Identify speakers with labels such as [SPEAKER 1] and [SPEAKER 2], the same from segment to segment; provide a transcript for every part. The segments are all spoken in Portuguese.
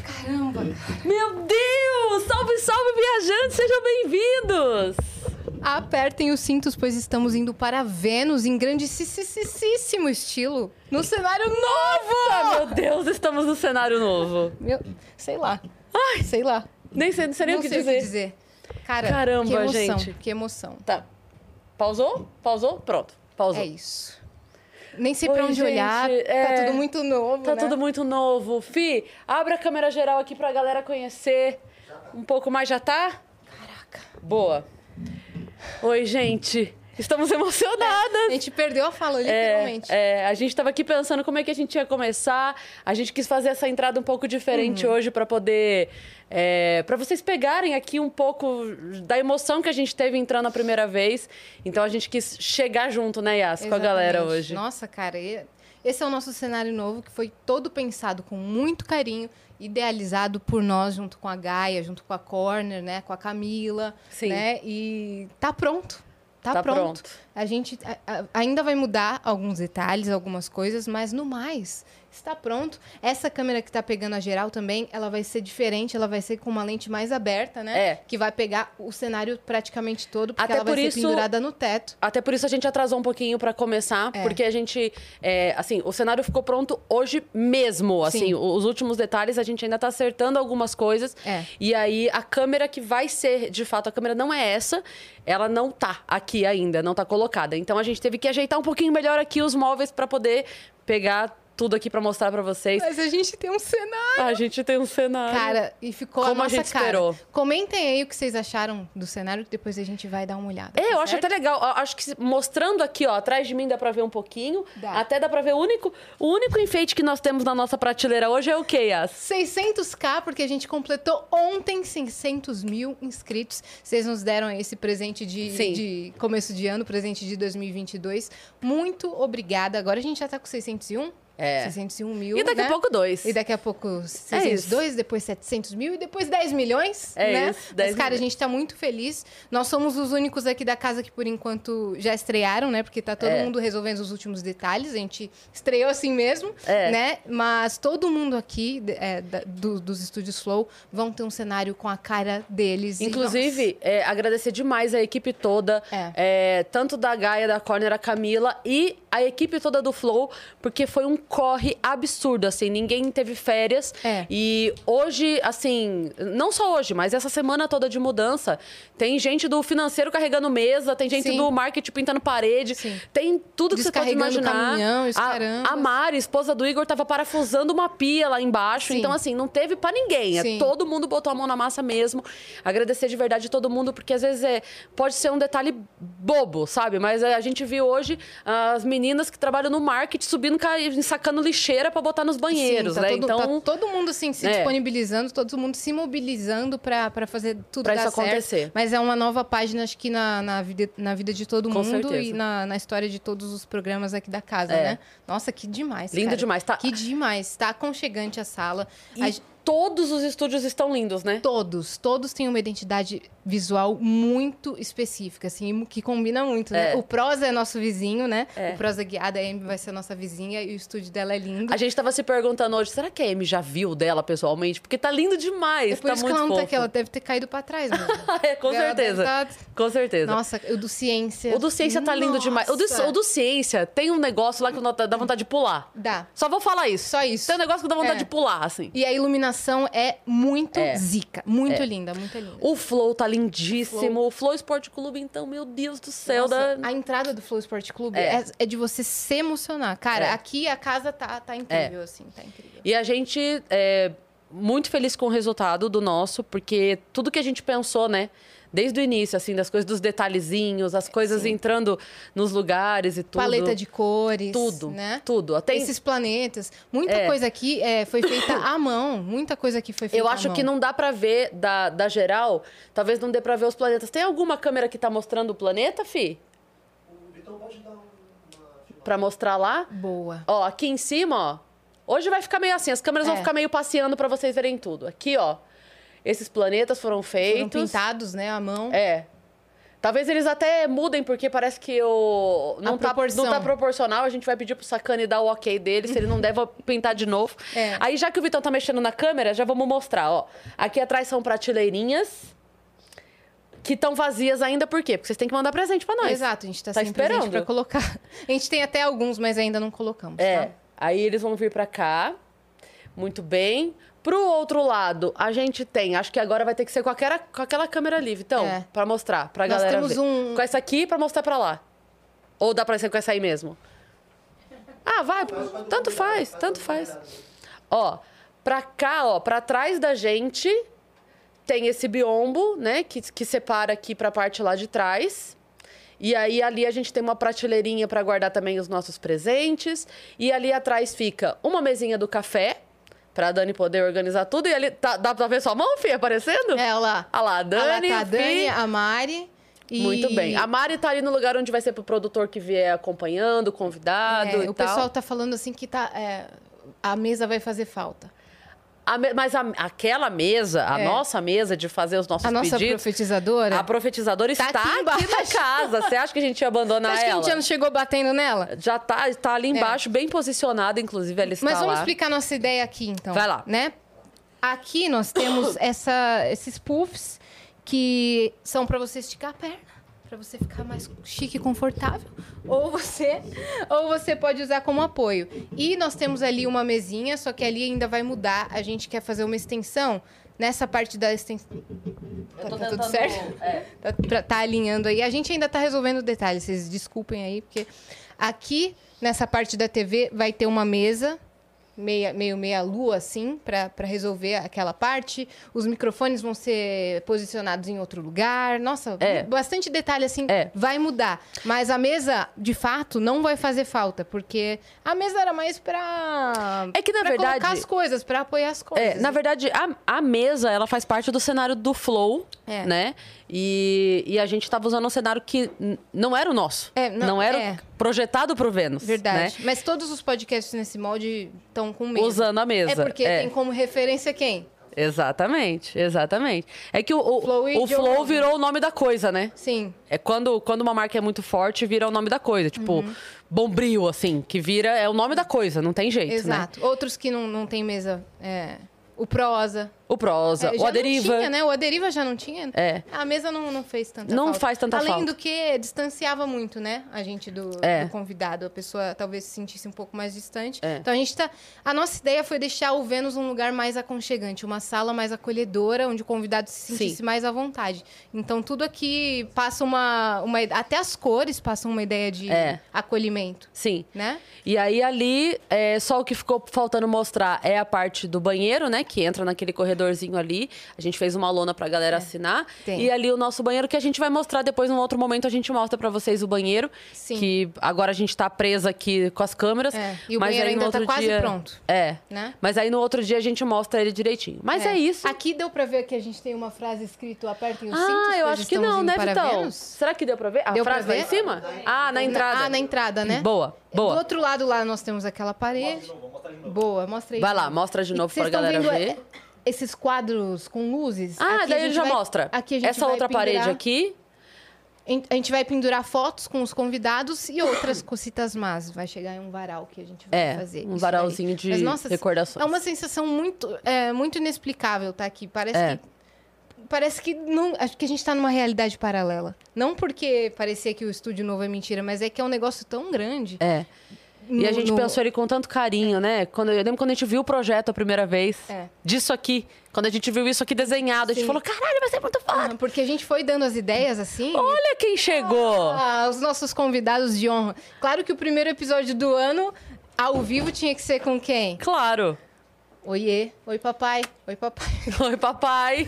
[SPEAKER 1] Caramba!
[SPEAKER 2] Meu Deus! Salve, salve, viajantes! Sejam bem-vindos!
[SPEAKER 1] Apertem os cintos, pois estamos indo para Vênus em grandissíssimo estilo. No cenário
[SPEAKER 2] Ah,
[SPEAKER 1] novo!
[SPEAKER 2] meu Deus, estamos no cenário novo.
[SPEAKER 1] Meu, sei lá. Ai, sei lá.
[SPEAKER 2] Nem sei, não sei nem
[SPEAKER 1] Não
[SPEAKER 2] o que
[SPEAKER 1] sei
[SPEAKER 2] dizer.
[SPEAKER 1] o que dizer. Cara,
[SPEAKER 2] Caramba,
[SPEAKER 1] que emoção,
[SPEAKER 2] gente.
[SPEAKER 1] que emoção.
[SPEAKER 2] Tá. Pausou? Pausou? Pronto. Pausou.
[SPEAKER 1] É isso. Nem sei
[SPEAKER 2] Oi,
[SPEAKER 1] pra onde
[SPEAKER 2] gente,
[SPEAKER 1] olhar,
[SPEAKER 2] é.
[SPEAKER 1] tá tudo muito novo,
[SPEAKER 2] Tá
[SPEAKER 1] né?
[SPEAKER 2] tudo muito novo. Fi, abre a câmera geral aqui pra galera conhecer. Um pouco mais já tá?
[SPEAKER 1] Caraca.
[SPEAKER 2] Boa. Oi, gente. Estamos emocionadas.
[SPEAKER 1] A gente perdeu a fala, literalmente.
[SPEAKER 2] É, é, a gente tava aqui pensando como é que a gente ia começar. A gente quis fazer essa entrada um pouco diferente hoje pra poder. É, para vocês pegarem aqui um pouco da emoção que a gente teve entrando a primeira vez. Então a gente quis chegar junto, né, Yas, com a galera
[SPEAKER 1] Exatamente.
[SPEAKER 2] hoje.
[SPEAKER 1] Nossa, cara, e- esse é o nosso cenário novo que foi todo pensado com muito carinho, idealizado por nós junto com a Gaia, junto com a Corner, né, com a Camila,
[SPEAKER 2] Sim.
[SPEAKER 1] né? E tá pronto. Tá,
[SPEAKER 2] Tá
[SPEAKER 1] pronto.
[SPEAKER 2] pronto.
[SPEAKER 1] A gente a- a- ainda vai mudar alguns detalhes, algumas coisas, mas no mais, está pronto. Essa câmera que tá pegando a geral também, ela vai ser diferente, ela vai ser com uma lente mais aberta, né?
[SPEAKER 2] É.
[SPEAKER 1] Que vai pegar o cenário praticamente todo, porque
[SPEAKER 2] Até
[SPEAKER 1] ela vai
[SPEAKER 2] por
[SPEAKER 1] ser
[SPEAKER 2] isso-
[SPEAKER 1] pendurada no teto.
[SPEAKER 2] Até por isso a gente atrasou um pouquinho pra começar,
[SPEAKER 1] É.
[SPEAKER 2] porque a gente, é, assim, o cenário ficou pronto hoje mesmo, assim,
[SPEAKER 1] Sim.
[SPEAKER 2] os últimos detalhes a gente ainda tá acertando algumas coisas.
[SPEAKER 1] É.
[SPEAKER 2] E aí a câmera que vai ser, de fato, a câmera não é essa, ela não tá aqui ainda, não tá colocada. Então a gente teve que ajeitar um pouquinho melhor aqui os móveis pra poder pegar tudo aqui pra mostrar pra vocês.
[SPEAKER 1] Mas a gente tem um cenário.
[SPEAKER 2] A gente tem um cenário.
[SPEAKER 1] Cara, e ficou
[SPEAKER 2] Como a
[SPEAKER 1] a nossa
[SPEAKER 2] gente
[SPEAKER 1] cara.
[SPEAKER 2] esperou.
[SPEAKER 1] Comentem aí o que vocês acharam do cenário, que depois a gente vai dar uma olhada.
[SPEAKER 2] É,
[SPEAKER 1] tá
[SPEAKER 2] eu acho
[SPEAKER 1] certo?
[SPEAKER 2] até legal. Eu Acho que se- mostrando aqui, ó, atrás de mim dá pra ver um pouquinho.
[SPEAKER 1] Dá.
[SPEAKER 2] Até dá pra ver o único, o único enfeite que nós temos na nossa prateleira hoje é o que, Yas?
[SPEAKER 1] 600k, porque a gente completou ontem 600 mil inscritos. Vocês nos deram esse presente
[SPEAKER 2] Sim.
[SPEAKER 1] de, de começo de ano, presente de 2022. Muito obrigada. Agora a gente já tá com 601?
[SPEAKER 2] É.
[SPEAKER 1] 601 mil.
[SPEAKER 2] E daqui
[SPEAKER 1] né?
[SPEAKER 2] a pouco dois.
[SPEAKER 1] E daqui a
[SPEAKER 2] É
[SPEAKER 1] pouco 602, depois 700 mil e depois 10 milhões,
[SPEAKER 2] É
[SPEAKER 1] né?
[SPEAKER 2] isso, 10
[SPEAKER 1] Mas, cara,
[SPEAKER 2] milhões.
[SPEAKER 1] a gente tá muito feliz. Nós somos os únicos aqui da casa que, por enquanto, já estrearam, né? Porque tá todo
[SPEAKER 2] É.
[SPEAKER 1] mundo resolvendo os últimos detalhes. A gente estreou assim mesmo,
[SPEAKER 2] É.
[SPEAKER 1] né? Mas todo mundo aqui de- é, da- do- dos estúdios Flow vão ter um cenário com a cara deles. e
[SPEAKER 2] Inclusive, é, agradecer demais a equipe toda, é, tanto da Gaia, da Corner, a Camila e a equipe toda do Flow, porque foi um corre absurdo, assim, ninguém teve férias.
[SPEAKER 1] É.
[SPEAKER 2] E hoje, assim, não só hoje, mas essa semana toda de mudança, tem gente do financeiro carregando mesa, tem gente
[SPEAKER 1] Sim.
[SPEAKER 2] do marketing pintando parede,
[SPEAKER 1] Sim.
[SPEAKER 2] tem tudo que você pode
[SPEAKER 1] Descarregando
[SPEAKER 2] imaginar.
[SPEAKER 1] caminhão, os
[SPEAKER 2] a,
[SPEAKER 1] carambas.
[SPEAKER 2] a Mari, esposa do Igor, tava parafusando uma pia lá embaixo.
[SPEAKER 1] Sim.
[SPEAKER 2] Então, assim, não teve pra ninguém. É
[SPEAKER 1] Sim.
[SPEAKER 2] todo todo mundo botou a mão na massa mesmo. Agradecer de verdade todo mundo, porque às vezes é, pode ser um detalhe bobo, sabe? Mas é, a gente viu hoje as meninas que trabalham no marketing subindo, ca- sacando lixeira pra botar nos banheiros,
[SPEAKER 1] Sim, tá
[SPEAKER 2] né?
[SPEAKER 1] todo,
[SPEAKER 2] então,
[SPEAKER 1] tá todo mundo assim, se
[SPEAKER 2] É.
[SPEAKER 1] disponibilizando, todo mundo se mobilizando pra pra fazer tudo
[SPEAKER 2] Pra
[SPEAKER 1] dar
[SPEAKER 2] isso
[SPEAKER 1] certo.
[SPEAKER 2] acontecer.
[SPEAKER 1] Mas é uma nova página, acho que na, na, vida, na vida de todo
[SPEAKER 2] Com
[SPEAKER 1] mundo e
[SPEAKER 2] certeza.
[SPEAKER 1] na, na história de todos os programas aqui da casa,
[SPEAKER 2] É.
[SPEAKER 1] né? Nossa, que demais.
[SPEAKER 2] Lindo
[SPEAKER 1] cara.
[SPEAKER 2] demais, tá?
[SPEAKER 1] Que demais. Tá aconchegante a sala. A
[SPEAKER 2] e todos os estúdios estão lindos, né?
[SPEAKER 1] Todos, todos têm uma identidade visual muito específica, assim, que combina muito, né?
[SPEAKER 2] É.
[SPEAKER 1] O Prosa é nosso vizinho, né? O Prosa Guiada, a Amy vai ser nossa vizinha e o estúdio dela é lindo.
[SPEAKER 2] A gente tava se perguntando hoje, será que a Amy já viu dela pessoalmente? Porque tá lindo demais,
[SPEAKER 1] É por
[SPEAKER 2] tá
[SPEAKER 1] isso que
[SPEAKER 2] muito
[SPEAKER 1] ela não tá
[SPEAKER 2] fofo.
[SPEAKER 1] aqui, ela deve ter caído pra trás mesmo.
[SPEAKER 2] É, com
[SPEAKER 1] Ela deve
[SPEAKER 2] certeza.
[SPEAKER 1] tá-
[SPEAKER 2] Com certeza.
[SPEAKER 1] Nossa, o do Ciência.
[SPEAKER 2] O do ciência tá lindo
[SPEAKER 1] Nossa.
[SPEAKER 2] demais. O do, o do ciência tem um negócio lá que dá vontade de pular.
[SPEAKER 1] Dá.
[SPEAKER 2] Só vou falar isso.
[SPEAKER 1] Só isso.
[SPEAKER 2] Tem um negócio que dá vontade
[SPEAKER 1] É.
[SPEAKER 2] de pular, assim.
[SPEAKER 1] E a iluminação é muito
[SPEAKER 2] É.
[SPEAKER 1] zica. Muito linda, muito linda.
[SPEAKER 2] O Flow tá lindíssimo. O Flow Esporte Clube, então, meu Deus do céu.
[SPEAKER 1] Nossa,
[SPEAKER 2] da...
[SPEAKER 1] A entrada do Flow Sport Clube
[SPEAKER 2] É.
[SPEAKER 1] é. é de você se emocionar. Cara,
[SPEAKER 2] É.
[SPEAKER 1] aqui a casa tá, tá incrível, assim, tá incrível.
[SPEAKER 2] E a gente é muito feliz com o resultado do nosso, porque tudo que a gente pensou, né? Desde o início, assim, das coisas, dos detalhezinhos, as coisas entrando nos lugares e tudo.
[SPEAKER 1] Paleta de cores.
[SPEAKER 2] Tudo,
[SPEAKER 1] né?
[SPEAKER 2] tudo. Até
[SPEAKER 1] Esses planetas. Muita
[SPEAKER 2] É.
[SPEAKER 1] coisa aqui é, foi feita à mão. Muita coisa aqui foi feita
[SPEAKER 2] Eu
[SPEAKER 1] à
[SPEAKER 2] acho
[SPEAKER 1] mão.
[SPEAKER 2] que não dá pra ver da, da geral, talvez não dê pra ver os planetas. Tem alguma câmera que tá mostrando o planeta, Fi? Pra mostrar lá?
[SPEAKER 1] Boa.
[SPEAKER 2] Ó, aqui em cima, ó. Hoje vai ficar meio assim, as câmeras vão
[SPEAKER 1] É.
[SPEAKER 2] ficar meio passeando pra vocês verem tudo. Aqui, ó. Esses planetas foram
[SPEAKER 1] Foram
[SPEAKER 2] feitos.
[SPEAKER 1] pintados, né, à mão.
[SPEAKER 2] É. Talvez eles até mudem, porque parece que o... não, tá,
[SPEAKER 1] proporção.
[SPEAKER 2] não tá proporcional. A gente vai pedir pro Sacani dar o ok dele. Se ele não der, vou pintar de novo.
[SPEAKER 1] É.
[SPEAKER 2] Aí, já que o Vitão tá mexendo na câmera, já vamos mostrar, ó. Aqui atrás são prateleirinhas que estão vazias ainda. Por quê? Porque vocês têm que mandar presente pra nós.
[SPEAKER 1] Exato, a gente tá,
[SPEAKER 2] Tá
[SPEAKER 1] sem presente
[SPEAKER 2] esperando.
[SPEAKER 1] pra colocar. A gente tem até alguns, mas ainda não colocamos,
[SPEAKER 2] É.
[SPEAKER 1] tá?
[SPEAKER 2] Aí eles vão vir pra cá. Muito bem. Pro outro lado, a gente tem. Acho que agora vai ter que ser com aquela, com aquela câmera ali, Vitão.
[SPEAKER 1] É.
[SPEAKER 2] Pra mostrar, pra
[SPEAKER 1] Nós
[SPEAKER 2] galera.
[SPEAKER 1] temos
[SPEAKER 2] ver.
[SPEAKER 1] um-
[SPEAKER 2] Com essa aqui pra mostrar pra lá. Ou dá pra ser com essa aí mesmo? Ah, vai. Tanto faz, tanto faz. Ó, pra cá, ó, pra trás da gente, tem esse biombo, né? Que, que separa aqui pra parte lá de trás. E aí ali a gente tem uma prateleirinha para guardar também os nossos presentes. E ali atrás fica uma mesinha do café pra Dani poder organizar tudo. E ali tá, dá pra ver sua mão, Fih, aparecendo?
[SPEAKER 1] É, olha lá.
[SPEAKER 2] Ah lá, a
[SPEAKER 1] Ah lá
[SPEAKER 2] Dani,
[SPEAKER 1] tá a Dani,
[SPEAKER 2] Fih.
[SPEAKER 1] a Mari e...
[SPEAKER 2] Muito bem. A Mari tá ali no lugar onde vai ser pro produtor que vier acompanhando, convidado
[SPEAKER 1] É,
[SPEAKER 2] e
[SPEAKER 1] o
[SPEAKER 2] tal.
[SPEAKER 1] pessoal tá falando assim que tá, é, a mesa vai fazer falta.
[SPEAKER 2] A me- Mas a- aquela mesa, a
[SPEAKER 1] É.
[SPEAKER 2] nossa mesa de fazer os nossos
[SPEAKER 1] a nossa
[SPEAKER 2] pedidos, Ah,
[SPEAKER 1] profetizadora.
[SPEAKER 2] a profetizadora
[SPEAKER 1] Tá
[SPEAKER 2] está
[SPEAKER 1] aqui
[SPEAKER 2] aqui, na
[SPEAKER 1] embaixo.
[SPEAKER 2] casa. Você acha que a gente ia
[SPEAKER 1] Você
[SPEAKER 2] abandonar
[SPEAKER 1] acha que a
[SPEAKER 2] ela?
[SPEAKER 1] gente já não chegou batendo nela?
[SPEAKER 2] Já tá, tá ali embaixo, bem posicionada, inclusive, ela está
[SPEAKER 1] É. Mas vamos
[SPEAKER 2] lá.
[SPEAKER 1] explicar nossa ideia aqui, então.
[SPEAKER 2] Vai lá.
[SPEAKER 1] Né? Aqui nós temos essa- esses puffs que são para você esticar a perna, para você ficar mais chique e confortável, ou você, ou você pode usar como apoio. E nós temos ali uma mesinha, só que ali ainda vai mudar. A gente quer fazer uma extensão nessa parte da extensão. Tá, tá tudo certo? Tá, pra- tá alinhando aí. A gente ainda tá resolvendo detalhes, vocês desculpem aí, porque aqui nessa parte da TV vai ter uma mesa, meia, meio meia-lua assim, pra pra resolver aquela parte. Os microfones vão ser posicionados em outro lugar. Nossa,
[SPEAKER 2] É.
[SPEAKER 1] bastante detalhe assim,
[SPEAKER 2] É.
[SPEAKER 1] vai mudar. Mas a mesa, de fato, não vai fazer falta, porque a mesa era mais pra.
[SPEAKER 2] É que, na
[SPEAKER 1] pra
[SPEAKER 2] verdade-
[SPEAKER 1] colocar as coisas, pra apoiar as coisas.
[SPEAKER 2] É, na verdade, a, a mesa, ela faz parte do cenário do Flow,
[SPEAKER 1] É.
[SPEAKER 2] né? E, e a gente tava usando um cenário que n- não era o nosso.
[SPEAKER 1] É, não-
[SPEAKER 2] não, era
[SPEAKER 1] é.
[SPEAKER 2] o- projetado pro Vênus,
[SPEAKER 1] Verdade.
[SPEAKER 2] né?
[SPEAKER 1] Mas todos os podcasts nesse molde estão com mesa.
[SPEAKER 2] Usando a mesa,
[SPEAKER 1] É porque
[SPEAKER 2] é.
[SPEAKER 1] tem como referência quem?
[SPEAKER 2] Exatamente, exatamente. É que o, o,
[SPEAKER 1] Flow e
[SPEAKER 2] o
[SPEAKER 1] Joe
[SPEAKER 2] Flow
[SPEAKER 1] Rogan.
[SPEAKER 2] virou o nome da coisa, né?
[SPEAKER 1] Sim.
[SPEAKER 2] É quando, quando uma marca é muito forte, vira o nome da coisa. Tipo,
[SPEAKER 1] Uhum.
[SPEAKER 2] Bombril, assim, que vira... É o nome da coisa, não tem jeito, né?
[SPEAKER 1] Exato. Outros que não, não tem mesa. é, o Prosa.
[SPEAKER 2] O Prosa,
[SPEAKER 1] É,
[SPEAKER 2] Tá, o
[SPEAKER 1] já
[SPEAKER 2] Aderiva.
[SPEAKER 1] Não tinha, né? O Aderiva já não tinha.
[SPEAKER 2] É.
[SPEAKER 1] A mesa não, não fez tanta
[SPEAKER 2] Não
[SPEAKER 1] falta.
[SPEAKER 2] faz tanta
[SPEAKER 1] Além
[SPEAKER 2] falta.
[SPEAKER 1] do que, distanciava muito, né? A gente do,
[SPEAKER 2] É.
[SPEAKER 1] do convidado. A pessoa talvez se sentisse um pouco mais distante.
[SPEAKER 2] É.
[SPEAKER 1] Então a gente tá. A nossa ideia foi deixar o Vênus um lugar mais aconchegante, uma sala mais acolhedora, onde o convidado se sentisse
[SPEAKER 2] Sim.
[SPEAKER 1] mais à vontade. Então tudo aqui passa uma. uma até as cores passam uma ideia de
[SPEAKER 2] É.
[SPEAKER 1] acolhimento,
[SPEAKER 2] Sim.
[SPEAKER 1] né?
[SPEAKER 2] E aí ali, é, só o que ficou faltando mostrar é a parte do banheiro, né? Que entra naquele corredorzinho ali. A gente fez uma lona pra galera assinar.
[SPEAKER 1] É. tem.
[SPEAKER 2] E ali o nosso banheiro, que a gente vai mostrar depois, num outro momento, a gente mostra pra vocês o banheiro.
[SPEAKER 1] Sim.
[SPEAKER 2] Que agora a gente tá presa aqui com as câmeras.
[SPEAKER 1] É, e o
[SPEAKER 2] mas
[SPEAKER 1] banheiro
[SPEAKER 2] aí, no
[SPEAKER 1] ainda tá
[SPEAKER 2] outro
[SPEAKER 1] quase
[SPEAKER 2] dia-
[SPEAKER 1] pronto,
[SPEAKER 2] É.
[SPEAKER 1] né?
[SPEAKER 2] Mas aí no outro dia a gente mostra ele direitinho. Mas é, isso.
[SPEAKER 1] Aqui deu pra ver que a gente tem uma frase escrito apertem os cintos,
[SPEAKER 2] ah, eu
[SPEAKER 1] pois
[SPEAKER 2] acho que
[SPEAKER 1] estamos
[SPEAKER 2] não,
[SPEAKER 1] indo
[SPEAKER 2] né,
[SPEAKER 1] para
[SPEAKER 2] Vitão?
[SPEAKER 1] Vênus.
[SPEAKER 2] Será que deu pra ver? A
[SPEAKER 1] Deu pra
[SPEAKER 2] frase lá
[SPEAKER 1] ver?
[SPEAKER 2] em cima? Ah, na entrada.
[SPEAKER 1] Ah, na entrada, né?
[SPEAKER 2] Boa, boa.
[SPEAKER 1] Do outro lado lá nós temos aquela parede. Boa, mostra aí.
[SPEAKER 2] Vai lá, mostra de
[SPEAKER 1] E
[SPEAKER 2] novo
[SPEAKER 1] vocês
[SPEAKER 2] pra
[SPEAKER 1] estão
[SPEAKER 2] galera
[SPEAKER 1] vendo,
[SPEAKER 2] ver.
[SPEAKER 1] é, Esses quadros com luzes.
[SPEAKER 2] Ah,
[SPEAKER 1] Aqui a
[SPEAKER 2] daí
[SPEAKER 1] gente
[SPEAKER 2] ele já
[SPEAKER 1] vai-
[SPEAKER 2] mostra.
[SPEAKER 1] Aqui a gente
[SPEAKER 2] Essa
[SPEAKER 1] vai
[SPEAKER 2] outra parede
[SPEAKER 1] pendurar-
[SPEAKER 2] aqui.
[SPEAKER 1] A gente vai pendurar fotos com os convidados e outras cositas más. Vai chegar em um varal que a gente vai
[SPEAKER 2] É,
[SPEAKER 1] fazer.
[SPEAKER 2] um
[SPEAKER 1] isso
[SPEAKER 2] varalzinho
[SPEAKER 1] daí.
[SPEAKER 2] de
[SPEAKER 1] Mas, nossa,
[SPEAKER 2] recordações.
[SPEAKER 1] É uma sensação muito, é, muito inexplicável tá aqui. Parece
[SPEAKER 2] É.
[SPEAKER 1] que. Parece que não. Acho que a gente tá numa realidade paralela. Não porque parecia que o estúdio novo é mentira, mas é que é um negócio tão grande.
[SPEAKER 2] É. e a
[SPEAKER 1] No-
[SPEAKER 2] gente
[SPEAKER 1] no-
[SPEAKER 2] pensou ele com tanto carinho, né? Quando, eu lembro quando a gente viu o projeto a primeira vez.
[SPEAKER 1] É.
[SPEAKER 2] Disso aqui. Quando a gente viu isso aqui desenhado, a gente
[SPEAKER 1] Sim.
[SPEAKER 2] falou: caralho, vai ser muito foda.
[SPEAKER 1] Ah, Porque a gente foi dando as ideias assim.
[SPEAKER 2] Olha quem chegou!
[SPEAKER 1] Ah, os nossos convidados de honra. Claro que o primeiro episódio do ano, ao vivo, tinha que ser com quem?
[SPEAKER 2] Claro.
[SPEAKER 1] Oiê, oi papai, oi papai.
[SPEAKER 2] Oi, papai.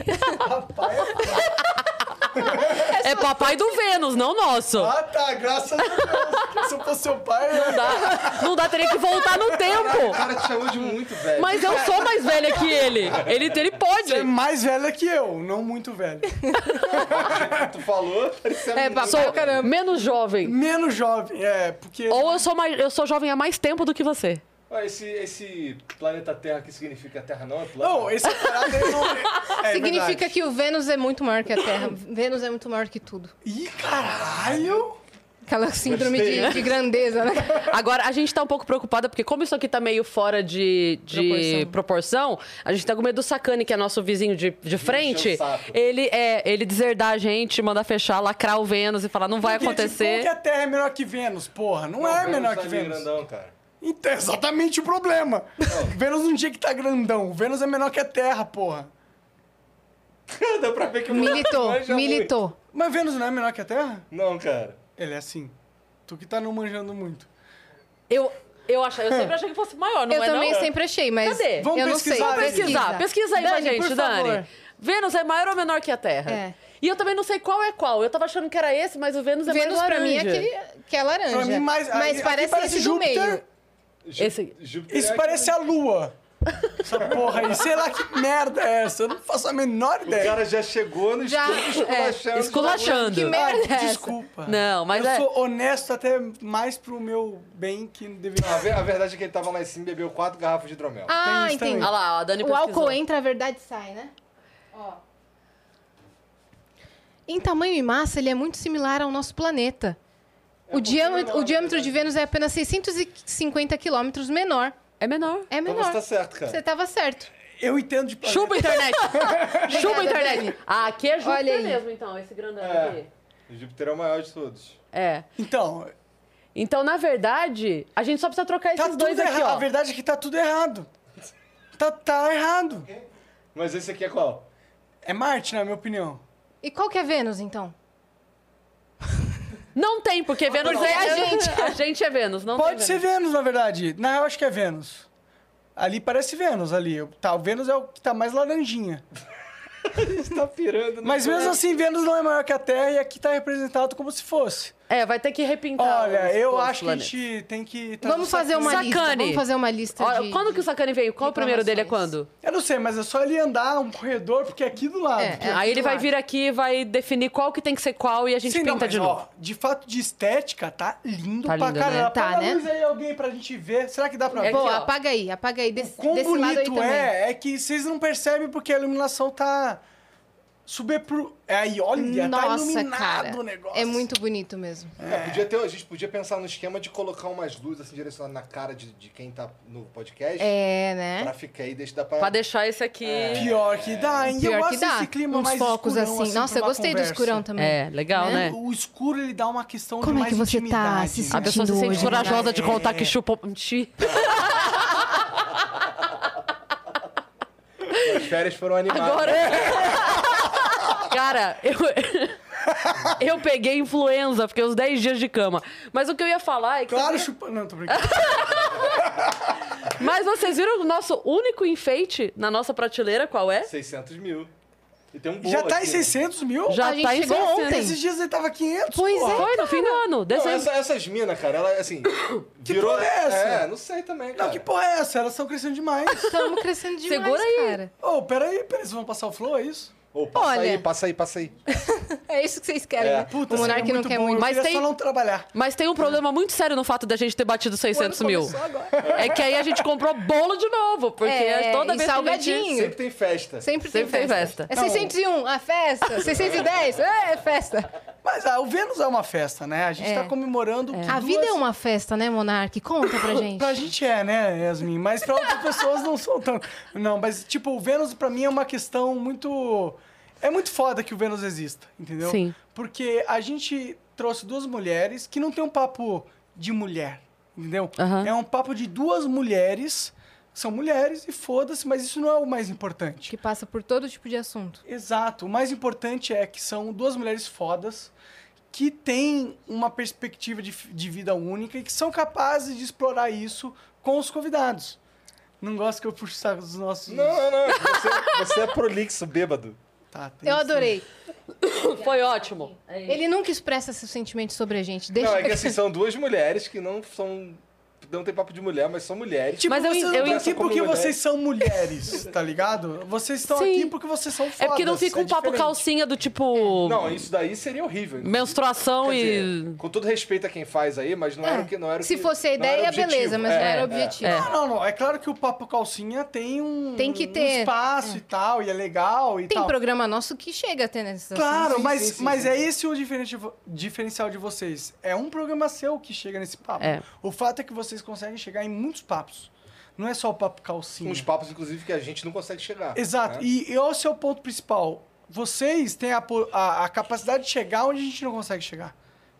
[SPEAKER 2] é papai do Vênus, não nosso.
[SPEAKER 3] Ah, tá, graças a Deus. Se eu fosse seu pai, né?
[SPEAKER 2] Dá- Não dá, teria que voltar no
[SPEAKER 3] o
[SPEAKER 2] tempo.
[SPEAKER 3] cara te chamou de muito velho.
[SPEAKER 2] Mas eu sou mais velha que ele. Ele, ele pode.
[SPEAKER 4] É mais velha que eu, não muito velha.
[SPEAKER 3] tu falou, parecendo
[SPEAKER 1] É, papai,
[SPEAKER 2] Sou
[SPEAKER 1] caramba.
[SPEAKER 2] menos jovem.
[SPEAKER 4] Menos jovem, é, porque.
[SPEAKER 2] Ou eu sou, mais, eu sou jovem há mais tempo do que você.
[SPEAKER 5] Ó, esse, esse planeta Terra que significa Terra não é plano?
[SPEAKER 4] Não, esse parada é não... É,
[SPEAKER 1] Significa
[SPEAKER 4] verdade.
[SPEAKER 1] que o Vênus é muito maior que a Terra. Vênus é muito maior que tudo.
[SPEAKER 4] Ih, caralho!
[SPEAKER 1] Aquela síndrome de, de grandeza, né?
[SPEAKER 2] Agora, a gente tá um pouco preocupada, porque como isso aqui tá meio fora de, de proporção. a gente tá com medo do Sacani, que é nosso vizinho de, de frente.
[SPEAKER 5] o saco.
[SPEAKER 2] Ele é ele deserdar a gente, mandar fechar, lacrar o Vênus e falar, não vai
[SPEAKER 4] Porque,
[SPEAKER 2] acontecer.
[SPEAKER 4] Tipo, que a Terra é menor que Vênus, porra. Não, é
[SPEAKER 5] Vênus
[SPEAKER 4] menor
[SPEAKER 5] tá
[SPEAKER 4] que
[SPEAKER 5] meio
[SPEAKER 4] Vênus.
[SPEAKER 5] grandão, cara.
[SPEAKER 4] Então, é exatamente o problema. Vênus não tinha que tá grandão. Vênus é menor que a Terra, porra.
[SPEAKER 5] Dá pra ver que o tá
[SPEAKER 1] Militou,
[SPEAKER 5] manja muito.
[SPEAKER 1] militou.
[SPEAKER 4] Mas Vênus não é menor que a Terra?
[SPEAKER 5] Não, cara.
[SPEAKER 4] Ele é assim. Tu que tá não manjando muito.
[SPEAKER 2] Eu, eu, achava, eu sempre achei que fosse maior, não
[SPEAKER 1] eu
[SPEAKER 2] é
[SPEAKER 1] também
[SPEAKER 2] não?
[SPEAKER 1] sempre achei, mas.
[SPEAKER 2] Cadê?
[SPEAKER 4] Vamos
[SPEAKER 1] eu
[SPEAKER 4] pesquisar,
[SPEAKER 1] não sei.
[SPEAKER 4] Vamos
[SPEAKER 2] Pesquisar, pesquisa aí pra
[SPEAKER 1] Dani,
[SPEAKER 2] gente,
[SPEAKER 1] por
[SPEAKER 2] Dani.
[SPEAKER 1] favor.
[SPEAKER 2] Vênus é maior ou menor que a Terra?
[SPEAKER 1] É.
[SPEAKER 2] E eu também não sei qual é qual. Eu tava achando que era esse, mas o Vênus é
[SPEAKER 1] Vênus
[SPEAKER 2] mais
[SPEAKER 1] pra mim é
[SPEAKER 2] laranja.
[SPEAKER 1] aquele que é laranja.
[SPEAKER 4] Pra mim, mais.
[SPEAKER 1] mas
[SPEAKER 4] aqui
[SPEAKER 1] parece, esse do
[SPEAKER 4] Júpiter.
[SPEAKER 1] meio.
[SPEAKER 5] Jú-
[SPEAKER 2] Esse-
[SPEAKER 5] Júpiter
[SPEAKER 4] Isso
[SPEAKER 5] é
[SPEAKER 4] parece a Lua. Essa porra aí. Sei lá que merda é essa. Eu não faço a menor
[SPEAKER 5] O
[SPEAKER 4] ideia.
[SPEAKER 5] cara já chegou no
[SPEAKER 1] Já,
[SPEAKER 5] estúdio
[SPEAKER 1] é,
[SPEAKER 5] esculachando.
[SPEAKER 2] Esculachando.
[SPEAKER 1] Que merda é essa?
[SPEAKER 4] Desculpa.
[SPEAKER 2] Não, mas
[SPEAKER 4] eu
[SPEAKER 2] é-
[SPEAKER 4] sou honesto até mais pro meu bem que não
[SPEAKER 5] A,
[SPEAKER 4] deveria.
[SPEAKER 5] ve- a verdade é que ele tava lá em cima e bebeu quatro garrafas de hidromel.
[SPEAKER 1] Ah,
[SPEAKER 4] Tem isso
[SPEAKER 1] entendi.
[SPEAKER 2] Olha lá, a Dani
[SPEAKER 1] O
[SPEAKER 2] pesquisou.
[SPEAKER 1] álcool entra, a verdade sai, né? Ó. Em tamanho e massa, ele é muito similar ao nosso planeta.
[SPEAKER 5] um
[SPEAKER 1] o, diâmetro,
[SPEAKER 5] pouquinho
[SPEAKER 1] o diâmetro de
[SPEAKER 5] menor,
[SPEAKER 1] Vênus é apenas 650 quilômetros menor.
[SPEAKER 2] É menor.
[SPEAKER 1] É
[SPEAKER 5] Então
[SPEAKER 1] menor.
[SPEAKER 5] você tá certo, cara.
[SPEAKER 1] Você tava certo.
[SPEAKER 4] Eu entendo de planeta.
[SPEAKER 2] Chupa então. a internet! Chupa a internet!
[SPEAKER 1] Dani.
[SPEAKER 2] Ah, aqui é Júpiter
[SPEAKER 1] Olha aí.
[SPEAKER 2] mesmo, então, esse grandão
[SPEAKER 5] É.
[SPEAKER 2] aqui.
[SPEAKER 5] Júpiter é o maior de todos.
[SPEAKER 2] É.
[SPEAKER 4] Então,
[SPEAKER 2] Então, na verdade, a gente só precisa trocar
[SPEAKER 4] tá
[SPEAKER 2] esses
[SPEAKER 4] tudo
[SPEAKER 2] dois aqui,
[SPEAKER 4] errado. A
[SPEAKER 2] ó.
[SPEAKER 4] verdade é que tá tudo errado. Tá, tá errado.
[SPEAKER 5] Mas esse aqui é qual?
[SPEAKER 4] É Marte, na minha opinião.
[SPEAKER 1] E qual que é Vênus, então?
[SPEAKER 2] Não tem,
[SPEAKER 4] Ah,
[SPEAKER 2] porque Vênus é a gente. A gente é Vênus, não
[SPEAKER 4] Pode
[SPEAKER 2] tem
[SPEAKER 4] ser
[SPEAKER 2] Vênus.
[SPEAKER 4] Vênus, na verdade. Na real, eu acho que é Vênus. Ali parece Vênus, ali. Eu- Tá, o Vênus é o que tá mais laranjinha.
[SPEAKER 5] Você tá pirando. no
[SPEAKER 4] Mas mesmo
[SPEAKER 5] planeta.
[SPEAKER 4] assim, Vênus não é maior que a Terra e aqui tá representado como se fosse.
[SPEAKER 2] É, vai ter que repintar.
[SPEAKER 4] Olha,
[SPEAKER 2] os-
[SPEAKER 4] eu
[SPEAKER 2] os
[SPEAKER 4] acho que a
[SPEAKER 2] planetas.
[SPEAKER 4] gente tem que... tá
[SPEAKER 1] Vamos
[SPEAKER 4] no
[SPEAKER 1] fazer uma
[SPEAKER 2] Sacane.
[SPEAKER 1] lista. Vamos fazer uma lista
[SPEAKER 2] Olha,
[SPEAKER 1] de...
[SPEAKER 2] quando que o Sacani veio? Qual o primeiro dele é quando?
[SPEAKER 4] Eu não sei, mas é só ele andar um corredor, porque é aqui do lado.
[SPEAKER 1] É, é.
[SPEAKER 2] Aí ele
[SPEAKER 1] do
[SPEAKER 2] vai
[SPEAKER 1] lado.
[SPEAKER 2] vir aqui e vai definir qual que tem que ser qual e a gente
[SPEAKER 4] Sim,
[SPEAKER 2] pinta
[SPEAKER 4] não, mas,
[SPEAKER 2] de
[SPEAKER 4] ó,
[SPEAKER 2] novo.
[SPEAKER 4] de fato, de estética, tá lindo
[SPEAKER 2] Tá
[SPEAKER 4] pra
[SPEAKER 2] lindo,
[SPEAKER 4] caralho.
[SPEAKER 2] né?
[SPEAKER 4] Apaga
[SPEAKER 1] Tá, né?
[SPEAKER 4] a luz aí, alguém, pra gente ver. Será que dá pra
[SPEAKER 2] É
[SPEAKER 4] ver?
[SPEAKER 2] aqui,
[SPEAKER 1] Boa,
[SPEAKER 2] ó.
[SPEAKER 1] apaga aí. Apaga aí desse,
[SPEAKER 4] Quão
[SPEAKER 1] desse lado aí
[SPEAKER 4] bonito
[SPEAKER 1] também.
[SPEAKER 4] é, é que vocês não percebem porque a iluminação tá... Subir pro... É aí, olha, tá
[SPEAKER 1] Nossa,
[SPEAKER 4] iluminado
[SPEAKER 1] cara.
[SPEAKER 4] o negócio.
[SPEAKER 1] É muito bonito mesmo.
[SPEAKER 5] É, podia ter, a gente podia pensar no esquema de colocar umas luzes assim direcionadas na cara de, de quem tá no podcast.
[SPEAKER 1] É, né?
[SPEAKER 5] Pra ficar aí, deixa
[SPEAKER 4] é.
[SPEAKER 5] dar pra.
[SPEAKER 2] Pra deixar esse aqui.
[SPEAKER 4] Pior que dá, hein? eu
[SPEAKER 1] É. Pior que
[SPEAKER 4] gosto
[SPEAKER 1] dá.
[SPEAKER 4] desse clima
[SPEAKER 1] Uns
[SPEAKER 4] mais
[SPEAKER 1] focos
[SPEAKER 4] escurão,
[SPEAKER 1] assim. Nossa,
[SPEAKER 4] pra
[SPEAKER 1] eu
[SPEAKER 4] uma
[SPEAKER 1] gostei
[SPEAKER 4] conversa.
[SPEAKER 1] do escurão também.
[SPEAKER 2] É, legal, né?
[SPEAKER 4] O escuro, ele dá uma questão de
[SPEAKER 1] Como é
[SPEAKER 4] mais
[SPEAKER 1] que você tá
[SPEAKER 4] intimidade,
[SPEAKER 1] se
[SPEAKER 4] né?
[SPEAKER 2] A pessoa se
[SPEAKER 1] Sentindo
[SPEAKER 2] sente
[SPEAKER 1] hoje,
[SPEAKER 2] corajosa
[SPEAKER 4] né?
[SPEAKER 2] de contar que
[SPEAKER 4] É.
[SPEAKER 2] chupou. Mentira.
[SPEAKER 5] As férias foram animadas.
[SPEAKER 2] Agora. Cara, eu. Eu peguei influenza, fiquei uns 10 dias de cama. Mas o que eu ia falar é que.
[SPEAKER 4] Claro, chupa... Não, tô brincando.
[SPEAKER 2] Mas vocês viram o nosso único enfeite na nossa prateleira, qual é?
[SPEAKER 5] 600 mil. E tem um bolo
[SPEAKER 4] Já tá em
[SPEAKER 5] aqui.
[SPEAKER 4] 600 mil? Ah,
[SPEAKER 2] Já
[SPEAKER 1] A gente
[SPEAKER 2] tá em
[SPEAKER 1] chegou
[SPEAKER 2] 600.
[SPEAKER 1] ontem.
[SPEAKER 4] Esses dias ele tava 500,
[SPEAKER 1] Pois
[SPEAKER 4] porra.
[SPEAKER 1] é.
[SPEAKER 2] Foi no fim do ano.
[SPEAKER 5] Não,
[SPEAKER 2] Dezembro.
[SPEAKER 5] essa- essas minas, cara, ela assim. virou.
[SPEAKER 4] porra é essa?
[SPEAKER 5] É, não sei também, cara.
[SPEAKER 4] Não, que porra é essa? Elas estão crescendo demais.
[SPEAKER 1] Estamos crescendo demais,
[SPEAKER 2] Segura aí.
[SPEAKER 1] cara.
[SPEAKER 4] Ô, peraí, peraí, vocês vão passar o flow, é isso?
[SPEAKER 5] Ô, passa
[SPEAKER 1] Olha.
[SPEAKER 5] aí, passa aí, passa aí.
[SPEAKER 1] É isso que vocês querem,
[SPEAKER 5] É,
[SPEAKER 1] né?
[SPEAKER 4] Puta,
[SPEAKER 1] o monarca não
[SPEAKER 4] seria muito
[SPEAKER 1] quer
[SPEAKER 4] bom,
[SPEAKER 1] muito.
[SPEAKER 4] eu
[SPEAKER 1] Mas
[SPEAKER 2] Mas
[SPEAKER 4] queria
[SPEAKER 2] tem-
[SPEAKER 4] só não trabalhar.
[SPEAKER 2] Mas tem um problema muito sério no fato da gente ter batido 600 mil. É que aí a gente comprou bolo de novo, porque
[SPEAKER 1] É,
[SPEAKER 2] toda
[SPEAKER 1] e
[SPEAKER 2] vez que a
[SPEAKER 1] salgadinho.
[SPEAKER 2] gente...
[SPEAKER 5] Sempre tem festa.
[SPEAKER 1] sempre,
[SPEAKER 2] Sempre tem
[SPEAKER 1] tem
[SPEAKER 2] festa.
[SPEAKER 1] festa. É 601, a festa. 610, é festa.
[SPEAKER 4] Mas ah, o Vênus é uma festa, né? A gente
[SPEAKER 1] É.
[SPEAKER 4] tá comemorando... que
[SPEAKER 1] A
[SPEAKER 4] duas-
[SPEAKER 1] vida é uma festa, né, monarca? Conta pra gente.
[SPEAKER 4] Pra gente é, né, Yasmin? Mas pra outras pessoas não são tanto. Não, mas tipo, o Vênus pra mim é uma questão muito. É muito foda que o Vênus exista, entendeu?
[SPEAKER 2] Sim.
[SPEAKER 4] Porque a gente trouxe duas mulheres que não tem um papo de mulher, entendeu?
[SPEAKER 2] Aham.
[SPEAKER 4] É um papo de duas mulheres, são mulheres e foda-se, mas isso não é o mais importante.
[SPEAKER 1] Que passa por todo tipo de assunto.
[SPEAKER 4] Exato. O mais importante é que são duas mulheres fodas que têm uma perspectiva de, f- de vida única e que são capazes de explorar isso com os convidados. Não gosto que eu puxe o saco dos nossos.
[SPEAKER 5] Não, não, não. Você, você é prolixo, bêbado.
[SPEAKER 4] Tá, tem
[SPEAKER 1] Eu
[SPEAKER 4] isso.
[SPEAKER 1] adorei.
[SPEAKER 2] Foi ótimo.
[SPEAKER 5] é
[SPEAKER 1] Ele nunca expressa seus sentimentos sobre a gente. Deixa
[SPEAKER 5] Não, é que assim, são duas mulheres que não são não tem papo de mulher, mas são mulheres.
[SPEAKER 4] Tipo,
[SPEAKER 2] Mas eu-
[SPEAKER 4] vocês não
[SPEAKER 2] eu
[SPEAKER 4] estão aqui
[SPEAKER 5] entendo-
[SPEAKER 4] porque
[SPEAKER 5] como mulher.
[SPEAKER 4] vocês são mulheres, tá ligado? Vocês estão
[SPEAKER 2] Sim.
[SPEAKER 4] aqui porque vocês são fodas.
[SPEAKER 2] É porque não fica um papo
[SPEAKER 4] diferente.
[SPEAKER 2] calcinha do tipo.
[SPEAKER 5] Não, isso daí seria horrível. então.
[SPEAKER 2] menstruação
[SPEAKER 5] Quer
[SPEAKER 2] e.
[SPEAKER 5] dizer, com todo respeito a quem faz aí, mas não
[SPEAKER 1] É.
[SPEAKER 5] era o que não era o
[SPEAKER 1] Se
[SPEAKER 5] que-
[SPEAKER 1] fosse a
[SPEAKER 5] não era o
[SPEAKER 1] ideia,
[SPEAKER 5] objetivo.
[SPEAKER 1] beleza, mas
[SPEAKER 5] É,
[SPEAKER 1] não era o
[SPEAKER 5] é.
[SPEAKER 1] objetivo.
[SPEAKER 2] é.
[SPEAKER 4] Não, não, não. É claro que o papo calcinha tem um,
[SPEAKER 1] Tem que
[SPEAKER 4] um
[SPEAKER 1] ter.
[SPEAKER 4] espaço e tal, e é legal e
[SPEAKER 1] Tem né?
[SPEAKER 4] tal.
[SPEAKER 1] programa nosso que chega até nessas
[SPEAKER 4] Claro,
[SPEAKER 5] Sim,
[SPEAKER 4] mas,
[SPEAKER 5] sim, sim,
[SPEAKER 4] mas
[SPEAKER 5] sim.
[SPEAKER 4] é esse o diferente- diferencial de vocês. É um programa seu que chega nesse papo.
[SPEAKER 2] É.
[SPEAKER 4] O fato é que vocês conseguem chegar em muitos papos. Não é só o papo calcinha.
[SPEAKER 5] Uns papos, inclusive, que a gente não consegue chegar.
[SPEAKER 4] Exato.
[SPEAKER 5] né?
[SPEAKER 4] E esse é o ponto principal. Vocês têm a, po- a- a capacidade de chegar onde a gente não consegue chegar.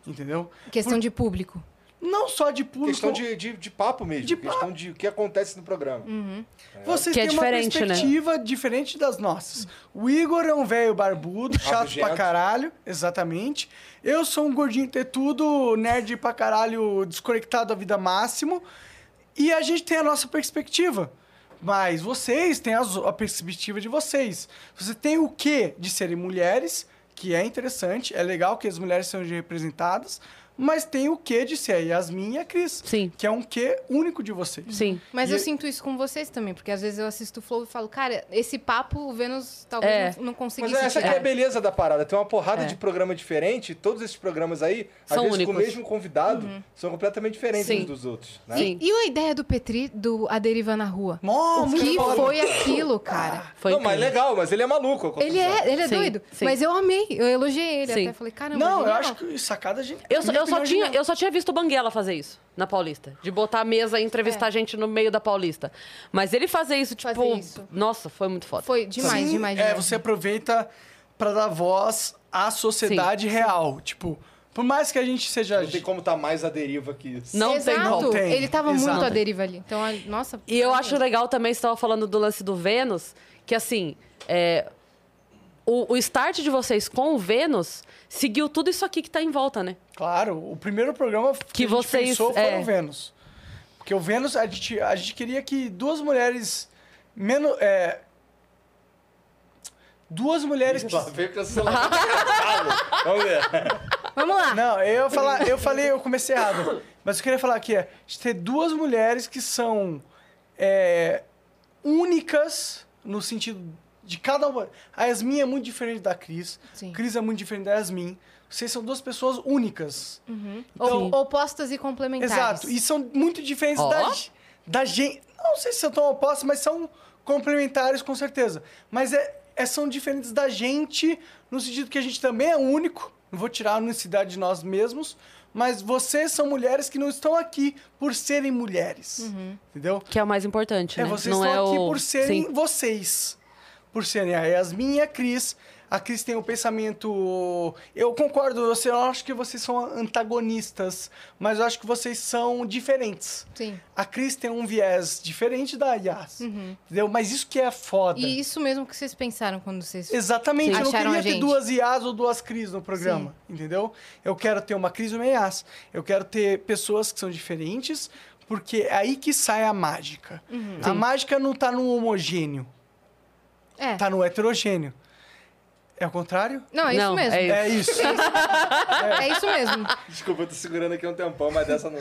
[SPEAKER 4] Entendeu?
[SPEAKER 1] Questão de público.
[SPEAKER 4] Não só de público.
[SPEAKER 5] Questão de, de, de papo mesmo.
[SPEAKER 4] De Hum.
[SPEAKER 5] questão de o que acontece no programa.
[SPEAKER 4] Vocês
[SPEAKER 2] Que é
[SPEAKER 4] têm
[SPEAKER 2] diferente, né?
[SPEAKER 4] uma perspectiva diferente das nossas. O Igor é um velho barbudo, chato
[SPEAKER 5] Rabugento.
[SPEAKER 4] pra caralho, exatamente. Eu sou um gordinho tetudo, nerd pra caralho, desconectado da vida máximo. E a gente tem a nossa perspectiva. Mas vocês têm as- a perspectiva de vocês. Você tem o quê de serem mulheres, que é interessante, é legal que as mulheres sejam representadas, mas tem o quê de ser a Yasmin e a Cris,
[SPEAKER 2] Sim,
[SPEAKER 4] que é um quê único de vocês.
[SPEAKER 2] sim.
[SPEAKER 1] Mas
[SPEAKER 4] E-
[SPEAKER 1] eu sinto isso com vocês também, porque às vezes eu assisto o Flow e falo, cara, esse papo o Vênus talvez
[SPEAKER 2] É.
[SPEAKER 1] não, não
[SPEAKER 5] Mas
[SPEAKER 1] conseguisse
[SPEAKER 5] essa aqui é a
[SPEAKER 1] tirar.
[SPEAKER 5] beleza da parada. Tem uma porrada
[SPEAKER 2] É.
[SPEAKER 5] de programa diferente. e Todos esses programas aí, às
[SPEAKER 2] São
[SPEAKER 5] vezes com
[SPEAKER 2] únicos. Uhum.
[SPEAKER 5] o mesmo convidado, são completamente diferentes
[SPEAKER 2] Sim.
[SPEAKER 5] uns dos outros. Né?
[SPEAKER 2] Sim.
[SPEAKER 1] E a ideia do Petri, do A Deriva na Rua?
[SPEAKER 4] Mó,
[SPEAKER 1] O né,
[SPEAKER 4] muito
[SPEAKER 1] que
[SPEAKER 4] foda. Ah,
[SPEAKER 1] foi aquilo, cara?
[SPEAKER 2] Foi
[SPEAKER 5] não, mas
[SPEAKER 2] incrível.
[SPEAKER 5] legal, mas ele é maluco. ao
[SPEAKER 1] Ele
[SPEAKER 5] contrário.
[SPEAKER 1] é, ele é
[SPEAKER 2] Sim,
[SPEAKER 1] doido,
[SPEAKER 2] sim.
[SPEAKER 1] mas eu amei, eu elogiei ele
[SPEAKER 2] Sim.
[SPEAKER 1] até, falei, caramba,
[SPEAKER 4] Não, eu
[SPEAKER 1] genial.
[SPEAKER 4] acho que sacada a gente.
[SPEAKER 2] Eu, só-
[SPEAKER 4] minha
[SPEAKER 2] eu só
[SPEAKER 4] opinião,
[SPEAKER 2] tinha,
[SPEAKER 4] genial.
[SPEAKER 2] eu só tinha visto o Banguela fazer isso na Paulista. De botar a mesa e entrevistar gente no meio da Paulista. Mas ele fazer isso, tipo.
[SPEAKER 1] Fazer isso.
[SPEAKER 2] Nossa, foi muito foda.
[SPEAKER 1] Foi demais,
[SPEAKER 4] Sim,
[SPEAKER 1] demais,
[SPEAKER 4] É,
[SPEAKER 1] demais.
[SPEAKER 4] você aproveita pra dar voz à sociedade real. Tipo, por mais que a gente seja.
[SPEAKER 5] Não tem como estar mais à deriva que isso.
[SPEAKER 2] é- Não tem
[SPEAKER 1] Exato.
[SPEAKER 2] como.
[SPEAKER 4] Tem,
[SPEAKER 1] Ele tava muito
[SPEAKER 4] exato.
[SPEAKER 1] à deriva ali. Então, a- nossa.
[SPEAKER 2] E eu acho legal também, você estava falando do lance do Vênus, que assim, é, o, o start de vocês com o Vênus seguiu tudo isso aqui que tá em volta, né?
[SPEAKER 4] Claro, o primeiro programa que,
[SPEAKER 2] Que
[SPEAKER 4] a gente
[SPEAKER 2] vocês-
[SPEAKER 4] pensou foi
[SPEAKER 2] é.
[SPEAKER 4] o Vênus. Porque o Vênus, a gente, a gente queria que duas mulheres. Menos. é, duas mulheres. que-
[SPEAKER 5] Lá veio cancelar. Vamos ver.
[SPEAKER 1] Vamos lá.
[SPEAKER 4] Não, eu ia falar, eu falei, eu comecei errado. Mas eu queria falar aqui, é, de ter duas mulheres que são é, únicas no sentido de cada uma. A Yasmin é muito diferente da Cris.
[SPEAKER 1] Sim.
[SPEAKER 4] Cris é muito diferente da Yasmin. Vocês são duas pessoas únicas.
[SPEAKER 1] Uhum. Ou- Opostas e complementares.
[SPEAKER 4] Então, Exato. E são muito diferentes
[SPEAKER 2] Ó.
[SPEAKER 4] da, ge- da gente. Não sei se são tão opostas, mas são complementares com certeza. Mas é, é- são diferentes da gente, no sentido que a gente também é único. Não vou tirar a unicidade de nós mesmos. Mas vocês são mulheres que não estão aqui por serem mulheres. Entendeu?
[SPEAKER 2] Que é o mais importante,
[SPEAKER 4] É,
[SPEAKER 2] né?
[SPEAKER 4] vocês
[SPEAKER 2] Não
[SPEAKER 4] estão
[SPEAKER 2] é
[SPEAKER 4] aqui
[SPEAKER 2] o...
[SPEAKER 4] por serem
[SPEAKER 2] Sim.
[SPEAKER 4] vocês. Por serem a Yasmin e a Cris. A Cris tem o pensamento. Eu concordo, você- eu acho que vocês são antagonistas, mas eu acho que vocês são diferentes.
[SPEAKER 1] Sim. uhum.
[SPEAKER 4] A Cris tem um viés diferente da Yas.
[SPEAKER 2] Hum.
[SPEAKER 4] Entendeu? Mas isso que é foda.
[SPEAKER 1] E isso mesmo que vocês pensaram quando vocês.
[SPEAKER 4] Exatamente, eu não
[SPEAKER 1] Acharam
[SPEAKER 4] queria
[SPEAKER 1] a
[SPEAKER 4] ter
[SPEAKER 1] gente.
[SPEAKER 4] duas IAs ou duas CRIs no programa, entendeu? Eu quero ter uma Cris e uma IAs. Eu quero ter pessoas que são diferentes, porque é aí que sai a mágica.
[SPEAKER 1] Uhum.
[SPEAKER 4] A mágica não tá no homogêneo,
[SPEAKER 1] É.
[SPEAKER 4] tá no heterogêneo. É o contrário?
[SPEAKER 1] Não, é isso
[SPEAKER 2] Não,
[SPEAKER 1] mesmo.
[SPEAKER 2] é
[SPEAKER 1] É,
[SPEAKER 4] É isso.
[SPEAKER 1] isso mesmo.
[SPEAKER 5] Desculpa, eu tô segurando aqui há um tempão, mas dessa não.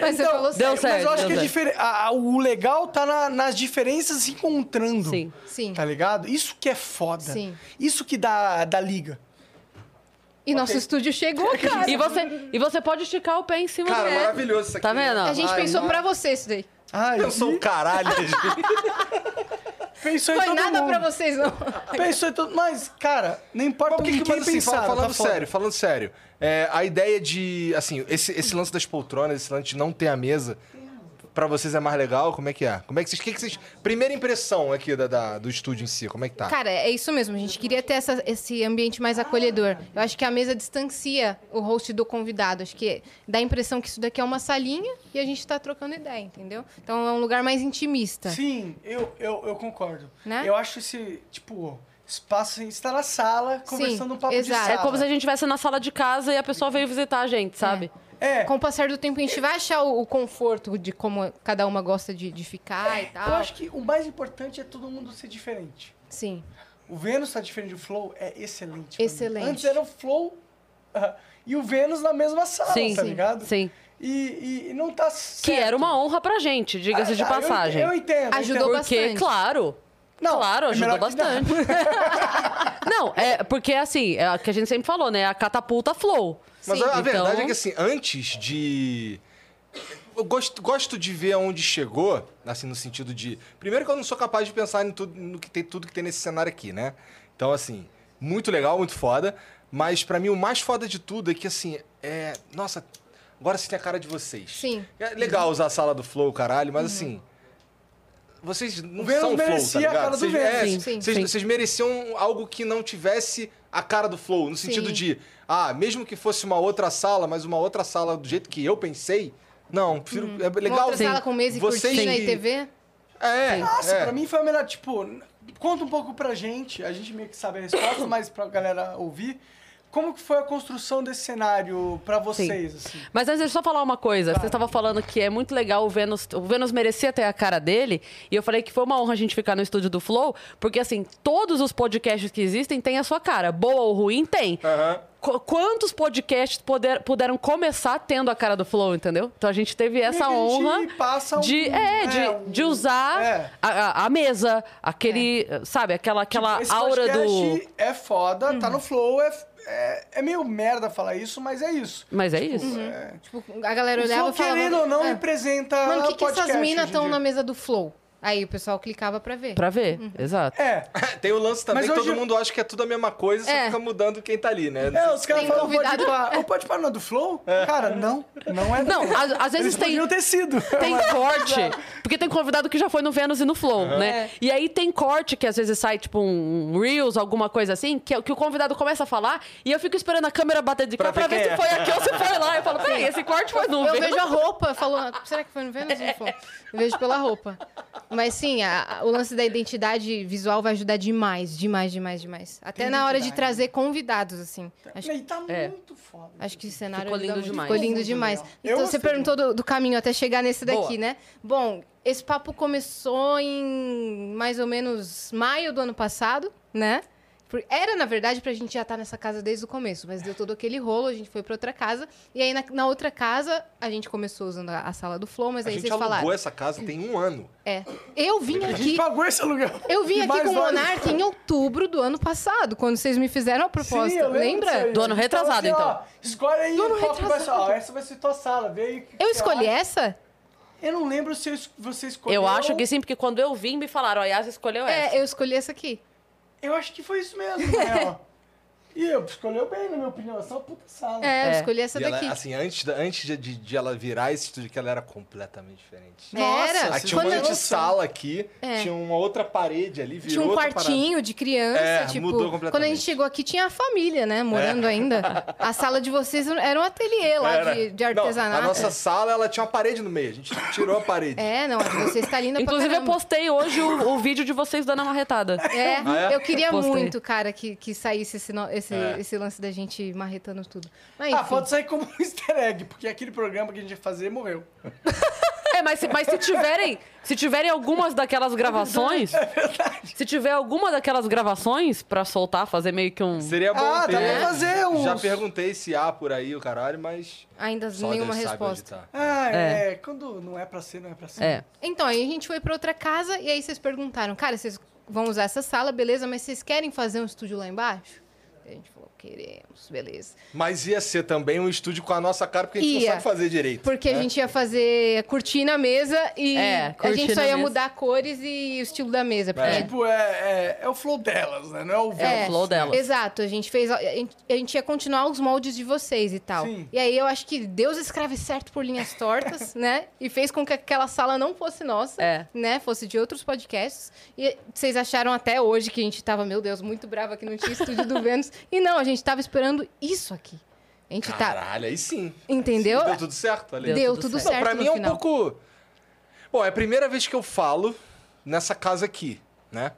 [SPEAKER 1] Mas você
[SPEAKER 4] Então,
[SPEAKER 2] deu
[SPEAKER 1] falou certo.
[SPEAKER 4] Mas eu
[SPEAKER 2] certo,
[SPEAKER 4] acho
[SPEAKER 2] deu
[SPEAKER 4] que é
[SPEAKER 2] certo.
[SPEAKER 4] diferente. O legal tá na- nas diferenças se encontrando.
[SPEAKER 2] Sim.
[SPEAKER 1] Sim.
[SPEAKER 4] Tá ligado? Isso que é foda.
[SPEAKER 1] Sim.
[SPEAKER 4] Isso que dá, dá liga.
[SPEAKER 1] E nosso estúdio chegou,
[SPEAKER 4] É
[SPEAKER 1] cara.
[SPEAKER 2] E você, e você pode esticar o pé em cima
[SPEAKER 5] Cara,
[SPEAKER 2] do pé.
[SPEAKER 5] maravilhoso isso aqui.
[SPEAKER 2] Tá vendo?
[SPEAKER 1] A gente
[SPEAKER 5] Ai,
[SPEAKER 1] pensou
[SPEAKER 5] mano.
[SPEAKER 1] pra você isso daí.
[SPEAKER 4] Ai,
[SPEAKER 5] Eu sou o caralho, gente.
[SPEAKER 4] Pensou em
[SPEAKER 1] Foi
[SPEAKER 4] todo
[SPEAKER 1] nada
[SPEAKER 4] mundo.
[SPEAKER 1] pra vocês, não.
[SPEAKER 4] Pensou em tudo, mas, cara, não importa
[SPEAKER 5] Mas
[SPEAKER 4] o
[SPEAKER 5] por
[SPEAKER 4] que,
[SPEAKER 5] que que,
[SPEAKER 4] quem
[SPEAKER 5] mas, assim,
[SPEAKER 4] pensar.
[SPEAKER 5] fala- falando
[SPEAKER 4] tá foda.
[SPEAKER 5] sério, falando sério, é, a ideia de, assim, esse, esse lance das poltronas, esse lance de não ter a mesa, pra vocês é mais legal? Como é que é? Como é que vocês, que que vocês primeira impressão aqui da, da- do estúdio em si, como é que tá?
[SPEAKER 1] Cara, é isso mesmo. A gente queria ter essa- esse ambiente mais acolhedor. Eu acho que a mesa distancia o host do convidado. Acho que dá a impressão que isso daqui é uma salinha e a gente tá trocando ideia, entendeu? Então é um lugar mais intimista.
[SPEAKER 4] Sim, eu, eu, eu concordo.
[SPEAKER 1] Né?
[SPEAKER 4] Eu acho esse, tipo, espaço em estar na sala, conversando um papo
[SPEAKER 1] exato.
[SPEAKER 4] de
[SPEAKER 2] É
[SPEAKER 4] sala.
[SPEAKER 2] como se a gente estivesse na sala de casa e a pessoa veio visitar a gente, sabe?
[SPEAKER 4] É,
[SPEAKER 1] Com o passar do tempo, a gente vai achar o, o conforto de como cada uma gosta de, de ficar e tal.
[SPEAKER 4] eu acho que o mais importante é todo mundo ser diferente.
[SPEAKER 1] Sim.
[SPEAKER 4] O Vênus tá diferente do Flow é excelente. pra mim.
[SPEAKER 1] Excelente.
[SPEAKER 4] Antes era o Flow ah, e o Vênus na mesma sala,
[SPEAKER 2] Sim,
[SPEAKER 4] tá
[SPEAKER 2] sim,
[SPEAKER 4] ligado?
[SPEAKER 2] sim.
[SPEAKER 4] E, e- e não tá Ah,
[SPEAKER 2] Que era uma honra pra gente, diga-se de passagem.
[SPEAKER 4] Eu, entendo. eu
[SPEAKER 1] Ajudou
[SPEAKER 4] entendo.
[SPEAKER 2] Porque,
[SPEAKER 1] bastante.
[SPEAKER 2] claro.
[SPEAKER 4] Não,
[SPEAKER 2] claro,
[SPEAKER 4] é
[SPEAKER 2] ajudou
[SPEAKER 4] melhor que nada.
[SPEAKER 2] bastante. não, é porque assim, é o que a gente sempre falou, né? A catapulta flow.
[SPEAKER 5] Mas
[SPEAKER 2] Sim,
[SPEAKER 5] a
[SPEAKER 2] então-
[SPEAKER 5] verdade é que, assim, antes de. Eu gosto, gosto de ver aonde chegou, assim, no sentido de. Primeiro que eu não sou capaz de pensar em tudo, no que tem, tudo que tem nesse cenário aqui, né? Então, assim, muito legal, muito foda. Mas pra mim o mais foda de tudo é que, assim, é. Nossa, agora sim tem a cara de vocês.
[SPEAKER 1] Sim.
[SPEAKER 5] É legal usar a sala do Flow, caralho, mas assim. Vocês não
[SPEAKER 4] O Vênus
[SPEAKER 5] são Flow, tá
[SPEAKER 4] merecia a
[SPEAKER 5] ligado?
[SPEAKER 4] cara do
[SPEAKER 5] vocês,
[SPEAKER 4] Vênus.
[SPEAKER 5] é,
[SPEAKER 1] Sim,
[SPEAKER 5] vocês-
[SPEAKER 1] sim.
[SPEAKER 5] vocês mereciam algo que não tivesse a cara do Flow, no sentido
[SPEAKER 1] Sim.
[SPEAKER 5] de, ah, mesmo que fosse uma outra sala, mas uma outra sala do jeito que eu pensei. Não, prefiro. É legal.
[SPEAKER 1] Hum. Uma outra sala com mesa e
[SPEAKER 5] vocês
[SPEAKER 1] cortina
[SPEAKER 5] que-
[SPEAKER 1] e TV.
[SPEAKER 5] É,
[SPEAKER 4] Nossa,
[SPEAKER 5] é.
[SPEAKER 4] pra mim foi a melhor. Tipo, conta um pouco pra gente, a gente meio que sabe a resposta, mas pra galera ouvir, como que foi a construção desse cenário pra vocês, assim?
[SPEAKER 2] Mas antes, deixa eu só falar uma coisa. Você estava falando que é muito legal o Vênus. O Vênus merecia ter a cara dele. E eu falei que foi uma honra a gente ficar no estúdio do Flow, porque assim, todos os podcasts que existem têm a sua cara. Boa ou ruim, tem.
[SPEAKER 5] Aham.
[SPEAKER 2] Qu- Quantos podcasts puder- puderam começar tendo a cara do Flow, entendeu? Então a gente teve essa
[SPEAKER 4] Meio que
[SPEAKER 2] honra
[SPEAKER 4] A gente passa um,
[SPEAKER 2] de, é, de,
[SPEAKER 4] um-
[SPEAKER 2] de usar
[SPEAKER 4] é. Tipo
[SPEAKER 2] a, a- a mesa, aquele, sabe, aquela, aquela
[SPEAKER 4] Esse
[SPEAKER 2] aura do. Uhum.
[SPEAKER 4] podcast É foda, tá no flow, é, é, é meio merda falar isso, mas é isso.
[SPEAKER 2] Mas é isso.
[SPEAKER 1] Tipo, a galera
[SPEAKER 4] O
[SPEAKER 1] olhava
[SPEAKER 4] flow,
[SPEAKER 1] e falava...
[SPEAKER 4] querendo ou
[SPEAKER 2] é.
[SPEAKER 4] não,
[SPEAKER 1] "Ah,
[SPEAKER 4] representa.
[SPEAKER 1] Mano, o que, que essas
[SPEAKER 4] podcast
[SPEAKER 1] minas
[SPEAKER 4] hoje em
[SPEAKER 1] estão
[SPEAKER 4] dia.
[SPEAKER 1] na mesa do Flow? Aí o pessoal clicava pra ver.
[SPEAKER 2] Pra ver, exato.
[SPEAKER 4] É.
[SPEAKER 5] Tem o lance também
[SPEAKER 4] Mas
[SPEAKER 5] que
[SPEAKER 4] hoje-
[SPEAKER 5] todo mundo acha que é tudo a mesma coisa, só
[SPEAKER 1] É.
[SPEAKER 5] fica mudando quem tá ali, né?
[SPEAKER 4] É, os caras
[SPEAKER 1] Tem
[SPEAKER 4] falam, pode
[SPEAKER 1] convidado-
[SPEAKER 4] parar. Ou pode parar, não é do Flow? Cara, não, não é.
[SPEAKER 2] Não, às- às vezes
[SPEAKER 4] Eles
[SPEAKER 2] tem.
[SPEAKER 4] poderiam ter sido.
[SPEAKER 2] Tem corte. Porque tem convidado que já foi no Vênus e no Flow, né?
[SPEAKER 4] É.
[SPEAKER 2] E aí tem corte que às vezes sai, tipo, um Reels, alguma coisa assim, que, é- que o convidado começa a falar e eu fico esperando a câmera bater de cá
[SPEAKER 5] Pra
[SPEAKER 2] pra
[SPEAKER 5] ver
[SPEAKER 2] ver se
[SPEAKER 5] quem é.
[SPEAKER 2] foi aqui ou se foi lá. Eu falo, peraí, esse corte foi no
[SPEAKER 1] Eu
[SPEAKER 2] Vênus.
[SPEAKER 1] vejo a roupa, falou, será que foi no Vênus ou no Flow? Eu vejo pela roupa. Mas sim, a- a- o lance da identidade visual vai ajudar demais, demais, demais, demais. Até na hora de
[SPEAKER 4] Identidade.
[SPEAKER 1] trazer convidados, assim. Acho
[SPEAKER 4] E tá
[SPEAKER 2] É.
[SPEAKER 4] muito foda.
[SPEAKER 1] Acho que o cenário
[SPEAKER 2] Ficou
[SPEAKER 1] ajuda
[SPEAKER 2] lindo
[SPEAKER 1] muito.
[SPEAKER 2] demais.
[SPEAKER 1] Ficou lindo
[SPEAKER 4] Muito
[SPEAKER 1] demais.
[SPEAKER 4] legal. Eu
[SPEAKER 1] Então você
[SPEAKER 4] gostei
[SPEAKER 1] perguntou do, do caminho até chegar nesse daqui,
[SPEAKER 2] Boa.
[SPEAKER 1] né? Bom, esse papo começou em mais ou menos maio do ano passado, né? Por- Era, na verdade, pra gente já estar nessa casa desde o começo, mas deu todo aquele rolo, a gente foi pra outra casa. E aí, na, na outra casa, a gente começou usando a, a sala do Flow, mas
[SPEAKER 5] a
[SPEAKER 1] aí
[SPEAKER 5] gente
[SPEAKER 1] vocês
[SPEAKER 5] alugou
[SPEAKER 1] falaram.
[SPEAKER 5] essa casa tem um ano.
[SPEAKER 1] É. Eu vim
[SPEAKER 4] A gente
[SPEAKER 1] aqui.
[SPEAKER 4] pagou esse aluguel.
[SPEAKER 1] Eu vim
[SPEAKER 4] E
[SPEAKER 1] aqui
[SPEAKER 4] mais
[SPEAKER 1] com o
[SPEAKER 4] vários.
[SPEAKER 1] Monark em outubro do ano passado, quando vocês me fizeram a proposta.
[SPEAKER 4] Sim, eu lembro
[SPEAKER 1] Lembra?
[SPEAKER 4] disso aí.
[SPEAKER 2] Do ano retrasado,
[SPEAKER 4] assim, ó, escolhe aí
[SPEAKER 1] Do ano
[SPEAKER 4] qual que vai ser.
[SPEAKER 1] retrasado.
[SPEAKER 4] Ó, essa vai ser tua sala. Vê aí o que
[SPEAKER 1] Eu
[SPEAKER 4] você
[SPEAKER 1] escolhi
[SPEAKER 4] acha.
[SPEAKER 1] essa?
[SPEAKER 4] Eu não lembro se eu es- você escolheu.
[SPEAKER 2] Eu acho que sim, porque quando eu vim, me falaram, ó, Yas escolheu essa.
[SPEAKER 1] É, eu escolhi essa aqui.
[SPEAKER 4] Eu acho que foi isso mesmo, na real. E eu escolheu bem, na minha opinião. Essa é uma puta sala.
[SPEAKER 1] É, eu
[SPEAKER 2] É.
[SPEAKER 1] escolhi essa
[SPEAKER 5] E
[SPEAKER 1] daqui.
[SPEAKER 5] ela, assim, antes, da- antes de, de- de ela virar esse estúdio, que ela era completamente diferente.
[SPEAKER 4] Nossa,
[SPEAKER 1] Era.
[SPEAKER 5] Ah,
[SPEAKER 4] vocês
[SPEAKER 5] tinha uma
[SPEAKER 1] Quando eu-
[SPEAKER 4] não têm
[SPEAKER 5] antessala aqui,
[SPEAKER 1] É.
[SPEAKER 5] tinha uma outra parede ali, virou
[SPEAKER 1] Tinha um
[SPEAKER 5] outra parada.
[SPEAKER 1] quartinho de criança,
[SPEAKER 5] É,
[SPEAKER 1] tipo.
[SPEAKER 5] mudou
[SPEAKER 1] Quando a gente
[SPEAKER 5] completamente. É.
[SPEAKER 1] chegou aqui, tinha a família, né? Morando ainda. A sala de vocês era um ateliê lá
[SPEAKER 5] Era.
[SPEAKER 1] de, de
[SPEAKER 5] Não,
[SPEAKER 1] artesanato.
[SPEAKER 5] a nossa sala, ela tinha uma parede no meio. A gente tirou a parede.
[SPEAKER 1] É, não, a de vocês tá linda
[SPEAKER 2] Inclusive,
[SPEAKER 1] pra
[SPEAKER 2] eu
[SPEAKER 1] caramba.
[SPEAKER 2] postei hoje o, o vídeo de vocês dando a marretada.
[SPEAKER 1] É,
[SPEAKER 5] Ah, é?
[SPEAKER 1] eu queria
[SPEAKER 2] Postei.
[SPEAKER 1] muito, cara, que, que saísse esse, no- esse,
[SPEAKER 5] É.
[SPEAKER 1] esse lance da gente marretando tudo. Mas,
[SPEAKER 4] Ah,
[SPEAKER 1] enfim.
[SPEAKER 4] pode sair como um easter egg, porque aquele programa que a gente ia fazer morreu.
[SPEAKER 2] É, mas, se- mas se tiverem, se tiverem algumas
[SPEAKER 4] É
[SPEAKER 2] daquelas gravações, se tiver alguma daquelas gravações pra soltar, fazer meio que um
[SPEAKER 5] Seria bom
[SPEAKER 4] Ah,
[SPEAKER 1] tá
[SPEAKER 5] ter.
[SPEAKER 4] dá pra fazer uns-
[SPEAKER 5] Já perguntei se há por aí o caralho, mas...
[SPEAKER 1] Ainda
[SPEAKER 5] Só
[SPEAKER 1] nenhuma
[SPEAKER 5] Deus sabe onde
[SPEAKER 1] resposta.
[SPEAKER 5] tá.
[SPEAKER 4] Ah, é. Quando não é pra ser, não é pra ser.
[SPEAKER 2] é.
[SPEAKER 1] Então, aí a gente foi pra outra casa e aí vocês perguntaram, cara, vocês vão usar essa sala, beleza, mas vocês querem fazer um estúdio lá embaixo? Aí A gente falou, queremos, beleza.
[SPEAKER 5] Mas ia ser também um estúdio com a nossa cara, porque a gente
[SPEAKER 1] Ia.
[SPEAKER 5] não sabe fazer direito.
[SPEAKER 1] Porque a gente ia fazer cortina, mesa e
[SPEAKER 2] É,
[SPEAKER 1] a gente só
[SPEAKER 2] cortina, mesa.
[SPEAKER 1] ia mudar cores e o estilo da mesa. Porque a gente
[SPEAKER 4] Tipo, é, é, é o flow delas, né? Não é o
[SPEAKER 2] É, o flow delas.
[SPEAKER 1] Exato, a gente fez. A gente, a gente ia continuar os moldes de vocês e tal.
[SPEAKER 4] Sim.
[SPEAKER 1] E aí eu acho que Deus escreve certo por linhas tortas, né? E fez com que aquela sala não fosse nossa,
[SPEAKER 2] É.
[SPEAKER 1] né? Fosse de outros podcasts. E vocês acharam até hoje que a gente tava, meu Deus, muito brava que não tinha estúdio do Vênus. E não, a gente tava esperando isso aqui. A gente tá.
[SPEAKER 5] Caralho, aí sim.
[SPEAKER 1] Entendeu?
[SPEAKER 5] Deu tudo certo, Ale?
[SPEAKER 1] Deu,
[SPEAKER 2] Deu tudo
[SPEAKER 1] tudo
[SPEAKER 2] certo.
[SPEAKER 1] certo.
[SPEAKER 5] Não, pra
[SPEAKER 1] no
[SPEAKER 5] mim é um
[SPEAKER 1] final.
[SPEAKER 5] pouco. Bom, é a primeira vez que eu falo nessa casa aqui, né?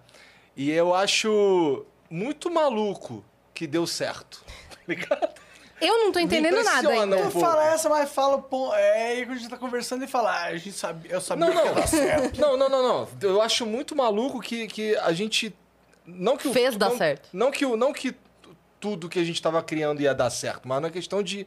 [SPEAKER 5] E eu acho muito maluco que deu certo. Tá ligado?
[SPEAKER 1] Eu não tô entendendo nada ainda.
[SPEAKER 5] impressiona um
[SPEAKER 4] Tu
[SPEAKER 5] pouco.
[SPEAKER 4] fala essa, mas fala. Pô, é, e quando a gente tá conversando e fala, ah, a gente sabe, eu sabia
[SPEAKER 5] Não,
[SPEAKER 4] que ia dar certo.
[SPEAKER 5] não. Não, não, não, não. Eu acho muito maluco que, que a gente. Não que o-
[SPEAKER 2] Fez dar
[SPEAKER 5] não-
[SPEAKER 2] certo.
[SPEAKER 5] Não que, o- não que tudo que a gente estava criando ia dar certo, mas na questão de.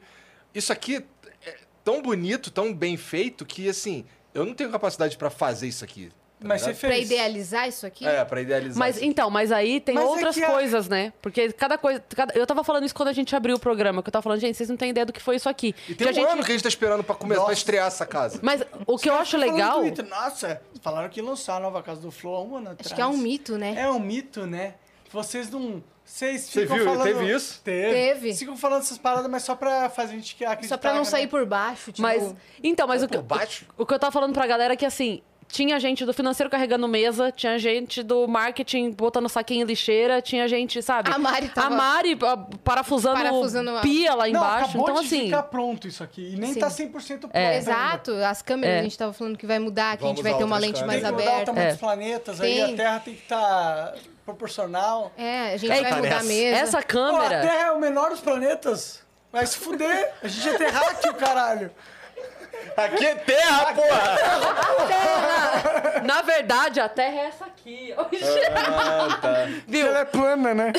[SPEAKER 5] Isso aqui é tão bonito, tão bem feito, que assim, eu não tenho capacidade para fazer isso aqui. tá
[SPEAKER 4] Mas você
[SPEAKER 5] ligado?
[SPEAKER 1] Pra
[SPEAKER 4] fez.
[SPEAKER 1] idealizar isso aqui?
[SPEAKER 5] É, pra idealizar.
[SPEAKER 2] Mas
[SPEAKER 5] isso.
[SPEAKER 2] então, mas aí tem
[SPEAKER 4] Mas é
[SPEAKER 2] outras
[SPEAKER 4] que a-
[SPEAKER 2] coisas, né? Porque cada coisa. cada- Eu tava falando isso quando a gente abriu o programa, que eu tava falando, gente, vocês não têm ideia do que foi isso aqui.
[SPEAKER 5] E tem um
[SPEAKER 2] Que a gente-
[SPEAKER 5] ano que a gente tá esperando pra começar pra
[SPEAKER 4] Nossa.
[SPEAKER 5] estrear essa casa.
[SPEAKER 2] Mas o que eu acho
[SPEAKER 4] Falando no
[SPEAKER 2] legal.
[SPEAKER 4] Twitter, Nossa, falaram que lançaram a nova casa do Flow há um ano atrás.
[SPEAKER 1] Acho que é um mito, né?
[SPEAKER 4] É um mito, né? Vocês não. Vocês
[SPEAKER 5] Você
[SPEAKER 4] ficam
[SPEAKER 5] viu?
[SPEAKER 4] falando.
[SPEAKER 5] Teve isso?
[SPEAKER 4] Teve.
[SPEAKER 1] Teve.
[SPEAKER 4] Ficam falando essas paradas, mas só pra fazer a gente
[SPEAKER 5] um
[SPEAKER 4] acreditar.
[SPEAKER 1] Só pra não
[SPEAKER 4] né?
[SPEAKER 1] sair por baixo, tipo...
[SPEAKER 2] Mas. Então,
[SPEAKER 4] é
[SPEAKER 2] mas o que,
[SPEAKER 5] Por baixo.
[SPEAKER 2] o que eu tava falando pra galera é que assim. Tinha gente do financeiro carregando mesa, tinha gente do marketing botando saquinho em lixeira, tinha gente, sabe?
[SPEAKER 1] A Mari tava-
[SPEAKER 2] A Mari, ó, parafusando,
[SPEAKER 1] Parafusando a-
[SPEAKER 2] pia lá
[SPEAKER 4] Não,
[SPEAKER 2] embaixo.
[SPEAKER 4] acabou
[SPEAKER 2] Então,
[SPEAKER 4] de
[SPEAKER 2] assim.
[SPEAKER 4] ficar pronto isso aqui. E nem
[SPEAKER 1] Sim. É.
[SPEAKER 4] tá 100% pronto. ainda.
[SPEAKER 1] Exato, as câmeras,
[SPEAKER 2] É.
[SPEAKER 1] a gente tava falando que vai mudar, que
[SPEAKER 5] Vamos
[SPEAKER 1] a gente vai ter uma
[SPEAKER 5] usar
[SPEAKER 1] lente
[SPEAKER 5] outras
[SPEAKER 1] mais
[SPEAKER 4] Tem que mudar o
[SPEAKER 1] aberta.
[SPEAKER 4] tamanho
[SPEAKER 2] É.
[SPEAKER 4] dos planetas, aí
[SPEAKER 1] Tem.
[SPEAKER 4] a Terra tem que estar proporcional.
[SPEAKER 1] É, a gente
[SPEAKER 2] É,
[SPEAKER 1] vai
[SPEAKER 5] cara,
[SPEAKER 1] mudar
[SPEAKER 5] essa-
[SPEAKER 1] mesmo.
[SPEAKER 2] Essa
[SPEAKER 4] Pô, a
[SPEAKER 2] câmera.
[SPEAKER 4] Terra é o menor dos planetas. Vai se fuder. A gente é terráqueo, caralho.
[SPEAKER 5] Aqui é terra, porra!
[SPEAKER 4] é
[SPEAKER 2] Na verdade, a Terra é essa aqui. ó. Viu?
[SPEAKER 4] Ela é plana, né?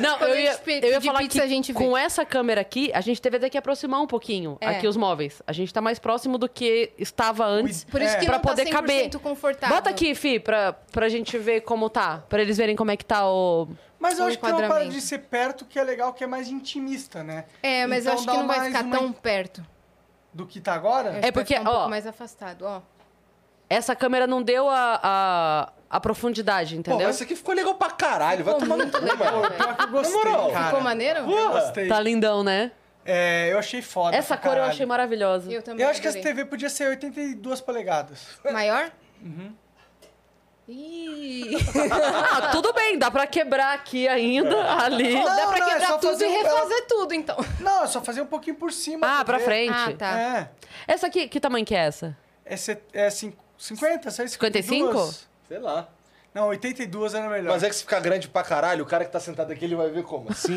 [SPEAKER 2] Não,
[SPEAKER 1] Quando
[SPEAKER 2] eu
[SPEAKER 1] a
[SPEAKER 2] ia,
[SPEAKER 1] gente pe-
[SPEAKER 2] eu ia
[SPEAKER 1] pedir
[SPEAKER 2] falar
[SPEAKER 1] pizza,
[SPEAKER 2] que
[SPEAKER 1] a gente vê.
[SPEAKER 2] com essa câmera aqui, a gente teve até que aproximar um pouquinho
[SPEAKER 1] É.
[SPEAKER 2] aqui os móveis. A gente tá mais próximo do que estava antes.
[SPEAKER 1] Por isso
[SPEAKER 4] É.
[SPEAKER 1] que
[SPEAKER 2] pra
[SPEAKER 1] não tá
[SPEAKER 2] poder
[SPEAKER 1] 100%
[SPEAKER 2] caber.
[SPEAKER 1] confortável.
[SPEAKER 2] Bota aqui, Fi, pra, pra gente ver como tá. Pra eles verem como é que tá o...
[SPEAKER 4] Mas eu
[SPEAKER 1] O
[SPEAKER 4] acho que tem uma parada
[SPEAKER 1] enquadramento.
[SPEAKER 4] de ser perto que é legal, que é mais intimista, né?
[SPEAKER 1] É, mas
[SPEAKER 4] Então
[SPEAKER 1] eu acho
[SPEAKER 4] dá
[SPEAKER 1] que não vai
[SPEAKER 4] mais
[SPEAKER 1] ficar
[SPEAKER 4] uma-
[SPEAKER 1] tão perto.
[SPEAKER 4] Do que tá agora?
[SPEAKER 2] É. porque,
[SPEAKER 1] vai ficar um
[SPEAKER 2] ó.
[SPEAKER 1] pouco mais afastado, ó.
[SPEAKER 2] Essa câmera não deu a, a, a profundidade,
[SPEAKER 5] Pô,
[SPEAKER 2] entendeu?
[SPEAKER 5] mas isso aqui ficou legal pra caralho. Vai tomar no cu,
[SPEAKER 4] Pô,
[SPEAKER 5] mano.
[SPEAKER 4] pior que eu gostei,
[SPEAKER 5] Na moral.
[SPEAKER 4] cara.
[SPEAKER 1] Ficou maneiro?
[SPEAKER 4] Eu gostei.
[SPEAKER 2] Tá lindão, né?
[SPEAKER 4] É, eu achei foda.
[SPEAKER 2] Essa
[SPEAKER 4] pra
[SPEAKER 2] cor eu
[SPEAKER 4] caralho.
[SPEAKER 2] achei maravilhosa.
[SPEAKER 1] Eu também
[SPEAKER 4] Eu acho que essa
[SPEAKER 1] adorei.
[SPEAKER 4] TV podia ser 82 polegadas.
[SPEAKER 1] Maior? Uhum. Ih...
[SPEAKER 2] Ah, tudo bem, dá pra quebrar aqui ainda, ali.
[SPEAKER 4] Não,
[SPEAKER 1] Dá pra
[SPEAKER 4] não, é
[SPEAKER 1] quebrar
[SPEAKER 4] só
[SPEAKER 1] tudo
[SPEAKER 4] fazer
[SPEAKER 1] e
[SPEAKER 4] um-
[SPEAKER 1] refazer tudo, então.
[SPEAKER 4] Não, é só fazer um pouquinho por cima.
[SPEAKER 2] Ah,
[SPEAKER 4] da
[SPEAKER 2] pra
[SPEAKER 4] TV.
[SPEAKER 2] frente.
[SPEAKER 1] Ah, tá.
[SPEAKER 4] É.
[SPEAKER 2] Essa aqui, que tamanho que é essa?
[SPEAKER 4] É, cê- é cin- 50, sai
[SPEAKER 2] 55?
[SPEAKER 5] Sei lá.
[SPEAKER 4] Não, 82 era melhor.
[SPEAKER 5] Mas é que se ficar grande pra caralho, o cara que tá sentado aqui, ele vai ver como? Assim?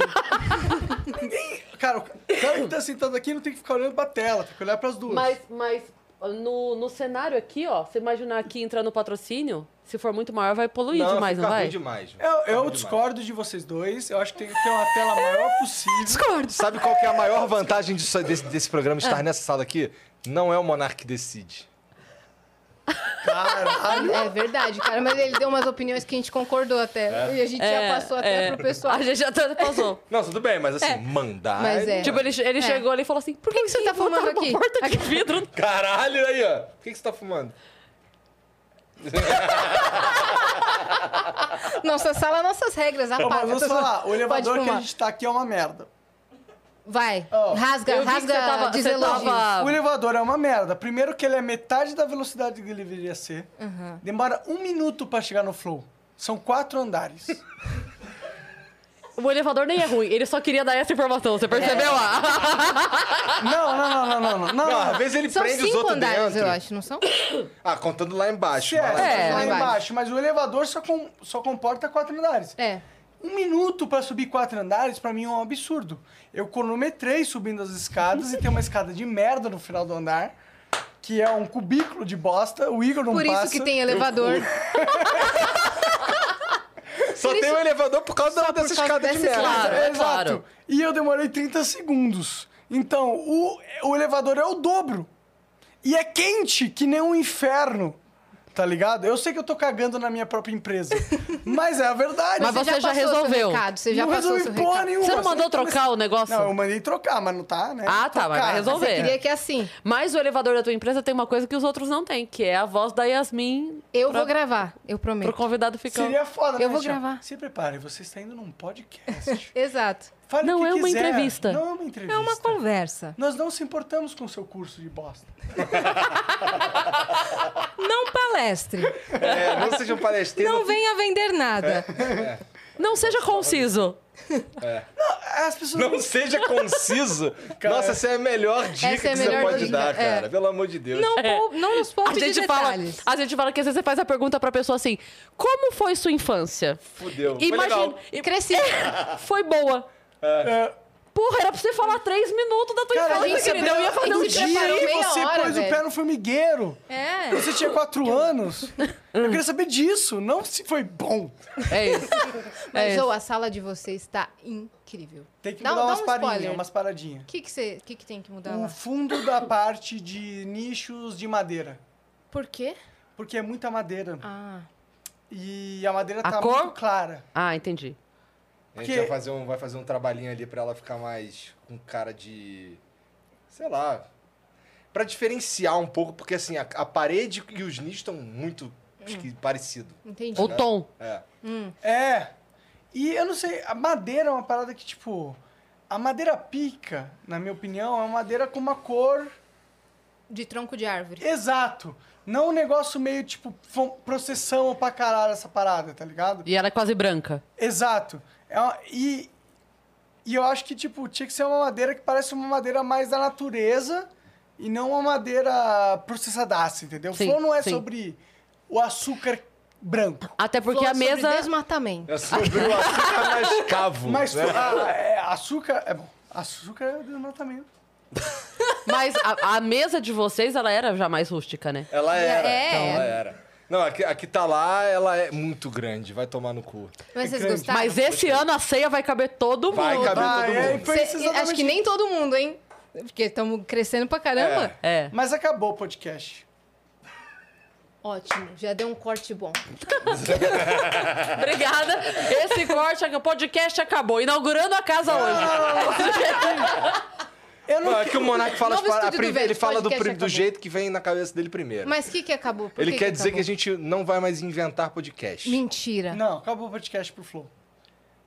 [SPEAKER 4] Cara, o cara que tá sentado aqui não tem que ficar olhando pra tela, tem que olhar pras duas.
[SPEAKER 2] Mas, mas no, no cenário aqui, ó, você imaginar aqui entrando no patrocínio, se for muito maior, vai poluir demais,
[SPEAKER 5] fica
[SPEAKER 2] não vai?
[SPEAKER 5] ruim demais.
[SPEAKER 4] Eu,
[SPEAKER 5] Fica
[SPEAKER 4] eu
[SPEAKER 5] ruim demais.
[SPEAKER 4] discordo de vocês dois, eu acho que tem que ter uma tela maior possível.
[SPEAKER 2] Discordo.
[SPEAKER 5] Sabe qual que é a maior vantagem disso- desse, desse programa estar nessa sala aqui? Não é o Monark que decide.
[SPEAKER 4] Caralho.
[SPEAKER 1] É verdade, cara. Mas ele deu umas opiniões que a gente concordou
[SPEAKER 4] É.
[SPEAKER 1] até. E a gente já passou até pro pessoal.
[SPEAKER 2] A gente já tá- passou.
[SPEAKER 5] Não, tudo bem, mas assim, mandar.
[SPEAKER 1] Mas é.
[SPEAKER 2] Tipo, ele, ele
[SPEAKER 1] É.
[SPEAKER 2] chegou ali e falou assim: por que, que você
[SPEAKER 1] que
[SPEAKER 2] tá
[SPEAKER 1] fumando
[SPEAKER 2] fumando aqui?
[SPEAKER 1] aqui?
[SPEAKER 2] Uma porta de vidro.
[SPEAKER 5] Caralho, aí, ó. Por que, que você tá fumando?
[SPEAKER 1] Nossa sala, nossas regras. Apaga.
[SPEAKER 4] Mas vamos falar, o elevador
[SPEAKER 1] Pode
[SPEAKER 4] que a
[SPEAKER 1] fumar.
[SPEAKER 4] gente tá aqui é uma merda.
[SPEAKER 1] Vai.
[SPEAKER 4] Ó,
[SPEAKER 1] rasga,
[SPEAKER 2] eu vi que
[SPEAKER 1] rasga.
[SPEAKER 2] você tava-
[SPEAKER 1] diz
[SPEAKER 2] você
[SPEAKER 1] elogios.
[SPEAKER 2] tava- Ah.
[SPEAKER 4] O elevador é uma merda. Primeiro que ele é metade da velocidade que ele deveria ser. Demora um minuto pra chegar no flow. São quatro andares.
[SPEAKER 2] O elevador nem é ruim, ele só queria dar essa informação, você percebeu? Ah,
[SPEAKER 4] não, não, não, não, não, não.
[SPEAKER 5] Não,
[SPEAKER 4] não.
[SPEAKER 5] às vezes ele
[SPEAKER 1] São
[SPEAKER 5] prende os
[SPEAKER 1] cinco
[SPEAKER 5] outros
[SPEAKER 1] andares,
[SPEAKER 5] dentro.
[SPEAKER 1] eu acho, não são?
[SPEAKER 5] Ah, contando lá embaixo.
[SPEAKER 4] Se
[SPEAKER 5] mas lá
[SPEAKER 4] é,
[SPEAKER 2] É.
[SPEAKER 4] lá
[SPEAKER 1] Lá
[SPEAKER 4] embaixo,
[SPEAKER 1] embaixo.
[SPEAKER 4] mas o elevador só, com- só comporta quatro andares.
[SPEAKER 1] É.
[SPEAKER 4] Um minuto pra subir quatro andares, pra mim é um absurdo. Eu cronometrei subindo as escadas e tem uma escada de merda no final do andar, que é um cubículo de bosta. O Igor não
[SPEAKER 1] Por
[SPEAKER 4] passa.
[SPEAKER 1] isso que tem elevador.
[SPEAKER 5] Só tem o elevador por causa dessa escada
[SPEAKER 1] dessa
[SPEAKER 5] de merda.
[SPEAKER 2] escada. Claro, é
[SPEAKER 4] Exato.
[SPEAKER 2] claro.
[SPEAKER 4] E eu demorei 30 segundos. Então, o, o elevador é o dobro. E é quente que nem um inferno. Tá ligado? Eu sei que eu tô cagando na minha própria empresa. mas é a verdade.
[SPEAKER 2] Mas você já
[SPEAKER 1] passou seu
[SPEAKER 2] resolveu.
[SPEAKER 1] recado, Você já
[SPEAKER 4] não
[SPEAKER 1] passou
[SPEAKER 4] resolvi
[SPEAKER 1] seu
[SPEAKER 4] porra
[SPEAKER 1] recado.
[SPEAKER 4] nenhuma.
[SPEAKER 2] Você não mandou
[SPEAKER 4] Só que-
[SPEAKER 2] trocar o negócio?
[SPEAKER 4] tá Não, eu mandei trocar, mas não tá, né?
[SPEAKER 2] Ah, tá, mas vai
[SPEAKER 4] Trocar.
[SPEAKER 2] resolver.
[SPEAKER 1] Você queria que é assim.
[SPEAKER 2] Mas o elevador da tua empresa tem uma coisa que os outros não têm, que é a voz da Yasmin
[SPEAKER 1] Eu
[SPEAKER 2] Pra-
[SPEAKER 1] vou gravar, eu prometo.
[SPEAKER 2] pro convidado ficar.
[SPEAKER 4] Seria foda, né,
[SPEAKER 1] Eu vou
[SPEAKER 4] Michel?
[SPEAKER 1] gravar.
[SPEAKER 4] Se prepare, você está indo num podcast.
[SPEAKER 1] Exato.
[SPEAKER 4] Fale
[SPEAKER 2] Não
[SPEAKER 4] o que
[SPEAKER 2] é uma
[SPEAKER 4] quiser.
[SPEAKER 2] entrevista.
[SPEAKER 4] Não é uma entrevista.
[SPEAKER 6] É uma conversa.
[SPEAKER 4] Nós não se importamos com o seu curso de bosta.
[SPEAKER 6] Não palestre.
[SPEAKER 5] É, não seja um palestino.
[SPEAKER 6] Não venha vender nada.
[SPEAKER 2] Não seja conciso.
[SPEAKER 4] As pessoas
[SPEAKER 5] Não seja conciso. Nossa, essa é a melhor dica
[SPEAKER 1] Essa é a
[SPEAKER 5] que você
[SPEAKER 1] melhor
[SPEAKER 5] pode
[SPEAKER 1] dica,
[SPEAKER 5] dar,
[SPEAKER 1] é.
[SPEAKER 5] cara. Pelo amor de Deus.
[SPEAKER 6] Não, pou- não nos
[SPEAKER 1] Um
[SPEAKER 2] A
[SPEAKER 6] poupe de
[SPEAKER 2] gente, fala,
[SPEAKER 6] detalhes.
[SPEAKER 2] a gente fala que às vezes você faz a pergunta pra pessoa assim: como foi sua infância?
[SPEAKER 5] Fudeu. Foi
[SPEAKER 2] Imagina.
[SPEAKER 5] legal.
[SPEAKER 2] e-
[SPEAKER 1] Cresci.
[SPEAKER 2] Foi boa.
[SPEAKER 4] É,
[SPEAKER 2] Porra, era pra você falar três minutos da tua
[SPEAKER 4] Cara,
[SPEAKER 2] infância,
[SPEAKER 1] gente,
[SPEAKER 2] querida. Eu ia fazer
[SPEAKER 1] não
[SPEAKER 4] No
[SPEAKER 2] um
[SPEAKER 1] se
[SPEAKER 4] dia
[SPEAKER 1] preparou
[SPEAKER 4] que
[SPEAKER 1] meia
[SPEAKER 4] você
[SPEAKER 1] hora,
[SPEAKER 4] pôs o pé
[SPEAKER 1] velho.
[SPEAKER 4] no formigueiro,
[SPEAKER 6] É.
[SPEAKER 4] você tinha quatro anos. Eu queria saber disso, não se foi bom.
[SPEAKER 2] É isso.
[SPEAKER 1] Mas,
[SPEAKER 2] É.
[SPEAKER 1] ô, a sala de vocês tá incrível.
[SPEAKER 4] Tem que
[SPEAKER 1] Dá-
[SPEAKER 4] mudar
[SPEAKER 1] dá
[SPEAKER 4] umas
[SPEAKER 1] um
[SPEAKER 4] parinhas,
[SPEAKER 1] spoiler.
[SPEAKER 4] umas paradinhas.
[SPEAKER 1] O que, que, você- que, que tem que mudar
[SPEAKER 4] O
[SPEAKER 6] Hum.
[SPEAKER 1] lá?
[SPEAKER 4] fundo da parte de nichos de madeira.
[SPEAKER 1] Por quê?
[SPEAKER 4] Porque é muita madeira.
[SPEAKER 1] Ah,
[SPEAKER 4] E a madeira
[SPEAKER 2] A
[SPEAKER 4] tá
[SPEAKER 2] cor?
[SPEAKER 4] muito clara.
[SPEAKER 2] Ah, entendi.
[SPEAKER 5] A gente
[SPEAKER 4] Porque-
[SPEAKER 5] vai fazer, um, vai fazer um trabalhinho ali pra ela ficar mais com cara de. Sei lá. Pra diferenciar um pouco, porque assim, a, a parede e os nichos estão muito acho que, parecido.
[SPEAKER 1] entendi.
[SPEAKER 2] O tom.
[SPEAKER 5] É.
[SPEAKER 4] É. E eu não sei, a madeira é uma parada que, tipo. A madeira pica, na minha opinião, é uma madeira com uma cor.
[SPEAKER 1] De tronco de árvore.
[SPEAKER 4] Exato. Não um negócio meio, tipo, fo- processão pra caralho essa parada, tá ligado?
[SPEAKER 2] E ela é quase branca.
[SPEAKER 4] Exato. É uma- e, e eu acho que, tipo, tinha que ser uma madeira que parece uma madeira mais da natureza e não uma madeira processadaça, entendeu?
[SPEAKER 2] Sim,
[SPEAKER 4] Flor não é
[SPEAKER 2] sim.
[SPEAKER 4] sobre o açúcar branco.
[SPEAKER 2] Até porque
[SPEAKER 1] Falou
[SPEAKER 2] a
[SPEAKER 1] sobre
[SPEAKER 2] mesa.
[SPEAKER 1] desmatamento.
[SPEAKER 5] É sobre o açúcar mais cavo.
[SPEAKER 4] Mas
[SPEAKER 5] né?
[SPEAKER 4] ah, é, açúcar... É bom. Açúcar é desmatamento.
[SPEAKER 2] Mas a, a mesa de vocês, ela era já mais rústica, né?
[SPEAKER 5] Ela era.
[SPEAKER 1] É.
[SPEAKER 5] então, Ela era. Não, aqui, aqui tá lá, ela é muito grande. Vai tomar no cu.
[SPEAKER 1] Mas vocês
[SPEAKER 4] É grande.
[SPEAKER 1] gostaram?
[SPEAKER 2] Mas esse ano a ceia Tá. vai caber todo
[SPEAKER 5] Vai
[SPEAKER 2] mundo.
[SPEAKER 5] caber
[SPEAKER 4] Ah,
[SPEAKER 5] todo
[SPEAKER 4] é,
[SPEAKER 5] mundo.
[SPEAKER 4] foi
[SPEAKER 1] Cê-
[SPEAKER 4] isso
[SPEAKER 1] acho
[SPEAKER 4] exatamente
[SPEAKER 1] que nem todo mundo, hein? Porque estamos crescendo pra caramba.
[SPEAKER 2] É.
[SPEAKER 4] Mas acabou o podcast.
[SPEAKER 1] Ótimo, já deu um corte bom.
[SPEAKER 2] Obrigada. Esse corte, o podcast acabou. Inaugurando a casa hoje.
[SPEAKER 4] Eu não...
[SPEAKER 5] Não, é que o Monark fala, as
[SPEAKER 1] Novo
[SPEAKER 5] paradas- a
[SPEAKER 1] estúdio do
[SPEAKER 5] prim-
[SPEAKER 1] Vênus,
[SPEAKER 5] ele fala do,
[SPEAKER 1] podcast
[SPEAKER 5] prim- do
[SPEAKER 1] acabou.
[SPEAKER 5] jeito que vem na cabeça dele primeiro.
[SPEAKER 1] Mas o que, que acabou? Por
[SPEAKER 5] ele
[SPEAKER 1] que tá
[SPEAKER 5] quer dizer que a
[SPEAKER 1] acabou?
[SPEAKER 5] gente não vai mais inventar podcast.
[SPEAKER 1] Mentira.
[SPEAKER 4] Não, acabou o podcast pro Flow.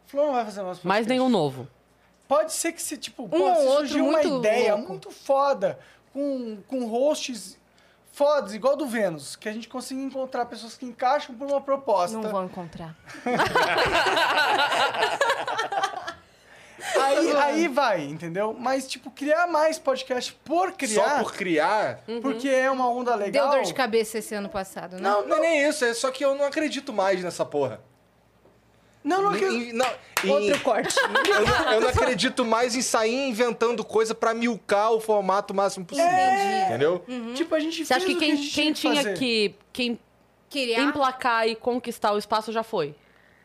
[SPEAKER 4] Flow não vai fazer mais podcast.
[SPEAKER 2] Mais nenhum novo.
[SPEAKER 4] Pode ser que se, tipo, um
[SPEAKER 1] ou outro
[SPEAKER 4] surgiu
[SPEAKER 1] muito
[SPEAKER 4] uma ideia
[SPEAKER 1] louco.
[SPEAKER 4] muito foda, com, com hosts fodas, igual do Vênus, que a gente consiga encontrar pessoas que encaixam por uma proposta.
[SPEAKER 1] Não vão encontrar.
[SPEAKER 4] Aí, aí vai, entendeu? Mas, tipo, criar mais podcast por
[SPEAKER 5] Só
[SPEAKER 4] criar,
[SPEAKER 5] por criar.
[SPEAKER 4] porque é uma onda
[SPEAKER 1] Deu
[SPEAKER 4] legal.
[SPEAKER 1] dor de cabeça esse ano passado, né?
[SPEAKER 5] Não, não é nem isso, é só que eu não acredito mais nessa porra.
[SPEAKER 4] Não, não, que...
[SPEAKER 5] Em- não, em-
[SPEAKER 1] Outro corte.
[SPEAKER 5] eu, não, eu não acredito mais em sair inventando coisa pra milcar o formato o máximo possível. Entendeu?
[SPEAKER 4] Tipo, a gente
[SPEAKER 2] Você
[SPEAKER 4] fez
[SPEAKER 2] acha que
[SPEAKER 4] o
[SPEAKER 2] quem,
[SPEAKER 4] a gente
[SPEAKER 2] quem tinha
[SPEAKER 4] fazer.
[SPEAKER 2] que. Quem
[SPEAKER 1] Queria.
[SPEAKER 2] emplacar e conquistar o espaço já foi.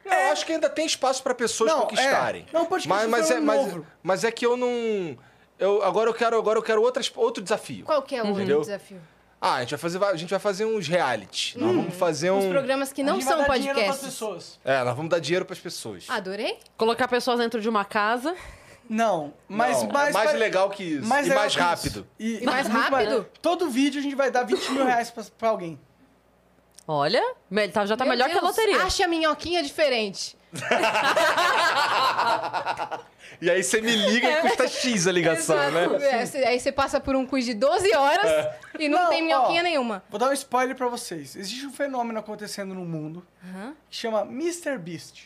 [SPEAKER 5] Eu acho que ainda tem espaço pra pessoas
[SPEAKER 4] É. Não,
[SPEAKER 5] conquistarem.
[SPEAKER 4] é. Não, podcast
[SPEAKER 5] mas, mas,
[SPEAKER 4] foi
[SPEAKER 5] é,
[SPEAKER 4] um
[SPEAKER 5] mas,
[SPEAKER 4] novo.
[SPEAKER 5] mas é que eu não. Eu, agora eu quero, agora eu quero outras, outro desafio.
[SPEAKER 1] Qual que é o
[SPEAKER 5] Entendeu?
[SPEAKER 1] outro desafio?
[SPEAKER 5] Ah, a gente vai fazer, va- a gente vai fazer uns reality.
[SPEAKER 4] Hum.
[SPEAKER 5] Nós vamos fazer
[SPEAKER 1] Os
[SPEAKER 5] um.
[SPEAKER 1] programas que
[SPEAKER 4] Então, A
[SPEAKER 1] não
[SPEAKER 4] gente vai
[SPEAKER 1] são
[SPEAKER 4] dar dinheiro pras
[SPEAKER 1] podcasts.
[SPEAKER 4] pessoas.
[SPEAKER 5] É, nós vamos dar dinheiro pras pessoas.
[SPEAKER 4] Ah,
[SPEAKER 1] Adorei.
[SPEAKER 2] Colocar pessoas dentro de uma casa.
[SPEAKER 4] Não, mas...
[SPEAKER 5] Não,
[SPEAKER 4] mas
[SPEAKER 5] é mais
[SPEAKER 4] pra-
[SPEAKER 5] legal que isso. e
[SPEAKER 4] legal
[SPEAKER 5] mais
[SPEAKER 4] que isso.
[SPEAKER 5] rápido.
[SPEAKER 4] E,
[SPEAKER 1] E mais
[SPEAKER 4] muito
[SPEAKER 1] rápido?
[SPEAKER 4] Todo vídeo a gente vai dar 20 mil reais pra, pra alguém.
[SPEAKER 2] Olha, me- tá- já tá
[SPEAKER 1] Meu
[SPEAKER 2] melhor que a
[SPEAKER 1] Deus,
[SPEAKER 2] loteria.
[SPEAKER 1] Ache a minhoquinha diferente.
[SPEAKER 5] E aí você me liga e custa X a ligação, né? É.
[SPEAKER 1] É, cê- aí você passa por um quiz de 12 horas e não,
[SPEAKER 4] Não,
[SPEAKER 1] tem minhoquinha
[SPEAKER 4] ó.
[SPEAKER 1] nenhuma.
[SPEAKER 4] Vou dar um spoiler pra vocês. Existe um fenômeno acontecendo no mundo que chama Mr. Beast.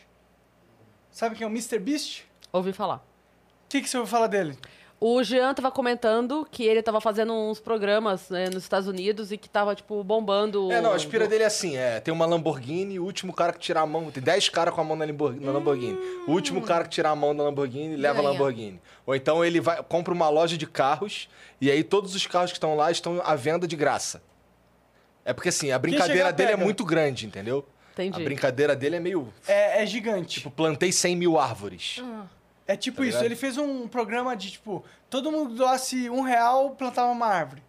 [SPEAKER 4] Sabe quem é o Mr. Beast?
[SPEAKER 2] Ouvi falar.
[SPEAKER 4] O que, que você vai falar dele?
[SPEAKER 2] O Jean tava comentando que ele tava fazendo uns programas né, nos Estados Unidos e que tava, tipo, bombando.
[SPEAKER 5] É, não, a aspira dele é assim, é, tem uma Lamborghini, o último cara que tirar a mão, tem 10 caras com a mão na, Lamborg- na Lamborghini. O
[SPEAKER 2] Hum.
[SPEAKER 5] último cara que tirar a mão da Lamborghini, leva
[SPEAKER 1] Ganha.
[SPEAKER 5] a Lamborghini. Ou então ele vai, compra uma loja de carros, e aí todos os carros que estão lá estão à venda de graça. É porque assim, a brincadeira
[SPEAKER 4] chegar,
[SPEAKER 5] dele é
[SPEAKER 4] pega.
[SPEAKER 5] muito grande, entendeu?
[SPEAKER 2] Entendi.
[SPEAKER 5] A brincadeira dele é meio,
[SPEAKER 4] É, é gigante.
[SPEAKER 5] tipo, plantei 100 mil árvores.
[SPEAKER 2] Hum.
[SPEAKER 4] é tipo
[SPEAKER 5] tá
[SPEAKER 4] isso.
[SPEAKER 5] ligado?
[SPEAKER 4] Ele fez um programa de, tipo, todo mundo doasse um real, plantava uma árvore.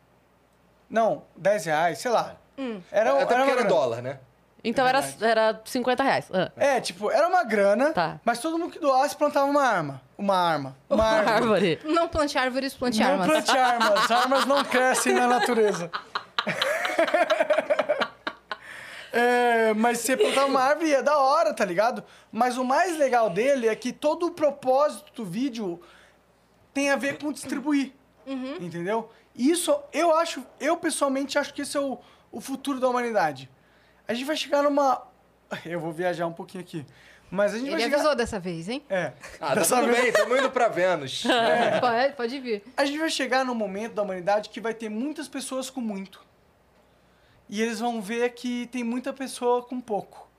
[SPEAKER 4] Não, 10 reais, sei lá.
[SPEAKER 1] Hum.
[SPEAKER 4] Era, um
[SPEAKER 5] Até
[SPEAKER 4] uma
[SPEAKER 5] porque era
[SPEAKER 4] grana.
[SPEAKER 5] dólar, né?
[SPEAKER 1] É
[SPEAKER 2] Então era, era 50 reais. Ah.
[SPEAKER 4] É, tipo, era uma grana,
[SPEAKER 2] Tá.
[SPEAKER 4] mas todo mundo que doasse plantava uma arma. Uma arma. Uma árvore.
[SPEAKER 2] Árvore.
[SPEAKER 1] Não plante árvores, plante
[SPEAKER 4] Não
[SPEAKER 1] armas.
[SPEAKER 4] plante armas. Armas não crescem na natureza. É, mas você plantar uma árvore é da hora, tá ligado? Mas o mais legal dele é que todo o propósito do vídeo tem a ver com distribuir.
[SPEAKER 1] Uhum.
[SPEAKER 4] Entendeu? Isso eu acho, eu pessoalmente acho que esse é o, o futuro da humanidade. A gente vai chegar numa. Eu vou viajar um pouquinho aqui. Mas a gente vai
[SPEAKER 1] Ele
[SPEAKER 4] chegar.
[SPEAKER 1] avisou dessa vez, hein?
[SPEAKER 4] É.
[SPEAKER 5] Ah, tá tudo bem, tamo indo pra Vênus. É,
[SPEAKER 1] É, Pode, pode vir.
[SPEAKER 4] A gente vai chegar num momento da humanidade que vai ter muitas pessoas com muito. E eles vão ver que tem muita pessoa tá com pouco.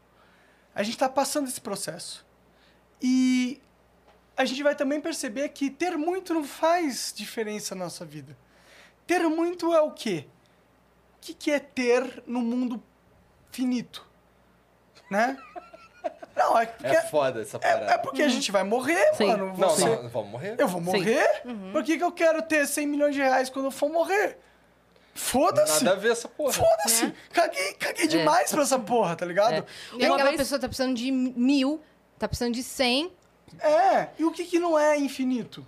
[SPEAKER 4] A gente está passando esse processo. E a gente vai também perceber que ter muito não faz diferença na nossa vida. Ter muito é o quê? O que, que é ter no mundo finito? Né? Não, é porque,
[SPEAKER 7] É foda essa parada.
[SPEAKER 4] é porque a gente vai morrer,
[SPEAKER 2] Sim.
[SPEAKER 4] mano.
[SPEAKER 7] Não,
[SPEAKER 4] Você-
[SPEAKER 7] não, vamos morrer.
[SPEAKER 4] Eu vou morrer? Por que, que eu quero ter 100 milhões de reais quando eu for morrer? Foda-se!
[SPEAKER 7] Nada a ver essa porra.
[SPEAKER 4] Foda-se! Caguei, caguei demais pra essa porra, tá ligado?
[SPEAKER 1] E aquela pessoa tá precisando de mil, tá precisando de cem.
[SPEAKER 4] É, e o que, que não é infinito?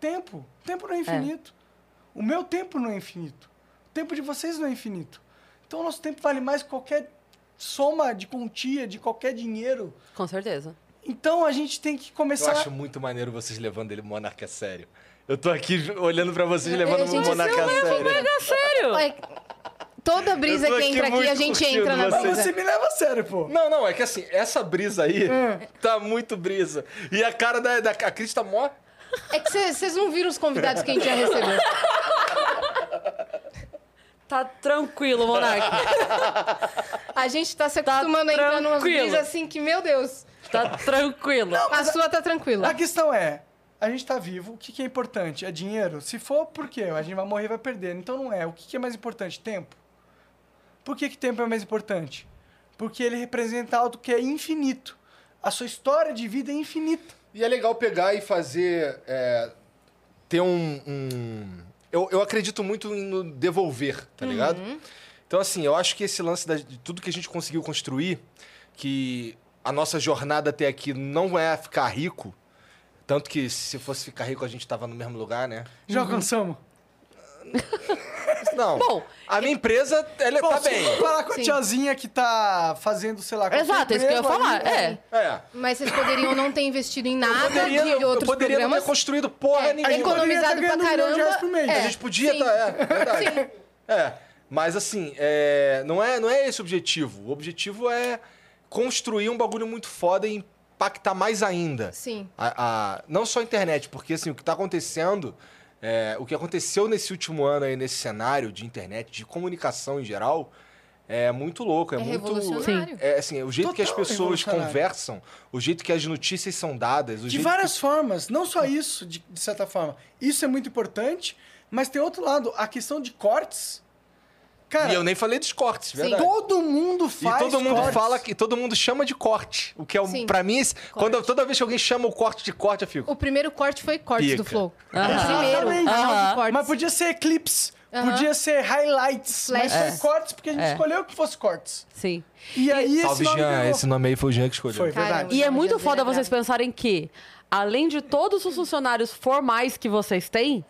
[SPEAKER 4] Tempo. Tempo não é infinito. O meu tempo não é infinito. O tempo de vocês não é infinito. Então o nosso tempo vale mais que qualquer soma de quantia, de qualquer dinheiro.
[SPEAKER 2] Com certeza.
[SPEAKER 4] Então a gente tem que
[SPEAKER 7] Eu
[SPEAKER 4] começar.
[SPEAKER 7] acho muito maneiro vocês levando ele monarca a sério. Eu tô aqui olhando pra vocês
[SPEAKER 1] É,
[SPEAKER 7] levando
[SPEAKER 1] gente,
[SPEAKER 7] o monarca a sério.
[SPEAKER 2] É Sério?
[SPEAKER 1] Olha, Toda brisa
[SPEAKER 7] tô
[SPEAKER 1] que
[SPEAKER 7] aqui
[SPEAKER 1] entra aqui,
[SPEAKER 7] muito
[SPEAKER 1] a gente
[SPEAKER 7] curtindo
[SPEAKER 1] entra na
[SPEAKER 7] você.
[SPEAKER 1] brisa.
[SPEAKER 4] Você me leva a sério, pô.
[SPEAKER 7] Não, não, é que assim, essa brisa aí tá muito brisa. E a cara da, da a Cris tá mó.
[SPEAKER 1] É que vocês não viram os convidados que a gente já recebeu.
[SPEAKER 2] Tá tranquilo, Monark.
[SPEAKER 1] A gente tá se acostumando a entrar numas
[SPEAKER 2] tranquilo.
[SPEAKER 1] brisas assim que, meu Deus,
[SPEAKER 2] Tá tranquilo.
[SPEAKER 1] a sua tá tranquila.
[SPEAKER 4] A questão é, a gente tá vivo, o que, que é importante? É dinheiro? Se for, por quê? A gente vai morrer e vai perder. Então não é. O que, que é mais importante? Tempo. Por que, que tempo é mais importante? Porque ele representa algo que é infinito. A sua história de vida é infinita.
[SPEAKER 5] E é legal pegar e fazer. é, ter um. um- Eu, eu acredito muito em no devolver, tá
[SPEAKER 1] Uhum.
[SPEAKER 5] ligado? Então, assim, eu acho que esse lance da- de tudo que a gente conseguiu construir, que a nossa jornada até aqui não é ficar rico. Tanto que se fosse ficar rico, a gente tava no mesmo lugar, né?
[SPEAKER 4] Já alcançamos?
[SPEAKER 5] Não.
[SPEAKER 2] Bom,
[SPEAKER 5] a minha empresa, ela tá
[SPEAKER 4] Bom, se
[SPEAKER 5] bem.
[SPEAKER 4] for falar com a
[SPEAKER 1] Sim.
[SPEAKER 4] tiazinha que tá fazendo, sei lá... qualquer
[SPEAKER 2] Exato, é isso que eu ia
[SPEAKER 4] emprego
[SPEAKER 2] falar.
[SPEAKER 4] ali,
[SPEAKER 1] né?
[SPEAKER 2] É.
[SPEAKER 5] É.
[SPEAKER 1] Mas vocês poderiam não ter investido em nada
[SPEAKER 5] Poderia,
[SPEAKER 1] de
[SPEAKER 5] eu
[SPEAKER 1] outros
[SPEAKER 5] poderia não ter
[SPEAKER 1] programas.
[SPEAKER 5] construído porra
[SPEAKER 1] É,
[SPEAKER 5] nenhuma.
[SPEAKER 1] economizado
[SPEAKER 4] Poderia tá
[SPEAKER 1] pra
[SPEAKER 4] ganhando um milhão de reais por
[SPEAKER 1] caramba.
[SPEAKER 4] mês.
[SPEAKER 1] é,
[SPEAKER 5] a gente podia
[SPEAKER 1] sim.
[SPEAKER 5] tá, é, verdade. É, mas assim, é, não, é, não é esse o objetivo. O objetivo é construir um bagulho muito foda e impactar mais ainda.
[SPEAKER 1] Sim.
[SPEAKER 5] A, a- não só a internet, porque assim, o que tá acontecendo, é, o que aconteceu nesse último ano aí, nesse cenário de internet, de comunicação em geral, é muito louco. É,
[SPEAKER 1] É
[SPEAKER 5] muito.
[SPEAKER 1] revolucionário.
[SPEAKER 5] É, assim, o jeito que as
[SPEAKER 4] Total
[SPEAKER 5] pessoas
[SPEAKER 4] revolucionário.
[SPEAKER 5] conversam, o jeito que as notícias são dadas, o
[SPEAKER 4] De
[SPEAKER 5] jeito
[SPEAKER 4] várias formas, não só isso, de, de certa forma. Isso é muito importante, mas tem outro lado, a questão de cortes. Cara,
[SPEAKER 5] E eu nem falei dos cortes, verdade.
[SPEAKER 4] todo mundo
[SPEAKER 5] E
[SPEAKER 4] faz.
[SPEAKER 5] todo mundo
[SPEAKER 4] cortes.
[SPEAKER 5] fala que todo mundo chama de corte. O que é um,
[SPEAKER 1] Sim.
[SPEAKER 5] pra mim, esse- quando eu- toda vez que alguém chama o corte de corte, eu fico.
[SPEAKER 1] O primeiro corte foi corte
[SPEAKER 5] Pica.
[SPEAKER 1] do Flow.
[SPEAKER 2] Aham.
[SPEAKER 1] O primeiro.
[SPEAKER 4] Exatamente.
[SPEAKER 1] canal de cortes.
[SPEAKER 4] Mas podia ser eclipse,
[SPEAKER 1] Aham.
[SPEAKER 4] podia ser highlights, mas foi
[SPEAKER 1] Flashes.
[SPEAKER 4] cortes porque a gente
[SPEAKER 2] É.
[SPEAKER 4] escolheu que fosse cortes.
[SPEAKER 2] Sim.
[SPEAKER 4] E aí esse
[SPEAKER 5] Salve,
[SPEAKER 4] nome
[SPEAKER 5] Jean.
[SPEAKER 4] pegou.
[SPEAKER 5] Esse nome aí foi o Jean que escolheu.
[SPEAKER 4] Foi,
[SPEAKER 1] Caramba,
[SPEAKER 4] verdade.
[SPEAKER 2] E é
[SPEAKER 1] não
[SPEAKER 2] muito
[SPEAKER 1] adianta
[SPEAKER 2] foda
[SPEAKER 1] lembrar.
[SPEAKER 2] vocês pensarem que, além de todos os funcionários formais que vocês têm,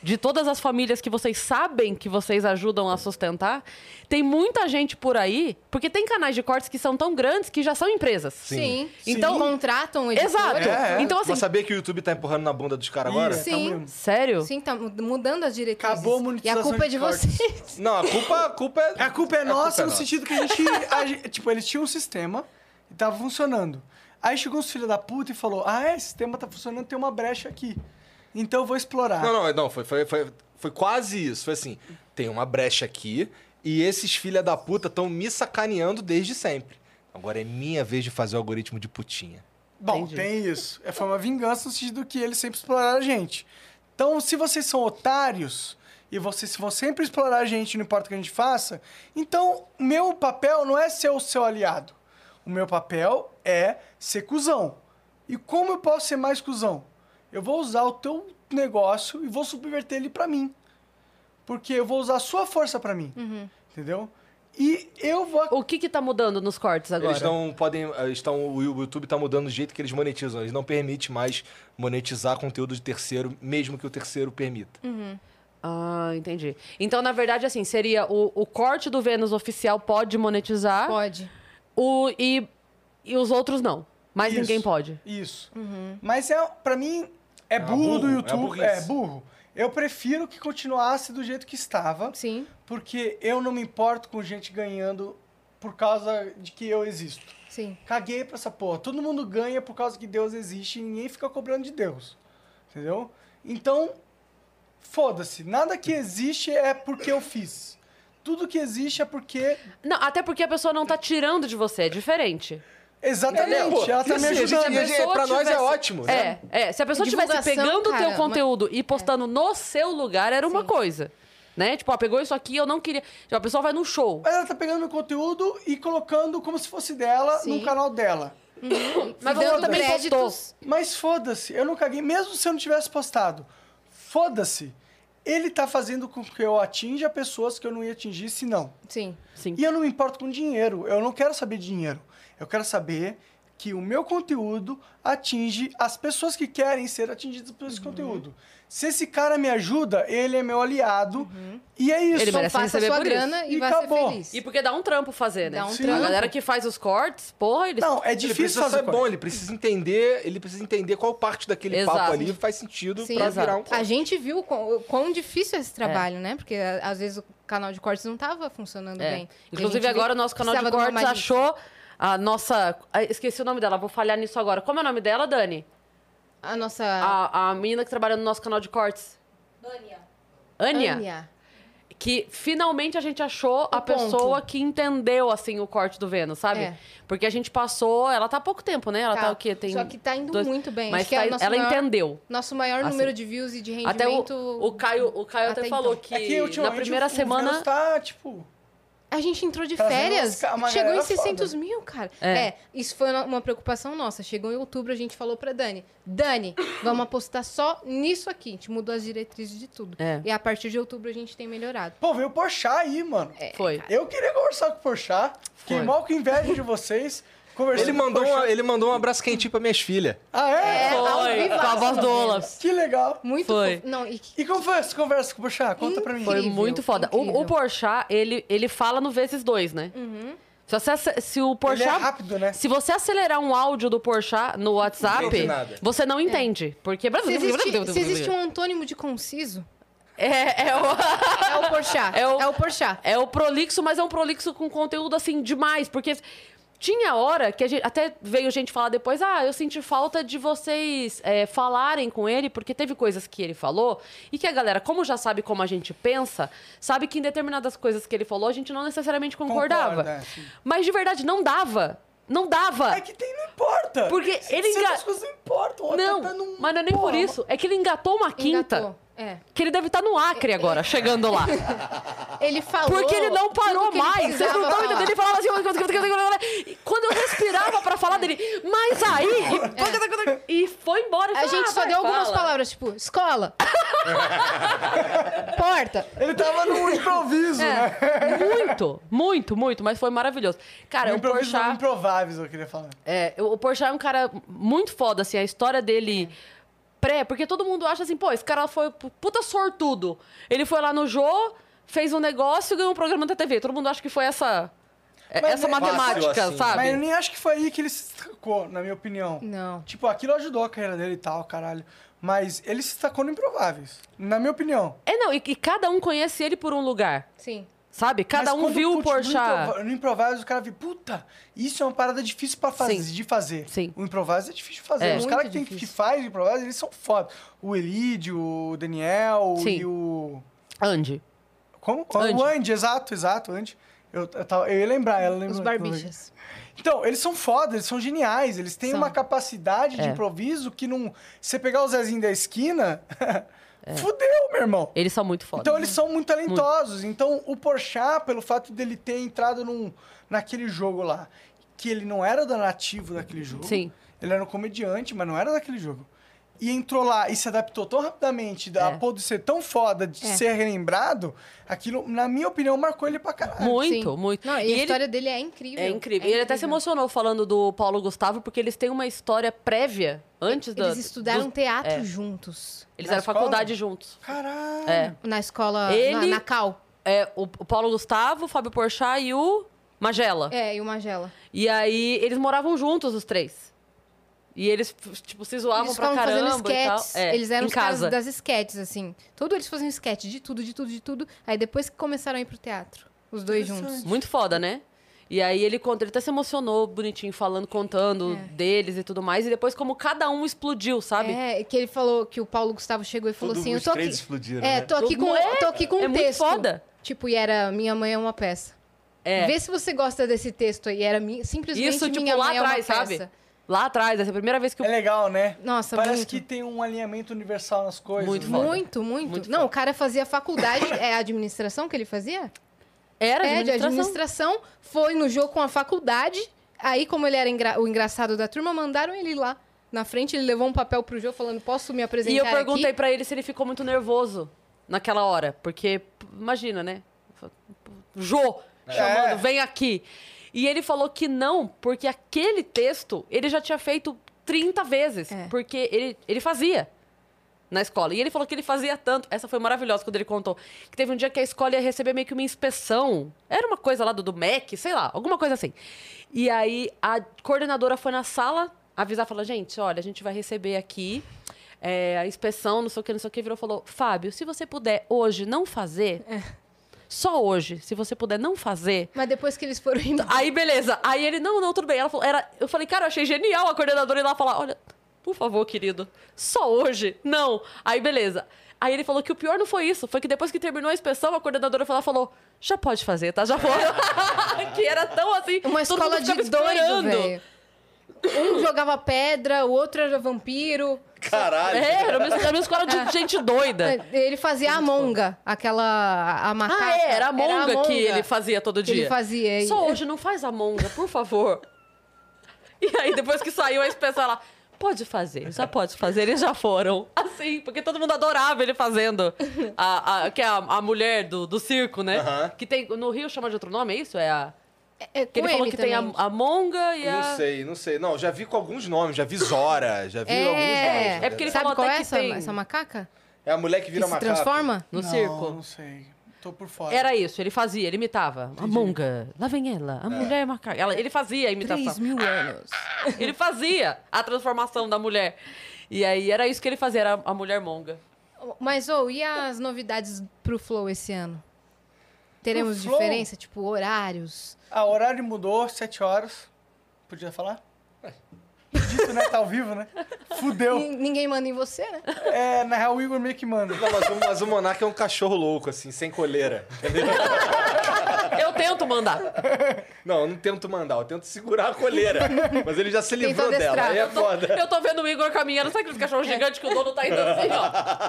[SPEAKER 2] de todas as famílias que vocês sabem que vocês ajudam a sustentar, tem muita gente por aí, porque tem canais de cortes que são tão grandes que já são empresas.
[SPEAKER 1] Sim.
[SPEAKER 4] Sim.
[SPEAKER 1] Então contratam o editor.
[SPEAKER 2] Exato.
[SPEAKER 4] É, é.
[SPEAKER 2] Então, assim,
[SPEAKER 5] Mas sabia que o YouTube tá empurrando na bunda dos caras agora?
[SPEAKER 4] Ih,
[SPEAKER 1] Sim.
[SPEAKER 4] tá mesmo.
[SPEAKER 2] sério?
[SPEAKER 1] Sim, tá mu- mudando as diretrizes.
[SPEAKER 4] Acabou a monetização
[SPEAKER 1] E a culpa é
[SPEAKER 4] de
[SPEAKER 1] de
[SPEAKER 4] cortes.
[SPEAKER 1] vocês.
[SPEAKER 5] Não, a culpa, a culpa é.
[SPEAKER 4] A culpa é nossa no
[SPEAKER 5] nossa.
[SPEAKER 4] sentido que a gente. a gente- tipo, eles tinham um sistema e tava funcionando. Aí chegou uns filhos da puta e falou: Ah, é, esse sistema tá funcionando, tem uma brecha aqui. Então eu vou explorar.
[SPEAKER 5] Não, não, não. Foi, foi, foi, foi quase isso. Foi assim: tem uma brecha aqui e esses filha da puta estão me sacaneando desde sempre. Agora é minha vez de fazer o algoritmo de putinha.
[SPEAKER 4] Bom, tem isso. É, foi uma vingança no sentido que eles sempre exploraram a gente. Então, se vocês são otários e vocês vão sempre explorar a gente, não importa o que a gente faça, então meu papel não é ser o seu aliado. O meu papel é ser cuzão. E como eu posso ser mais cuzão? Eu vou usar o teu negócio e vou subverter ele pra mim. Porque eu vou usar a sua força pra mim. Entendeu? E eu vou
[SPEAKER 2] O que que tá mudando nos cortes agora?
[SPEAKER 5] Eles não podem. eh, Estão, o YouTube tá mudando o jeito que eles monetizam. Eles não permitem mais monetizar conteúdo de terceiro, mesmo que o terceiro permita.
[SPEAKER 2] Ah, entendi. Então, na verdade, assim, seria o, o corte do Vênus oficial pode
[SPEAKER 1] Ah.
[SPEAKER 2] monetizar
[SPEAKER 1] Pode.
[SPEAKER 2] O, e, e os outros não. Mas
[SPEAKER 4] Isso.
[SPEAKER 2] ninguém pode.
[SPEAKER 4] Isso. Mas é, para mim, é, burro,
[SPEAKER 5] burro,
[SPEAKER 4] do
[SPEAKER 5] é
[SPEAKER 4] YouTube.
[SPEAKER 5] burrice.
[SPEAKER 4] É, burro. Eu prefiro que continuasse do jeito que estava,
[SPEAKER 1] Sim.
[SPEAKER 4] porque eu não me importo com gente ganhando por causa de que eu existo.
[SPEAKER 1] Sim.
[SPEAKER 4] Caguei pra essa porra. Todo mundo ganha por causa que Deus existe e ninguém fica cobrando de Deus. Entendeu? Então, foda-se. Nada que existe é porque eu fiz. Tudo que existe é porque
[SPEAKER 2] Não, até porque a pessoa não tá tirando de você, é diferente.
[SPEAKER 4] Exatamente,
[SPEAKER 5] Pô,
[SPEAKER 4] ela tá
[SPEAKER 5] assim,
[SPEAKER 4] me
[SPEAKER 5] a gente-
[SPEAKER 4] ajudando.
[SPEAKER 5] a gente- pra nós é ótimo, né?
[SPEAKER 2] É, é, se a pessoa estivesse
[SPEAKER 1] Divulgação,
[SPEAKER 2] pegando o
[SPEAKER 1] cara,
[SPEAKER 2] teu
[SPEAKER 1] uma-
[SPEAKER 2] conteúdo e postando no seu lugar, era uma coisa. Né? Tipo, ó, pegou isso aqui, eu não queria. Tipo, a pessoa vai num show.
[SPEAKER 4] Mas ela tá pegando meu conteúdo e colocando como se fosse dela
[SPEAKER 1] Sim.
[SPEAKER 4] no canal dela.
[SPEAKER 2] Uhum. Mas
[SPEAKER 1] dando
[SPEAKER 2] você também
[SPEAKER 1] créditos.
[SPEAKER 2] postou.
[SPEAKER 4] Mas foda-se, eu não caguei, mesmo se eu não tivesse postado. Foda-se. Ele tá fazendo com que eu atinja pessoas que eu não ia atingir se não.
[SPEAKER 1] Sim.
[SPEAKER 2] Sim.
[SPEAKER 4] E eu não me importo com dinheiro, eu não quero saber de dinheiro. Eu quero saber que o meu conteúdo atinge as pessoas que querem ser atingidas por
[SPEAKER 2] Uhum.
[SPEAKER 4] esse conteúdo. Se esse cara me ajuda, ele é meu aliado. E é isso.
[SPEAKER 2] Uhum. Ele merece
[SPEAKER 1] Faça
[SPEAKER 2] receber
[SPEAKER 1] sua
[SPEAKER 2] por isso.
[SPEAKER 1] grana e,
[SPEAKER 4] E
[SPEAKER 1] vai
[SPEAKER 4] acabou.
[SPEAKER 1] ser feliz.
[SPEAKER 2] E porque dá um trampo fazer, né?
[SPEAKER 1] Dá um
[SPEAKER 4] Sim.
[SPEAKER 2] A
[SPEAKER 4] trampo.
[SPEAKER 2] galera que faz os cortes, porra, eles.
[SPEAKER 4] Não, é
[SPEAKER 5] Ele
[SPEAKER 4] difícil
[SPEAKER 5] precisa
[SPEAKER 4] fazer
[SPEAKER 5] ser
[SPEAKER 4] corte.
[SPEAKER 5] bom, ele precisa entender, ele precisa entender qual parte daquele papo
[SPEAKER 2] Exato.
[SPEAKER 5] ali faz sentido
[SPEAKER 1] Sim,
[SPEAKER 5] pra
[SPEAKER 1] exato.
[SPEAKER 5] virar um
[SPEAKER 1] A gente viu o quão, o quão difícil é esse trabalho, né? Porque a- às vezes o canal de cortes não estava funcionando
[SPEAKER 2] É.
[SPEAKER 1] bem.
[SPEAKER 2] Inclusive, agora o nosso canal de cortes achou a nossa. ah, Esqueci o nome dela, vou falhar nisso agora. Como é o nome dela, Dani?
[SPEAKER 1] A nossa.
[SPEAKER 2] A, a menina que trabalha no nosso canal de cortes. Ania. Ania?
[SPEAKER 1] Ania.
[SPEAKER 2] Que finalmente a gente achou a
[SPEAKER 1] ponto.
[SPEAKER 2] pessoa que entendeu, assim, o corte do Vênus, sabe?
[SPEAKER 1] É.
[SPEAKER 2] Porque a gente passou. Ela tá há pouco tempo, né? Ela tá, o quê? Tem
[SPEAKER 1] Só que tá indo
[SPEAKER 2] dois-
[SPEAKER 1] muito bem.
[SPEAKER 2] Mas
[SPEAKER 1] Acho que é
[SPEAKER 2] tá-
[SPEAKER 1] o nosso
[SPEAKER 2] ela
[SPEAKER 1] maior-
[SPEAKER 2] entendeu.
[SPEAKER 1] Nosso maior
[SPEAKER 2] Assim.
[SPEAKER 1] número de views e de rendimento.
[SPEAKER 2] Até o, o Caio, o Caio até,
[SPEAKER 1] Até
[SPEAKER 2] falou
[SPEAKER 1] então.
[SPEAKER 2] que,
[SPEAKER 4] É que ultimamente
[SPEAKER 2] na primeira
[SPEAKER 4] o- o
[SPEAKER 2] semana.
[SPEAKER 4] Vênus tá, tipo...
[SPEAKER 1] A gente entrou de
[SPEAKER 4] Trazendo
[SPEAKER 1] férias,
[SPEAKER 4] umas ca- uma
[SPEAKER 1] chegou em
[SPEAKER 4] galera
[SPEAKER 1] 600 mil, cara. É. isso foi uma- uma preocupação nossa. Chegou em outubro, a gente falou pra Dani: Dani, vamos apostar só nisso aqui. A gente mudou as diretrizes de tudo.
[SPEAKER 2] É.
[SPEAKER 1] E a partir de outubro a gente tem melhorado.
[SPEAKER 4] Pô, veio o Porchat aí, mano.
[SPEAKER 2] Foi.
[SPEAKER 1] É,
[SPEAKER 4] Eu queria conversar com o Porchat. Fiquei
[SPEAKER 2] Foi.
[SPEAKER 4] mal com inveja de vocês. Conversei
[SPEAKER 5] Ele
[SPEAKER 4] com o
[SPEAKER 5] mandou,
[SPEAKER 4] Porchat.
[SPEAKER 5] um, ele mandou um abraço quentinho pra minhas filhas.
[SPEAKER 4] Ah, é?
[SPEAKER 1] ao
[SPEAKER 2] Foi.
[SPEAKER 1] vivaço,
[SPEAKER 2] Com a voz do
[SPEAKER 1] pelo
[SPEAKER 2] Olaf.
[SPEAKER 4] Que legal.
[SPEAKER 1] Muito
[SPEAKER 2] Foi.
[SPEAKER 1] fofo. Não, e que-
[SPEAKER 4] E como foi essa conversa com o Porchat? Conta pra mim.
[SPEAKER 2] Foi
[SPEAKER 1] Incrível,
[SPEAKER 2] muito foda. O,
[SPEAKER 1] incrível. Uhum.
[SPEAKER 2] o Porchat, ele, ele fala no vezes dois, né? Se, você, ace- se o
[SPEAKER 4] Ele é
[SPEAKER 2] Porchat...
[SPEAKER 4] rápido, né?
[SPEAKER 2] Se você acelerar um áudio do Porchat no WhatsApp,
[SPEAKER 5] entende nada.
[SPEAKER 2] você não entende. Porque...
[SPEAKER 1] se, existe, se existe um antônimo de conciso,
[SPEAKER 2] É, é o...
[SPEAKER 1] é o Porchat.
[SPEAKER 2] É o-
[SPEAKER 1] é Porchat.
[SPEAKER 2] É o prolixo, mas é um prolixo com conteúdo, assim, demais. Porque tinha hora que a gente... Até veio gente falar depois, ah, eu senti falta de vocês é, falarem com ele, porque teve coisas que ele falou e que a galera, como já sabe como a gente pensa, sabe que em determinadas coisas que ele falou, a gente não necessariamente concordava.
[SPEAKER 4] Concorda, é, sim.
[SPEAKER 2] Mas de verdade, não dava. Não dava.
[SPEAKER 4] É que tem, não importa.
[SPEAKER 2] Porque
[SPEAKER 4] Se-
[SPEAKER 2] ele
[SPEAKER 4] se
[SPEAKER 2] enga-
[SPEAKER 4] as coisas não importam. ó, tá
[SPEAKER 2] Não,
[SPEAKER 4] dando um-
[SPEAKER 2] mas não é nem por
[SPEAKER 4] Porra,
[SPEAKER 2] isso. É que ele engatou uma quinta.
[SPEAKER 1] Engatou. É.
[SPEAKER 2] Que ele deve estar no Acre agora, chegando lá.
[SPEAKER 1] Ele falou.
[SPEAKER 2] Porque ele não parou
[SPEAKER 1] Tá tudo que ele
[SPEAKER 2] mais. Vocês não
[SPEAKER 1] precisava
[SPEAKER 2] estão
[SPEAKER 1] falar.
[SPEAKER 2] entendendo. Ele falava assim. "Uma coisa, coisa, coisa, coisa, coisa". E Quando eu respirava pra falar dele, mas aí. E, e foi embora. "Ah,
[SPEAKER 1] A gente só deu algumas palavras, tipo, escola. Porta.
[SPEAKER 4] Ele tava
[SPEAKER 2] É,
[SPEAKER 4] num improviso, né?
[SPEAKER 2] palavras. Muito, muito, muito, mas foi maravilhoso. Cara,
[SPEAKER 4] Um
[SPEAKER 2] o
[SPEAKER 4] improviso não,
[SPEAKER 2] Porchat.
[SPEAKER 4] improváveis, eu queria falar.
[SPEAKER 2] É, o Porchat é um cara muito foda, assim, a história dele pré, porque todo mundo acha assim, pô, esse cara foi pu- puta sortudo. Ele foi lá no Jô, fez um negócio e ganhou um programa da TV. Todo mundo acha que foi essa é-
[SPEAKER 4] Mas
[SPEAKER 2] essa
[SPEAKER 4] é
[SPEAKER 2] matemática,
[SPEAKER 5] fácil assim.
[SPEAKER 2] sabe?
[SPEAKER 4] Mas eu nem acho que foi aí que ele se destacou, na minha opinião.
[SPEAKER 1] Não.
[SPEAKER 4] Tipo, aquilo ajudou a carreira dele e tal, caralho. Mas ele se destacou no improváveis, na minha opinião.
[SPEAKER 2] É, não, e, e cada um conhece ele por um lugar,
[SPEAKER 1] Sim.
[SPEAKER 2] sabe? Cada
[SPEAKER 4] Mas então,
[SPEAKER 2] um
[SPEAKER 4] quando,
[SPEAKER 2] viu o
[SPEAKER 4] putz, No,
[SPEAKER 2] Porchat.
[SPEAKER 4] improva- no improviso, o cara vê, puta, isso é uma parada difícil pra fazer,
[SPEAKER 2] Sim.
[SPEAKER 4] de fazer.
[SPEAKER 2] Sim.
[SPEAKER 4] O improviso é difícil de fazer.
[SPEAKER 2] É.
[SPEAKER 4] Os
[SPEAKER 2] Muito
[SPEAKER 4] caras que, tem- que
[SPEAKER 1] difícil.
[SPEAKER 4] fazem improviso, eles são foda. O Elídio, o Daniel
[SPEAKER 2] Sim.
[SPEAKER 4] e o...
[SPEAKER 2] Andy.
[SPEAKER 4] Como?
[SPEAKER 2] Andy.
[SPEAKER 4] O Andy, exato, exato, Andy. Eu, eu, tava- eu ia lembrar, ela lembrou.
[SPEAKER 1] Os barbichas.
[SPEAKER 4] Então, eles são foda, eles são geniais. Eles têm
[SPEAKER 2] São.
[SPEAKER 4] uma capacidade de
[SPEAKER 2] É.
[SPEAKER 4] improviso que não... Você pegar o Zezinho da esquina,
[SPEAKER 2] É.
[SPEAKER 4] fudeu, meu irmão.
[SPEAKER 2] Eles são muito foda.
[SPEAKER 4] Então eles são muito talentosos. Então o Porchat, pelo fato dele ter entrado num, naquele jogo lá, que ele não era do nativo daquele jogo.
[SPEAKER 2] Sim.
[SPEAKER 4] Ele era um comediante, mas não era daquele jogo. E entrou lá e se adaptou tão rapidamente, da
[SPEAKER 2] É.
[SPEAKER 4] a ponto de ser tão foda, de ser relembrado, aquilo, na minha opinião, marcou ele pra caralho.
[SPEAKER 2] Muito,
[SPEAKER 1] Ah, Sim.
[SPEAKER 2] muito.
[SPEAKER 1] Não, e, a
[SPEAKER 2] ele-
[SPEAKER 1] história dele é incrível.
[SPEAKER 2] É incrível. E ele até se emocionou falando do Paulo Gustavo, porque eles têm uma história prévia antes É. da.
[SPEAKER 1] Eles estudaram
[SPEAKER 2] dos-
[SPEAKER 1] teatro juntos.
[SPEAKER 2] Eles
[SPEAKER 4] na
[SPEAKER 2] eram
[SPEAKER 4] escola?
[SPEAKER 2] faculdade juntos.
[SPEAKER 4] Caralho.
[SPEAKER 2] É.
[SPEAKER 1] Na escola.
[SPEAKER 2] Ele-
[SPEAKER 1] Na, na Cal.
[SPEAKER 2] É, o, o Paulo Gustavo, o Fábio Porchat e o Magela.
[SPEAKER 1] É, e o Magela.
[SPEAKER 2] E aí, eles moravam juntos, os três. E eles, tipo, se zoavam
[SPEAKER 1] Eles
[SPEAKER 2] pra
[SPEAKER 1] ficavam
[SPEAKER 2] caramba
[SPEAKER 1] fazendo
[SPEAKER 2] e tal.
[SPEAKER 1] sketches.
[SPEAKER 2] É,
[SPEAKER 1] eles eram
[SPEAKER 2] em
[SPEAKER 1] os caras
[SPEAKER 2] casa.
[SPEAKER 1] das sketches, assim. Tudo eles faziam sketch de tudo, de tudo, de tudo. Aí depois que começaram a ir pro teatro. Os dois juntos.
[SPEAKER 2] Muito foda, né? E aí ele conta, ele até se emocionou, bonitinho, falando, contando deles e tudo mais. E depois, como cada um explodiu, sabe?
[SPEAKER 1] É, que ele falou que o Paulo Gustavo chegou e falou
[SPEAKER 5] Tudo-
[SPEAKER 1] assim: Eu
[SPEAKER 5] os
[SPEAKER 1] tô
[SPEAKER 5] três
[SPEAKER 1] aqui.
[SPEAKER 5] explodiram,
[SPEAKER 1] É,
[SPEAKER 5] né?
[SPEAKER 1] tô aqui com,
[SPEAKER 2] Não é?
[SPEAKER 1] tô aqui com
[SPEAKER 2] É
[SPEAKER 1] um
[SPEAKER 2] muito
[SPEAKER 1] texto.
[SPEAKER 2] foda.
[SPEAKER 1] Tipo, e era Minha Mãe é uma peça. Vê se você gosta desse texto aí. Era mi- simplesmente
[SPEAKER 2] Isso, tipo,
[SPEAKER 1] minha
[SPEAKER 2] lá
[SPEAKER 1] mãe é uma
[SPEAKER 2] atrás, sabe?
[SPEAKER 1] peça.
[SPEAKER 2] Lá atrás, essa é a primeira vez que eu.
[SPEAKER 4] É legal, né?
[SPEAKER 1] Nossa,
[SPEAKER 4] Parece
[SPEAKER 1] muito.
[SPEAKER 4] que tem um alinhamento universal nas coisas.
[SPEAKER 2] Muito
[SPEAKER 4] né?
[SPEAKER 2] tá foda.
[SPEAKER 1] Muito, muito. não, o cara fazia faculdade, é a administração que ele fazia?
[SPEAKER 2] Era
[SPEAKER 1] é, de
[SPEAKER 2] administração.
[SPEAKER 1] administração. Foi no jogo com a faculdade. Aí, como ele era engra- o engraçado da turma, mandaram ele lá. Na frente, ele levou um papel pro jogo falando: Posso me apresentar?
[SPEAKER 2] E eu
[SPEAKER 1] aqui?"
[SPEAKER 2] perguntei pra ele se ele ficou muito nervoso naquela hora. Porque, p- imagina, né? Jô, chamando, vem aqui. E ele falou que não, porque aquele texto ele já tinha feito 30 vezes.
[SPEAKER 6] É.
[SPEAKER 2] Porque ele, ele fazia na escola. E ele falou que ele fazia tanto. Essa foi maravilhosa quando ele contou. Que teve um dia que a escola ia receber meio que uma inspeção. Era uma coisa lá do, do MEC, sei lá, alguma coisa assim. E aí a coordenadora foi na sala avisar, falou: gente, olha, a gente vai receber aqui. é, a inspeção, não sei o que, não sei o que, virou e falou: Fábio, se você puder hoje não fazer, só hoje, se você puder não fazer,
[SPEAKER 1] Mas depois que eles foram indo.
[SPEAKER 2] Aí, beleza. Aí ele, não, não, tudo bem. Ela falou, era... Eu falei, cara, eu achei genial a coordenadora ir lá falar, olha, por favor, querido, só hoje, não. Aí, beleza. Aí ele falou que o pior não foi isso, foi que depois que terminou a inspeção, a coordenadora foi lá e falou, já pode fazer, tá? Já foi. que era tão assim,
[SPEAKER 1] Uma
[SPEAKER 2] todo
[SPEAKER 1] escola
[SPEAKER 2] mundo
[SPEAKER 1] de
[SPEAKER 2] ficava
[SPEAKER 1] doido,
[SPEAKER 2] esperando.
[SPEAKER 1] velho. Um jogava pedra, o outro era vampiro. É,
[SPEAKER 7] Caralho.
[SPEAKER 2] É, era uma, era uma escola de gente doida.
[SPEAKER 1] Ele fazia a monga, aquela a macaca.
[SPEAKER 2] Ah, é, era a monga, que
[SPEAKER 1] monga
[SPEAKER 2] ele fazia todo
[SPEAKER 1] que
[SPEAKER 2] dia.
[SPEAKER 1] ele fazia.
[SPEAKER 2] Só hoje não faz a monga, por favor. E aí, depois que saiu, a inspeção lá, pode fazer, já pode fazer, eles já foram. Assim, porque todo mundo adorava ele fazendo. A, a- que é a, a mulher do, do circo, né? Que tem. No Rio chama de outro nome, é isso? É a.
[SPEAKER 1] É, é,
[SPEAKER 2] Que ele
[SPEAKER 1] com
[SPEAKER 2] falou
[SPEAKER 1] M
[SPEAKER 2] que
[SPEAKER 1] também.
[SPEAKER 2] tem a, a monga e a.
[SPEAKER 5] Não sei, não sei. Não, já vi com alguns nomes. Já vi Zora, já vi alguns nomes.
[SPEAKER 1] É,
[SPEAKER 5] na
[SPEAKER 2] É porque ele
[SPEAKER 5] verdade.
[SPEAKER 1] Sabe
[SPEAKER 2] falou
[SPEAKER 1] qual
[SPEAKER 2] até
[SPEAKER 1] é
[SPEAKER 2] que
[SPEAKER 1] essa,
[SPEAKER 2] tem-
[SPEAKER 1] essa macaca?
[SPEAKER 5] É a mulher que
[SPEAKER 1] Que
[SPEAKER 5] vira
[SPEAKER 1] se
[SPEAKER 5] macaco.
[SPEAKER 1] transforma?
[SPEAKER 2] No
[SPEAKER 4] Não,
[SPEAKER 2] circo.
[SPEAKER 4] Não sei. Tô por fora.
[SPEAKER 2] Era isso, ele fazia, ele imitava. A monga, lá vem ela, a
[SPEAKER 5] É.
[SPEAKER 2] mulher macaca. Ela, ele fazia a imitação.
[SPEAKER 6] 3 mil anos.
[SPEAKER 2] Ele fazia a transformação da mulher. E aí era isso que ele fazia, era a mulher monga.
[SPEAKER 1] Mas, ô, e as novidades pro Flow esse ano? Teremos
[SPEAKER 4] Flow?
[SPEAKER 1] diferença? Tipo, horários?
[SPEAKER 4] Ah, o horário mudou, 7 horas. Podia falar?
[SPEAKER 5] É.
[SPEAKER 4] Dito, né? Tá ao vivo, né? Fudeu.
[SPEAKER 1] Nin- Ninguém manda em você, né?
[SPEAKER 4] É, na real, o Igor meio que manda.
[SPEAKER 5] Não, mas, o, mas o Monark é um cachorro louco, assim, sem coleira.
[SPEAKER 2] Eu tento mandar.
[SPEAKER 5] Não, eu não tento mandar, eu tento segurar a coleira. Mas ele já se livrou
[SPEAKER 1] Tenta
[SPEAKER 5] dela, aí é
[SPEAKER 1] adestrar.
[SPEAKER 5] foda.
[SPEAKER 2] Eu tô vendo o Igor caminhando, sabe aqueles
[SPEAKER 1] É.
[SPEAKER 2] cachorros gigantes que o dono tá indo assim,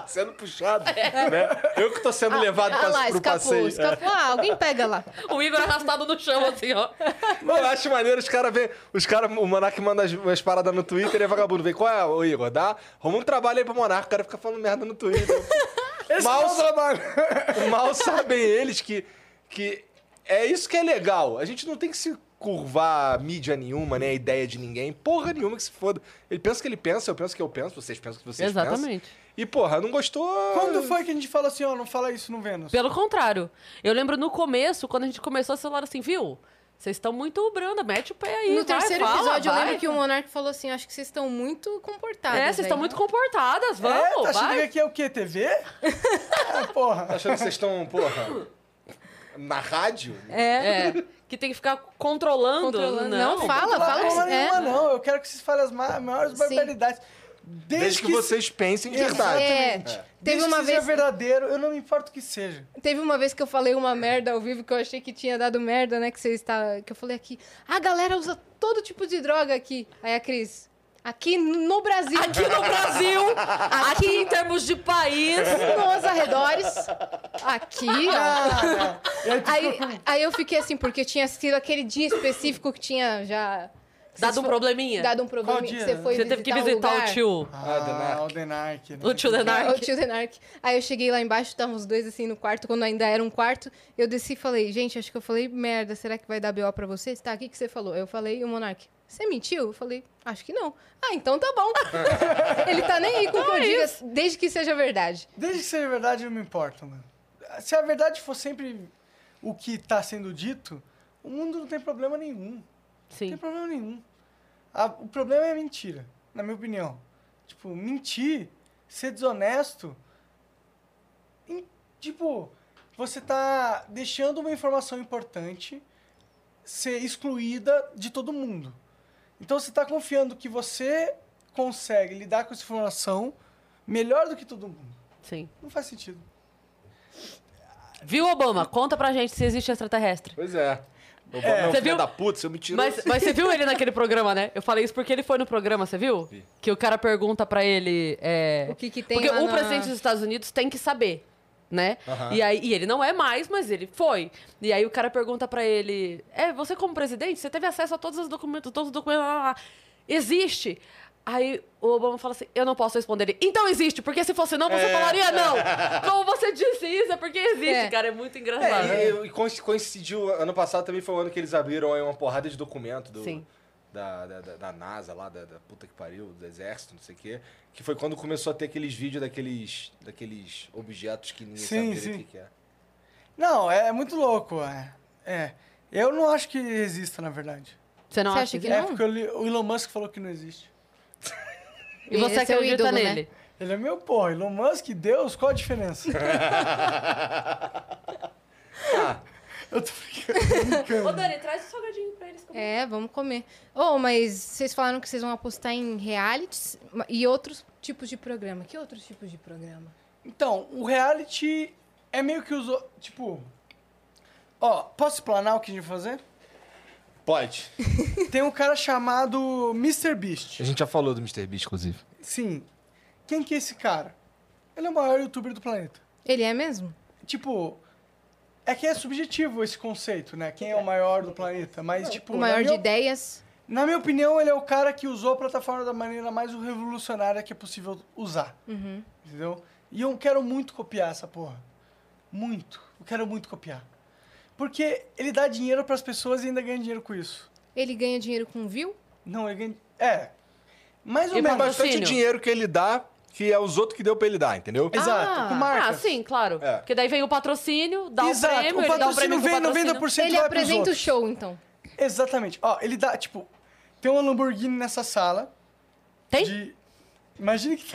[SPEAKER 2] ó?
[SPEAKER 5] Sendo puxado, né? Eu que tô sendo levado
[SPEAKER 1] Ah
[SPEAKER 5] pra,
[SPEAKER 1] lá,
[SPEAKER 5] pro
[SPEAKER 1] escapou,
[SPEAKER 5] passeio. É.
[SPEAKER 1] escapou. Ah, alguém pega lá.
[SPEAKER 2] O Igor arrastado no chão, assim, ó.
[SPEAKER 5] Não, eu acho maneiro, os caras vêm. Os caras, o Monark manda as, umas paradas no Twitter e é vagabundo. Vem, qual é, ô Igor? Dá? Arruma um trabalho aí pro Monark, o cara fica falando merda no Twitter. mal, trabalho. mal sabem eles que, que é isso que é legal. A gente não tem que se curvar a mídia nenhuma, né? A ideia de ninguém. Porra nenhuma que se foda. Ele pensa o que ele pensa, eu penso o que eu penso, vocês pensam o que vocês pensam.
[SPEAKER 2] Exatamente.
[SPEAKER 5] E, porra, não gostou.
[SPEAKER 4] Quando foi que a gente falou assim, ó, não fala isso no Vênus?
[SPEAKER 2] Pelo contrário. Eu lembro no começo, quando a gente começou, vocês falaram assim, viu? Vocês estão muito branda, mete o pé aí.
[SPEAKER 1] No
[SPEAKER 2] vai,
[SPEAKER 1] terceiro
[SPEAKER 2] fala,
[SPEAKER 1] episódio, eu
[SPEAKER 2] vai.
[SPEAKER 1] lembro que o Monark falou assim: acho que vocês estão muito comportados.
[SPEAKER 2] É, vocês estão
[SPEAKER 1] aí."
[SPEAKER 2] muito comportadas, vamos,
[SPEAKER 4] é, tá achando que
[SPEAKER 2] vai.
[SPEAKER 4] aqui é o quê? TV? ah, porra.
[SPEAKER 5] tá Achando que vocês estão, porra. Na rádio?
[SPEAKER 2] É, que tem que ficar controlando.
[SPEAKER 1] Controlando.
[SPEAKER 2] Não,
[SPEAKER 1] Não, fala, fala.
[SPEAKER 4] não,
[SPEAKER 1] que-
[SPEAKER 4] fala
[SPEAKER 1] é.
[SPEAKER 4] nenhuma, não. Eu quero que vocês falem as ma- maiores barbaridades.
[SPEAKER 5] Desde que, vocês pensem de verdade.
[SPEAKER 1] É, teve uma
[SPEAKER 4] seja
[SPEAKER 1] vez.
[SPEAKER 4] verdadeiro, eu não me importo que seja.
[SPEAKER 1] Teve uma vez que eu falei uma merda ao vivo que eu achei que tinha dado merda, né? Que você está. Que eu falei aqui. A galera usa todo tipo de droga aqui. Aí a Cris. Aqui no Brasil.
[SPEAKER 2] Aqui no Brasil, aqui em termos de país.
[SPEAKER 1] nos arredores. Aqui,
[SPEAKER 4] Ah,
[SPEAKER 1] ó.
[SPEAKER 4] é.
[SPEAKER 2] Ah,
[SPEAKER 1] Aí, aí eu fiquei assim, porque tinha sido aquele dia específico que tinha já. que
[SPEAKER 2] Dado
[SPEAKER 1] vocês
[SPEAKER 2] um
[SPEAKER 1] fo-
[SPEAKER 2] probleminha.
[SPEAKER 1] Dado um problema.
[SPEAKER 4] Qual dia?
[SPEAKER 1] Que você foi
[SPEAKER 2] Você teve que
[SPEAKER 1] um
[SPEAKER 2] visitar
[SPEAKER 1] lugar.
[SPEAKER 2] o tio.
[SPEAKER 4] Ah, o Denark. né?
[SPEAKER 2] O tio
[SPEAKER 1] O
[SPEAKER 2] Denark.
[SPEAKER 1] tio Denark. Aí eu cheguei lá embaixo, estavam os dois assim no quarto, quando ainda era um quarto. Eu desci e falei, gente, acho que eu falei merda, será que vai dar BO pra vocês? Tá, o que, que você falou? Eu falei, e o Monark, você mentiu? Eu falei, acho que não. Ah, então tá bom. Ele tá nem aí com o
[SPEAKER 2] É
[SPEAKER 1] que eu diga, desde que seja verdade.
[SPEAKER 4] Desde que seja verdade, eu não me importo, mano. Se a verdade for sempre o que tá sendo dito, o mundo não tem problema nenhum. Não tem
[SPEAKER 2] Sim.
[SPEAKER 4] problema nenhum. A- o problema é a mentira, na minha opinião. Tipo, mentir, ser desonesto. em- tipo, você tá deixando uma informação importante ser excluída de todo mundo. Então você tá confiando que você consegue lidar com essa informação melhor do que todo mundo.
[SPEAKER 2] Sim.
[SPEAKER 4] Não faz sentido.
[SPEAKER 2] Viu, Obama? Conta pra gente se existe extraterrestre.
[SPEAKER 5] Pois é.
[SPEAKER 7] Eu vou, não,
[SPEAKER 2] Você
[SPEAKER 7] filho
[SPEAKER 2] viu?
[SPEAKER 7] da puta, seu mentiroso.
[SPEAKER 2] Mas, mas você viu ele naquele programa, né? Eu falei isso porque ele foi no programa, você viu? Que o cara pergunta pra ele. é,
[SPEAKER 1] O que que tem
[SPEAKER 2] Porque
[SPEAKER 1] lá
[SPEAKER 2] o
[SPEAKER 1] na-
[SPEAKER 2] presidente dos Estados Unidos tem que saber, né? E aí e ele não é mais, mas ele foi. E aí o cara pergunta pra ele: É, você como presidente, você teve acesso a todos os documentos, todos os documentos. Lá, lá, lá. Existe. Aí o Obama fala assim: Eu não posso responder ele. Então existe, porque se fosse não, você falaria não. Como você disse isso, é porque existe,
[SPEAKER 1] É.
[SPEAKER 2] cara. É muito engraçado.
[SPEAKER 7] É, e- e coinc- coincidiu, ano passado também foi o ano que eles abriram aí uma porrada de documento do,
[SPEAKER 2] Sim.
[SPEAKER 7] Da, da, da- da NASA lá, da, da puta que pariu, do exército, não sei o quê. Que foi quando começou a ter aqueles vídeos daqueles, daqueles objetos que ninguém
[SPEAKER 4] Sim,
[SPEAKER 7] sabe direito
[SPEAKER 4] sim.
[SPEAKER 7] o que que é.
[SPEAKER 4] Não, é, muito louco, é. É. Eu não acho que exista, na verdade.
[SPEAKER 2] Você não
[SPEAKER 1] Você
[SPEAKER 2] acha,
[SPEAKER 1] acha que
[SPEAKER 2] isso?
[SPEAKER 4] é
[SPEAKER 1] não?
[SPEAKER 4] porque eu li- o Elon Musk falou que não existe.
[SPEAKER 2] E você
[SPEAKER 1] Esse é o
[SPEAKER 2] acredita
[SPEAKER 1] ídolo, né?
[SPEAKER 2] nele?
[SPEAKER 4] Ele é meu porra, Elon Musk, Deus, qual a diferença? Ah. Eu tô
[SPEAKER 2] Ô, Dani, traz o salgadinho pra eles comerem.
[SPEAKER 1] É, vamos comer. Oh, mas vocês falaram que vocês vão apostar em realities ma- e outros tipos de programa. Que outros tipos de programa?
[SPEAKER 4] Então, o reality é meio que os. o- Tipo. Ó, posso explanar o que a gente vai fazer?
[SPEAKER 7] Pode.
[SPEAKER 4] Tem um cara chamado Mr. Beast.
[SPEAKER 5] A gente já falou do Mr. Beast, inclusive.
[SPEAKER 4] Sim. Quem que é esse cara? Ele é o maior youtuber do planeta.
[SPEAKER 1] Ele é mesmo?
[SPEAKER 4] Tipo. É que é subjetivo esse conceito, né? Quem é o maior do planeta. Mas, tipo.
[SPEAKER 1] o
[SPEAKER 4] na
[SPEAKER 1] maior de
[SPEAKER 4] minha-
[SPEAKER 1] ideias.
[SPEAKER 4] Na minha opinião, ele é o cara que usou a plataforma da maneira mais revolucionária que é possível usar.
[SPEAKER 2] Uhum.
[SPEAKER 4] Entendeu? E eu quero muito copiar essa porra. Muito. Eu quero muito copiar. Porque ele dá dinheiro pras pessoas e ainda ganha dinheiro com isso.
[SPEAKER 1] Ele ganha dinheiro com view?
[SPEAKER 4] Não, ele ganha. É. Mais ou
[SPEAKER 2] E
[SPEAKER 4] menos.
[SPEAKER 2] pra você?
[SPEAKER 5] Bastante
[SPEAKER 2] Patrocínio.
[SPEAKER 5] dinheiro que ele dá, que é os outros que deu pra ele dar, entendeu?
[SPEAKER 4] Exato. com marcas.
[SPEAKER 2] Ah, sim, claro.
[SPEAKER 7] É.
[SPEAKER 2] Porque daí vem o patrocínio, dá
[SPEAKER 4] Exato.
[SPEAKER 2] o prêmio,
[SPEAKER 4] o
[SPEAKER 2] ele dá o
[SPEAKER 4] patrocínio
[SPEAKER 2] prêmio
[SPEAKER 4] vem
[SPEAKER 2] com o patrocínio.
[SPEAKER 4] 90%
[SPEAKER 1] ele
[SPEAKER 4] vai pros
[SPEAKER 1] apresenta o
[SPEAKER 4] outros.
[SPEAKER 1] show, então.
[SPEAKER 4] Exatamente. Ó, ele dá, tipo, tem uma Lamborghini nessa sala.
[SPEAKER 2] Tem?
[SPEAKER 4] De... Imagina que.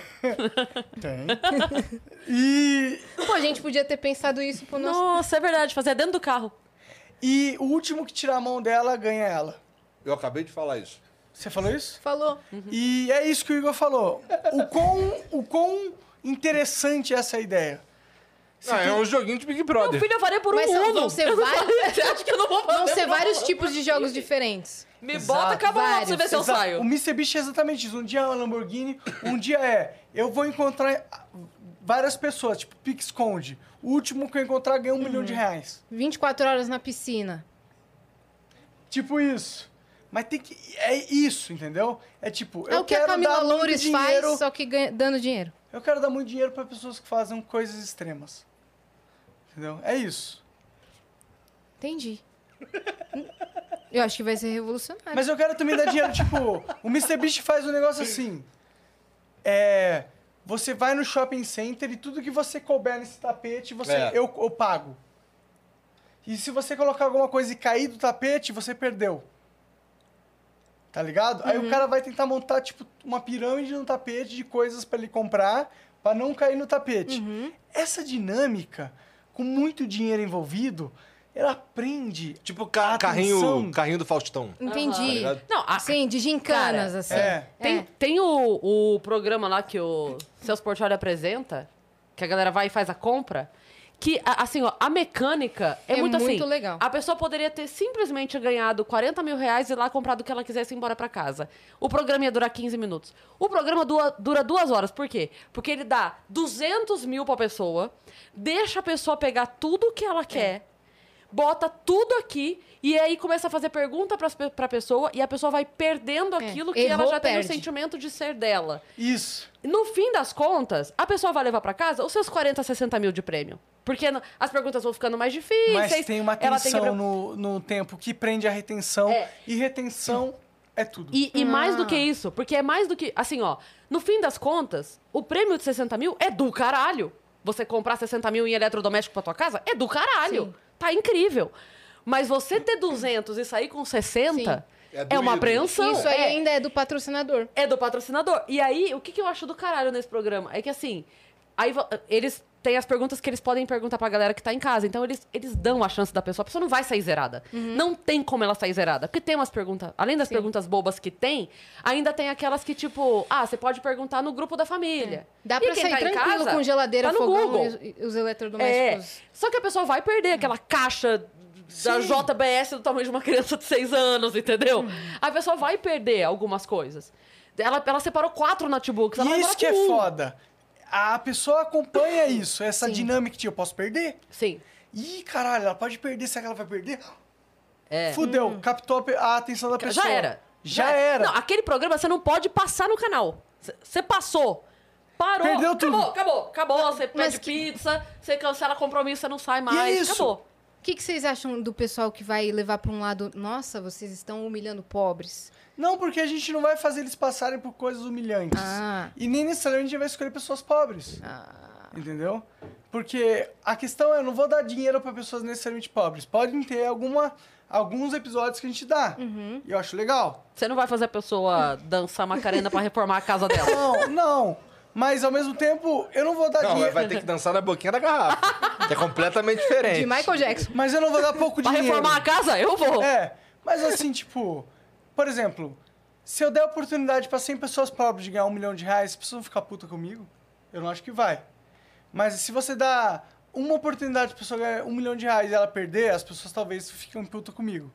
[SPEAKER 4] tem. E
[SPEAKER 1] Pô, a gente podia ter pensado isso pro nosso.
[SPEAKER 2] Nossa, é verdade, fazer dentro do carro.
[SPEAKER 4] E o último que tirar a mão dela ganha ela.
[SPEAKER 7] Eu acabei de falar isso.
[SPEAKER 4] Você falou isso?
[SPEAKER 1] Falou.
[SPEAKER 4] E é isso que o Igor falou. O quão, o quão interessante é essa ideia.
[SPEAKER 5] Ah, é um joguinho de Big Brother.
[SPEAKER 2] Meu filho, eu faria por
[SPEAKER 1] Mas
[SPEAKER 2] um
[SPEAKER 1] são-
[SPEAKER 2] uno.
[SPEAKER 1] vão ser
[SPEAKER 2] Eu não
[SPEAKER 1] vários-
[SPEAKER 2] faria- Você acha que eu não vou fazer?
[SPEAKER 1] Vão ser
[SPEAKER 2] Eu não
[SPEAKER 1] vários
[SPEAKER 2] vou-
[SPEAKER 1] tipos de jogos diferentes.
[SPEAKER 2] Me bota, acaba lá pra você ver se eu
[SPEAKER 4] Exa-
[SPEAKER 2] saio.
[SPEAKER 4] O Mr. Beast é exatamente isso. Um dia é uma Lamborghini, um dia é... Eu vou encontrar várias pessoas, tipo, pique esconde. O último que eu encontrar ganha um milhão de reais.
[SPEAKER 1] 24 horas na piscina.
[SPEAKER 4] Tipo isso. Mas tem que... É isso, entendeu? É tipo...
[SPEAKER 1] É
[SPEAKER 4] eu
[SPEAKER 1] o que a
[SPEAKER 4] quero
[SPEAKER 1] Camila
[SPEAKER 4] dar muito
[SPEAKER 1] Loures
[SPEAKER 4] dinheiro,
[SPEAKER 1] faz, só que ganha- dando dinheiro.
[SPEAKER 4] Eu quero dar muito dinheiro pra pessoas que fazem coisas extremas. Entendeu? É isso.
[SPEAKER 1] Entendi. Eu acho que vai ser revolucionário.
[SPEAKER 4] Mas eu quero também dar dinheiro, tipo, o MrBeast faz um negócio assim. É. Você vai no shopping center e tudo que você couber nesse tapete, você,
[SPEAKER 7] É.
[SPEAKER 4] eu, eu pago. E se você colocar alguma coisa e cair do tapete, você perdeu. Tá ligado? Aí o cara vai tentar montar, tipo, uma pirâmide no tapete de coisas pra ele comprar, pra não cair no tapete. Essa dinâmica, com muito dinheiro envolvido, ela prende.
[SPEAKER 5] Tipo ca-
[SPEAKER 4] Atenção.
[SPEAKER 5] carrinho, carrinho do Faustão.
[SPEAKER 1] Entendi.
[SPEAKER 7] Tá ligado?
[SPEAKER 2] Não, a-
[SPEAKER 1] Sim, de gincanas,
[SPEAKER 2] Ah, Cara,
[SPEAKER 1] assim.
[SPEAKER 4] é.
[SPEAKER 2] tem,
[SPEAKER 1] É.
[SPEAKER 2] tem o, o programa lá que o Celso Portioli apresenta, que a galera vai e faz a compra, que, a- assim, ó, a mecânica é,
[SPEAKER 1] É
[SPEAKER 2] muito assim.
[SPEAKER 1] muito legal.
[SPEAKER 2] A pessoa poderia ter simplesmente ganhado 40 mil reais e lá comprado o que ela quisesse e ir embora pra casa. O programa ia durar 15 minutos. O programa dura, dura duas horas. Por quê? Porque ele dá 200 mil pra pessoa, deixa a pessoa pegar tudo que ela
[SPEAKER 1] É.
[SPEAKER 2] quer, bota tudo aqui e aí começa a fazer pergunta pras pe- pra pessoa e a pessoa vai perdendo aquilo que ela
[SPEAKER 1] É, Errou,
[SPEAKER 2] já tem o
[SPEAKER 1] perde.
[SPEAKER 2] sentimento de ser dela.
[SPEAKER 4] Isso.
[SPEAKER 2] No fim das contas, a pessoa vai levar pra casa os seus 40, 60 mil de prêmio. Porque no- as perguntas vão ficando mais difíceis.
[SPEAKER 4] Mas tem uma
[SPEAKER 2] é ela tem que
[SPEAKER 4] tensão no, no tempo que prende a retenção.
[SPEAKER 2] É.
[SPEAKER 4] E retenção é tudo.
[SPEAKER 2] E, e
[SPEAKER 1] Ah.
[SPEAKER 2] mais do que isso, porque é mais do que. Assim, ó, no fim das contas, o prêmio de 60 mil é do caralho. Você comprar 60 mil em eletrodoméstico pra tua casa é do caralho. Tá incrível. Mas você ter 200 e sair com 60
[SPEAKER 7] É
[SPEAKER 2] é,
[SPEAKER 7] doído.
[SPEAKER 2] uma apreensão.
[SPEAKER 1] Isso aí
[SPEAKER 2] é,
[SPEAKER 1] ainda é do patrocinador.
[SPEAKER 2] É do patrocinador. E aí, o que, que eu acho do caralho nesse programa? É que assim, aí vo- eles têm as perguntas que eles podem perguntar pra galera que tá em casa. Então eles, eles dão a chance da pessoa. A pessoa não vai sair zerada.
[SPEAKER 1] Uhum.
[SPEAKER 2] Não tem como ela sair zerada. Porque tem umas perguntas, além das perguntas bobas que tem, ainda tem aquelas que tipo, ah, você pode perguntar no grupo da família.
[SPEAKER 1] É. Dá
[SPEAKER 2] E
[SPEAKER 1] pra
[SPEAKER 2] quem
[SPEAKER 1] sair
[SPEAKER 2] tá em
[SPEAKER 1] tranquilo
[SPEAKER 2] casa,
[SPEAKER 1] com geladeira,
[SPEAKER 2] tá no
[SPEAKER 1] fogão
[SPEAKER 2] Google.
[SPEAKER 1] e os- e os
[SPEAKER 2] É.
[SPEAKER 1] eletrodomésticos.
[SPEAKER 2] Só que a pessoa vai perder aquela caixa da JBS do tamanho de uma criança de 6 anos, entendeu?
[SPEAKER 4] Hum.
[SPEAKER 2] A pessoa vai perder algumas coisas. Ela, ela separou quatro notebooks. Ela
[SPEAKER 4] E
[SPEAKER 2] vai
[SPEAKER 4] isso
[SPEAKER 2] agora
[SPEAKER 4] que é
[SPEAKER 2] com um.
[SPEAKER 4] foda. A pessoa acompanha isso, essa dinâmica de eu posso perder?
[SPEAKER 2] Sim.
[SPEAKER 4] Ih, caralho, ela pode perder, será que ela vai perder?
[SPEAKER 2] É.
[SPEAKER 4] Fudeu, captou a pe- a atenção da pessoa.
[SPEAKER 2] Já era.
[SPEAKER 4] é
[SPEAKER 2] É.
[SPEAKER 4] Já era.
[SPEAKER 2] Não, aquele programa você não pode passar no canal. C- Você passou. Parou.
[SPEAKER 4] Perdeu
[SPEAKER 2] acabou,
[SPEAKER 4] tudo.
[SPEAKER 2] acabou, acabou. Você pede
[SPEAKER 1] mas que-
[SPEAKER 2] pizza, você cancela compromisso, você não sai mais.
[SPEAKER 4] isso.
[SPEAKER 2] Acabou.
[SPEAKER 1] O que, que vocês acham do pessoal que vai levar pra um lado, nossa, vocês estão humilhando pobres?
[SPEAKER 4] Não, porque a gente não vai fazer eles passarem por coisas humilhantes.
[SPEAKER 1] Ah.
[SPEAKER 4] E nem necessariamente a gente vai escolher pessoas pobres. Entendeu? Porque a questão é, eu não vou dar dinheiro pra pessoas necessariamente pobres. Podem ter alguma, alguns episódios que a gente dá.
[SPEAKER 2] Uhum.
[SPEAKER 4] E eu acho legal.
[SPEAKER 2] Você não vai fazer a pessoa dançar Macarena pra reformar a casa dela.
[SPEAKER 4] Não, não. Mas ao mesmo tempo, eu não vou dar
[SPEAKER 5] Não, mas
[SPEAKER 4] dinheiro.
[SPEAKER 5] vai ter que dançar na boquinha da garrafa. é completamente diferente.
[SPEAKER 1] De Michael Jackson.
[SPEAKER 4] Mas eu não vou dar pouco
[SPEAKER 2] pra
[SPEAKER 4] dinheiro.
[SPEAKER 2] reformar a casa, eu vou.
[SPEAKER 4] É, mas assim, tipo, por exemplo, se eu der a oportunidade pra 100 pessoas pobres de ganhar um milhão de reais, as pessoas vão ficar puta comigo? Eu não acho que vai. Mas se você dá uma oportunidade pra pessoa ganhar um milhão de reais e ela perder, as pessoas talvez fiquem puta comigo.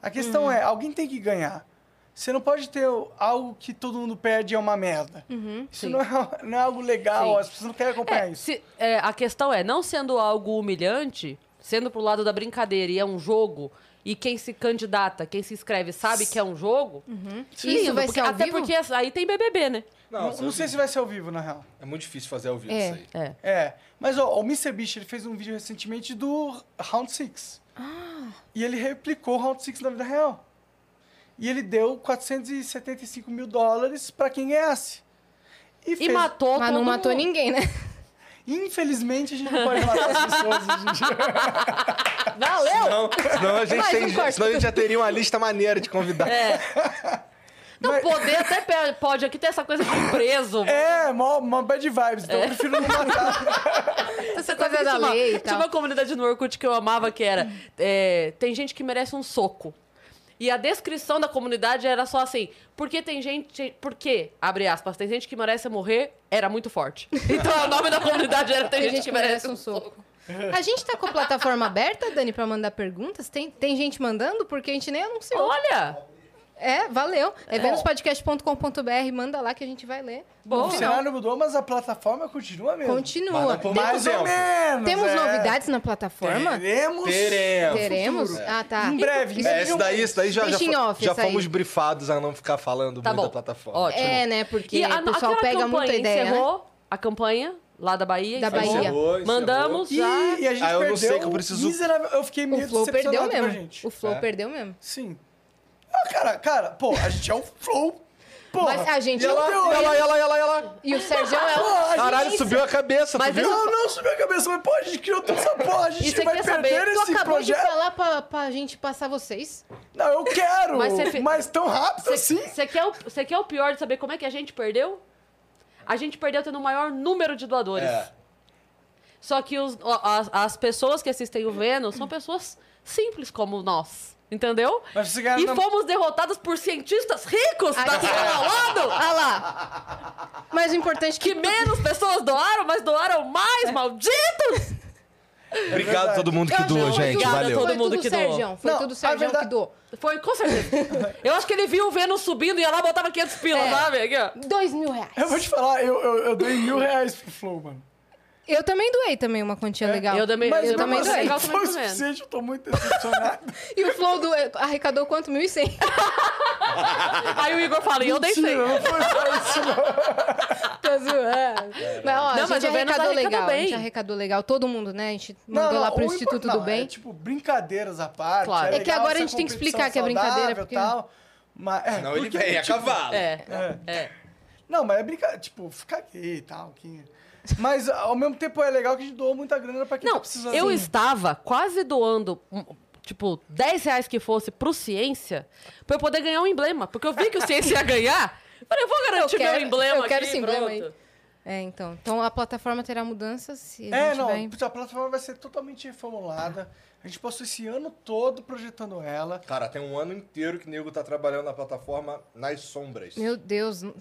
[SPEAKER 4] A questão
[SPEAKER 2] Uhum.
[SPEAKER 4] é, alguém tem que ganhar. Você não pode ter o- algo que todo mundo perde e é uma merda. isso
[SPEAKER 2] Uhum, sim.
[SPEAKER 4] não é, não é algo legal,
[SPEAKER 2] Sim.
[SPEAKER 4] as pessoas não querem acompanhar
[SPEAKER 2] É,
[SPEAKER 4] isso.
[SPEAKER 2] se- é, a questão é, não sendo algo humilhante, sendo pro lado da brincadeira e é um jogo, e quem se candidata, quem se inscreve sabe que é um jogo, é
[SPEAKER 1] Isso Uhum. vai
[SPEAKER 2] porque-
[SPEAKER 1] ser ao
[SPEAKER 2] até
[SPEAKER 1] vivo?
[SPEAKER 2] porque aí tem BBB, né?
[SPEAKER 4] Não, não sei se vai ser ao vivo, na real.
[SPEAKER 7] É muito difícil fazer ao vivo
[SPEAKER 1] É.
[SPEAKER 7] isso aí.
[SPEAKER 2] É.
[SPEAKER 4] É, mas ó, o Mr. Beast ele fez um vídeo recentemente do Round 6.
[SPEAKER 1] Ah.
[SPEAKER 4] E ele replicou o Round 6 na vida real. E ele deu 475 mil dólares pra quem ganhasse. E,
[SPEAKER 2] E
[SPEAKER 4] fez-
[SPEAKER 2] matou
[SPEAKER 1] Mas
[SPEAKER 2] todo
[SPEAKER 1] não matou
[SPEAKER 2] mundo.
[SPEAKER 1] ninguém, né?
[SPEAKER 4] Infelizmente, a gente não pode matar as pessoas hoje em dia.
[SPEAKER 2] Valeu!
[SPEAKER 5] Senão, senão a gente
[SPEAKER 2] Mais
[SPEAKER 5] tem-
[SPEAKER 2] um corte.
[SPEAKER 5] senão a gente já teria uma lista maneira de convidar.
[SPEAKER 2] Então, poder até pe- pode aqui ter essa coisa de preso.
[SPEAKER 4] É, mó, mó bad vibes,
[SPEAKER 1] É.
[SPEAKER 4] então eu prefiro não matar.
[SPEAKER 1] Essa
[SPEAKER 2] Sabe
[SPEAKER 1] coisa
[SPEAKER 2] que
[SPEAKER 1] da
[SPEAKER 2] tinha uma-
[SPEAKER 1] tá lei e
[SPEAKER 2] Tinha
[SPEAKER 1] tal.
[SPEAKER 2] uma comunidade no Orkut que eu amava que era... é, tem gente que merece um soco. E a descrição da comunidade era só assim... Porque tem gente... Porque, abre aspas, tem gente que merece morrer, era muito forte. Então, o nome da comunidade era tem,
[SPEAKER 1] Tem gente que merece um soco. A gente tá com a plataforma aberta, Dani, pra mandar perguntas? Tem, tem gente mandando? Porque a gente nem anunciou.
[SPEAKER 2] Olha!
[SPEAKER 1] É, valeu. É venuspodcast.com.br, manda lá que a gente vai ler.
[SPEAKER 4] O
[SPEAKER 2] Boa!
[SPEAKER 4] cenário mudou, mas a plataforma continua mesmo.
[SPEAKER 1] Continua.
[SPEAKER 7] Manda por
[SPEAKER 1] Tem-
[SPEAKER 4] Mais ou
[SPEAKER 7] Tempo.
[SPEAKER 4] menos.
[SPEAKER 1] Temos
[SPEAKER 4] um é.
[SPEAKER 1] novidades na plataforma?
[SPEAKER 4] Teremos.
[SPEAKER 7] Teremos.
[SPEAKER 1] Teremos? Ah, tá.
[SPEAKER 4] Em breve.
[SPEAKER 5] É, isso daí, isso daí já, já,
[SPEAKER 1] Deixa em
[SPEAKER 5] fo-
[SPEAKER 1] off
[SPEAKER 5] já
[SPEAKER 1] essa aí.
[SPEAKER 5] fomos brifados a não ficar falando
[SPEAKER 2] Tá
[SPEAKER 5] muito
[SPEAKER 2] bom.
[SPEAKER 5] da plataforma.
[SPEAKER 2] Ótimo.
[SPEAKER 1] É, né? Porque
[SPEAKER 2] E a,
[SPEAKER 1] o pessoal
[SPEAKER 2] aquela
[SPEAKER 1] pega
[SPEAKER 2] campanha
[SPEAKER 1] muita ideia. né?
[SPEAKER 2] encerrou a campanha lá da Bahia.
[SPEAKER 1] Da
[SPEAKER 2] encerrou.
[SPEAKER 1] Bahia.
[SPEAKER 7] Encerrou, encerrou.
[SPEAKER 2] Mandamos
[SPEAKER 4] E,
[SPEAKER 2] já...
[SPEAKER 4] e a gente
[SPEAKER 5] Ah, eu
[SPEAKER 4] perdeu.
[SPEAKER 5] não sei que eu preciso-
[SPEAKER 4] miserável- Eu fiquei meio
[SPEAKER 1] O Flow perdeu
[SPEAKER 4] decepcionado com a
[SPEAKER 1] mesmo.
[SPEAKER 4] gente.
[SPEAKER 1] O
[SPEAKER 2] É.
[SPEAKER 1] Flow perdeu mesmo.
[SPEAKER 4] Sim. Ah, cara, cara, pô, a gente é um flow. Pô,
[SPEAKER 1] Mas a gente-
[SPEAKER 4] E ela, e ela, e ela, e ela, e ela.
[SPEAKER 1] E o Sérgio é
[SPEAKER 4] Pô, a
[SPEAKER 1] o...
[SPEAKER 5] Caralho, subiu a cabeça,
[SPEAKER 2] Mas
[SPEAKER 5] tu viu?
[SPEAKER 4] Não, não, subiu a cabeça, mas pô, a gente criou toda essa porra, a
[SPEAKER 2] Isso
[SPEAKER 4] gente
[SPEAKER 2] eu
[SPEAKER 4] vai
[SPEAKER 2] queria
[SPEAKER 4] perder
[SPEAKER 2] saber.
[SPEAKER 1] é Tu
[SPEAKER 4] esse
[SPEAKER 1] acabou
[SPEAKER 4] projeto.
[SPEAKER 1] de falar pra, pra gente passar vocês.
[SPEAKER 4] Não, eu quero,
[SPEAKER 2] Mas você
[SPEAKER 4] mas,
[SPEAKER 2] fe-
[SPEAKER 4] tão rápido assim?
[SPEAKER 2] Você quer, o- você quer o pior de saber como é que a gente perdeu? A gente perdeu tendo o maior número de doadores.
[SPEAKER 7] É.
[SPEAKER 2] Só que os- ó, as, as pessoas que assistem o Vênus são pessoas simples como nós. Entendeu?
[SPEAKER 4] Mas você ganha
[SPEAKER 2] e
[SPEAKER 4] na-
[SPEAKER 2] fomos derrotados por cientistas ricos
[SPEAKER 1] Aqui.
[SPEAKER 2] daqui ao lado,
[SPEAKER 1] Olha Ah lá. Mas o importante é
[SPEAKER 2] que
[SPEAKER 1] que...
[SPEAKER 2] menos pessoas doaram, mas doaram mais, malditos!
[SPEAKER 5] Obrigado a todo mundo que
[SPEAKER 1] Eu
[SPEAKER 5] doou,
[SPEAKER 1] acho
[SPEAKER 5] gente.
[SPEAKER 1] tudo-
[SPEAKER 5] Valeu.
[SPEAKER 2] Todo
[SPEAKER 1] Foi
[SPEAKER 2] mundo
[SPEAKER 1] tudo
[SPEAKER 2] que doou.
[SPEAKER 1] Sérgio. Foi
[SPEAKER 4] Não,
[SPEAKER 1] tudo
[SPEAKER 4] a
[SPEAKER 1] Sérgio
[SPEAKER 4] verdade-
[SPEAKER 1] que doou.
[SPEAKER 2] Foi, com certeza. Eu acho que ele viu o Vênus subindo e ela botava 500 pila,
[SPEAKER 1] É.
[SPEAKER 2] sabe? Aqui, ó.
[SPEAKER 1] Dois mil reais.
[SPEAKER 4] Eu vou te falar, eu, eu, eu dei mil reais pro Flow, mano.
[SPEAKER 1] Eu também doei também uma quantia legal.
[SPEAKER 2] Eu também-
[SPEAKER 4] É, Mas
[SPEAKER 1] eu também
[SPEAKER 4] mesmo
[SPEAKER 1] doei.
[SPEAKER 4] assim,
[SPEAKER 2] Legal
[SPEAKER 4] foi
[SPEAKER 2] também
[SPEAKER 4] o
[SPEAKER 2] tô vendo.
[SPEAKER 4] suficiente, eu tô muito decepcionado.
[SPEAKER 1] E o Flow do... eh, arrecadou quanto? Mil e cem.
[SPEAKER 2] Aí o Igor fala, e eu dei 100.
[SPEAKER 4] Mentira, não foi só isso, não.
[SPEAKER 1] Tá zoando. Mas, ó, a
[SPEAKER 2] Não,
[SPEAKER 1] gente
[SPEAKER 2] mas o Vênus
[SPEAKER 1] arrecadou
[SPEAKER 2] arrecadou
[SPEAKER 1] legal. A gente
[SPEAKER 2] bem.
[SPEAKER 1] arrecadou legal. Todo mundo, né? A gente
[SPEAKER 4] Não,
[SPEAKER 1] mandou
[SPEAKER 4] não,
[SPEAKER 1] lá pro
[SPEAKER 4] o
[SPEAKER 1] Instituto
[SPEAKER 4] impor-
[SPEAKER 1] do
[SPEAKER 4] não,
[SPEAKER 1] Bem.
[SPEAKER 4] É, tipo, brincadeiras à parte.
[SPEAKER 2] Claro.
[SPEAKER 1] É que
[SPEAKER 4] legal
[SPEAKER 1] agora a
[SPEAKER 4] essa
[SPEAKER 1] gente tem que
[SPEAKER 4] competição
[SPEAKER 1] explicar que é brincadeira,
[SPEAKER 4] saudável e
[SPEAKER 1] porque-
[SPEAKER 4] Tal, mas, é,
[SPEAKER 7] Não, ele
[SPEAKER 4] porque,
[SPEAKER 7] vem a
[SPEAKER 4] tipo,
[SPEAKER 7] cavalo.
[SPEAKER 2] É,
[SPEAKER 4] é.
[SPEAKER 2] é.
[SPEAKER 4] Não, mas é brincadeira. Tipo, ficar gay e tal. Que... Mas ao mesmo tempo é legal que a gente doou muita grana pra quem
[SPEAKER 2] Não,
[SPEAKER 4] tá precisando.
[SPEAKER 1] assim?
[SPEAKER 2] eu estava quase doando, um, tipo, 10 reais que fosse pro Ciência pra eu poder ganhar um emblema. Porque eu vi que o Ciência ia ganhar. Falei, eu vou garantir
[SPEAKER 1] Eu quero-
[SPEAKER 2] meu emblema
[SPEAKER 1] eu quero
[SPEAKER 2] aqui,
[SPEAKER 1] esse emblema
[SPEAKER 2] pronto.
[SPEAKER 1] aí. É, então. Então a plataforma terá mudanças se a
[SPEAKER 4] É,
[SPEAKER 1] gente
[SPEAKER 4] não,
[SPEAKER 1] vai...
[SPEAKER 4] a plataforma vai ser totalmente reformulada. A gente passou esse ano todo projetando ela.
[SPEAKER 7] Cara, tem um ano inteiro que o nego tá trabalhando na plataforma nas sombras.
[SPEAKER 1] Meu Deus. n-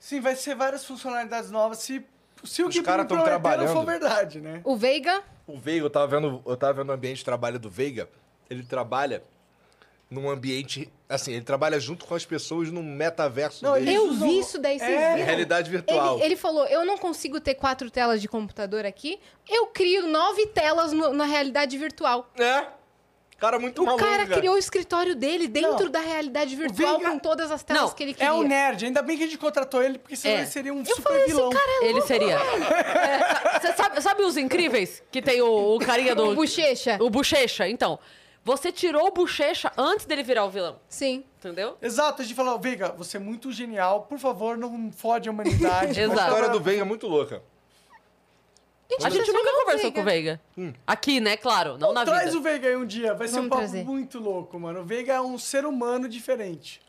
[SPEAKER 4] Sim, vai ser várias funcionalidades novas. Se Se o
[SPEAKER 5] Os
[SPEAKER 4] que
[SPEAKER 5] cara
[SPEAKER 4] me
[SPEAKER 5] tão
[SPEAKER 4] prometeram
[SPEAKER 5] trabalhando.
[SPEAKER 4] for verdade, né?
[SPEAKER 1] O Veiga,
[SPEAKER 5] O Veiga, eu tava vendo, eu tava vendo o ambiente de trabalho do Veiga. Ele trabalha num ambiente. Assim, ele trabalha junto com as pessoas num metaverso
[SPEAKER 4] Não,
[SPEAKER 5] dele.
[SPEAKER 4] Eles
[SPEAKER 1] eu
[SPEAKER 4] usam-
[SPEAKER 1] vi isso daí, vocês
[SPEAKER 4] É.
[SPEAKER 5] É
[SPEAKER 1] viram?
[SPEAKER 5] Realidade virtual.
[SPEAKER 1] Ele, ele falou, eu não consigo ter quatro telas de computador aqui, eu crio nove telas no- na realidade virtual.
[SPEAKER 5] É. Cara, muito
[SPEAKER 1] O
[SPEAKER 5] maluco.
[SPEAKER 1] cara criou o escritório dele dentro
[SPEAKER 4] Não.
[SPEAKER 1] da realidade virtual
[SPEAKER 4] Veiga-
[SPEAKER 1] com todas as telas
[SPEAKER 2] Não,
[SPEAKER 1] que ele queria.
[SPEAKER 4] É um nerd. Ainda bem que a gente contratou ele, porque senão
[SPEAKER 2] É.
[SPEAKER 4] ele seria um
[SPEAKER 1] Eu
[SPEAKER 4] super
[SPEAKER 1] falei, esse
[SPEAKER 4] vilão.
[SPEAKER 1] cara
[SPEAKER 2] Ele seria.
[SPEAKER 1] É
[SPEAKER 2] É, sa- sabe, sabe os incríveis? Que tem o, o carinha do.
[SPEAKER 1] O Bochecha.
[SPEAKER 2] O bochecha. Então, você tirou o bochecha antes dele virar o vilão.
[SPEAKER 1] Sim.
[SPEAKER 2] Entendeu?
[SPEAKER 4] Exato, a gente falou, Veiga, você é muito genial, por favor, não fode a humanidade.
[SPEAKER 5] A
[SPEAKER 2] Exato.
[SPEAKER 5] história do Veiga é muito louca.
[SPEAKER 2] a gente nunca
[SPEAKER 1] chamou é o
[SPEAKER 2] conversou
[SPEAKER 1] Veiga.
[SPEAKER 2] com o Veiga.
[SPEAKER 5] Hum.
[SPEAKER 2] Aqui, né? Claro, não na
[SPEAKER 4] Traz
[SPEAKER 2] vida.
[SPEAKER 4] o Veiga aí um dia, vai ser um
[SPEAKER 1] Vamos
[SPEAKER 4] papo
[SPEAKER 1] trazer.
[SPEAKER 4] muito louco, mano. O Veiga é um ser humano diferente.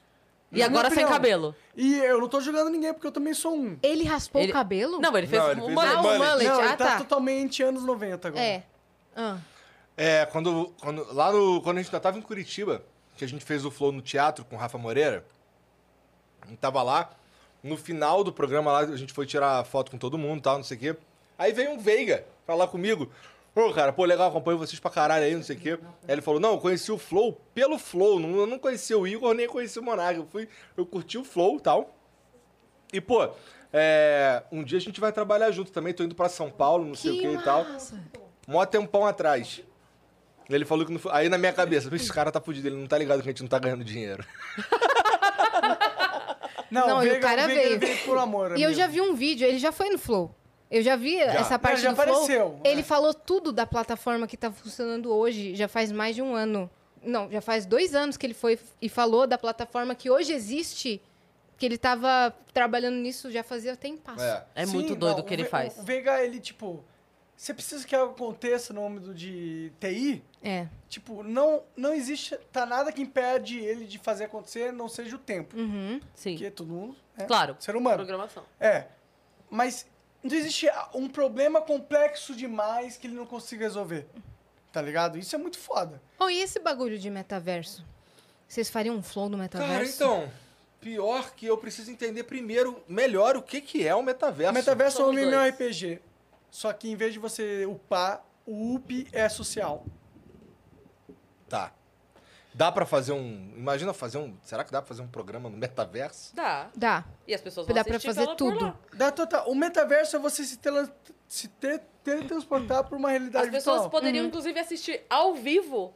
[SPEAKER 2] E agora sem
[SPEAKER 1] um.
[SPEAKER 4] opinião.
[SPEAKER 2] cabelo.
[SPEAKER 4] E eu não tô julgando ninguém, porque eu também sou um.
[SPEAKER 1] Ele raspou
[SPEAKER 2] Ele-
[SPEAKER 1] o cabelo?
[SPEAKER 2] Não, ele fez um
[SPEAKER 5] Não,
[SPEAKER 2] uma
[SPEAKER 5] ele fez
[SPEAKER 1] Ah,
[SPEAKER 5] uma-
[SPEAKER 1] o
[SPEAKER 5] Mullet.
[SPEAKER 1] mullet.
[SPEAKER 4] não,
[SPEAKER 1] ah,
[SPEAKER 4] ele tá
[SPEAKER 1] tá.
[SPEAKER 4] totalmente anos 90 agora.
[SPEAKER 1] É. Ah.
[SPEAKER 5] É, quando, quando, lá no, quando a gente ainda tava em Curitiba, que a gente fez o Flow no teatro com o Rafa Moreira, a gente tava lá, no final do programa lá, a gente foi tirar foto com todo mundo e tal, não sei o quê. Aí veio um Veiga falar comigo. Pô, cara, pô, legal, acompanho vocês pra caralho aí, não sei o quê. Aí ele falou, não, eu conheci o Flow pelo Flow, não, eu não conheci o Igor, nem conheci o Monarca. Eu, fui, eu curti o Flow e tal. E, pô, é, um dia a gente vai trabalhar junto também, tô indo pra São Paulo, não sei o quê e tal. Mó tempão atrás. Ele falou que não foi. Aí na minha cabeça, "Pô, esse cara tá fudido, ele não tá ligado que a gente não tá ganhando dinheiro.
[SPEAKER 4] Não,
[SPEAKER 1] Não,
[SPEAKER 4] o
[SPEAKER 1] e o
[SPEAKER 4] Veiga,
[SPEAKER 1] cara
[SPEAKER 4] Veiga, ele
[SPEAKER 1] veio.
[SPEAKER 4] veio por amor.
[SPEAKER 1] E eu já
[SPEAKER 4] amigo.
[SPEAKER 1] vi um vídeo, ele já foi no Flow. Eu já vi essa parte
[SPEAKER 4] já
[SPEAKER 1] do Flow.
[SPEAKER 4] apareceu,
[SPEAKER 1] Ele
[SPEAKER 4] é.
[SPEAKER 1] falou tudo da plataforma que tá funcionando hoje, já faz mais de um ano. Não, já faz dois anos que ele foi e falou da plataforma que hoje existe, que ele tava trabalhando nisso já fazia tempasso.
[SPEAKER 5] É.
[SPEAKER 2] É
[SPEAKER 4] Sim,
[SPEAKER 2] muito doido
[SPEAKER 4] não,
[SPEAKER 2] o que ele
[SPEAKER 4] Ve-
[SPEAKER 2] faz.
[SPEAKER 4] O Veiga, ele, tipo, você precisa que algo aconteça no âmbito de TI?
[SPEAKER 1] É.
[SPEAKER 4] Tipo, não, não existe, tá nada que impede ele de fazer acontecer, não seja o tempo.
[SPEAKER 1] Uhum.
[SPEAKER 2] Sim.
[SPEAKER 4] Porque é todo mundo é
[SPEAKER 2] Claro.
[SPEAKER 4] ser humano.
[SPEAKER 2] Programação.
[SPEAKER 4] É. Mas não existe um problema complexo demais que ele não consiga resolver. Tá ligado? Isso é muito foda.
[SPEAKER 1] Oh, e esse bagulho de metaverso? Vocês fariam um flow no
[SPEAKER 5] Cara,
[SPEAKER 1] metaverso?
[SPEAKER 5] então, pior que eu preciso entender primeiro, melhor, o que, que é o metaverso.
[SPEAKER 4] O metaverso é um
[SPEAKER 2] somos dois.
[SPEAKER 4] MMORPG. Só que em vez de você upar, o up é social.
[SPEAKER 5] Tá. Dá pra fazer um. Imagina fazer um. Será que dá pra fazer um programa no metaverso?
[SPEAKER 2] Dá.
[SPEAKER 1] Dá.
[SPEAKER 2] E as pessoas vão
[SPEAKER 1] Dá pra
[SPEAKER 2] assistir
[SPEAKER 1] fazer
[SPEAKER 2] pela- por
[SPEAKER 1] tudo.
[SPEAKER 2] lá.
[SPEAKER 4] Da total, o metaverso é você se, tele, se te- teletransportar pra uma realidade
[SPEAKER 2] As pessoas
[SPEAKER 4] virtual.
[SPEAKER 2] poderiam,
[SPEAKER 1] Uhum.
[SPEAKER 2] inclusive, assistir ao vivo.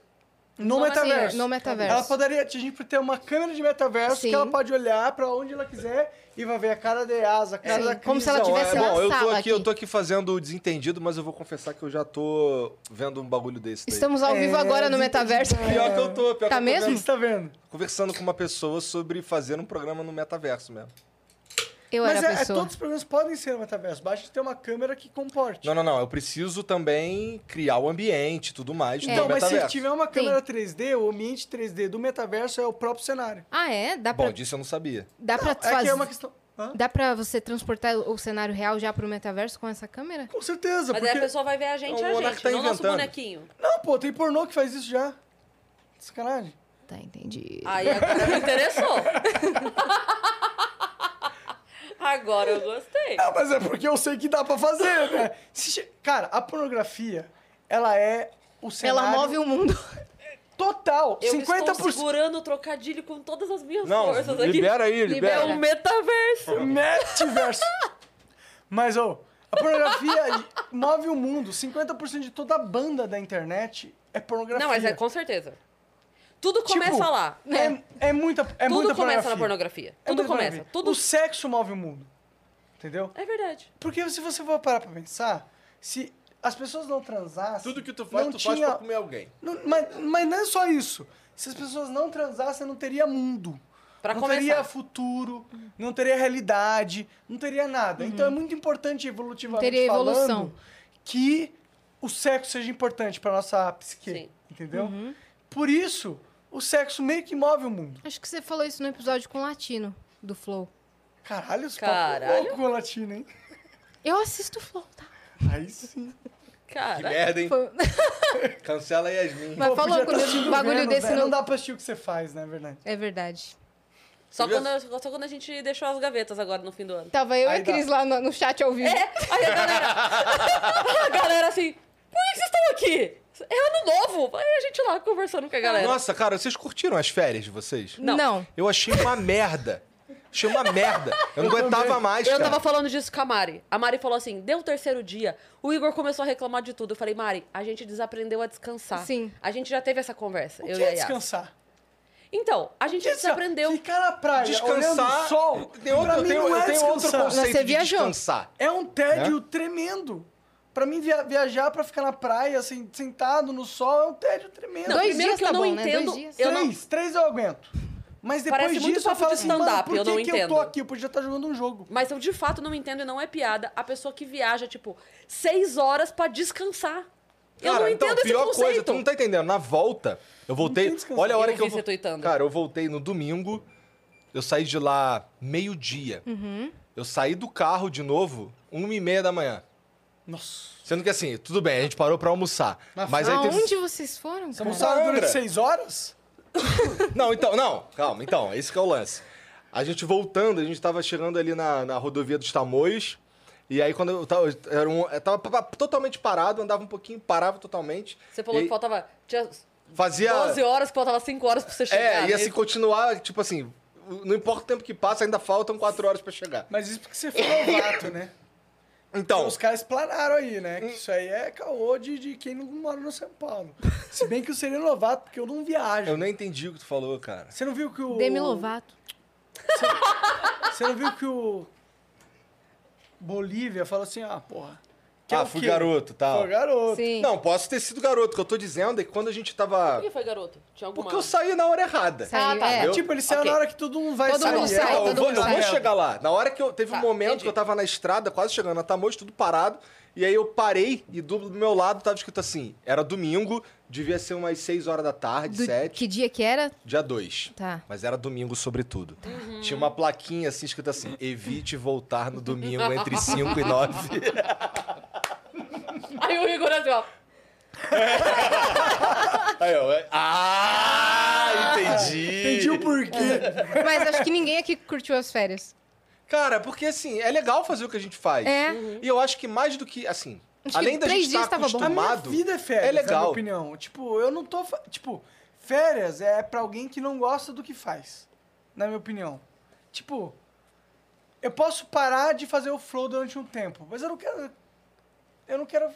[SPEAKER 4] No,
[SPEAKER 2] no
[SPEAKER 4] metaverso.
[SPEAKER 1] assim, No
[SPEAKER 4] Ela
[SPEAKER 1] metaverso.
[SPEAKER 4] poderia, a gente ter uma câmera de metaverso
[SPEAKER 1] Sim.
[SPEAKER 4] que ela pode olhar pra onde ela quiser e vai ver a cara de asa, a cara
[SPEAKER 1] Sim,
[SPEAKER 4] da
[SPEAKER 1] como se ela
[SPEAKER 4] Cris, ó,
[SPEAKER 1] tivesse
[SPEAKER 4] é
[SPEAKER 1] lá.
[SPEAKER 5] Bom, eu tô
[SPEAKER 1] sala
[SPEAKER 5] aqui,
[SPEAKER 1] aqui.
[SPEAKER 5] eu tô aqui fazendo o desentendido, mas eu vou confessar que eu já tô vendo um bagulho desse daí.
[SPEAKER 1] Estamos ao
[SPEAKER 4] É,
[SPEAKER 1] vivo agora no
[SPEAKER 4] de-
[SPEAKER 1] metaverso.
[SPEAKER 5] Pior que eu tô,
[SPEAKER 1] Tá
[SPEAKER 5] pior que eu tô
[SPEAKER 1] mesmo?
[SPEAKER 4] O que
[SPEAKER 5] vendo-
[SPEAKER 4] você tá vendo?
[SPEAKER 5] conversando com uma pessoa sobre fazer um programa no metaverso mesmo.
[SPEAKER 1] Eu
[SPEAKER 4] Mas
[SPEAKER 1] era a
[SPEAKER 4] é, é,
[SPEAKER 1] pessoa.
[SPEAKER 4] todos os programas podem ser no metaverso. Basta ter uma câmera que comporte.
[SPEAKER 5] Não, não, não. Eu preciso também criar o ambiente e tudo mais.
[SPEAKER 4] Então,
[SPEAKER 5] do
[SPEAKER 4] mas se
[SPEAKER 5] é metaverso.
[SPEAKER 4] tiver uma câmera 3D, o ambiente 3D do metaverso é o próprio cenário.
[SPEAKER 1] Ah, é? Dá pra,
[SPEAKER 5] Bom, disso eu não sabia.
[SPEAKER 1] dá pra
[SPEAKER 4] É que
[SPEAKER 1] fazer.
[SPEAKER 4] é uma questão. Hã?
[SPEAKER 1] Dá pra você transportar o cenário real já pro metaverso com essa câmera?
[SPEAKER 4] Com
[SPEAKER 1] é
[SPEAKER 4] certeza,
[SPEAKER 2] Mas aí
[SPEAKER 4] porque.
[SPEAKER 2] a pessoa vai ver a gente,
[SPEAKER 5] Então,
[SPEAKER 2] a
[SPEAKER 5] o Monark
[SPEAKER 2] gente,
[SPEAKER 5] tá
[SPEAKER 2] não o nosso
[SPEAKER 5] inventando.
[SPEAKER 2] bonequinho.
[SPEAKER 4] Não, pô, tem pornô que faz isso já. Sacanagem.
[SPEAKER 1] Tá, entendi.
[SPEAKER 4] Ah,
[SPEAKER 2] Aí agora me interessou. agora eu gostei.
[SPEAKER 4] Ah, mas é porque eu sei que dá pra fazer, né? Se che- Cara, a pornografia, ela é o cenário.
[SPEAKER 1] Ela move o mundo.
[SPEAKER 4] Total,
[SPEAKER 2] Eu
[SPEAKER 4] 50%.
[SPEAKER 2] estou segurando o trocadilho com todas as minhas
[SPEAKER 5] Não,
[SPEAKER 2] forças aqui.
[SPEAKER 5] libera aí,
[SPEAKER 2] É
[SPEAKER 5] libera.
[SPEAKER 2] o metaverso.
[SPEAKER 4] Metaverso. Mas, ô, a pornografia move o mundo. 50% de toda a banda da internet é pornografia.
[SPEAKER 2] Não, mas é com certeza. Tudo
[SPEAKER 4] Tipo,
[SPEAKER 2] começa lá.
[SPEAKER 4] É, é muita, é
[SPEAKER 2] Tudo
[SPEAKER 4] muita
[SPEAKER 2] começa na
[SPEAKER 4] pornografia.
[SPEAKER 2] pornografia.
[SPEAKER 4] É
[SPEAKER 2] Tudo
[SPEAKER 4] muita
[SPEAKER 2] começa.
[SPEAKER 4] pornografia.
[SPEAKER 2] Tudo.
[SPEAKER 4] O sexo move o mundo. Entendeu?
[SPEAKER 2] É verdade.
[SPEAKER 4] Porque se você for parar pra pensar, se as pessoas não transassem...
[SPEAKER 5] Tudo que tu faz,
[SPEAKER 4] não
[SPEAKER 5] tu faz
[SPEAKER 4] tinha...
[SPEAKER 5] pra comer alguém.
[SPEAKER 4] não- mas, mas não é só isso. Se as pessoas não transassem, não teria mundo.
[SPEAKER 2] Pra
[SPEAKER 4] não
[SPEAKER 2] começar.
[SPEAKER 4] teria futuro, não teria realidade, não teria nada. Então é
[SPEAKER 2] Uhum.
[SPEAKER 4] muito importante evolutivamente
[SPEAKER 1] Não teria evolução.
[SPEAKER 4] falando que o sexo seja importante para nossa psique,
[SPEAKER 2] Sim.
[SPEAKER 4] entendeu?
[SPEAKER 1] Uhum.
[SPEAKER 4] Por isso, o sexo meio que move o mundo.
[SPEAKER 1] Acho que você falou isso no episódio com o Latino, do Flow.
[SPEAKER 4] Caralho, os
[SPEAKER 2] Caralho.
[SPEAKER 4] papo é louco com a latina, hein?
[SPEAKER 1] Eu assisto o Flow, tá?
[SPEAKER 4] Aí sim.
[SPEAKER 5] Que
[SPEAKER 2] Cara.
[SPEAKER 5] merda, hein?
[SPEAKER 1] Foi-
[SPEAKER 5] Cancela a Yasmin.
[SPEAKER 1] Mas
[SPEAKER 4] Pô,
[SPEAKER 1] falou
[SPEAKER 4] podia
[SPEAKER 1] com
[SPEAKER 4] tá
[SPEAKER 1] um
[SPEAKER 4] se
[SPEAKER 1] bagulho
[SPEAKER 4] vendo,
[SPEAKER 1] desse
[SPEAKER 4] velho.
[SPEAKER 1] não...
[SPEAKER 4] né, é Não dá pra assistir o que você faz, na verdade.
[SPEAKER 1] É verdade.
[SPEAKER 2] Só quando, só quando a gente deixou as gavetas agora no fim do ano.
[SPEAKER 1] Tava eu
[SPEAKER 4] Aí
[SPEAKER 1] e a
[SPEAKER 4] dá.
[SPEAKER 1] Cris lá no, no chat ao vivo.
[SPEAKER 2] Aí a galera. a galera assim, por que vocês estão aqui? É ano novo! Aí a gente lá conversando com a galera.
[SPEAKER 5] Nossa, cara, vocês curtiram as férias de vocês?
[SPEAKER 2] Não.
[SPEAKER 6] Não.
[SPEAKER 5] Eu achei uma merda. Achei uma merda. Eu não aguentava mais,
[SPEAKER 2] Eu
[SPEAKER 5] cara.
[SPEAKER 2] tava falando disso com a Mari. A Mari falou assim: deu o terceiro dia, o Igor começou a reclamar de tudo. Eu falei, Mari, a gente desaprendeu a descansar.
[SPEAKER 1] Sim.
[SPEAKER 2] A gente já teve essa conversa.
[SPEAKER 4] O que
[SPEAKER 2] eu e
[SPEAKER 4] é
[SPEAKER 2] a Yas.
[SPEAKER 4] descansar? é
[SPEAKER 2] Então, a gente desaprendeu.
[SPEAKER 4] Ficar na praia, olhando
[SPEAKER 5] Descansar.
[SPEAKER 4] o sol,
[SPEAKER 5] Tem outro,
[SPEAKER 4] pra mim
[SPEAKER 5] tem-
[SPEAKER 4] não é
[SPEAKER 5] tem outro
[SPEAKER 4] descansar.
[SPEAKER 5] conceito
[SPEAKER 1] Não, você
[SPEAKER 5] de
[SPEAKER 1] viajou.
[SPEAKER 5] descansar.
[SPEAKER 4] É um tédio tremendo. Pra mim, via- viajar pra ficar na praia, assim, sentado no sol, é um tédio tremendo.
[SPEAKER 2] Não,
[SPEAKER 1] Dois
[SPEAKER 2] primeiro
[SPEAKER 1] dias
[SPEAKER 2] que eu
[SPEAKER 1] tá
[SPEAKER 2] não
[SPEAKER 1] bom, né? Dois
[SPEAKER 2] entendo.
[SPEAKER 1] dias.
[SPEAKER 2] Eu
[SPEAKER 4] três,
[SPEAKER 2] não,
[SPEAKER 4] três eu aguento. Mas depois
[SPEAKER 2] Parece muito
[SPEAKER 4] disso, eu
[SPEAKER 2] papo
[SPEAKER 4] falo
[SPEAKER 2] de
[SPEAKER 4] assim, mano,
[SPEAKER 2] stand-up,
[SPEAKER 4] por
[SPEAKER 2] eu
[SPEAKER 4] que
[SPEAKER 2] não
[SPEAKER 4] que eu
[SPEAKER 2] entendo.
[SPEAKER 4] tô aqui? Eu podia estar jogando um jogo.
[SPEAKER 2] Mas eu de fato não entendo e não é piada a pessoa que viaja, tipo, seis horas pra descansar. eu não
[SPEAKER 5] Cara, então,
[SPEAKER 2] entendo esse
[SPEAKER 5] pior
[SPEAKER 2] conceito.
[SPEAKER 5] coisa, tu não tá entendendo. Na volta, eu voltei.
[SPEAKER 4] tem descanso.
[SPEAKER 5] Olha a hora
[SPEAKER 2] Eu
[SPEAKER 5] que eu.
[SPEAKER 2] vi você tweetando.
[SPEAKER 5] Cara, eu voltei no domingo. Eu saí de lá meio-dia.
[SPEAKER 2] Uhum.
[SPEAKER 5] Eu saí do carro de novo, uma e meia da manhã.
[SPEAKER 4] Nossa.
[SPEAKER 5] Sendo que assim, tudo bem, a gente parou pra almoçar. Mas aí teve.
[SPEAKER 1] Aonde vocês foram, cara?
[SPEAKER 4] Almoçaram durante
[SPEAKER 5] Sandra.
[SPEAKER 4] seis horas?
[SPEAKER 5] Não, então, não, calma, então, esse que é o lance. A gente voltando, a gente tava chegando ali na, na rodovia dos Tamoios, e aí quando eu tava, era um, eu tava pa- pa- totalmente parado, andava um pouquinho, parava totalmente.
[SPEAKER 2] Você falou
[SPEAKER 5] e
[SPEAKER 2] que faltava. Tinha
[SPEAKER 5] Fazia...
[SPEAKER 2] 12 horas, faltava 5 horas pra você chegar.
[SPEAKER 5] É, e
[SPEAKER 2] né?
[SPEAKER 5] assim, continuar, tipo assim, não importa o tempo que passa, ainda faltam quatro horas pra chegar.
[SPEAKER 4] Mas isso porque você foi novato, né?
[SPEAKER 5] Então,
[SPEAKER 4] Os caras explanaram aí, né?
[SPEAKER 5] Hum.
[SPEAKER 4] Que isso aí é caô de, de quem não mora no São Paulo. Se bem que eu seria novato, porque eu não viajo.
[SPEAKER 5] eu nem entendi o que tu falou, cara.
[SPEAKER 4] Você não viu que o...
[SPEAKER 1] Demi Lovato.
[SPEAKER 4] Você não viu que o... Bolívia falou assim, ah, porra. que é
[SPEAKER 5] ah,
[SPEAKER 4] o
[SPEAKER 5] fui
[SPEAKER 4] quê?
[SPEAKER 5] garoto, tal.
[SPEAKER 4] Foi garoto.
[SPEAKER 1] Sim.
[SPEAKER 5] Não, posso ter sido garoto, o que eu tô dizendo é que quando a gente tava...
[SPEAKER 2] Por que foi, garoto? Tinha alguma.
[SPEAKER 5] Porque eu saí na hora errada.
[SPEAKER 1] Saiu,
[SPEAKER 2] tá.
[SPEAKER 1] é.
[SPEAKER 5] Eu-
[SPEAKER 4] Tipo, ele saiu
[SPEAKER 2] Ok.
[SPEAKER 4] na hora que todo mundo vai
[SPEAKER 1] Todo
[SPEAKER 4] sair.
[SPEAKER 1] mundo
[SPEAKER 4] né?
[SPEAKER 1] sai,
[SPEAKER 5] Não, é? eu
[SPEAKER 1] todo
[SPEAKER 5] vou,
[SPEAKER 1] mundo
[SPEAKER 5] eu
[SPEAKER 1] sai.
[SPEAKER 5] vou chegar lá. Na hora que eu. Teve
[SPEAKER 2] Tá,
[SPEAKER 5] um momento
[SPEAKER 2] entendi.
[SPEAKER 5] que eu tava na estrada, quase chegando na Tamoios, tudo parado. E aí eu parei e do meu lado tava escrito assim: era domingo, devia ser umas 6 horas da tarde,
[SPEAKER 1] Do-
[SPEAKER 5] 7,
[SPEAKER 1] Que dia que era?
[SPEAKER 5] dia 2.
[SPEAKER 1] Tá.
[SPEAKER 5] Mas era domingo, sobretudo. Tinha uma plaquinha assim escrita assim: evite voltar no domingo entre 5 e 9.
[SPEAKER 2] Aí o Igor assim, ó.
[SPEAKER 5] Aí eu. Ah, entendi!
[SPEAKER 4] Entendi o
[SPEAKER 1] É.
[SPEAKER 4] porquê.
[SPEAKER 1] Mas acho que ninguém aqui curtiu as férias.
[SPEAKER 5] Cara, porque assim, é legal fazer o que a gente faz.
[SPEAKER 1] É.
[SPEAKER 5] E eu acho que mais do que. Assim,
[SPEAKER 1] Acho que
[SPEAKER 5] além da
[SPEAKER 1] três
[SPEAKER 5] gente
[SPEAKER 1] dias
[SPEAKER 5] estar
[SPEAKER 1] tava bom.
[SPEAKER 4] A minha
[SPEAKER 5] acostumado.
[SPEAKER 4] vida é férias,
[SPEAKER 5] É
[SPEAKER 4] na minha
[SPEAKER 5] legal.
[SPEAKER 4] opinião. Tipo, eu não tô... fa- Tipo, férias é pra alguém que não gosta do que faz. Na minha opinião. Tipo, eu posso parar de fazer o flow durante um tempo, mas eu não quero... Eu não quero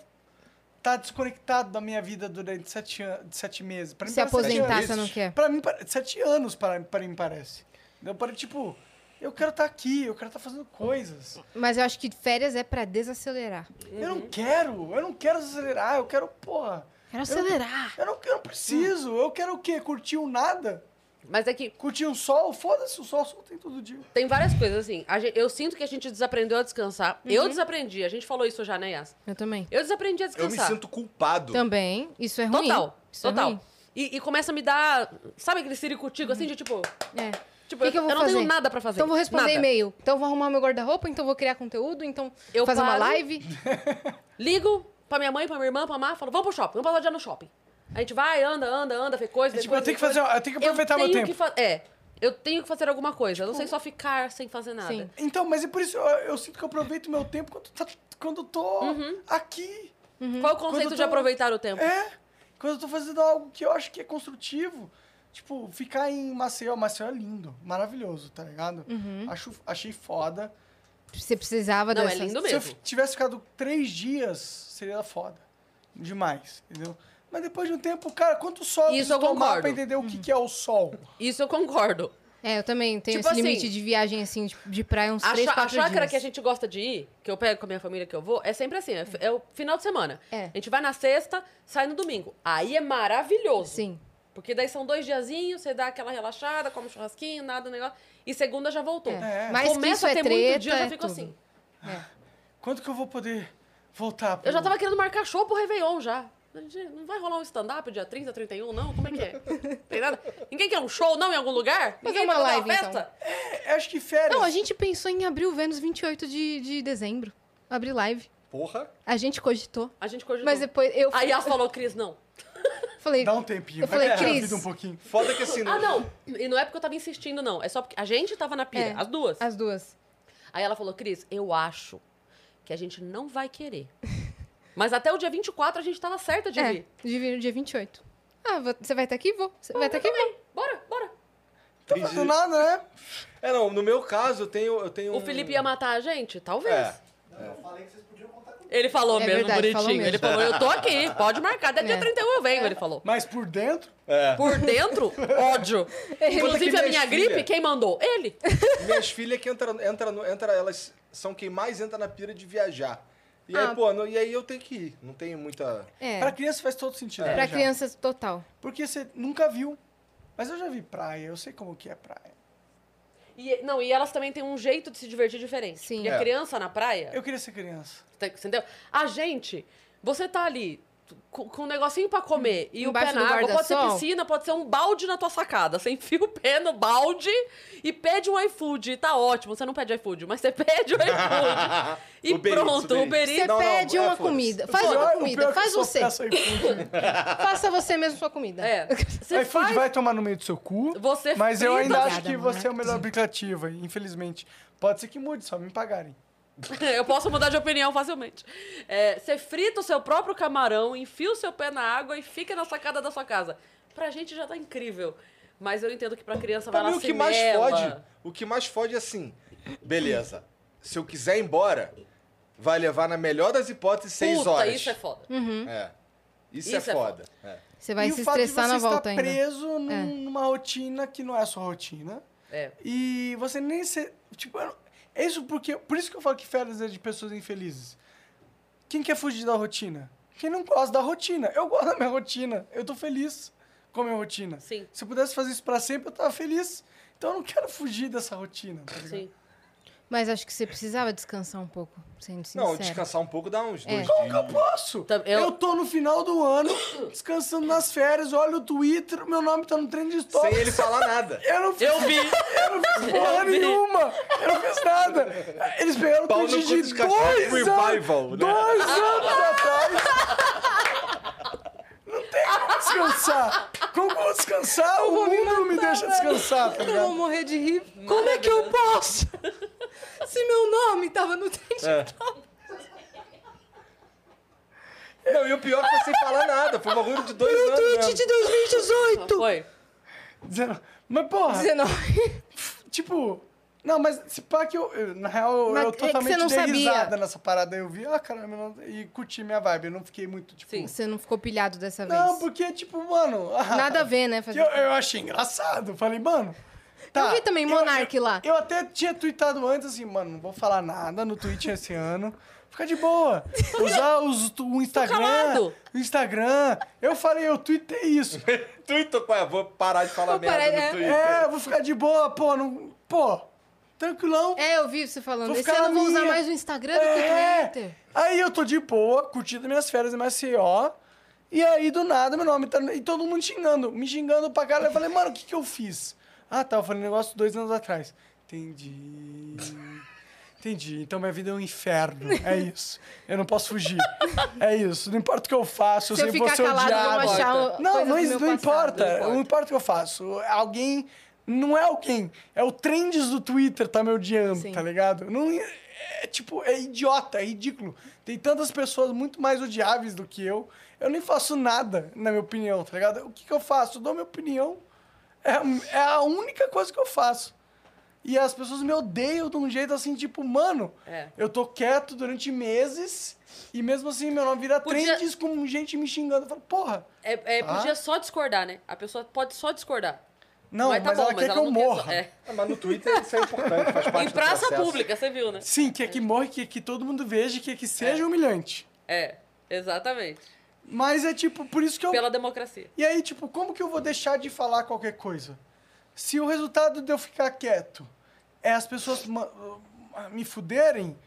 [SPEAKER 4] estar desconectado da minha vida durante sete, an- sete meses. Pra mim,
[SPEAKER 1] Se
[SPEAKER 4] parece sete
[SPEAKER 1] aposentar,
[SPEAKER 4] anos.
[SPEAKER 1] você não quer.
[SPEAKER 4] Pra mim, pare- sete anos para, para mim parece. Eu parei, tipo, eu quero estar aqui, eu quero estar fazendo coisas.
[SPEAKER 1] Mas eu acho que férias é pra desacelerar.
[SPEAKER 4] Eu
[SPEAKER 1] Uhum.
[SPEAKER 4] não quero, eu não quero acelerar, eu quero, porra.
[SPEAKER 1] Quero acelerar.
[SPEAKER 4] Eu não, eu não preciso, eu quero o quê? Curtir um nada?
[SPEAKER 2] Mas é que
[SPEAKER 4] Curtir um sol? Foda-se, o sol só tem todo dia.
[SPEAKER 2] tem várias coisas assim. A gen- eu sinto que a gente desaprendeu a descansar. Eu desaprendi. A gente falou isso já, né, Yas?
[SPEAKER 1] Eu também.
[SPEAKER 2] Eu desaprendi a
[SPEAKER 5] Eu me
[SPEAKER 2] é descansar.
[SPEAKER 5] sinto culpado.
[SPEAKER 1] Também. Isso é ruim.
[SPEAKER 2] Total.
[SPEAKER 1] Isso é
[SPEAKER 2] Total.
[SPEAKER 1] ruim.
[SPEAKER 2] e, e começa a me dar. Sabe aquele ciricutico assim de tipo.
[SPEAKER 1] É.
[SPEAKER 2] Tipo,
[SPEAKER 1] Que que eu vou
[SPEAKER 2] não tenho
[SPEAKER 1] fazer?
[SPEAKER 2] nada pra fazer.
[SPEAKER 1] Então vou responder
[SPEAKER 2] Nada.
[SPEAKER 1] e-mail. Então vou arrumar meu guarda-roupa, então vou criar conteúdo, então
[SPEAKER 2] Eu
[SPEAKER 1] fazer uma
[SPEAKER 2] paro.
[SPEAKER 1] live.
[SPEAKER 2] Ligo pra minha mãe, pra minha irmã, pra Má, falo, vamos pro shopping, vamos passar o dia no shopping. A gente vai, anda, anda, anda, vê coisa.
[SPEAKER 4] É
[SPEAKER 2] vê
[SPEAKER 4] tipo, eu
[SPEAKER 2] coisa,
[SPEAKER 4] tenho que
[SPEAKER 2] vê
[SPEAKER 4] fazer,
[SPEAKER 2] coisa.
[SPEAKER 4] eu tenho que aproveitar meu
[SPEAKER 2] tenho
[SPEAKER 4] tempo.
[SPEAKER 2] que fa- É, eu tenho que fazer alguma coisa. Eu não sei só ficar sem fazer nada.
[SPEAKER 1] Sim.
[SPEAKER 4] Então, mas é por isso eu, eu sinto que eu aproveito meu tempo quando, tá- quando eu tô aqui.
[SPEAKER 1] Uhum.
[SPEAKER 2] Qual é o
[SPEAKER 4] Quando eu
[SPEAKER 2] conceito
[SPEAKER 4] tô-
[SPEAKER 2] de aproveitar o tempo?
[SPEAKER 4] É, quando eu tô fazendo algo que eu acho que é construtivo. Tipo, ficar em Maceió. Maceió é lindo, maravilhoso, tá ligado? Acho, achei foda.
[SPEAKER 1] Você precisava
[SPEAKER 2] Não, é
[SPEAKER 1] dessas-
[SPEAKER 2] lindo
[SPEAKER 4] Se eu
[SPEAKER 2] mesmo.
[SPEAKER 4] fi- tivesse ficado três dias, seria foda. Demais, entendeu? Mas depois de um tempo, cara, quanto sol
[SPEAKER 2] Isso eu
[SPEAKER 4] eu preciso tomar
[SPEAKER 2] concordo.
[SPEAKER 4] pra entender o que, que é o sol?
[SPEAKER 2] Isso eu concordo.
[SPEAKER 1] É, eu também tenho
[SPEAKER 2] Tipo
[SPEAKER 1] esse limite
[SPEAKER 2] assim,
[SPEAKER 1] de viagem, assim, de, de praia uns
[SPEAKER 2] A,
[SPEAKER 1] três,
[SPEAKER 2] chá- a
[SPEAKER 1] quatro
[SPEAKER 2] chácara
[SPEAKER 1] dias.
[SPEAKER 2] que a gente gosta de ir, que eu pego com a minha família que eu vou, é sempre assim, é, f- é o final de semana.
[SPEAKER 1] É.
[SPEAKER 2] A gente vai na sexta, sai no domingo. Aí é maravilhoso.
[SPEAKER 1] Sim.
[SPEAKER 2] Porque daí são dois diazinhos, você dá aquela relaxada, come um churrasquinho, nada, negócio. E segunda já voltou.
[SPEAKER 1] É. Mas que isso
[SPEAKER 2] Começa a
[SPEAKER 1] é
[SPEAKER 2] ter
[SPEAKER 1] treta,
[SPEAKER 2] muito dia, eu
[SPEAKER 1] é
[SPEAKER 2] já fico
[SPEAKER 1] tudo.
[SPEAKER 2] assim.
[SPEAKER 4] Quanto que eu vou poder voltar? pro-
[SPEAKER 2] Eu já tava querendo marcar show pro Réveillon já. Gente, Não vai rolar um stand-up dia 30, 31, não? Como é que é? Tem nada? Ninguém quer um show, não, em algum lugar?
[SPEAKER 1] Fazer
[SPEAKER 2] Ninguém
[SPEAKER 1] uma
[SPEAKER 2] quer fazer
[SPEAKER 1] live, então.
[SPEAKER 4] É, acho que férias.
[SPEAKER 1] Não, a gente pensou em abrir o Vênus 28 de, de dezembro. Abrir live.
[SPEAKER 5] Porra.
[SPEAKER 1] A gente cogitou.
[SPEAKER 2] A gente cogitou.
[SPEAKER 1] Mas depois eu
[SPEAKER 2] A Yas falou, Cris, não.
[SPEAKER 1] falei,
[SPEAKER 4] Dá um tempinho.
[SPEAKER 1] Eu falei,
[SPEAKER 4] vai curtir a
[SPEAKER 1] Cris.
[SPEAKER 4] vida um pouquinho.
[SPEAKER 5] Foda que assim.
[SPEAKER 2] Ah, não. E não é porque eu tava insistindo, não. É só porque a gente tava na pira,
[SPEAKER 1] É.
[SPEAKER 2] as duas.
[SPEAKER 1] as duas.
[SPEAKER 2] Aí ela falou, Cris, eu acho que a gente não vai querer. Mas até o dia 24 a gente tava certa de
[SPEAKER 1] é,
[SPEAKER 2] vir.
[SPEAKER 1] de vir no dia 28. Ah, vo- você vai estar aqui? Vou. Você vai estar aqui? Vou.
[SPEAKER 2] Bora, bora.
[SPEAKER 4] Tá fazendo nada, né?
[SPEAKER 5] É, não, no meu caso, eu tenho. Eu tenho
[SPEAKER 2] O
[SPEAKER 5] um-
[SPEAKER 2] Felipe ia matar a gente? Talvez.
[SPEAKER 5] É.
[SPEAKER 2] Ele falou
[SPEAKER 1] É
[SPEAKER 2] mesmo,
[SPEAKER 1] verdade,
[SPEAKER 2] bonitinho.
[SPEAKER 1] falou mesmo.
[SPEAKER 2] Ele falou, eu tô aqui, pode marcar. Até dia
[SPEAKER 1] É.
[SPEAKER 2] 31 eu venho, ele falou.
[SPEAKER 4] Mas por dentro,
[SPEAKER 2] Por dentro, ódio. Inclusive, a
[SPEAKER 5] minhas
[SPEAKER 2] minha
[SPEAKER 5] filhas-
[SPEAKER 2] gripe, quem mandou? Ele.
[SPEAKER 5] Minhas filhas que entram, entra, no- entra, elas são quem mais entra na pira de viajar. E aí,
[SPEAKER 1] Ah.
[SPEAKER 5] pô, não- e aí eu tenho que ir. Não tem muita.
[SPEAKER 1] É.
[SPEAKER 4] pra
[SPEAKER 1] Pra,
[SPEAKER 4] criança faz todo sentido. né, já.
[SPEAKER 1] crianças, total.
[SPEAKER 4] Porque você nunca viu. Mas eu já vi praia, eu sei como que é praia.
[SPEAKER 2] E, não, e elas também têm um jeito de se divertir diferente.
[SPEAKER 1] Sim.
[SPEAKER 2] E a
[SPEAKER 5] É.
[SPEAKER 2] criança na praia,
[SPEAKER 4] Eu queria ser criança.
[SPEAKER 2] tá- entendeu? A gente, você tá ali tu- com, com um negocinho pra comer e
[SPEAKER 1] Embaixo
[SPEAKER 2] o pé
[SPEAKER 1] do
[SPEAKER 2] na água, pode ser
[SPEAKER 1] guarda-sol.
[SPEAKER 2] piscina, pode ser um balde na tua sacada. Você enfia o pé no balde e pede um iFood. Tá ótimo, você não pede iFood, mas você pede o iFood. e
[SPEAKER 5] Uber Eats,
[SPEAKER 2] pronto,
[SPEAKER 5] Uber
[SPEAKER 2] o Uber
[SPEAKER 1] Você
[SPEAKER 2] Eats.
[SPEAKER 5] não,
[SPEAKER 1] pede
[SPEAKER 5] é,
[SPEAKER 1] uma
[SPEAKER 5] foda-se.
[SPEAKER 1] comida.
[SPEAKER 4] O
[SPEAKER 1] Faz
[SPEAKER 4] pior-
[SPEAKER 1] uma
[SPEAKER 4] o
[SPEAKER 1] comida.
[SPEAKER 4] pior é que
[SPEAKER 1] Faz um
[SPEAKER 4] eu só
[SPEAKER 1] você.
[SPEAKER 4] peço iFood.
[SPEAKER 1] Faça você mesmo sua comida.
[SPEAKER 2] É. Você
[SPEAKER 4] iFood
[SPEAKER 2] faz
[SPEAKER 4] vai tomar no meio do seu cu.
[SPEAKER 2] Você
[SPEAKER 4] Mas eu
[SPEAKER 2] frita-
[SPEAKER 4] ainda acho
[SPEAKER 1] Obrigada,
[SPEAKER 4] que
[SPEAKER 1] amor.
[SPEAKER 4] você é o melhor aplicativo, infelizmente. Pode ser que mude, só me pagarem.
[SPEAKER 2] Eu posso mudar de opinião facilmente. É, você frita o seu próprio camarão, enfia o seu pé na água e fica na sacada da sua casa. Pra gente já tá incrível. Mas eu entendo que pra criança vai lá
[SPEAKER 5] Pra mim, o que mais fode. O que mais fode é assim. Beleza. Se eu quiser ir embora, vai levar, na melhor das hipóteses, seis
[SPEAKER 2] Puta,
[SPEAKER 5] horas.
[SPEAKER 2] isso é foda.
[SPEAKER 5] É. Isso,
[SPEAKER 2] Isso
[SPEAKER 5] é,
[SPEAKER 2] é
[SPEAKER 5] foda. É.
[SPEAKER 1] Você vai
[SPEAKER 4] e
[SPEAKER 1] se
[SPEAKER 4] o fato de
[SPEAKER 1] estressar
[SPEAKER 4] você
[SPEAKER 1] na
[SPEAKER 4] estar
[SPEAKER 1] volta ainda.
[SPEAKER 4] preso num-
[SPEAKER 1] É.
[SPEAKER 4] numa rotina que não é a sua rotina.
[SPEAKER 2] É.
[SPEAKER 4] E você nem se... Tipo, eu não- é isso porque... Por isso que eu falo que férias é de pessoas infelizes. Quem quer fugir da rotina? Quem não gosta da rotina. Eu gosto da minha rotina. Eu tô feliz com a minha rotina.
[SPEAKER 2] Sim.
[SPEAKER 4] Se eu pudesse fazer isso pra sempre, eu tava feliz. Então eu não quero fugir dessa rotina, tá ligado?
[SPEAKER 2] Sim.
[SPEAKER 1] Mas acho que você precisava descansar um pouco, sendo sincero.
[SPEAKER 5] Não, descansar um pouco dá uns
[SPEAKER 1] É.
[SPEAKER 5] dois
[SPEAKER 4] Como que eu posso?
[SPEAKER 2] Tá, eu-
[SPEAKER 4] Eu... tô no final do ano, descansando nas férias, olho o Twitter, meu nome tá no trem de
[SPEAKER 5] Sem
[SPEAKER 4] história.
[SPEAKER 5] ele falar nada.
[SPEAKER 4] Eu não fiz,
[SPEAKER 2] Eu vi!
[SPEAKER 4] eu não fiz porra
[SPEAKER 2] vi.
[SPEAKER 4] nenhuma! Eu não fiz nada! Eles pegaram o
[SPEAKER 5] Pau no
[SPEAKER 4] tweet
[SPEAKER 5] cu
[SPEAKER 4] de
[SPEAKER 5] dos
[SPEAKER 4] dois
[SPEAKER 5] cachorros revival,
[SPEAKER 4] anos,
[SPEAKER 5] né?
[SPEAKER 4] dois anos atrás! Não tem como descansar! Como eu vou descansar? O mundo não me deixa descansar, tá
[SPEAKER 6] Eu vou
[SPEAKER 4] ligado?
[SPEAKER 6] morrer de rir. Como é que eu posso? Se meu nome tava no dente.
[SPEAKER 5] É. Não, e o pior foi sem falar nada. Foi um bagulho de dois
[SPEAKER 6] Meu
[SPEAKER 5] anos.
[SPEAKER 6] tweet
[SPEAKER 5] mesmo.
[SPEAKER 6] de 2018.
[SPEAKER 2] Foi.
[SPEAKER 4] Dezeno- Mas porra,
[SPEAKER 1] 19.
[SPEAKER 4] tipo. Não, mas se pá que eu. eu- na real, eu-
[SPEAKER 1] Mas é
[SPEAKER 4] eu
[SPEAKER 1] que você
[SPEAKER 4] totalmente
[SPEAKER 1] não
[SPEAKER 4] dei
[SPEAKER 1] sabia.
[SPEAKER 4] risada nessa parada. Eu vi, ah, caramba, não- e curti minha vibe. Eu não fiquei muito, tipo.
[SPEAKER 2] Sim.
[SPEAKER 1] Você não ficou pilhado dessa vez.
[SPEAKER 4] Não, porque, tipo, mano. ah,
[SPEAKER 1] Nada a ver, né?
[SPEAKER 4] que
[SPEAKER 1] Fazer...
[SPEAKER 4] Eu, eu achei engraçado. Falei, mano. Tá,
[SPEAKER 1] Eu vi também Monark lá.
[SPEAKER 4] Eu até tinha tweetado antes assim, mano, não vou falar nada no Twitch esse ano. Fica de boa. Usar os, o Instagram.
[SPEAKER 2] calado.
[SPEAKER 4] O Instagram. Eu falei, eu tweetei isso.
[SPEAKER 5] Tweetou, pai, vou parar de falar merda
[SPEAKER 1] parar,
[SPEAKER 5] no
[SPEAKER 1] é.
[SPEAKER 5] Twitter.
[SPEAKER 4] é, eu vou ficar de boa, pô. Não, pô, tranquilão.
[SPEAKER 1] É, eu vi você falando.
[SPEAKER 4] Vou
[SPEAKER 1] Esse
[SPEAKER 4] ficar
[SPEAKER 1] ano eu
[SPEAKER 4] na
[SPEAKER 1] vou usar
[SPEAKER 4] minha.
[SPEAKER 1] mais o Instagram do que o
[SPEAKER 4] É.
[SPEAKER 1] Twitter.
[SPEAKER 4] Aí eu tô de boa, curtindo minhas férias em Maceió. E aí, do nada, meu nome tá. E todo mundo xingando, me xingando pra caralho. Eu falei, mano, o que, que eu fiz? Ah, tá, eu falei um negócio dois anos atrás. Entendi. Entendi. Então minha vida é um inferno. É isso. Eu não posso fugir. É isso. Não importa o que eu faço, eu
[SPEAKER 1] Se eu
[SPEAKER 4] sempre vou
[SPEAKER 1] ficar
[SPEAKER 4] ser
[SPEAKER 1] calado, eu vou
[SPEAKER 4] odiado.
[SPEAKER 1] achar o-
[SPEAKER 4] Não,
[SPEAKER 1] coisas
[SPEAKER 4] não,
[SPEAKER 1] do
[SPEAKER 4] is-
[SPEAKER 1] meu passado.
[SPEAKER 4] não importa.
[SPEAKER 2] Não importa.
[SPEAKER 4] Não importa o que eu faço. Alguém. Não é alguém. É o trends do Twitter tá me odiando,
[SPEAKER 1] Sim.
[SPEAKER 4] tá ligado? Não, é tipo, é idiota, é ridículo. Tem tantas pessoas muito mais odiáveis do que eu. Eu nem faço nada, na minha opinião, tá ligado? O que, que eu faço? Eu dou minha opinião. É, a- é a única coisa que eu faço. E as pessoas me odeiam de um jeito assim, tipo, mano,
[SPEAKER 2] É.
[SPEAKER 4] eu tô quieto durante meses e mesmo assim meu nome vira
[SPEAKER 2] Podia-
[SPEAKER 4] trends com gente me xingando. Eu falo, porra,
[SPEAKER 2] É, é,
[SPEAKER 4] Tá.
[SPEAKER 2] Podia só discordar, né? A pessoa pode só discordar.
[SPEAKER 4] não, mas,
[SPEAKER 2] tá bom,
[SPEAKER 4] ela quer que eu
[SPEAKER 2] não
[SPEAKER 4] morra.
[SPEAKER 2] é.
[SPEAKER 5] Ah, Mas no Twitter isso é importante, faz parte
[SPEAKER 2] Em praça
[SPEAKER 5] do processo.
[SPEAKER 2] pública, você viu, né?
[SPEAKER 4] Sim, quer que morra, quer que todo mundo veja, quer que seja humilhante.
[SPEAKER 2] É, exatamente.
[SPEAKER 4] Mas é tipo, por isso que eu
[SPEAKER 2] Pela democracia.
[SPEAKER 4] E aí, tipo, como que eu vou deixar de falar qualquer coisa? Se o resultado de eu ficar quieto é as pessoas ma- ah, me fuderem,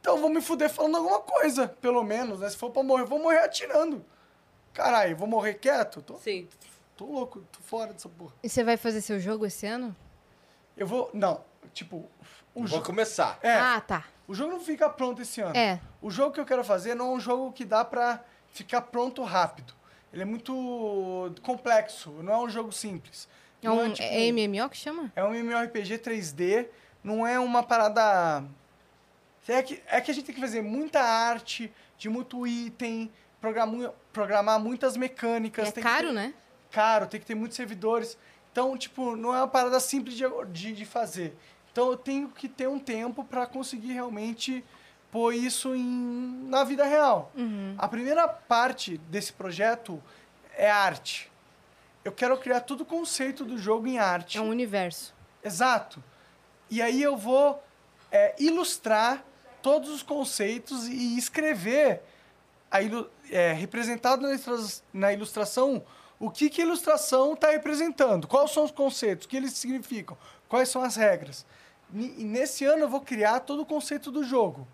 [SPEAKER 4] então eu vou me fuder falando alguma coisa, pelo menos, né? Se for pra morrer, eu vou morrer atirando. Caralho, vou morrer quieto? Tô,
[SPEAKER 2] Sim.
[SPEAKER 4] tô louco, tô fora dessa porra.
[SPEAKER 1] E você vai fazer seu jogo esse ano?
[SPEAKER 4] Eu vou... Não, tipo... O,
[SPEAKER 5] Vou
[SPEAKER 4] jo
[SPEAKER 5] começar.
[SPEAKER 4] é, Ah.
[SPEAKER 1] Ah, tá.
[SPEAKER 4] o jogo não fica pronto esse ano.
[SPEAKER 1] É.
[SPEAKER 4] O jogo que eu quero fazer não é um jogo que dá pra ficar pronto rápido. Ele é muito complexo, não é um jogo simples.
[SPEAKER 1] É
[SPEAKER 4] Não
[SPEAKER 1] um
[SPEAKER 4] tipo-
[SPEAKER 1] é MMO que chama?
[SPEAKER 4] é um MMORPG 3D, não é uma parada. É que, é que a gente tem que fazer muita arte, de muito item, programu- programar muitas mecânicas.
[SPEAKER 1] É
[SPEAKER 4] tem que
[SPEAKER 1] caro,
[SPEAKER 4] ter-
[SPEAKER 1] né?
[SPEAKER 4] Caro, tem que ter muitos servidores. Então, tipo, não é uma parada simples de, de, de fazer. Então, eu tenho que ter um tempo para conseguir realmente pôr isso em, na vida real.
[SPEAKER 1] Uhum.
[SPEAKER 4] A primeira parte desse projeto é arte. Eu quero criar todo o conceito do jogo em arte.
[SPEAKER 1] É um universo.
[SPEAKER 4] Exato. E aí eu vou é, ilustrar todos os conceitos e escrever, a ilu- é, representado na, ilustra- na ilustração, o que, que a ilustração está representando, quais são os conceitos, o que eles significam, quais são as regras. Ni- E nesse ano eu vou criar todo o conceito do jogo.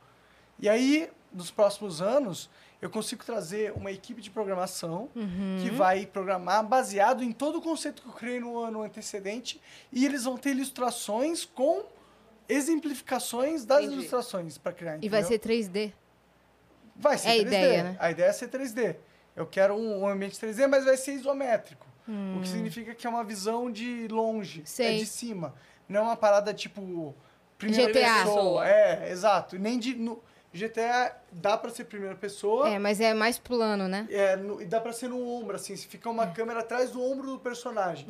[SPEAKER 4] E aí, nos próximos anos, eu consigo trazer uma equipe de programação
[SPEAKER 1] Uhum.
[SPEAKER 4] que vai programar baseado em todo o conceito que eu criei no ano antecedente e eles vão ter ilustrações com exemplificações das
[SPEAKER 2] Entendi.
[SPEAKER 4] ilustrações para criar.
[SPEAKER 1] E vai
[SPEAKER 4] entendeu?
[SPEAKER 1] ser 3D.
[SPEAKER 4] Vai ser
[SPEAKER 1] É a
[SPEAKER 4] 3D.
[SPEAKER 1] ideia, né?
[SPEAKER 4] A ideia é ser 3D. Eu quero um um ambiente 3D, mas vai ser isométrico. O que significa que é uma visão de longe,
[SPEAKER 1] Hum. Sei.
[SPEAKER 4] é de cima. Não é uma parada tipo primeira
[SPEAKER 1] GTA.
[SPEAKER 4] pessoa. É, exato. Nem de no, GTA dá pra ser primeira pessoa.
[SPEAKER 1] É, mas é mais plano, né?
[SPEAKER 4] É, no- e dá pra ser no ombro, assim. Se fica uma
[SPEAKER 1] Uhum.
[SPEAKER 4] câmera atrás do ombro do personagem.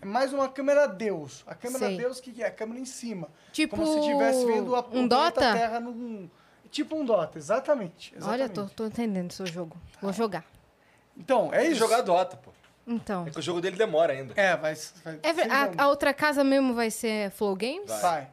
[SPEAKER 4] É mais uma câmera Deus. A câmera
[SPEAKER 1] Sei.
[SPEAKER 4] Deus, o que que é? A câmera em cima.
[SPEAKER 1] Tipo
[SPEAKER 4] Como se estivesse vendo a
[SPEAKER 1] um
[SPEAKER 4] o planeta
[SPEAKER 1] Dota.
[SPEAKER 4] Terra num... Tipo um Dota, exatamente.
[SPEAKER 1] Olha,
[SPEAKER 4] exatamente. Ah.
[SPEAKER 1] tô, tô entendendo o seu jogo. Vou jogar.
[SPEAKER 4] Então, é
[SPEAKER 5] Tem
[SPEAKER 4] isso.
[SPEAKER 5] que jogar Dota, pô.
[SPEAKER 1] Então.
[SPEAKER 5] É que o jogo dele demora ainda.
[SPEAKER 4] É, vai. Vai.
[SPEAKER 1] É ver- a, a outra casa mesmo vai ser Flow Games?
[SPEAKER 5] Vai.
[SPEAKER 4] vai.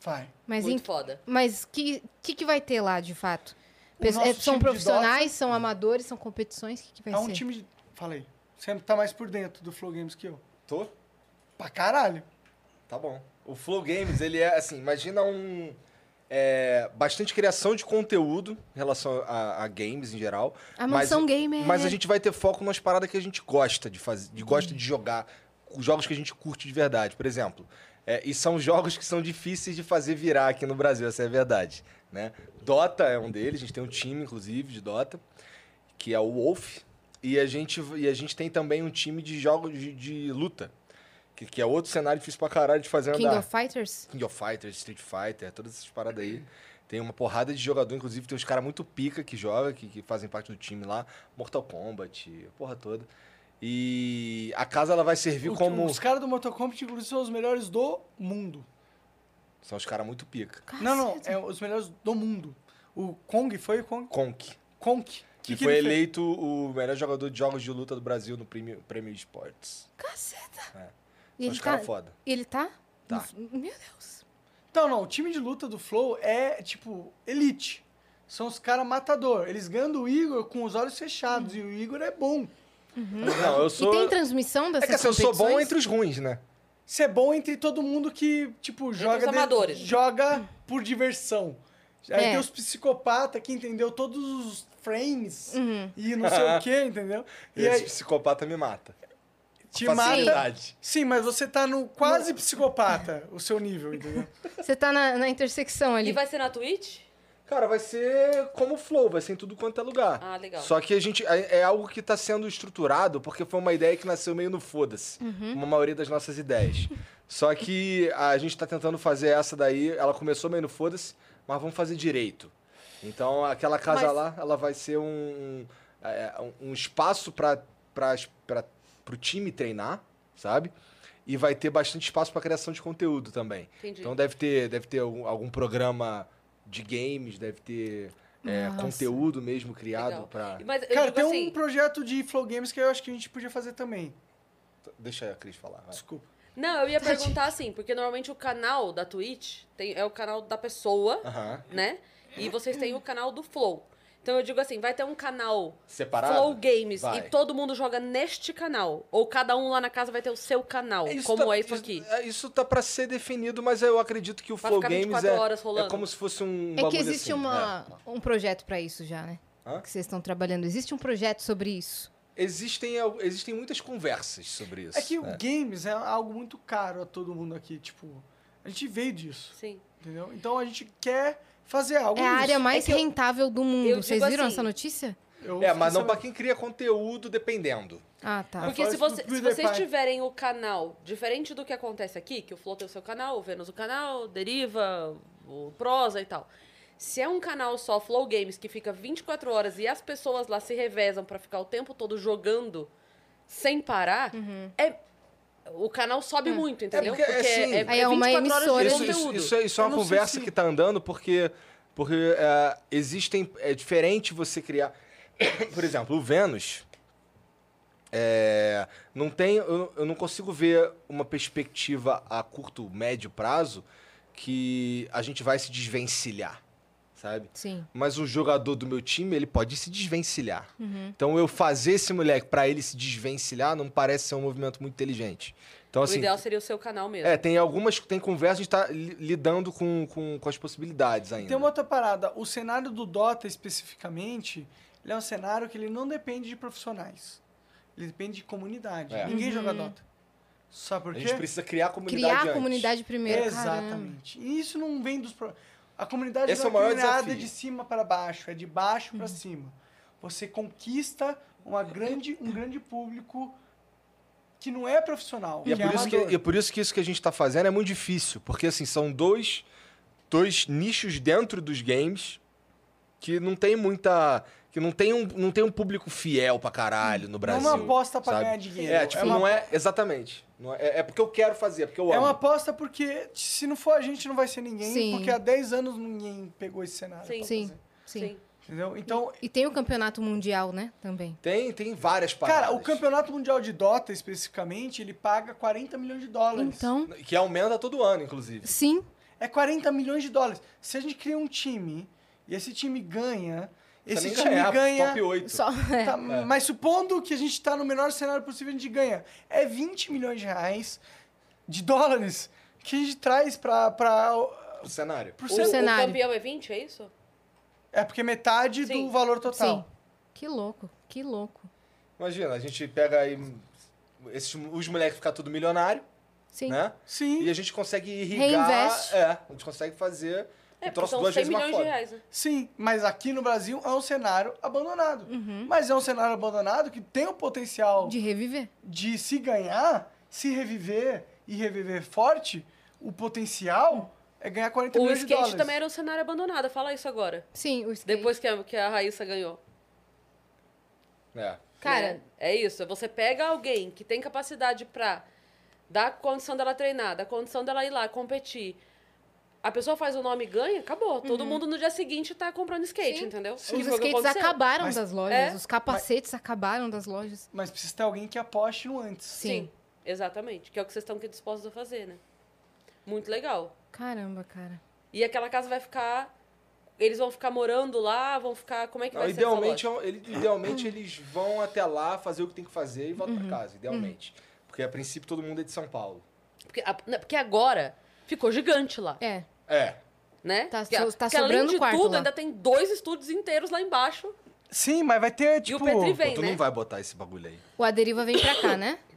[SPEAKER 4] vai. É
[SPEAKER 1] Mas,
[SPEAKER 2] Muito
[SPEAKER 1] em-
[SPEAKER 2] foda.
[SPEAKER 1] mas que, que que vai ter lá, de fato?
[SPEAKER 4] O
[SPEAKER 1] Pesso-
[SPEAKER 4] nosso
[SPEAKER 1] é, são
[SPEAKER 4] time de
[SPEAKER 1] profissionais, são amadores, são competições? O que, que vai
[SPEAKER 4] É um
[SPEAKER 1] ser?
[SPEAKER 4] time. De... Falei. Você tá mais por dentro do Flow Games que eu.
[SPEAKER 5] Tô?
[SPEAKER 4] Pra caralho.
[SPEAKER 5] Tá bom. O Flow Games, ele é assim, imagina um. é, bastante criação de conteúdo em relação a, a games em geral.
[SPEAKER 1] A
[SPEAKER 5] mas-
[SPEAKER 1] mansão gamer.
[SPEAKER 5] Mas a gente vai ter foco nas paradas que a gente gosta de fazer, de gosta de jogar, os jogos que a gente curte de verdade, por exemplo. É, e são jogos que são difíceis de fazer virar aqui no Brasil, essa é a verdade. Né? Dota é um deles, a gente tem um time, inclusive, de Dota, que é o Wolf. E a gente, e a gente tem também um time de jogos de, de luta, que, que é outro cenário difícil pra caralho de fazer
[SPEAKER 1] King
[SPEAKER 5] andar.
[SPEAKER 1] of Fighters?
[SPEAKER 5] King of Fighters, Street Fighter, todas essas paradas aí. Tem uma porrada de jogador, inclusive tem uns caras muito pica que joga, que, que fazem parte do time lá. Mortal Kombat, a porra toda. E a casa ela vai servir
[SPEAKER 4] O-
[SPEAKER 5] como.
[SPEAKER 4] Os caras do Mortal Kombat, inclusive, são os melhores do mundo.
[SPEAKER 5] São os caras muito pica.
[SPEAKER 1] Tá
[SPEAKER 4] Não, não. É os melhores do mundo. O Kong foi o Kong?
[SPEAKER 5] Conk.
[SPEAKER 4] Kong.
[SPEAKER 5] Que, foi eleito o melhor jogador de jogos de luta do Brasil no prêmio, prêmio Esportes.
[SPEAKER 4] é-
[SPEAKER 1] E
[SPEAKER 5] São
[SPEAKER 1] ele
[SPEAKER 5] os
[SPEAKER 1] tá,
[SPEAKER 5] caras foda.
[SPEAKER 1] ele tá?
[SPEAKER 5] Tá.
[SPEAKER 1] Meu Deus.
[SPEAKER 4] Então, não. O time de luta do Flow é, tipo, elite. São os caras matador. Eles ganham do Igor com os olhos fechados.
[SPEAKER 1] Hum.
[SPEAKER 4] E o Igor é bom.
[SPEAKER 5] Não, eu sou.
[SPEAKER 1] E tem transmissão
[SPEAKER 5] É
[SPEAKER 1] dessas
[SPEAKER 5] que assim, eu sou bom
[SPEAKER 1] competições?
[SPEAKER 5] entre os ruins, né?
[SPEAKER 4] Isso é bom entre todo mundo que, tipo, joga.
[SPEAKER 2] os amadores.
[SPEAKER 4] Joga por diversão. Aí
[SPEAKER 1] É.
[SPEAKER 4] tem os psicopatas que entendeu todos os frames
[SPEAKER 1] Uhum.
[SPEAKER 4] e não sei o que, entendeu?
[SPEAKER 5] E
[SPEAKER 4] E
[SPEAKER 5] Esse
[SPEAKER 4] aí
[SPEAKER 5] psicopata me mata.
[SPEAKER 4] te
[SPEAKER 5] Com
[SPEAKER 4] mata.
[SPEAKER 5] facilidade.
[SPEAKER 4] Sim, mas você tá no quase psicopata, o seu nível, entendeu?
[SPEAKER 1] Você tá na, na intersecção ali.
[SPEAKER 2] E vai ser na Twitch?
[SPEAKER 5] Cara, vai ser como o Flow, vai ser em tudo quanto é lugar.
[SPEAKER 2] Ah, legal.
[SPEAKER 5] Só que a gente. É, é algo que tá sendo estruturado, porque foi uma ideia que nasceu meio no foda-se.
[SPEAKER 2] Uhum.
[SPEAKER 5] Como a maioria das nossas ideias. Só que a gente tá tentando fazer essa daí. Ela começou meio no foda-se, mas vamos fazer direito. Então aquela casa
[SPEAKER 2] Mas-
[SPEAKER 5] lá, ela vai ser um. é, um- um espaço pra, pra, pra, pro time treinar, sabe? E vai ter bastante espaço pra criação de conteúdo também.
[SPEAKER 2] Entendi.
[SPEAKER 5] Então deve ter, deve ter algum, algum programa de games, deve ter é,
[SPEAKER 1] Nossa.
[SPEAKER 5] conteúdo mesmo criado
[SPEAKER 2] Legal.
[SPEAKER 5] pra.
[SPEAKER 2] Mas eu
[SPEAKER 4] Cara,
[SPEAKER 2] digo
[SPEAKER 4] tem
[SPEAKER 2] assim,
[SPEAKER 4] um projeto de Flow Games que eu acho que a gente podia fazer também.
[SPEAKER 5] Deixa a Cris falar. vai.
[SPEAKER 4] Desculpa.
[SPEAKER 2] Não, eu ia perguntar assim, porque normalmente o canal da Twitch tem, é o canal da pessoa,
[SPEAKER 5] Aham.
[SPEAKER 2] né? E vocês têm o canal do Flow. Então eu digo assim, vai ter um canal
[SPEAKER 5] Separado?
[SPEAKER 2] Flow Games
[SPEAKER 5] Vai.
[SPEAKER 2] e todo mundo joga neste canal. Ou cada um lá na casa vai ter o seu canal, como
[SPEAKER 5] tá-
[SPEAKER 2] é isso aqui.
[SPEAKER 5] Isso, isso tá pra ser definido, mas eu acredito que o
[SPEAKER 2] Vai
[SPEAKER 5] Flow
[SPEAKER 2] ficar
[SPEAKER 5] Games
[SPEAKER 2] 24
[SPEAKER 5] é,
[SPEAKER 2] horas rolando.
[SPEAKER 5] é como se fosse um.
[SPEAKER 1] É que
[SPEAKER 5] bagulho
[SPEAKER 1] existe
[SPEAKER 5] assim,
[SPEAKER 1] uma, um projeto pra isso já, né?
[SPEAKER 5] Hã?
[SPEAKER 1] Que vocês estão trabalhando. Existe um projeto sobre isso.
[SPEAKER 5] é. Existem, al- existem muitas conversas sobre isso.
[SPEAKER 4] É que o
[SPEAKER 5] né?
[SPEAKER 4] games é algo muito caro a todo mundo aqui, tipo, a gente veio disso,
[SPEAKER 2] Sim.
[SPEAKER 5] Ah,
[SPEAKER 4] entendeu? Então a gente quer fazer algo
[SPEAKER 1] É a
[SPEAKER 4] nisso.
[SPEAKER 1] área mais
[SPEAKER 2] É que eu-
[SPEAKER 1] rentável do
[SPEAKER 2] eu
[SPEAKER 1] mundo. Vocês
[SPEAKER 2] digo
[SPEAKER 1] viram
[SPEAKER 2] assim-
[SPEAKER 1] essa notícia?
[SPEAKER 4] Eu
[SPEAKER 5] É, mas
[SPEAKER 4] fiquei
[SPEAKER 5] não pra quem cria conteúdo dependendo.
[SPEAKER 1] Ah, tá.
[SPEAKER 2] Porque
[SPEAKER 4] fala
[SPEAKER 2] se,
[SPEAKER 4] isso pro
[SPEAKER 2] você- se
[SPEAKER 4] PewDiePie.
[SPEAKER 2] vocês tiverem o canal, diferente do que acontece aqui, que o Flow tem o seu canal, o Vênus o canal, Deriva, o Prosa e tal. Se é um canal só, Flow Games, que fica 24 horas e as pessoas lá se revezam pra ficar o tempo todo jogando sem parar,
[SPEAKER 1] Uhum.
[SPEAKER 2] é... o canal sobe muito, entendeu?
[SPEAKER 5] porque é assim-
[SPEAKER 1] Aí é uma emissora
[SPEAKER 2] horas
[SPEAKER 5] Isso,
[SPEAKER 2] de
[SPEAKER 1] de-
[SPEAKER 5] isso-
[SPEAKER 2] conteúdo.
[SPEAKER 5] isso é- isso é
[SPEAKER 4] Eu
[SPEAKER 5] uma
[SPEAKER 4] não sei
[SPEAKER 5] conversa
[SPEAKER 4] se-
[SPEAKER 5] que tá andando porque, porque é, existem. É diferente você criar. Por exemplo, o Vênus. é, não tem, eu, eu não consigo ver uma perspectiva a curto, médio prazo que a gente vai se desvencilhar, sabe?
[SPEAKER 1] Sim.
[SPEAKER 5] Mas o jogador do meu time, ele pode se desvencilhar.
[SPEAKER 4] Uhum.
[SPEAKER 5] Então eu fazer esse moleque pra ele se desvencilhar não parece ser um movimento muito inteligente. Então
[SPEAKER 2] O
[SPEAKER 5] assim,
[SPEAKER 2] ideal seria o seu canal mesmo.
[SPEAKER 5] é, tem algumas, tem conversa, a gente tá li- lidando com, com, com as possibilidades ainda.
[SPEAKER 4] Tem uma outra parada. O cenário do Dota, especificamente, ele é um cenário que ele não depende de profissionais. Ele depende de comunidade.
[SPEAKER 5] É.
[SPEAKER 4] Ninguém joga Dota. Sabe por
[SPEAKER 5] A
[SPEAKER 4] quê?
[SPEAKER 5] gente precisa criar a comunidade
[SPEAKER 1] Criar a
[SPEAKER 5] antes.
[SPEAKER 1] comunidade primeiro. Exatamente.
[SPEAKER 4] Exatamente. E isso não vem dos... pro- A comunidade
[SPEAKER 5] Esse
[SPEAKER 4] não
[SPEAKER 5] é o maior
[SPEAKER 4] criada
[SPEAKER 5] desafio.
[SPEAKER 4] de cima para baixo, é de baixo para cima. Você conquista uma grande, um grande público que não é profissional,
[SPEAKER 5] E é,
[SPEAKER 4] que
[SPEAKER 5] por isso que,
[SPEAKER 4] amador.
[SPEAKER 5] e é por isso que isso que a gente tá fazendo é muito difícil, porque assim, são dois, dois nichos dentro dos games que não tem muita... que não tem um, não tem um público fiel pra caralho no
[SPEAKER 4] Não é
[SPEAKER 5] Brasil.
[SPEAKER 4] uma aposta para
[SPEAKER 5] sabe?
[SPEAKER 4] ganhar dinheiro.
[SPEAKER 5] É, tipo,
[SPEAKER 4] uma
[SPEAKER 5] não é... Exatamente. Não é, é porque eu quero fazer, é porque eu
[SPEAKER 4] É
[SPEAKER 5] amo.
[SPEAKER 4] uma aposta porque se não for a gente, não vai ser ninguém,
[SPEAKER 1] Sim.
[SPEAKER 4] porque há 10 anos ninguém pegou esse cenário.
[SPEAKER 2] Sim.
[SPEAKER 1] Sim, sim.
[SPEAKER 2] Sim.
[SPEAKER 4] Entendeu? Então,
[SPEAKER 1] E tem o campeonato mundial, né? Também.
[SPEAKER 5] Tem, tem várias paradas.
[SPEAKER 4] cara, o campeonato mundial de Dota, especificamente, ele paga 40 milhões de dólares.
[SPEAKER 1] Então,
[SPEAKER 5] Que aumenta todo ano, inclusive.
[SPEAKER 1] sim.
[SPEAKER 4] É 40 milhões de dólares. Se a gente cria um time e esse time ganha,
[SPEAKER 5] Não
[SPEAKER 4] esse
[SPEAKER 5] precisa
[SPEAKER 4] time
[SPEAKER 5] nem ganhar,
[SPEAKER 4] ganha.
[SPEAKER 5] Top 8.
[SPEAKER 1] Só, é.
[SPEAKER 4] tá, Mas supondo que a gente tá no menor cenário possível, a gente ganha. É 20 milhões de reais de dólares que a gente traz pra. pra
[SPEAKER 5] O cenário.
[SPEAKER 4] pro
[SPEAKER 2] O,
[SPEAKER 4] cen-
[SPEAKER 2] o
[SPEAKER 1] cenário.
[SPEAKER 2] campeão é 20, é isso?
[SPEAKER 4] é porque metade
[SPEAKER 2] Sim.
[SPEAKER 4] do valor total.
[SPEAKER 1] Sim. Que louco, que louco.
[SPEAKER 5] Imagina, a gente pega aí. Esses, os moleques ficam tudo milionário,
[SPEAKER 1] Sim.
[SPEAKER 5] né?
[SPEAKER 4] Sim.
[SPEAKER 5] E a gente consegue irrigar.
[SPEAKER 1] Reinveste.
[SPEAKER 5] É, a gente consegue fazer
[SPEAKER 2] É,
[SPEAKER 5] um
[SPEAKER 2] porque
[SPEAKER 5] troço
[SPEAKER 2] são
[SPEAKER 5] duas
[SPEAKER 2] 100
[SPEAKER 5] vezes mais
[SPEAKER 2] milhões de
[SPEAKER 5] foda.
[SPEAKER 2] reais, né?
[SPEAKER 4] Sim, mas aqui no Brasil é um cenário abandonado.
[SPEAKER 2] Uhum.
[SPEAKER 4] Mas é um cenário abandonado que tem o potencial
[SPEAKER 1] De
[SPEAKER 4] de,
[SPEAKER 1] reviver.
[SPEAKER 4] se ganhar, se reviver e reviver forte, o potencial é ganhar 40
[SPEAKER 2] O
[SPEAKER 4] milhões de
[SPEAKER 2] skate
[SPEAKER 4] dólares.
[SPEAKER 2] também era um cenário abandonado, fala isso agora.
[SPEAKER 1] Sim, o skate.
[SPEAKER 2] Depois que a, que a Raíssa ganhou.
[SPEAKER 5] É.
[SPEAKER 1] Cara,
[SPEAKER 2] né? É isso. Você pega alguém que tem capacidade pra dar a condição dela treinar, dar a condição dela ir lá competir. A pessoa faz o nome e ganha, acabou. Todo mundo no dia seguinte tá comprando skate,
[SPEAKER 1] Uhum. Sim.
[SPEAKER 2] entendeu?
[SPEAKER 1] os
[SPEAKER 2] Que foi o que
[SPEAKER 1] skates
[SPEAKER 2] aconteceu.
[SPEAKER 1] acabaram
[SPEAKER 4] Mas-
[SPEAKER 1] das lojas.
[SPEAKER 2] É.
[SPEAKER 1] Os capacetes acabaram das lojas.
[SPEAKER 4] Mas precisa ter alguém que aposte no antes.
[SPEAKER 1] Sim.
[SPEAKER 2] Sim, exatamente. Que é o que vocês estão aqui dispostos a fazer, né? Muito legal.
[SPEAKER 1] Caramba, cara.
[SPEAKER 2] E aquela casa vai ficar... Eles vão ficar morando lá, vão ficar... Como é que
[SPEAKER 5] Não,
[SPEAKER 2] vai ser essa
[SPEAKER 5] idealmente,
[SPEAKER 2] loja?
[SPEAKER 5] é um- ele- idealmente eles vão até lá fazer o que tem que fazer e voltam
[SPEAKER 1] Uhum.
[SPEAKER 5] pra casa, idealmente. Porque a princípio todo mundo é de São Paulo.
[SPEAKER 2] Porque, a- não, porque agora ficou gigante lá.
[SPEAKER 1] É,
[SPEAKER 5] É.
[SPEAKER 2] né?
[SPEAKER 1] Tá
[SPEAKER 2] Porque,
[SPEAKER 1] so- tá
[SPEAKER 2] porque além
[SPEAKER 1] sobrando
[SPEAKER 2] de
[SPEAKER 1] quarto
[SPEAKER 2] tudo,
[SPEAKER 1] lá.
[SPEAKER 2] ainda tem dois estúdios inteiros lá embaixo.
[SPEAKER 4] Sim, mas vai ter,
[SPEAKER 2] e o
[SPEAKER 4] tipo...
[SPEAKER 2] Petri
[SPEAKER 5] Então,
[SPEAKER 2] vem,
[SPEAKER 5] tu
[SPEAKER 2] né?
[SPEAKER 5] não vai botar esse bagulho aí.
[SPEAKER 1] o Aderiva vem pra cá, né?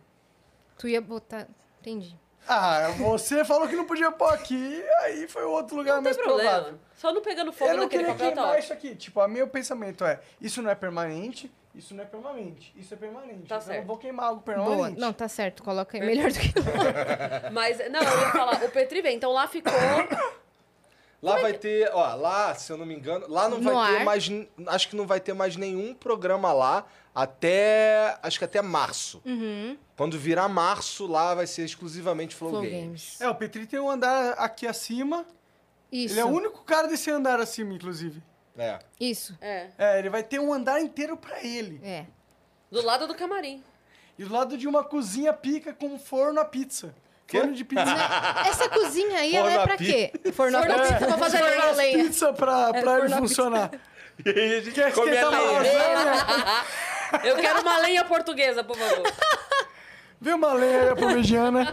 [SPEAKER 1] Tu ia botar... Entendi.
[SPEAKER 4] Ah, você falou que não podia pôr aqui, aí foi outro lugar
[SPEAKER 2] Não tem
[SPEAKER 4] mais
[SPEAKER 2] problema.
[SPEAKER 4] provável.
[SPEAKER 2] Só não pegando fogo
[SPEAKER 4] Eu não
[SPEAKER 2] naquele
[SPEAKER 4] queria
[SPEAKER 2] papel tá
[SPEAKER 4] queimar
[SPEAKER 2] ótimo.
[SPEAKER 4] isso aqui. Tipo, o meu pensamento é, isso não é permanente, isso não é permanente, isso é permanente.
[SPEAKER 2] Tá
[SPEAKER 4] Então
[SPEAKER 2] certo.
[SPEAKER 4] eu vou queimar algo permanente.
[SPEAKER 1] Boa. Não, tá certo. Coloca aí. Melhor do que...
[SPEAKER 2] Mas, não, eu ia falar, o Petri vem. Então lá ficou...
[SPEAKER 5] Lá vai ter, ó, lá, se eu não me engano, lá não
[SPEAKER 1] No
[SPEAKER 5] vai
[SPEAKER 1] ar.
[SPEAKER 5] ter mais, n- acho que não vai ter mais nenhum programa lá até, acho que até março. Quando virar março, lá vai ser exclusivamente Flow,
[SPEAKER 1] Flow
[SPEAKER 5] Games.
[SPEAKER 1] Games.
[SPEAKER 4] É, o Petri tem um andar aqui acima.
[SPEAKER 1] Isso.
[SPEAKER 4] Ele é o único cara desse andar acima, inclusive.
[SPEAKER 5] É.
[SPEAKER 1] Isso.
[SPEAKER 2] É,
[SPEAKER 4] É, ele vai ter um andar inteiro pra ele.
[SPEAKER 1] É.
[SPEAKER 2] do lado do camarim.
[SPEAKER 4] E do lado de uma cozinha pica com um forno a pizza. Forno de pizza.
[SPEAKER 1] Essa cozinha aí, ela é
[SPEAKER 5] Forno a
[SPEAKER 1] pra quê? Forno a
[SPEAKER 2] Forno a
[SPEAKER 1] pizza. Vou fazer forno a lenha.
[SPEAKER 4] pizza pra, pra ele funcionar.
[SPEAKER 5] E aí a gente
[SPEAKER 4] Quer esquentar uma lasanha?
[SPEAKER 2] Eu quero uma lenha portuguesa, por favor.
[SPEAKER 4] Vê uma lenha parmegiana.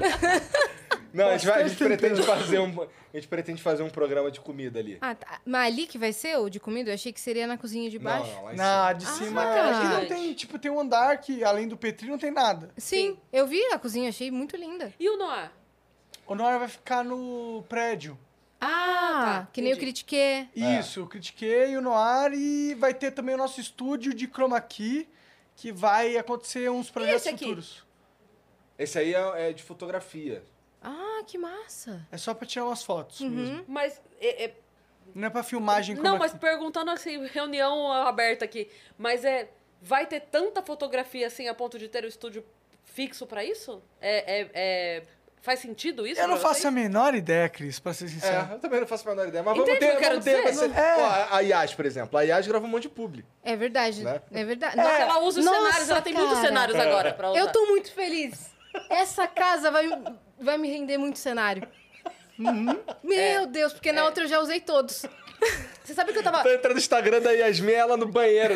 [SPEAKER 5] Não, a gente, vai- a gente
[SPEAKER 4] Bastante
[SPEAKER 5] pretende fazer um, a gente pretende fazer um programa de comida ali.
[SPEAKER 1] Ah, tá. Mas ali que vai ser o de comida? Eu achei que seria na cozinha de
[SPEAKER 5] Não,
[SPEAKER 1] baixo.
[SPEAKER 5] não, lá em
[SPEAKER 4] Na
[SPEAKER 5] cima.
[SPEAKER 4] de
[SPEAKER 1] Ah.
[SPEAKER 4] cima.
[SPEAKER 1] Ah.
[SPEAKER 4] Aqui não tem, tipo, tem um andar que, além do Petri, não tem nada.
[SPEAKER 1] Sim,
[SPEAKER 2] Sim.
[SPEAKER 1] eu vi a cozinha, achei muito linda.
[SPEAKER 2] E o Noah?
[SPEAKER 4] O Nora vai ficar no prédio.
[SPEAKER 1] Ah,
[SPEAKER 8] tá,
[SPEAKER 1] que nem eu
[SPEAKER 8] entendi.
[SPEAKER 1] critiquei.
[SPEAKER 2] É.
[SPEAKER 4] Isso, eu critiquei o Noir e vai ter também o nosso estúdio de chroma key, que vai acontecer uns projetos
[SPEAKER 8] esse aqui?
[SPEAKER 4] futuros.
[SPEAKER 5] Esse aí é, é de fotografia.
[SPEAKER 1] Ah, que massa.
[SPEAKER 4] É só pra tirar umas fotos mesmo.
[SPEAKER 2] Mas. é- é-
[SPEAKER 4] Não é pra filmagem como
[SPEAKER 2] Uhum. não, mas perguntando assim, reunião aberta aqui. Mas é. Vai ter tanta fotografia assim a ponto de ter o estúdio fixo pra isso? É. é- é- faz sentido isso?
[SPEAKER 4] Eu não
[SPEAKER 2] pra
[SPEAKER 4] faço a
[SPEAKER 2] vocês?
[SPEAKER 4] menor ideia, Cris, pra ser
[SPEAKER 5] É,
[SPEAKER 4] sincero.
[SPEAKER 5] eu também não faço a menor ideia. Mas vamos
[SPEAKER 2] Entende o
[SPEAKER 5] ter,
[SPEAKER 2] que eu
[SPEAKER 5] vamos
[SPEAKER 2] quero
[SPEAKER 5] ter. Vai
[SPEAKER 2] dizer?
[SPEAKER 5] ser, Ó, a- a Yas, por exemplo. A Yas grava um monte de publi.
[SPEAKER 1] É verdade.
[SPEAKER 5] Né?
[SPEAKER 1] É verdade.
[SPEAKER 2] Nossa,
[SPEAKER 1] Nossa,
[SPEAKER 2] ela usa os
[SPEAKER 1] nossa,
[SPEAKER 2] cenários, ela tem muitos
[SPEAKER 1] cara.
[SPEAKER 2] cenários
[SPEAKER 4] É.
[SPEAKER 2] agora pra usar.
[SPEAKER 1] Eu tô muito feliz. Essa casa vai, vai me render muito cenário. Meu Deus, porque na outra eu já usei todos. Você sabe que eu tava.
[SPEAKER 5] Tá entrando no Instagram da Yasmin, ela no banheiro.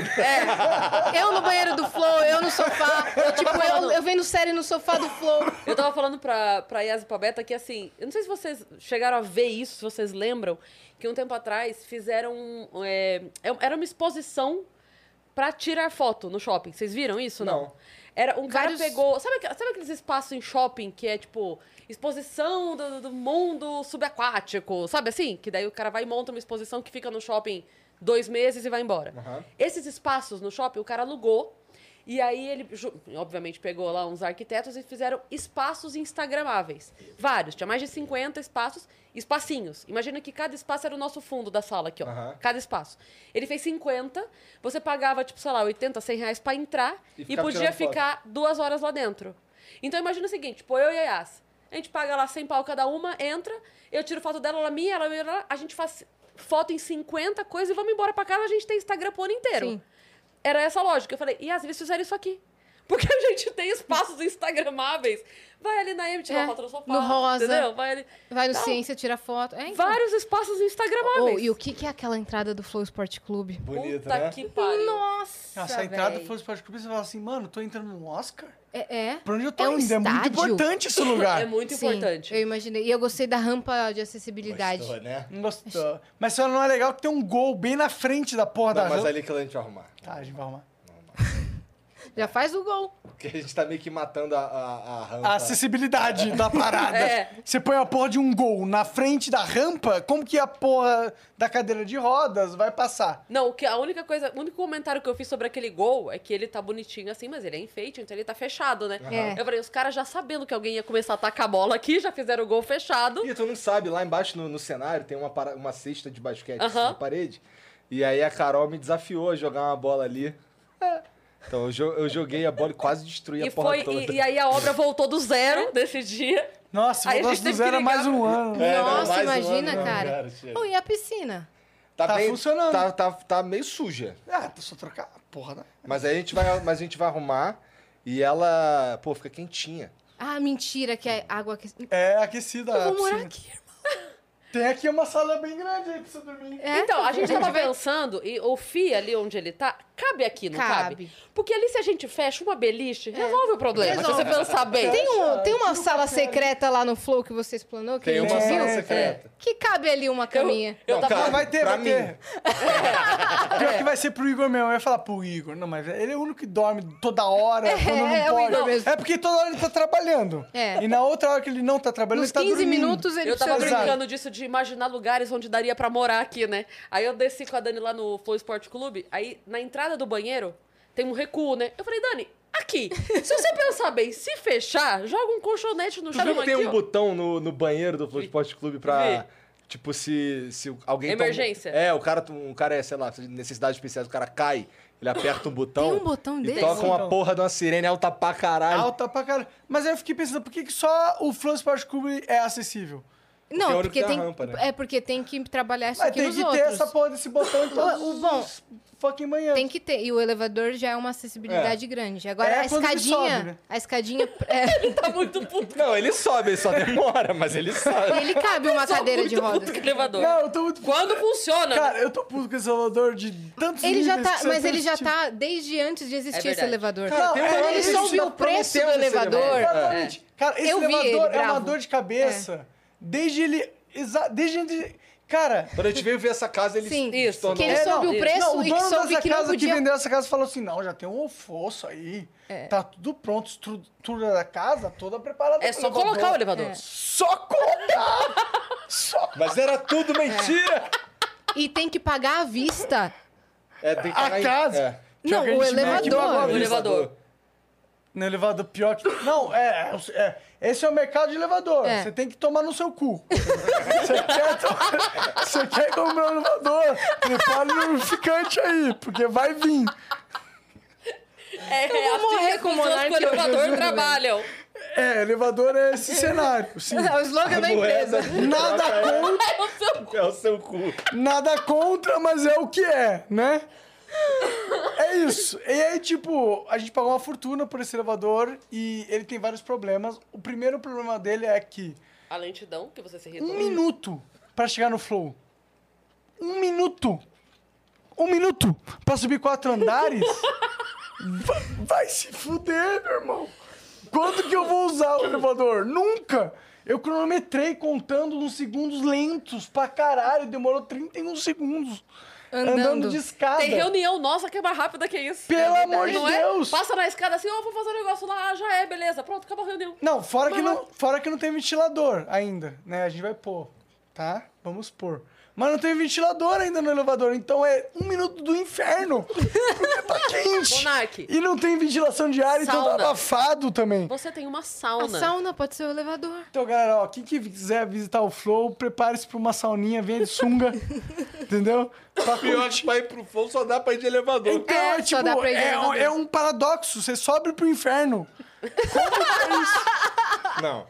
[SPEAKER 1] Eu no banheiro do Flow, eu no sofá. Eu, tipo, eu, eu vendo série no sofá do Flow.
[SPEAKER 2] Eu tava falando pra, pra Yas e pra Beta que, assim, eu não sei se vocês chegaram a ver isso, se vocês lembram, que um tempo atrás fizeram. um, é, é- era uma exposição pra tirar foto no shopping. Vocês viram isso? Não. Era, um
[SPEAKER 1] Vários-
[SPEAKER 2] cara pegou. Sabe, aqu- sabe aqueles espaços em shopping que é tipo exposição do, do mundo subaquático? Sabe assim? Que daí o cara vai e monta uma exposição que fica no shopping dois meses e vai embora. Esses espaços no shopping o cara alugou. E aí ele, ju- obviamente, pegou lá uns arquitetos e fizeram espaços instagramáveis. Vários, tinha mais de 50 espaços, espacinhos. Imagina que cada espaço era o nosso fundo da sala aqui, ó. Cada espaço. Ele fez 50, você pagava, tipo, sei lá, 80, 100 reais pra entrar
[SPEAKER 5] E
[SPEAKER 2] e,
[SPEAKER 5] ficava
[SPEAKER 2] podia
[SPEAKER 5] tirando foto.
[SPEAKER 2] ficar duas horas lá dentro. Então imagina o seguinte, tipo, eu e a Yas, a gente paga lá 100 pau cada uma, entra, eu tiro foto dela, ela minha, ela minha, ela- a gente faz foto em 50 coisas e vamos embora pra casa, a gente tem Instagram pro ano inteiro.
[SPEAKER 1] Sim.
[SPEAKER 2] Era essa a lógica. Eu falei, e às vezes fizeram isso aqui. Porque a gente tem espaços instagramáveis. Vai ali na M, tirar
[SPEAKER 1] É,
[SPEAKER 2] foto no sofá.
[SPEAKER 1] no rosa.
[SPEAKER 2] Entendeu? Vai ali.
[SPEAKER 1] Vai no
[SPEAKER 2] Não.
[SPEAKER 1] Ciência, tira foto. É, então.
[SPEAKER 2] Vários espaços
[SPEAKER 1] Oh,
[SPEAKER 2] instagramáveis.
[SPEAKER 1] e o que, que é aquela entrada do Flow Esporte Clube?
[SPEAKER 5] Bonito,
[SPEAKER 2] Puta
[SPEAKER 5] né?
[SPEAKER 2] que pariu.
[SPEAKER 1] Nossa!
[SPEAKER 2] Tá
[SPEAKER 4] Nossa, a entrada
[SPEAKER 1] véi.
[SPEAKER 4] foi os Clube, você fala assim, mano, tô entrando no Oscar?
[SPEAKER 1] É, é.
[SPEAKER 4] Pra onde eu tô
[SPEAKER 1] É um
[SPEAKER 4] indo? É muito
[SPEAKER 1] estádio?
[SPEAKER 4] importante esse lugar.
[SPEAKER 2] É muito
[SPEAKER 1] Sim,
[SPEAKER 2] importante.
[SPEAKER 1] Eu imaginei. E eu gostei da rampa de acessibilidade.
[SPEAKER 5] Gostou, né?
[SPEAKER 4] Não gostou. Mas só não é legal que tem um gol bem na frente da porra da
[SPEAKER 5] Não, mas
[SPEAKER 4] rampa.
[SPEAKER 5] ali que a gente vai arrumar.
[SPEAKER 4] Tá, a gente vai arrumar.
[SPEAKER 1] Já faz o gol.
[SPEAKER 5] Porque a gente tá meio que matando a, a, a rampa.
[SPEAKER 2] Ah,
[SPEAKER 4] A acessibilidade da parada.
[SPEAKER 2] É.
[SPEAKER 4] Você põe a porra de um gol na frente da rampa, como que a porra da cadeira de rodas vai passar?
[SPEAKER 2] Não, o que a única coisa, o único comentário que eu fiz sobre aquele gol é que ele tá bonitinho assim, mas ele é enfeite, então ele tá fechado, né?
[SPEAKER 1] É.
[SPEAKER 2] Eu falei, os caras já sabendo que alguém ia começar a atacar a bola aqui, já fizeram o gol fechado.
[SPEAKER 5] E tu não sabe, lá embaixo no, no cenário tem uma, para- uma cesta de basquete assim,
[SPEAKER 2] Aham.
[SPEAKER 5] na parede. E aí a Carol me desafiou a jogar uma bola ali. Então eu, jo- eu joguei a bola e quase destruí
[SPEAKER 2] E,
[SPEAKER 5] a porra
[SPEAKER 2] foi,
[SPEAKER 5] toda.
[SPEAKER 2] e, e aí a obra voltou do zero desse dia.
[SPEAKER 4] Nossa,
[SPEAKER 2] Aí
[SPEAKER 4] se
[SPEAKER 2] a gente
[SPEAKER 4] voltasse do
[SPEAKER 2] teve que
[SPEAKER 4] zero é mais
[SPEAKER 2] ligar
[SPEAKER 4] um ano.
[SPEAKER 5] É, não,
[SPEAKER 1] Nossa,
[SPEAKER 5] mais um
[SPEAKER 1] imagina,
[SPEAKER 5] ano, não,
[SPEAKER 1] cara.
[SPEAKER 5] cara, chega.
[SPEAKER 1] Oh, e a piscina?
[SPEAKER 4] Tá funcionando.
[SPEAKER 5] Tá, tá, tá meio suja.
[SPEAKER 4] Ah, tô só trocar a porra né? da...
[SPEAKER 5] Mas aí a gente vai, mas a gente vai arrumar e ela, pô, fica quentinha.
[SPEAKER 1] Ah, mentira, que é água aquecida.
[SPEAKER 4] É aquecida a
[SPEAKER 1] Eu vou morar
[SPEAKER 4] piscina.
[SPEAKER 1] aqui.
[SPEAKER 4] Tem aqui uma sala bem grande aí pra você dormir.
[SPEAKER 1] É?
[SPEAKER 2] Então, a gente tava
[SPEAKER 1] vai-
[SPEAKER 2] pensando, e o FI ali onde ele tá, cabe aqui, não cabe? É.
[SPEAKER 1] Cabe.
[SPEAKER 2] Porque ali se a gente fecha uma beliche, resolve o problema, se você pensar bem.
[SPEAKER 1] Tem, um, tem uma sala secreta lá no Flow que você explanou, que
[SPEAKER 5] Tem
[SPEAKER 1] a gente
[SPEAKER 5] uma
[SPEAKER 1] viu?
[SPEAKER 5] sala secreta.
[SPEAKER 1] Que cabe ali uma caminha.
[SPEAKER 2] É. Eu
[SPEAKER 5] Não,
[SPEAKER 2] tava...
[SPEAKER 5] cara,
[SPEAKER 4] Não, vai ter,
[SPEAKER 5] pra
[SPEAKER 4] vai
[SPEAKER 5] mim.
[SPEAKER 4] ter. Pior que vai ser pro Igor mesmo. Eu ia falar pro Igor. Não, mas ele é o único que dorme toda hora, quando não
[SPEAKER 1] é o
[SPEAKER 4] pode.
[SPEAKER 1] Igor mesmo.
[SPEAKER 4] É porque toda hora ele tá trabalhando.
[SPEAKER 1] É.
[SPEAKER 4] E na outra hora que ele não tá trabalhando,
[SPEAKER 1] Nos
[SPEAKER 4] ele tá
[SPEAKER 1] 15
[SPEAKER 4] dormindo.
[SPEAKER 1] minutos ele
[SPEAKER 2] Eu tava
[SPEAKER 1] precisa...
[SPEAKER 4] Exato.
[SPEAKER 2] brincando disso de imaginar lugares onde daria pra morar aqui, né? Aí eu desci com a Dani lá no Flow Esporte Clube, aí na entrada do banheiro tem um recuo, né? Eu falei, Dani, aqui. Se você pensar bem, se fechar, joga um colchonete no
[SPEAKER 5] Tu viu
[SPEAKER 2] chão
[SPEAKER 5] que tem
[SPEAKER 2] aqui,
[SPEAKER 5] um
[SPEAKER 2] ó.
[SPEAKER 5] botão no, no banheiro do Flow Esporte Clube pra. Tipo, se, se alguém. toma-
[SPEAKER 2] Emergência.
[SPEAKER 5] é, o cara, um cara é, sei lá, de necessidade especial, o cara cai, ele aperta um botão.
[SPEAKER 1] Tem um botão
[SPEAKER 5] e
[SPEAKER 1] desse?
[SPEAKER 5] toca uma
[SPEAKER 4] Botão.
[SPEAKER 5] porra de uma sirene alta pra caralho.
[SPEAKER 4] Alta pra caralho. Mas aí eu fiquei pensando, por que que só o Flow Sport Club é acessível?
[SPEAKER 1] Não, porque
[SPEAKER 5] Porque é o único que tem
[SPEAKER 1] tem...
[SPEAKER 5] a rampa, né?
[SPEAKER 1] É porque tem que trabalhar isso
[SPEAKER 4] Mas
[SPEAKER 1] aqui
[SPEAKER 4] tem
[SPEAKER 1] nos
[SPEAKER 4] que
[SPEAKER 1] outros.
[SPEAKER 4] ter essa porra desse botão em todos
[SPEAKER 1] O- o bom-
[SPEAKER 4] os fucking manhã.
[SPEAKER 1] Tem que ter. E o elevador já é uma acessibilidade grande. Agora,
[SPEAKER 4] É
[SPEAKER 1] a
[SPEAKER 4] quando ele
[SPEAKER 1] escadinha...
[SPEAKER 4] sobe, né?
[SPEAKER 1] A escadinha... é,
[SPEAKER 2] Tá muito puto.
[SPEAKER 5] Não, ele sobe, ele só demora, mas ele sobe.
[SPEAKER 1] ele cabe uma cadeira de
[SPEAKER 2] Tá muito puto
[SPEAKER 1] rodas.
[SPEAKER 2] com o elevador.
[SPEAKER 4] Não, eu tô muito...
[SPEAKER 2] Quando funciona,
[SPEAKER 4] Cara, eu tô puto com esse elevador de tantos
[SPEAKER 1] né? Ele já
[SPEAKER 4] níveis
[SPEAKER 1] tá...
[SPEAKER 4] que você tipo,
[SPEAKER 1] Mas ele já
[SPEAKER 4] assiste.
[SPEAKER 1] tá desde antes de existir esse
[SPEAKER 2] É verdade.
[SPEAKER 1] elevador.
[SPEAKER 5] Cara,
[SPEAKER 4] é,
[SPEAKER 5] tem um
[SPEAKER 1] Quando
[SPEAKER 5] ano
[SPEAKER 1] ele
[SPEAKER 5] que
[SPEAKER 1] soube
[SPEAKER 5] eles
[SPEAKER 1] o preço do
[SPEAKER 5] prometendo esse
[SPEAKER 1] elevador... É.
[SPEAKER 5] elevador.
[SPEAKER 4] Exatamente. Cara, esse
[SPEAKER 1] Eu vi ele
[SPEAKER 4] elevador é uma
[SPEAKER 1] bravo. É.
[SPEAKER 4] dor de cabeça. Desde ele. exa- Desde ele. Cara.
[SPEAKER 5] Quando a gente veio ver essa casa, ele
[SPEAKER 1] Sim,
[SPEAKER 5] se tornou-
[SPEAKER 1] que ele
[SPEAKER 2] É,
[SPEAKER 1] soube
[SPEAKER 2] não,
[SPEAKER 1] o preço
[SPEAKER 4] não, o
[SPEAKER 1] e
[SPEAKER 4] dono
[SPEAKER 1] soube
[SPEAKER 4] dessa
[SPEAKER 1] que não
[SPEAKER 4] casa que
[SPEAKER 1] podia... É.
[SPEAKER 4] vendeu essa casa falou assim: não, já tem um fosso aí. Tá tudo pronto, estrutura da casa toda preparada.
[SPEAKER 2] é
[SPEAKER 4] pro
[SPEAKER 2] só
[SPEAKER 4] elevador."
[SPEAKER 2] colocar o elevador.
[SPEAKER 4] Só colocar! só.
[SPEAKER 5] Mas era tudo
[SPEAKER 1] É.
[SPEAKER 5] mentira!
[SPEAKER 1] E tem que pagar à vista.
[SPEAKER 5] É, tem que
[SPEAKER 4] A
[SPEAKER 5] pagar em-
[SPEAKER 4] casa?
[SPEAKER 5] é.
[SPEAKER 1] Não,
[SPEAKER 4] Tinha alguém
[SPEAKER 1] o
[SPEAKER 4] de Mac que
[SPEAKER 1] elevador.
[SPEAKER 4] pagou a
[SPEAKER 2] O
[SPEAKER 4] vista.
[SPEAKER 2] elevador.
[SPEAKER 4] No elevador pior que. Não, é, é- Esse é o mercado de elevador.
[SPEAKER 1] É.
[SPEAKER 4] Você tem que tomar no seu cu. Você quer, tomar- você quer comprar um elevador? Prepare um ficante aí, porque vai vir.
[SPEAKER 2] É, eu
[SPEAKER 1] vou morrer com
[SPEAKER 2] pessoas
[SPEAKER 1] monarquia,
[SPEAKER 2] com
[SPEAKER 1] eu juro,
[SPEAKER 2] elevador
[SPEAKER 1] velho.
[SPEAKER 2] trabalham.
[SPEAKER 4] É, elevador é esse cenário. Sim.
[SPEAKER 1] É o slogan da empresa.
[SPEAKER 4] Nada contra,
[SPEAKER 2] É o seu cu.
[SPEAKER 5] É o seu cu.
[SPEAKER 4] nada contra, mas é o que é, né? É isso. E aí, tipo, a gente pagou uma fortuna por esse elevador e ele tem vários problemas. O primeiro problema dele é que
[SPEAKER 2] A lentidão que você se
[SPEAKER 4] um
[SPEAKER 2] reduz.
[SPEAKER 4] minuto pra chegar no flow. Um minuto. Um minuto pra subir quatro andares. Va- vai, se fuder, meu irmão. Quanto que eu vou usar o elevador? Nunca. Eu cronometrei contando nos segundos lentos pra caralho. Demorou 31 segundos. Andando,
[SPEAKER 1] Andando.
[SPEAKER 4] de escada.
[SPEAKER 2] Tem reunião nossa que é mais rápida que isso.
[SPEAKER 4] Pelo
[SPEAKER 2] É
[SPEAKER 4] amor de
[SPEAKER 2] Não é?
[SPEAKER 4] Deus.
[SPEAKER 2] Passa na escada assim, ó, vou fazer um negócio lá, ah, já é, beleza, pronto, acabou a reunião.
[SPEAKER 4] Não, fora que não, fora que não tem ventilador ainda, né? A gente vai pôr, tá? Vamos pôr. Mas não tem ventilador ainda no elevador, então é um minuto do inferno. Porque tá quente.
[SPEAKER 2] Monark.
[SPEAKER 4] E não tem ventilação de ar, então tá
[SPEAKER 2] Sauna.
[SPEAKER 4] abafado também.
[SPEAKER 2] Você tem uma
[SPEAKER 1] A
[SPEAKER 2] sauna.
[SPEAKER 1] sauna pode ser o elevador.
[SPEAKER 4] Então, galera, ó, quem que quiser visitar o Flow, prepare-se pra uma sauninha, venha de sunga, entendeu? Pra
[SPEAKER 5] Pior é que pra ir pro flow só dá pra ir de elevador.
[SPEAKER 4] Então,
[SPEAKER 1] É,
[SPEAKER 4] é,
[SPEAKER 1] só
[SPEAKER 4] tipo,
[SPEAKER 1] dá pra ir de
[SPEAKER 4] é, um-
[SPEAKER 1] elevador.
[SPEAKER 4] é um paradoxo, você sobe pro inferno.
[SPEAKER 1] Então-
[SPEAKER 5] Não.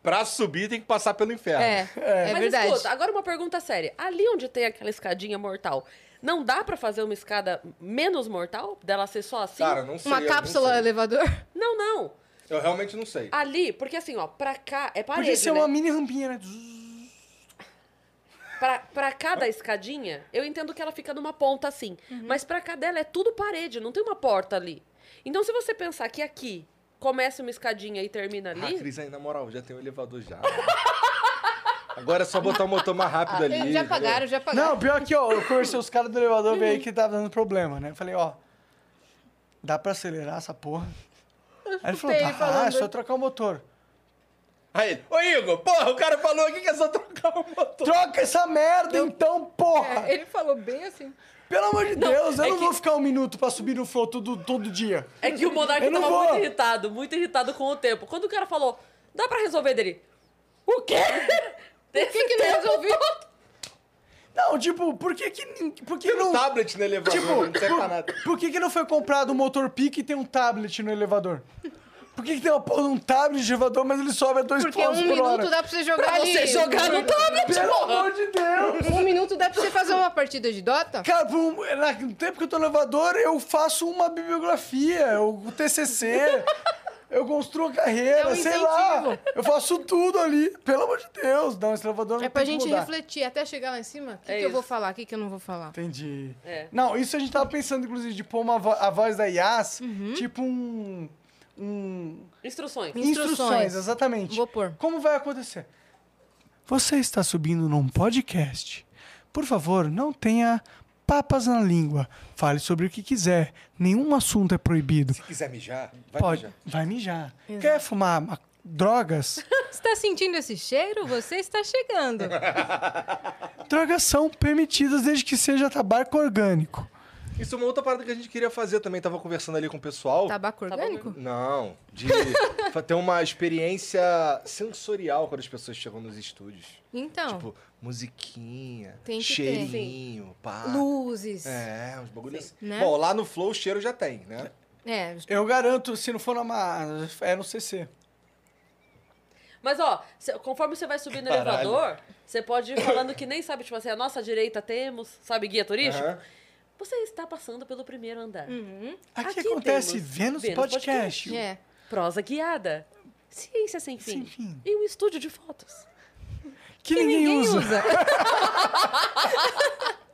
[SPEAKER 5] Pra subir tem que passar pelo inferno.
[SPEAKER 1] É, é,
[SPEAKER 2] Mas
[SPEAKER 1] verdade.
[SPEAKER 2] escuta, agora uma pergunta séria. Ali onde tem aquela escadinha mortal, não dá pra fazer uma escada menos mortal? Dela ser só assim?
[SPEAKER 5] Cara, não sei.
[SPEAKER 1] Uma
[SPEAKER 5] eu não
[SPEAKER 1] cápsula Ah,
[SPEAKER 5] sei.
[SPEAKER 1] elevador.
[SPEAKER 2] Não, não.
[SPEAKER 5] Eu realmente não sei.
[SPEAKER 2] Ali, porque assim, ó, pra cá é parede,
[SPEAKER 4] Podia ser
[SPEAKER 2] né?
[SPEAKER 4] uma mini rampinha, né?
[SPEAKER 2] Pra, pra cá da escadinha, eu entendo que ela fica numa ponta assim.
[SPEAKER 1] Uhum.
[SPEAKER 2] Mas pra cá dela é tudo parede, não tem uma porta ali. Então, se você pensar que aqui começa uma escadinha e termina ali.
[SPEAKER 5] Ah, Cris, aí, na moral, já tem o elevador já. Agora é só botar o motor mais rápido ali.
[SPEAKER 1] Ah, Já pagaram, já pagaram.
[SPEAKER 4] Não, pior que, ó, eu conversei os caras do elevador veio aí que tava dando problema, né? Eu falei, ó, dá pra acelerar essa porra? Aí ele falou,
[SPEAKER 1] escutei ele
[SPEAKER 4] dá, ah, é
[SPEAKER 1] falando.
[SPEAKER 4] só trocar o motor.
[SPEAKER 5] Aí ele, ô Igor, porra, o cara falou aqui que é só trocar o motor.
[SPEAKER 4] Troca essa merda então, porra!
[SPEAKER 1] É. Ele falou bem assim.
[SPEAKER 4] Pelo amor de Deus, eu
[SPEAKER 2] é
[SPEAKER 4] não
[SPEAKER 2] que-
[SPEAKER 4] vou ficar um minuto pra subir no flow todo, todo dia.
[SPEAKER 2] É que o Monark
[SPEAKER 4] Eu não
[SPEAKER 2] tava
[SPEAKER 4] vou.
[SPEAKER 2] muito irritado, muito irritado com o tempo. Quando o cara falou, dá pra resolver dele? O quê? Por
[SPEAKER 1] que que não resolvi?
[SPEAKER 4] Não, tipo, por que que... nin- Por que não...
[SPEAKER 5] Tablet no elevador,
[SPEAKER 4] Tipo,
[SPEAKER 5] não serve pra nada.
[SPEAKER 4] por, por que que não foi comprado um motor pique e tem um tablet no elevador? Por que que tem uma porra de um tablet de elevador, mas ele sobe a dois
[SPEAKER 1] Porque um
[SPEAKER 4] pontos por hora?
[SPEAKER 1] minuto dá pra você jogar ali.
[SPEAKER 2] Você jogar no tablet?
[SPEAKER 4] Pelo amor de Deus!
[SPEAKER 1] Um minuto dá pra você fazer uma partida de Dota?
[SPEAKER 4] Cara, por um- na- no tempo que eu tô no elevador, eu faço uma bibliografia, o TCC, eu construo a carreira,
[SPEAKER 1] É um
[SPEAKER 4] sei lá.
[SPEAKER 1] incentivo.
[SPEAKER 4] Eu faço tudo ali. Pelo amor de Deus, não, esse elevador não
[SPEAKER 1] É pra
[SPEAKER 4] tem que
[SPEAKER 1] gente
[SPEAKER 4] mudar.
[SPEAKER 1] refletir até chegar lá em cima. O que,
[SPEAKER 2] É
[SPEAKER 1] que eu vou
[SPEAKER 2] isso.
[SPEAKER 1] falar? O que, que eu não vou falar?
[SPEAKER 4] Entendi.
[SPEAKER 2] É.
[SPEAKER 4] Não, isso a gente tava pensando, inclusive, de pôr uma vo- a voz da Yas,
[SPEAKER 1] Uhum.
[SPEAKER 4] tipo um... um-
[SPEAKER 2] Instruções.
[SPEAKER 1] Instruções.
[SPEAKER 4] exatamente.
[SPEAKER 1] Vou pôr.
[SPEAKER 4] Como vai acontecer? Você está subindo num podcast. Por favor, não tenha papas na língua. Fale sobre o que quiser. Nenhum assunto é proibido.
[SPEAKER 5] Se quiser mijar, vai
[SPEAKER 4] Pode.
[SPEAKER 5] mijar.
[SPEAKER 4] Vai mijar. Quer fumar ma- drogas?
[SPEAKER 1] Você tá sentindo esse cheiro? Você está chegando.
[SPEAKER 4] drogas são permitidas desde que seja tabaco orgânico.
[SPEAKER 5] Isso é uma outra parada que a gente queria fazer também. Tava conversando ali com o pessoal.
[SPEAKER 1] Tabaco orgânico?
[SPEAKER 5] Não, de fa- ter uma experiência sensorial quando as pessoas chegam nos estúdios.
[SPEAKER 1] Então,
[SPEAKER 5] Tipo, musiquinha,
[SPEAKER 1] Tem que ter.
[SPEAKER 5] cheirinho, pá.
[SPEAKER 1] luzes. ah, É.
[SPEAKER 5] É, uns bagulhos assim.
[SPEAKER 1] Né?
[SPEAKER 5] Bom, lá no Flow o cheiro já tem, né?
[SPEAKER 1] É,
[SPEAKER 4] Eu garanto, se não for na ma- é no CC.
[SPEAKER 2] Mas ó, cê- conforme você vai subir no
[SPEAKER 5] Caralho.
[SPEAKER 2] elevador, você pode ir falando que nem sabe, tipo assim, a nossa direita temos, sabe, guia turístico?
[SPEAKER 5] Aham.
[SPEAKER 2] Você está passando pelo primeiro andar.
[SPEAKER 1] Hum.
[SPEAKER 4] Aqui,
[SPEAKER 2] Aqui
[SPEAKER 4] acontece
[SPEAKER 2] temos
[SPEAKER 4] Vênus
[SPEAKER 2] Vênus
[SPEAKER 4] Podcast.
[SPEAKER 1] é.
[SPEAKER 2] Prosa guiada. Ciência sem fim.
[SPEAKER 4] Sem fim.
[SPEAKER 2] E um estúdio de fotos.
[SPEAKER 4] Que, ninguém, usa.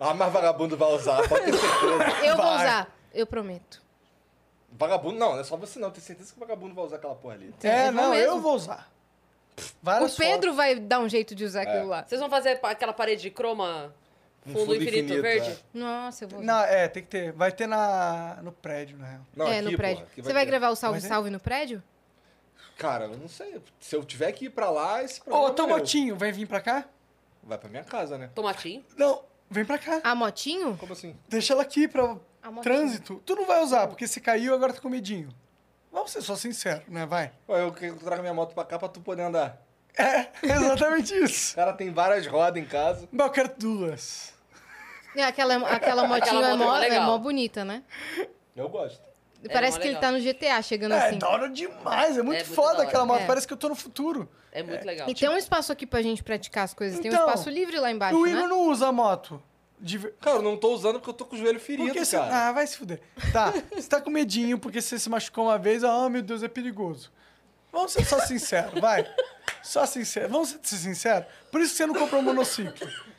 [SPEAKER 5] Ah, mas vagabundo vai usar, pode ter certeza.
[SPEAKER 1] Eu vou usar. Eu prometo.
[SPEAKER 5] vagabundo não, não é só você não, tenho certeza que o vagabundo vai usar aquela porra ali.
[SPEAKER 4] É,
[SPEAKER 1] Eu vou
[SPEAKER 4] não, eu
[SPEAKER 1] mesmo.
[SPEAKER 4] vou usar.
[SPEAKER 1] O Pedro vai dar um jeito de usar aquilo lá.
[SPEAKER 2] Vocês vão fazer pa- aquela parede de croma
[SPEAKER 5] Um
[SPEAKER 2] fundo, infinito, verde?
[SPEAKER 5] é.
[SPEAKER 1] Nossa, eu vou usar.
[SPEAKER 4] Não, é, tem que ter. Vai ter na, no prédio, na real.
[SPEAKER 5] Não,
[SPEAKER 1] é,
[SPEAKER 5] aqui,
[SPEAKER 1] no prédio.
[SPEAKER 5] porra, aqui
[SPEAKER 1] Você vai
[SPEAKER 5] ter.
[SPEAKER 2] é?
[SPEAKER 1] gravar o salve
[SPEAKER 4] Vai ter?
[SPEAKER 1] salve no prédio?
[SPEAKER 5] Cara, eu não sei. Se eu tiver que ir pra lá, esse
[SPEAKER 4] Ô,
[SPEAKER 5] problema. é meu.
[SPEAKER 4] Tomotinho, vai vir pra cá?
[SPEAKER 5] Vai pra minha casa, né?
[SPEAKER 2] Tomatinho?
[SPEAKER 4] Não, vem pra cá.
[SPEAKER 1] A Ah, motinho?
[SPEAKER 5] Como assim?
[SPEAKER 4] Deixa ela aqui pra
[SPEAKER 1] A motinho.
[SPEAKER 4] trânsito. Tu não vai usar, porque se caiu, agora tá com medinho. Vamos ser só sinceros, né? Vai.
[SPEAKER 5] Ué, eu que- eu trago minha moto pra cá pra tu poder andar.
[SPEAKER 4] É, exatamente isso.
[SPEAKER 5] O cara tem várias rodas em casa.
[SPEAKER 4] Mas eu quero duas.
[SPEAKER 1] É, Aquela, aquela motinho
[SPEAKER 2] moto
[SPEAKER 1] é,
[SPEAKER 2] é
[SPEAKER 1] mó,
[SPEAKER 2] mó
[SPEAKER 1] é
[SPEAKER 2] legal. É,
[SPEAKER 1] mó bonita, né?
[SPEAKER 5] Eu gosto.
[SPEAKER 1] Parece
[SPEAKER 2] mó
[SPEAKER 1] que ele
[SPEAKER 2] legal.
[SPEAKER 1] tá no GTA chegando
[SPEAKER 4] é,
[SPEAKER 1] assim.
[SPEAKER 4] da hora demais. É muito,
[SPEAKER 2] muito da
[SPEAKER 4] foda
[SPEAKER 2] hora.
[SPEAKER 4] aquela moto.
[SPEAKER 1] É.
[SPEAKER 4] Parece que eu tô no futuro.
[SPEAKER 2] É muito legal.
[SPEAKER 1] E tem um espaço aqui pra gente praticar as coisas. tem um
[SPEAKER 4] Então,
[SPEAKER 1] espaço livre lá embaixo,
[SPEAKER 4] o
[SPEAKER 1] né?
[SPEAKER 4] Igor não usa a moto. De... ver-
[SPEAKER 5] Cara, eu não tô usando porque eu tô com o joelho ferido,
[SPEAKER 4] Porque você...
[SPEAKER 5] cara.
[SPEAKER 4] Ah, vai se fuder. Tá, você tá com medinho porque você se machucou uma vez. Ah, meu Deus, é perigoso. Vamos ser só sinceros, vai. Só sincero. Vamos ser sinceros. Por isso que você não comprou um monociclo.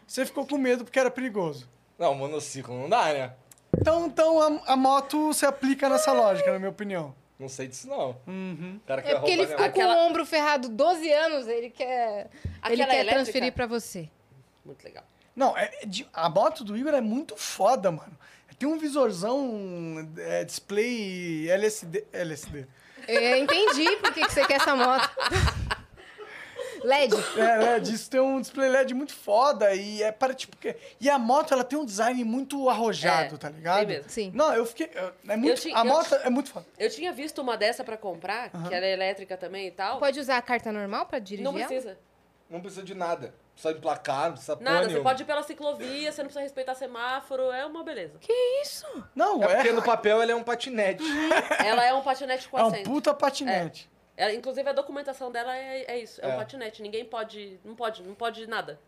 [SPEAKER 4] Você ficou com medo porque era perigoso.
[SPEAKER 5] Não, monociclo não dá, né?
[SPEAKER 4] Então, então a, a moto se aplica nessa lógica, na minha opinião.
[SPEAKER 5] Não sei disso, não. Uhum. Cara que
[SPEAKER 1] É porque ele ficou
[SPEAKER 5] roubar minha moto.
[SPEAKER 1] com
[SPEAKER 2] Aquela-
[SPEAKER 1] o ombro ferrado 12 anos, ele quer, ele
[SPEAKER 2] Aquela
[SPEAKER 1] quer
[SPEAKER 2] elétrica?
[SPEAKER 1] transferir pra você.
[SPEAKER 2] Muito legal.
[SPEAKER 4] Não, é- é de- a moto do Igor é muito foda, mano. Tem um visorzão, é, display LSD. LSD.
[SPEAKER 1] Eu entendi por que, que você quer essa moto. LED.
[SPEAKER 4] É, né? Disso tem um display LED muito foda e é para tipo. que- E a moto, ela tem um design muito arrojado,
[SPEAKER 2] É,
[SPEAKER 4] tá ligado?
[SPEAKER 2] tem mesmo.
[SPEAKER 1] Sim.
[SPEAKER 4] Não, eu fiquei. eu- É muito,
[SPEAKER 2] te-
[SPEAKER 4] a
[SPEAKER 2] eu
[SPEAKER 4] moto
[SPEAKER 2] te-
[SPEAKER 4] é muito foda.
[SPEAKER 2] Eu tinha visto uma dessa pra comprar, que era elétrica também e tal.
[SPEAKER 1] Pode usar a carta normal pra dirigir?
[SPEAKER 2] Não
[SPEAKER 1] ela?
[SPEAKER 2] precisa.
[SPEAKER 5] Não precisa de nada. Não precisa emplacar, não precisa porra
[SPEAKER 2] Nada, você
[SPEAKER 5] nenhuma.
[SPEAKER 2] pode ir pela ciclovia, você não precisa respeitar semáforo, é uma beleza.
[SPEAKER 4] Não,
[SPEAKER 5] É
[SPEAKER 4] é.
[SPEAKER 5] porque no papel ele é um patinete.
[SPEAKER 2] Ela é um patinete com
[SPEAKER 4] É um
[SPEAKER 2] assento.
[SPEAKER 4] puta patinete.
[SPEAKER 2] Ela- inclusive, a documentação dela é, é isso, é, um patinete. Ninguém pode, não pode, não pode nada.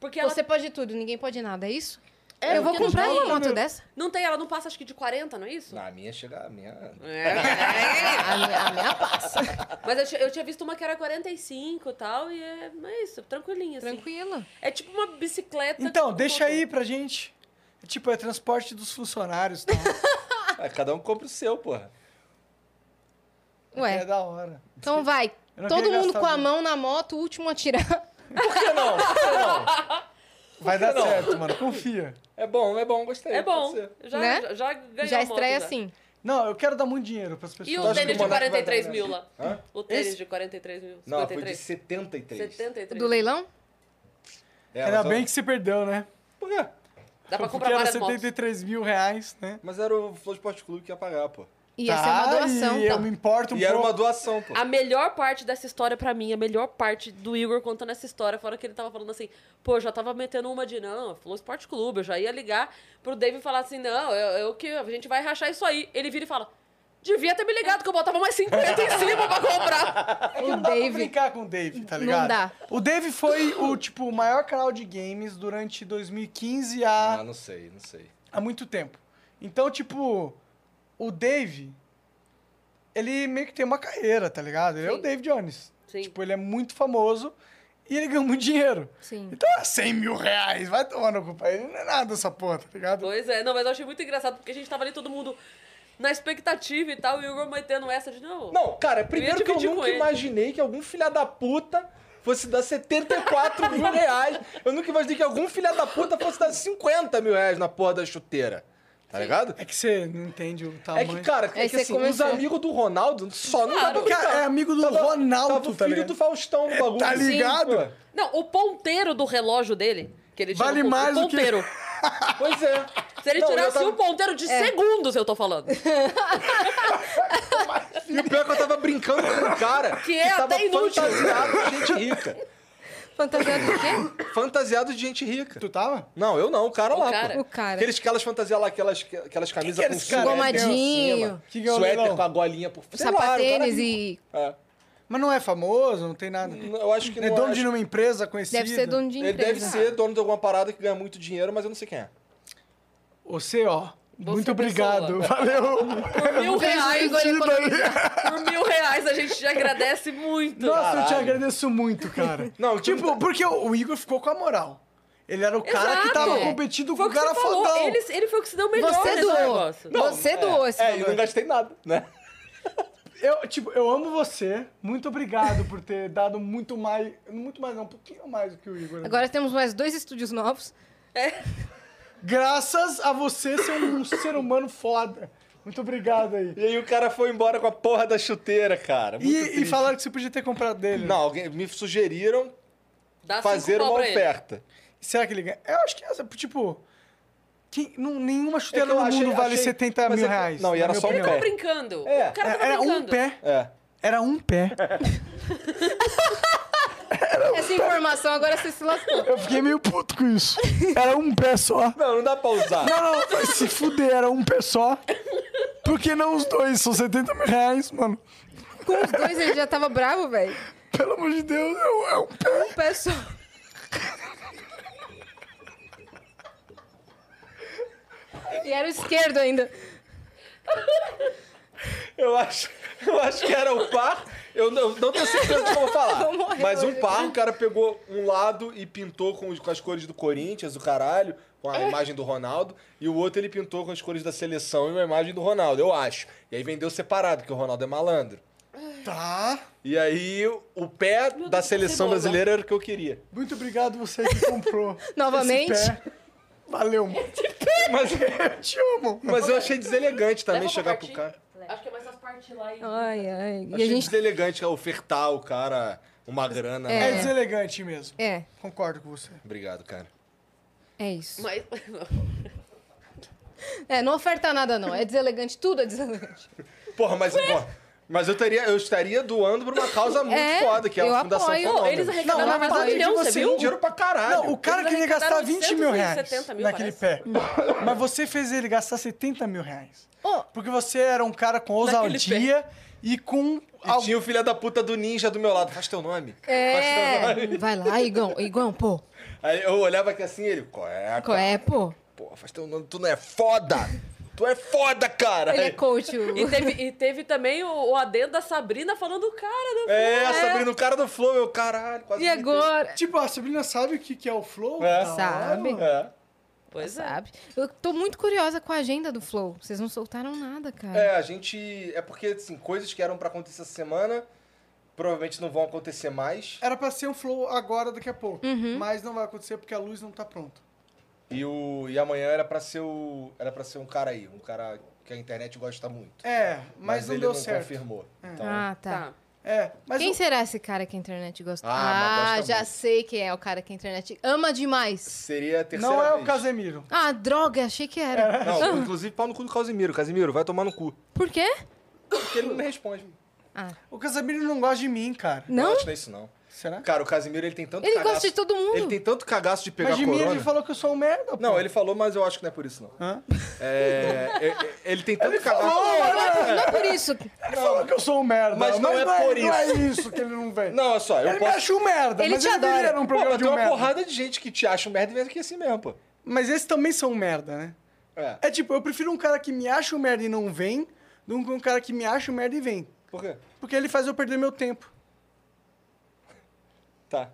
[SPEAKER 2] Porque ela...
[SPEAKER 1] Você pode tudo, ninguém pode nada, é isso?
[SPEAKER 2] É,
[SPEAKER 1] Eu vou
[SPEAKER 2] porque não
[SPEAKER 1] comprar
[SPEAKER 2] tem-
[SPEAKER 1] uma moto dessa.
[SPEAKER 2] Não tem, ela não passa acho que de 40, não é isso?
[SPEAKER 5] Não, a minha chega. A minha.
[SPEAKER 2] É.
[SPEAKER 1] A minha, a minha passa.
[SPEAKER 2] Mas eu, tinha- eu tinha visto uma que era 45 e tal, e é, é isso, tranquilinha, assim.
[SPEAKER 1] Tranquila.
[SPEAKER 2] É tipo uma bicicleta...
[SPEAKER 4] Então,
[SPEAKER 2] tipo,
[SPEAKER 4] deixa aí pra gente. Tipo, é transporte dos funcionários, tá?
[SPEAKER 5] Ah, cada um compra o seu,
[SPEAKER 4] É
[SPEAKER 5] porra.
[SPEAKER 1] Ué,
[SPEAKER 4] da hora.
[SPEAKER 1] então vai.
[SPEAKER 4] É. Eu não
[SPEAKER 1] Todo
[SPEAKER 4] queria
[SPEAKER 1] mundo
[SPEAKER 4] gastar
[SPEAKER 1] com a
[SPEAKER 4] muito.
[SPEAKER 1] mão na moto, o último a tirar.
[SPEAKER 5] Por que não? Por que não?
[SPEAKER 4] Vai dar
[SPEAKER 5] não?
[SPEAKER 4] certo, mano. Confia.
[SPEAKER 5] É bom, é bom, gostei.
[SPEAKER 2] É bom,
[SPEAKER 5] pode ser.
[SPEAKER 2] já,
[SPEAKER 1] Né?
[SPEAKER 2] já, já ganhou
[SPEAKER 1] Já
[SPEAKER 2] a moto,
[SPEAKER 1] estreia
[SPEAKER 2] já.
[SPEAKER 1] assim.
[SPEAKER 4] Não, eu quero dar muito dinheiro pras pessoas.
[SPEAKER 2] E
[SPEAKER 5] Tu
[SPEAKER 2] o
[SPEAKER 5] acha
[SPEAKER 2] tênis
[SPEAKER 5] que o
[SPEAKER 2] de
[SPEAKER 5] Monark vai
[SPEAKER 2] 43
[SPEAKER 5] dar
[SPEAKER 2] mil
[SPEAKER 5] nessa?
[SPEAKER 2] lá?
[SPEAKER 5] Hã?
[SPEAKER 2] O tênis
[SPEAKER 5] Esse?
[SPEAKER 2] de 43 mil.
[SPEAKER 5] Não, foi de
[SPEAKER 2] 53.
[SPEAKER 5] 73.
[SPEAKER 2] 73.
[SPEAKER 1] Do leilão?
[SPEAKER 5] É,
[SPEAKER 4] Ainda
[SPEAKER 5] mas eu-
[SPEAKER 4] bem que se perdeu, né?
[SPEAKER 5] Por quê?
[SPEAKER 2] Dá pra
[SPEAKER 4] Porque
[SPEAKER 2] comprar
[SPEAKER 4] era
[SPEAKER 2] várias motos.
[SPEAKER 4] 73 mil reais, né?
[SPEAKER 5] Mas era o Flow Esporte Clube que ia pagar, pô.
[SPEAKER 1] Ia ser uma
[SPEAKER 4] Tá,
[SPEAKER 1] doação.
[SPEAKER 4] E
[SPEAKER 1] então.
[SPEAKER 4] eu me importo um
[SPEAKER 5] E era
[SPEAKER 4] pouco.
[SPEAKER 5] uma doação, pô.
[SPEAKER 2] A melhor parte dessa história pra mim, a melhor parte do Igor contando essa história, fora que ele tava falando assim, pô, eu já tava metendo uma de não, falou esporte clube, eu já ia ligar pro David falar assim, não, eu, eu que a gente vai rachar isso aí. Ele vira e fala, devia ter me ligado que eu botava mais 50 em cima pra comprar.
[SPEAKER 1] O
[SPEAKER 4] É Não dá pra
[SPEAKER 1] Dave.
[SPEAKER 4] brincar com o Dave, tá ligado?
[SPEAKER 1] dá.
[SPEAKER 4] O Dave foi o, tipo, o maior canal de games durante 2015
[SPEAKER 5] Ah,
[SPEAKER 4] a,
[SPEAKER 5] não sei, não sei.
[SPEAKER 4] há muito tempo. Então, tipo, o Dave, ele meio que tem uma carreira, tá ligado? Ele é o
[SPEAKER 2] Sim.
[SPEAKER 4] Dave Jones.
[SPEAKER 2] Sim.
[SPEAKER 4] Tipo, ele é muito famoso e ele ganhou muito dinheiro.
[SPEAKER 1] Sim.
[SPEAKER 4] Então, é 100 mil reais, vai tomar no cu, pai. Não é nada essa porra, tá ligado?
[SPEAKER 2] Pois é, não, mas eu achei muito engraçado, porque a gente tava ali todo mundo na expectativa e tal, e o Igor metendo essa de não.
[SPEAKER 5] Não, cara, primeiro que eu
[SPEAKER 2] dividir com
[SPEAKER 5] nunca
[SPEAKER 2] ele.
[SPEAKER 5] imaginei que algum filha da puta fosse dar 74 mil reais. Eu nunca imaginei que algum filha da puta fosse dar 50 mil reais na porra da chuteira. Tá ligado?
[SPEAKER 4] É que você não entende o
[SPEAKER 5] É
[SPEAKER 4] tamanho.
[SPEAKER 5] que, cara, é
[SPEAKER 1] Aí
[SPEAKER 5] que
[SPEAKER 1] você
[SPEAKER 5] assim, os
[SPEAKER 1] começou.
[SPEAKER 5] amigos do Ronaldo só não tava
[SPEAKER 4] Cara, é amigo do Ronaldo,
[SPEAKER 5] Tava o
[SPEAKER 4] tá
[SPEAKER 5] filho
[SPEAKER 4] ligado?
[SPEAKER 5] do Faustão no bagulho.
[SPEAKER 4] Tá
[SPEAKER 5] Sim,
[SPEAKER 4] ligado?
[SPEAKER 5] pô.
[SPEAKER 2] Não, o ponteiro do relógio dele, que ele tinha
[SPEAKER 4] Vale
[SPEAKER 2] no pon-
[SPEAKER 4] mais
[SPEAKER 2] o
[SPEAKER 4] do que-
[SPEAKER 2] ponteiro.
[SPEAKER 5] Pois é.
[SPEAKER 2] Se ele
[SPEAKER 5] Não, eu
[SPEAKER 2] tirasse um
[SPEAKER 5] tava-
[SPEAKER 2] o ponteiro de segundos, eu tô falando.
[SPEAKER 5] E o pior é que eu tava brincando com um cara
[SPEAKER 2] Que é
[SPEAKER 5] tava
[SPEAKER 2] até inútil.
[SPEAKER 5] fantasiado de gente rica.
[SPEAKER 1] Fantasiado do quê?
[SPEAKER 5] Fantasiado de gente rica.
[SPEAKER 4] Tu tava?
[SPEAKER 5] Não, eu não, o cara lá,
[SPEAKER 2] cara.
[SPEAKER 5] pô.
[SPEAKER 1] O cara.
[SPEAKER 5] Aqueles que elas fantasiam lá, aquelas, aquelas camisas
[SPEAKER 4] que era
[SPEAKER 5] com
[SPEAKER 4] esse cara?
[SPEAKER 5] suéter
[SPEAKER 1] Gomadinho.
[SPEAKER 5] em cima,
[SPEAKER 4] Que que é o
[SPEAKER 5] suéter
[SPEAKER 4] leilão?
[SPEAKER 5] com a golinha por sei lá, era um cara
[SPEAKER 1] Sapatênis
[SPEAKER 5] rico.
[SPEAKER 1] e.
[SPEAKER 5] É.
[SPEAKER 4] Mas não é famoso, não tem nada.
[SPEAKER 5] Eu acho que
[SPEAKER 4] É
[SPEAKER 5] não
[SPEAKER 4] dono
[SPEAKER 5] acho-
[SPEAKER 4] de uma empresa conhecida.
[SPEAKER 1] Deve ser dono de
[SPEAKER 5] Ele
[SPEAKER 1] empresa.
[SPEAKER 5] deve ser dono de alguma parada que ganha muito dinheiro, mas eu não sei quem é.
[SPEAKER 4] Você, ó. muito
[SPEAKER 2] pessoa.
[SPEAKER 4] obrigado. Valeu.
[SPEAKER 2] Por mil reais,
[SPEAKER 1] Igor economizar.
[SPEAKER 2] por mil reais a gente te agradece muito.
[SPEAKER 4] Nossa, eu te
[SPEAKER 5] Caralho.
[SPEAKER 4] agradeço muito, cara.
[SPEAKER 5] Não,
[SPEAKER 4] tipo, porque o o Igor ficou com a moral. Ele era o cara que
[SPEAKER 2] Exato.
[SPEAKER 4] tava competindo com
[SPEAKER 2] Foi
[SPEAKER 4] o
[SPEAKER 2] o que
[SPEAKER 4] cara
[SPEAKER 2] você falou.
[SPEAKER 4] fodão.
[SPEAKER 2] Ele, ele foi o que se deu melhor
[SPEAKER 1] Você
[SPEAKER 2] nesse
[SPEAKER 1] doou.
[SPEAKER 2] negócio.
[SPEAKER 1] Você doou esse
[SPEAKER 5] É, e
[SPEAKER 1] valor.
[SPEAKER 5] não gastei nada, né?
[SPEAKER 4] Eu, tipo, eu amo você. Muito obrigado por ter dado muito mais. Muito mais, não, um pouquinho mais do que o Igor.
[SPEAKER 1] Agora temos mais dois estúdios novos.
[SPEAKER 4] Graças a você ser um ser um humano foda. Muito obrigado aí.
[SPEAKER 5] E aí o cara foi embora com a porra da chuteira, cara. Muito
[SPEAKER 4] E, e
[SPEAKER 5] triste.
[SPEAKER 4] falaram que você podia ter comprado dele.
[SPEAKER 5] Não, alguém me
[SPEAKER 1] Assim
[SPEAKER 5] sugeriram
[SPEAKER 2] Dá cinco
[SPEAKER 5] fazer
[SPEAKER 2] pau
[SPEAKER 5] uma
[SPEAKER 2] pra ele.
[SPEAKER 5] oferta.
[SPEAKER 4] Será que ele ganha? Eu acho que, essa, tipo... quem- não- nenhuma
[SPEAKER 5] É
[SPEAKER 4] chuteira
[SPEAKER 5] que eu
[SPEAKER 4] no
[SPEAKER 5] achei-
[SPEAKER 4] mundo vale
[SPEAKER 5] achei-
[SPEAKER 4] 70
[SPEAKER 5] mas
[SPEAKER 4] mil
[SPEAKER 5] é que-
[SPEAKER 4] reais.
[SPEAKER 5] Não, e
[SPEAKER 4] na
[SPEAKER 5] era
[SPEAKER 4] minha
[SPEAKER 5] só um
[SPEAKER 2] Ele
[SPEAKER 4] opinião.
[SPEAKER 2] tava
[SPEAKER 5] pé.
[SPEAKER 2] brincando.
[SPEAKER 5] É.
[SPEAKER 2] O cara tava
[SPEAKER 4] Era um
[SPEAKER 2] brincando.
[SPEAKER 4] pé.
[SPEAKER 5] É.
[SPEAKER 4] Era um pé.
[SPEAKER 1] Essa informação agora você se lascou.
[SPEAKER 4] Eu fiquei meio puto com isso. Era um pé só.
[SPEAKER 5] Não, não dá pra usar.
[SPEAKER 4] Não, não, vai se fuder, era um pé só. Por que não os dois? São 70 mil reais, mano.
[SPEAKER 1] Com os dois ele já tava bravo, velho.
[SPEAKER 4] Pelo amor de Deus, é um, é um pé.
[SPEAKER 1] Um pé só. E era o esquerdo ainda.
[SPEAKER 5] Eu acho, eu acho que era o par. Eu não, não tenho certeza do que eu vou falar.
[SPEAKER 1] Vou morrer
[SPEAKER 5] mas um
[SPEAKER 1] hoje.
[SPEAKER 5] par, o cara pegou um lado e pintou com, os- com as cores do Corinthians, o caralho, com
[SPEAKER 1] É.
[SPEAKER 5] a imagem do Ronaldo. E o outro ele pintou com as cores da seleção e uma imagem do Ronaldo, eu acho. E aí vendeu separado, porque o Ronaldo é malandro.
[SPEAKER 4] Tá.
[SPEAKER 5] E aí o- o pé da
[SPEAKER 2] é
[SPEAKER 5] seleção
[SPEAKER 2] cebola.
[SPEAKER 5] brasileira era o que eu queria.
[SPEAKER 2] Tá
[SPEAKER 4] Muito obrigado você que comprou.
[SPEAKER 1] Novamente.
[SPEAKER 4] esse pé. Valeu, mano.
[SPEAKER 5] Mas,
[SPEAKER 4] Eu te amo.
[SPEAKER 5] mas eu achei deselegante também
[SPEAKER 2] Leva pra
[SPEAKER 5] chegar pro
[SPEAKER 2] partir.
[SPEAKER 5] cara.
[SPEAKER 2] Acho que é mais umas partes lá e...
[SPEAKER 1] Ai, ai. E a
[SPEAKER 5] Achei
[SPEAKER 1] gente.
[SPEAKER 5] deselegante ofertar o cara uma grana.
[SPEAKER 4] É
[SPEAKER 5] né?
[SPEAKER 4] deselegante mesmo.
[SPEAKER 1] É,
[SPEAKER 4] Concordo com você.
[SPEAKER 5] Obrigado, cara.
[SPEAKER 1] é isso.
[SPEAKER 2] Mas...
[SPEAKER 1] É, não oferta nada, não. É deselegante, tudo é deselegante.
[SPEAKER 5] Porra, mas. porra, mas eu, teria, eu estaria doando pra uma causa muito
[SPEAKER 1] É,
[SPEAKER 5] foda, que é
[SPEAKER 1] eu
[SPEAKER 5] a Fundação
[SPEAKER 1] apoio.
[SPEAKER 5] Fenômeno.
[SPEAKER 2] Eles arrecadaram
[SPEAKER 4] Não, na
[SPEAKER 2] mais de um
[SPEAKER 4] verdade,
[SPEAKER 2] milhão,
[SPEAKER 4] tipo
[SPEAKER 2] você
[SPEAKER 4] assim,
[SPEAKER 2] viu?
[SPEAKER 5] dinheiro pra caralho.
[SPEAKER 4] Não, o cara
[SPEAKER 2] Eles
[SPEAKER 4] queria gastar
[SPEAKER 2] arrecadaram
[SPEAKER 4] 20 mil reais
[SPEAKER 2] 870 mil,
[SPEAKER 4] naquele pé. Mas você fez ele gastar 70 mil reais.
[SPEAKER 1] Ô.
[SPEAKER 4] Porque você era um cara com
[SPEAKER 2] Naquele
[SPEAKER 4] ousadia e com...
[SPEAKER 5] E tinha o filho da puta do ninja do meu lado. Faz teu nome.
[SPEAKER 1] É. Vai lá, Igão. Igão, pô.
[SPEAKER 5] Aí eu olhava aqui assim, ele... Qual é,
[SPEAKER 1] Qual é, pô?
[SPEAKER 5] Porra, faz teu nome. Tu não é foda. tu é foda, cara.
[SPEAKER 1] Ele é coach. o-
[SPEAKER 5] Então,
[SPEAKER 2] E teve, e teve também o, o adendo da Sabrina falando, cara, né?
[SPEAKER 5] É, Sabrina, o cara do Flow, meu caralho. Quase
[SPEAKER 1] E
[SPEAKER 5] me deu.
[SPEAKER 1] agora?
[SPEAKER 4] Tipo, a Sabrina sabe o que que é o flow?
[SPEAKER 5] É.
[SPEAKER 4] Da hora,
[SPEAKER 1] Sabe.
[SPEAKER 4] mano.
[SPEAKER 5] É.
[SPEAKER 2] Pois é.
[SPEAKER 1] Sabe? Eu tô muito curiosa com a agenda do Flow. Vocês não soltaram nada, cara.
[SPEAKER 5] É, a gente. É porque, assim, coisas que eram pra acontecer essa semana provavelmente não vão acontecer mais.
[SPEAKER 4] Era pra ser um flow agora, daqui a pouco.
[SPEAKER 2] Uhum.
[SPEAKER 4] Mas não vai acontecer porque a luz não tá pronta.
[SPEAKER 5] E, o, e amanhã era pra ser o. Era pra ser um cara aí, um cara que a internet gosta muito.
[SPEAKER 4] É, mas, não
[SPEAKER 5] ele
[SPEAKER 4] deu
[SPEAKER 5] não
[SPEAKER 4] certo.
[SPEAKER 5] confirmou. Então,
[SPEAKER 1] Ah, tá.
[SPEAKER 2] Tá.
[SPEAKER 4] É, mas
[SPEAKER 1] Quem
[SPEAKER 4] o-
[SPEAKER 1] será esse cara que a internet gosta?
[SPEAKER 5] Ah, mas gosta
[SPEAKER 1] já
[SPEAKER 5] muito.
[SPEAKER 1] sei quem é o cara que a internet ama demais.
[SPEAKER 5] seria a terceira
[SPEAKER 4] não é
[SPEAKER 5] vez.
[SPEAKER 4] o Casemiro.
[SPEAKER 1] Ah, droga, achei que era.
[SPEAKER 5] É, Não, inclusive pau no cu do Casimiro. Casimiro, vai tomar no cu.
[SPEAKER 1] Por quê?
[SPEAKER 5] Porque ele não me responde.
[SPEAKER 4] O Casemiro não gosta de mim, cara.
[SPEAKER 1] Não?
[SPEAKER 5] acho que não é isso, não.
[SPEAKER 4] Será?
[SPEAKER 5] Cara, o Casimiro, ele tem tanto
[SPEAKER 1] Ele
[SPEAKER 5] cagaço...
[SPEAKER 1] gosta de todo mundo.
[SPEAKER 5] Ele tem tanto cagaço de pegar
[SPEAKER 4] Mas de mim
[SPEAKER 5] corona...
[SPEAKER 4] ele falou que eu sou um merda, pô.
[SPEAKER 5] Não, ele falou, mas eu acho que não é por isso, não.
[SPEAKER 4] Hã?
[SPEAKER 5] É, é, é, ele tem tanto cagaço...
[SPEAKER 1] Não é por, não é por isso.
[SPEAKER 4] Ele falou que eu sou um merda.
[SPEAKER 5] Mas não é por
[SPEAKER 4] Não é isso que ele não vem.
[SPEAKER 5] Não, olha só, eu
[SPEAKER 4] ele me
[SPEAKER 5] posso...
[SPEAKER 4] acha um merda.
[SPEAKER 1] Ele
[SPEAKER 4] mas
[SPEAKER 1] te
[SPEAKER 4] ele
[SPEAKER 1] adora.
[SPEAKER 4] deveria num
[SPEAKER 5] Pô,
[SPEAKER 4] programa
[SPEAKER 5] mas
[SPEAKER 4] de
[SPEAKER 5] tem
[SPEAKER 4] um
[SPEAKER 5] uma
[SPEAKER 4] merda.
[SPEAKER 5] porrada de gente que te acha um merda e vem aqui assim mesmo, pô.
[SPEAKER 4] Mas esses também são um merda, né?
[SPEAKER 5] É.
[SPEAKER 4] É tipo, eu prefiro um cara que me acha um merda e não vem do que um cara que me acha um merda e vem.
[SPEAKER 5] Por quê?
[SPEAKER 4] Porque ele faz eu perder meu tempo.
[SPEAKER 5] Tá.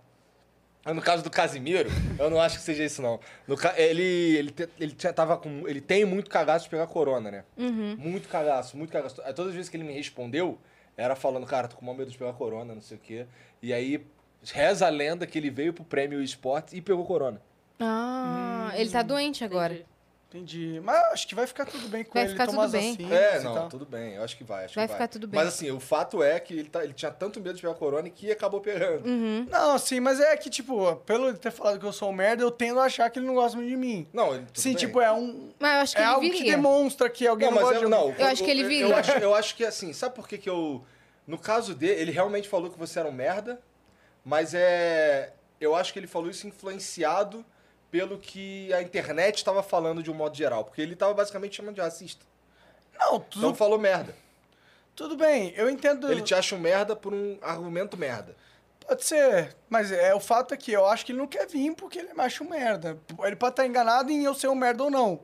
[SPEAKER 5] Mas No caso do Casimiro, eu não acho que seja isso, não. No ca- Ele, ele, te- ele, tinha- tava com, ele tem muito cagaço de pegar corona, né?
[SPEAKER 1] Uhum.
[SPEAKER 5] Muito cagaço, muito cagaço. Aí Todas as vezes que ele me respondeu, era falando, cara, tô com maior medo de pegar corona, não sei o quê. E aí, reza a lenda que ele veio pro prêmio esporte e pegou corona.
[SPEAKER 1] Ah, ele tá doente agora.
[SPEAKER 4] Entendi. Mas acho que vai ficar tudo bem com
[SPEAKER 1] Vai
[SPEAKER 4] ele.
[SPEAKER 1] ficar
[SPEAKER 4] Toma
[SPEAKER 1] tudo
[SPEAKER 4] as
[SPEAKER 1] bem.
[SPEAKER 4] vacinas
[SPEAKER 5] É,
[SPEAKER 4] e
[SPEAKER 5] não,
[SPEAKER 4] tal.
[SPEAKER 5] tudo bem, eu acho que vai, acho
[SPEAKER 1] Vai
[SPEAKER 5] que vai.
[SPEAKER 1] ficar tudo bem.
[SPEAKER 5] Mas assim, o fato é que ele, tá- ele tinha tanto medo de pegar corona que acabou pegando.
[SPEAKER 4] Não, sim, mas é que, tipo, pelo ele ter falado que eu sou um merda, eu tendo a achar que ele não gosta muito de mim.
[SPEAKER 5] Não, ele, tudo
[SPEAKER 4] sim,
[SPEAKER 5] bem.
[SPEAKER 4] tipo, é um.
[SPEAKER 1] Mas eu acho que
[SPEAKER 4] É
[SPEAKER 1] ele
[SPEAKER 4] algo que
[SPEAKER 1] viria.
[SPEAKER 4] demonstra que alguém
[SPEAKER 5] Não,
[SPEAKER 4] não,
[SPEAKER 5] mas
[SPEAKER 4] gosta
[SPEAKER 5] eu,
[SPEAKER 4] de um-
[SPEAKER 5] não.
[SPEAKER 4] alguém.
[SPEAKER 1] Eu acho que ele viria.
[SPEAKER 5] Eu acho, eu acho que assim, sabe por que que eu. No caso dele, ele realmente falou que você era um merda, mas é. Eu acho que ele falou isso influenciado pelo que a internet estava falando de um modo geral. Porque ele estava basicamente chamando de racista.
[SPEAKER 4] Não, tudo,
[SPEAKER 5] Então falou merda.
[SPEAKER 4] tudo bem, eu entendo.
[SPEAKER 5] Ele te acha um merda por um argumento merda.
[SPEAKER 4] Pode ser, mas é, o fato é que eu acho que ele não quer vir porque ele me acha um merda. Ele pode estar enganado em eu ser um merda ou não.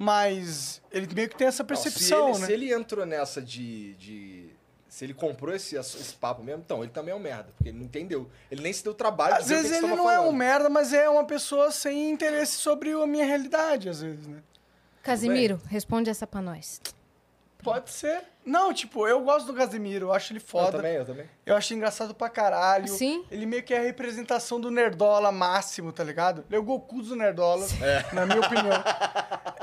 [SPEAKER 4] Mas ele meio que tem essa
[SPEAKER 5] Não, se
[SPEAKER 4] percepção,
[SPEAKER 5] ele-
[SPEAKER 4] né?
[SPEAKER 5] se ele, entrou nessa de. de- Se ele comprou esse, esse papo mesmo, então ele também é um merda. Porque ele não entendeu. Ele nem se deu trabalho de
[SPEAKER 4] Às
[SPEAKER 5] ver o que
[SPEAKER 4] vezes
[SPEAKER 5] que
[SPEAKER 4] ele
[SPEAKER 5] você
[SPEAKER 4] não
[SPEAKER 5] tava
[SPEAKER 4] é um
[SPEAKER 5] falando.
[SPEAKER 4] merda, mas é uma pessoa sem interesse sobre a minha realidade, às vezes, né?
[SPEAKER 1] Casimiro, responde essa pra nós.
[SPEAKER 4] Pode ser. Não, tipo, eu gosto do Casimiro, eu acho ele
[SPEAKER 5] Eu
[SPEAKER 4] foda.
[SPEAKER 5] também, eu também.
[SPEAKER 4] Eu acho engraçado pra caralho.
[SPEAKER 1] Sim.
[SPEAKER 4] Ele meio que é a
[SPEAKER 7] É.
[SPEAKER 4] representação do Nerdola máximo, tá ligado? Ele é o Goku do Nerdola, na minha opinião.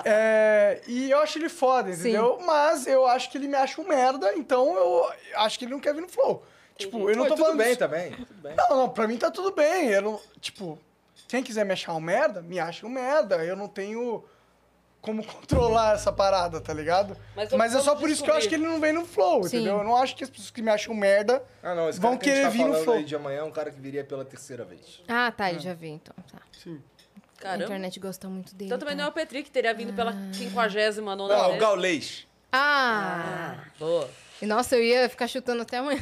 [SPEAKER 4] É, e eu acho ele foda, entendeu? Mas eu acho que ele me acha um merda, então eu acho que ele não quer vir no Flow. Tipo, eu não
[SPEAKER 7] Pô,
[SPEAKER 4] tô
[SPEAKER 7] tudo
[SPEAKER 4] falando.
[SPEAKER 7] bem
[SPEAKER 4] isso-
[SPEAKER 7] também. Tudo bem.
[SPEAKER 4] Não, não, pra mim tá tudo bem. Eu não, tipo, quem quiser me achar um merda, me acha um merda. Eu não tenho como controlar essa parada, tá ligado?
[SPEAKER 2] Mas
[SPEAKER 4] Mas,
[SPEAKER 2] vamos-
[SPEAKER 4] é só
[SPEAKER 2] vamos
[SPEAKER 4] por isso que eu acho que
[SPEAKER 2] descobrir.
[SPEAKER 4] ele não vem no Flow,
[SPEAKER 1] Sim.
[SPEAKER 4] entendeu? Eu não acho que as pessoas que me acham um merda
[SPEAKER 7] Ah, não, esse
[SPEAKER 4] vão
[SPEAKER 7] cara que a
[SPEAKER 4] querer
[SPEAKER 7] gente tá
[SPEAKER 4] vir no
[SPEAKER 7] falando
[SPEAKER 4] Flow.
[SPEAKER 7] aí de amanhã é um cara que viria pela terceira vez.
[SPEAKER 1] Ah, tá, eu já vi, então. Tá. A
[SPEAKER 2] Caramba.
[SPEAKER 1] internet gosta muito dele.
[SPEAKER 2] Então também
[SPEAKER 1] tá?
[SPEAKER 2] não é o Petri que teria vindo pela 59 nona
[SPEAKER 7] Não,
[SPEAKER 2] vez.
[SPEAKER 7] o Gaulês.
[SPEAKER 1] Ah!
[SPEAKER 2] Boa.
[SPEAKER 1] E, Nossa, eu ia ficar chutando até amanhã.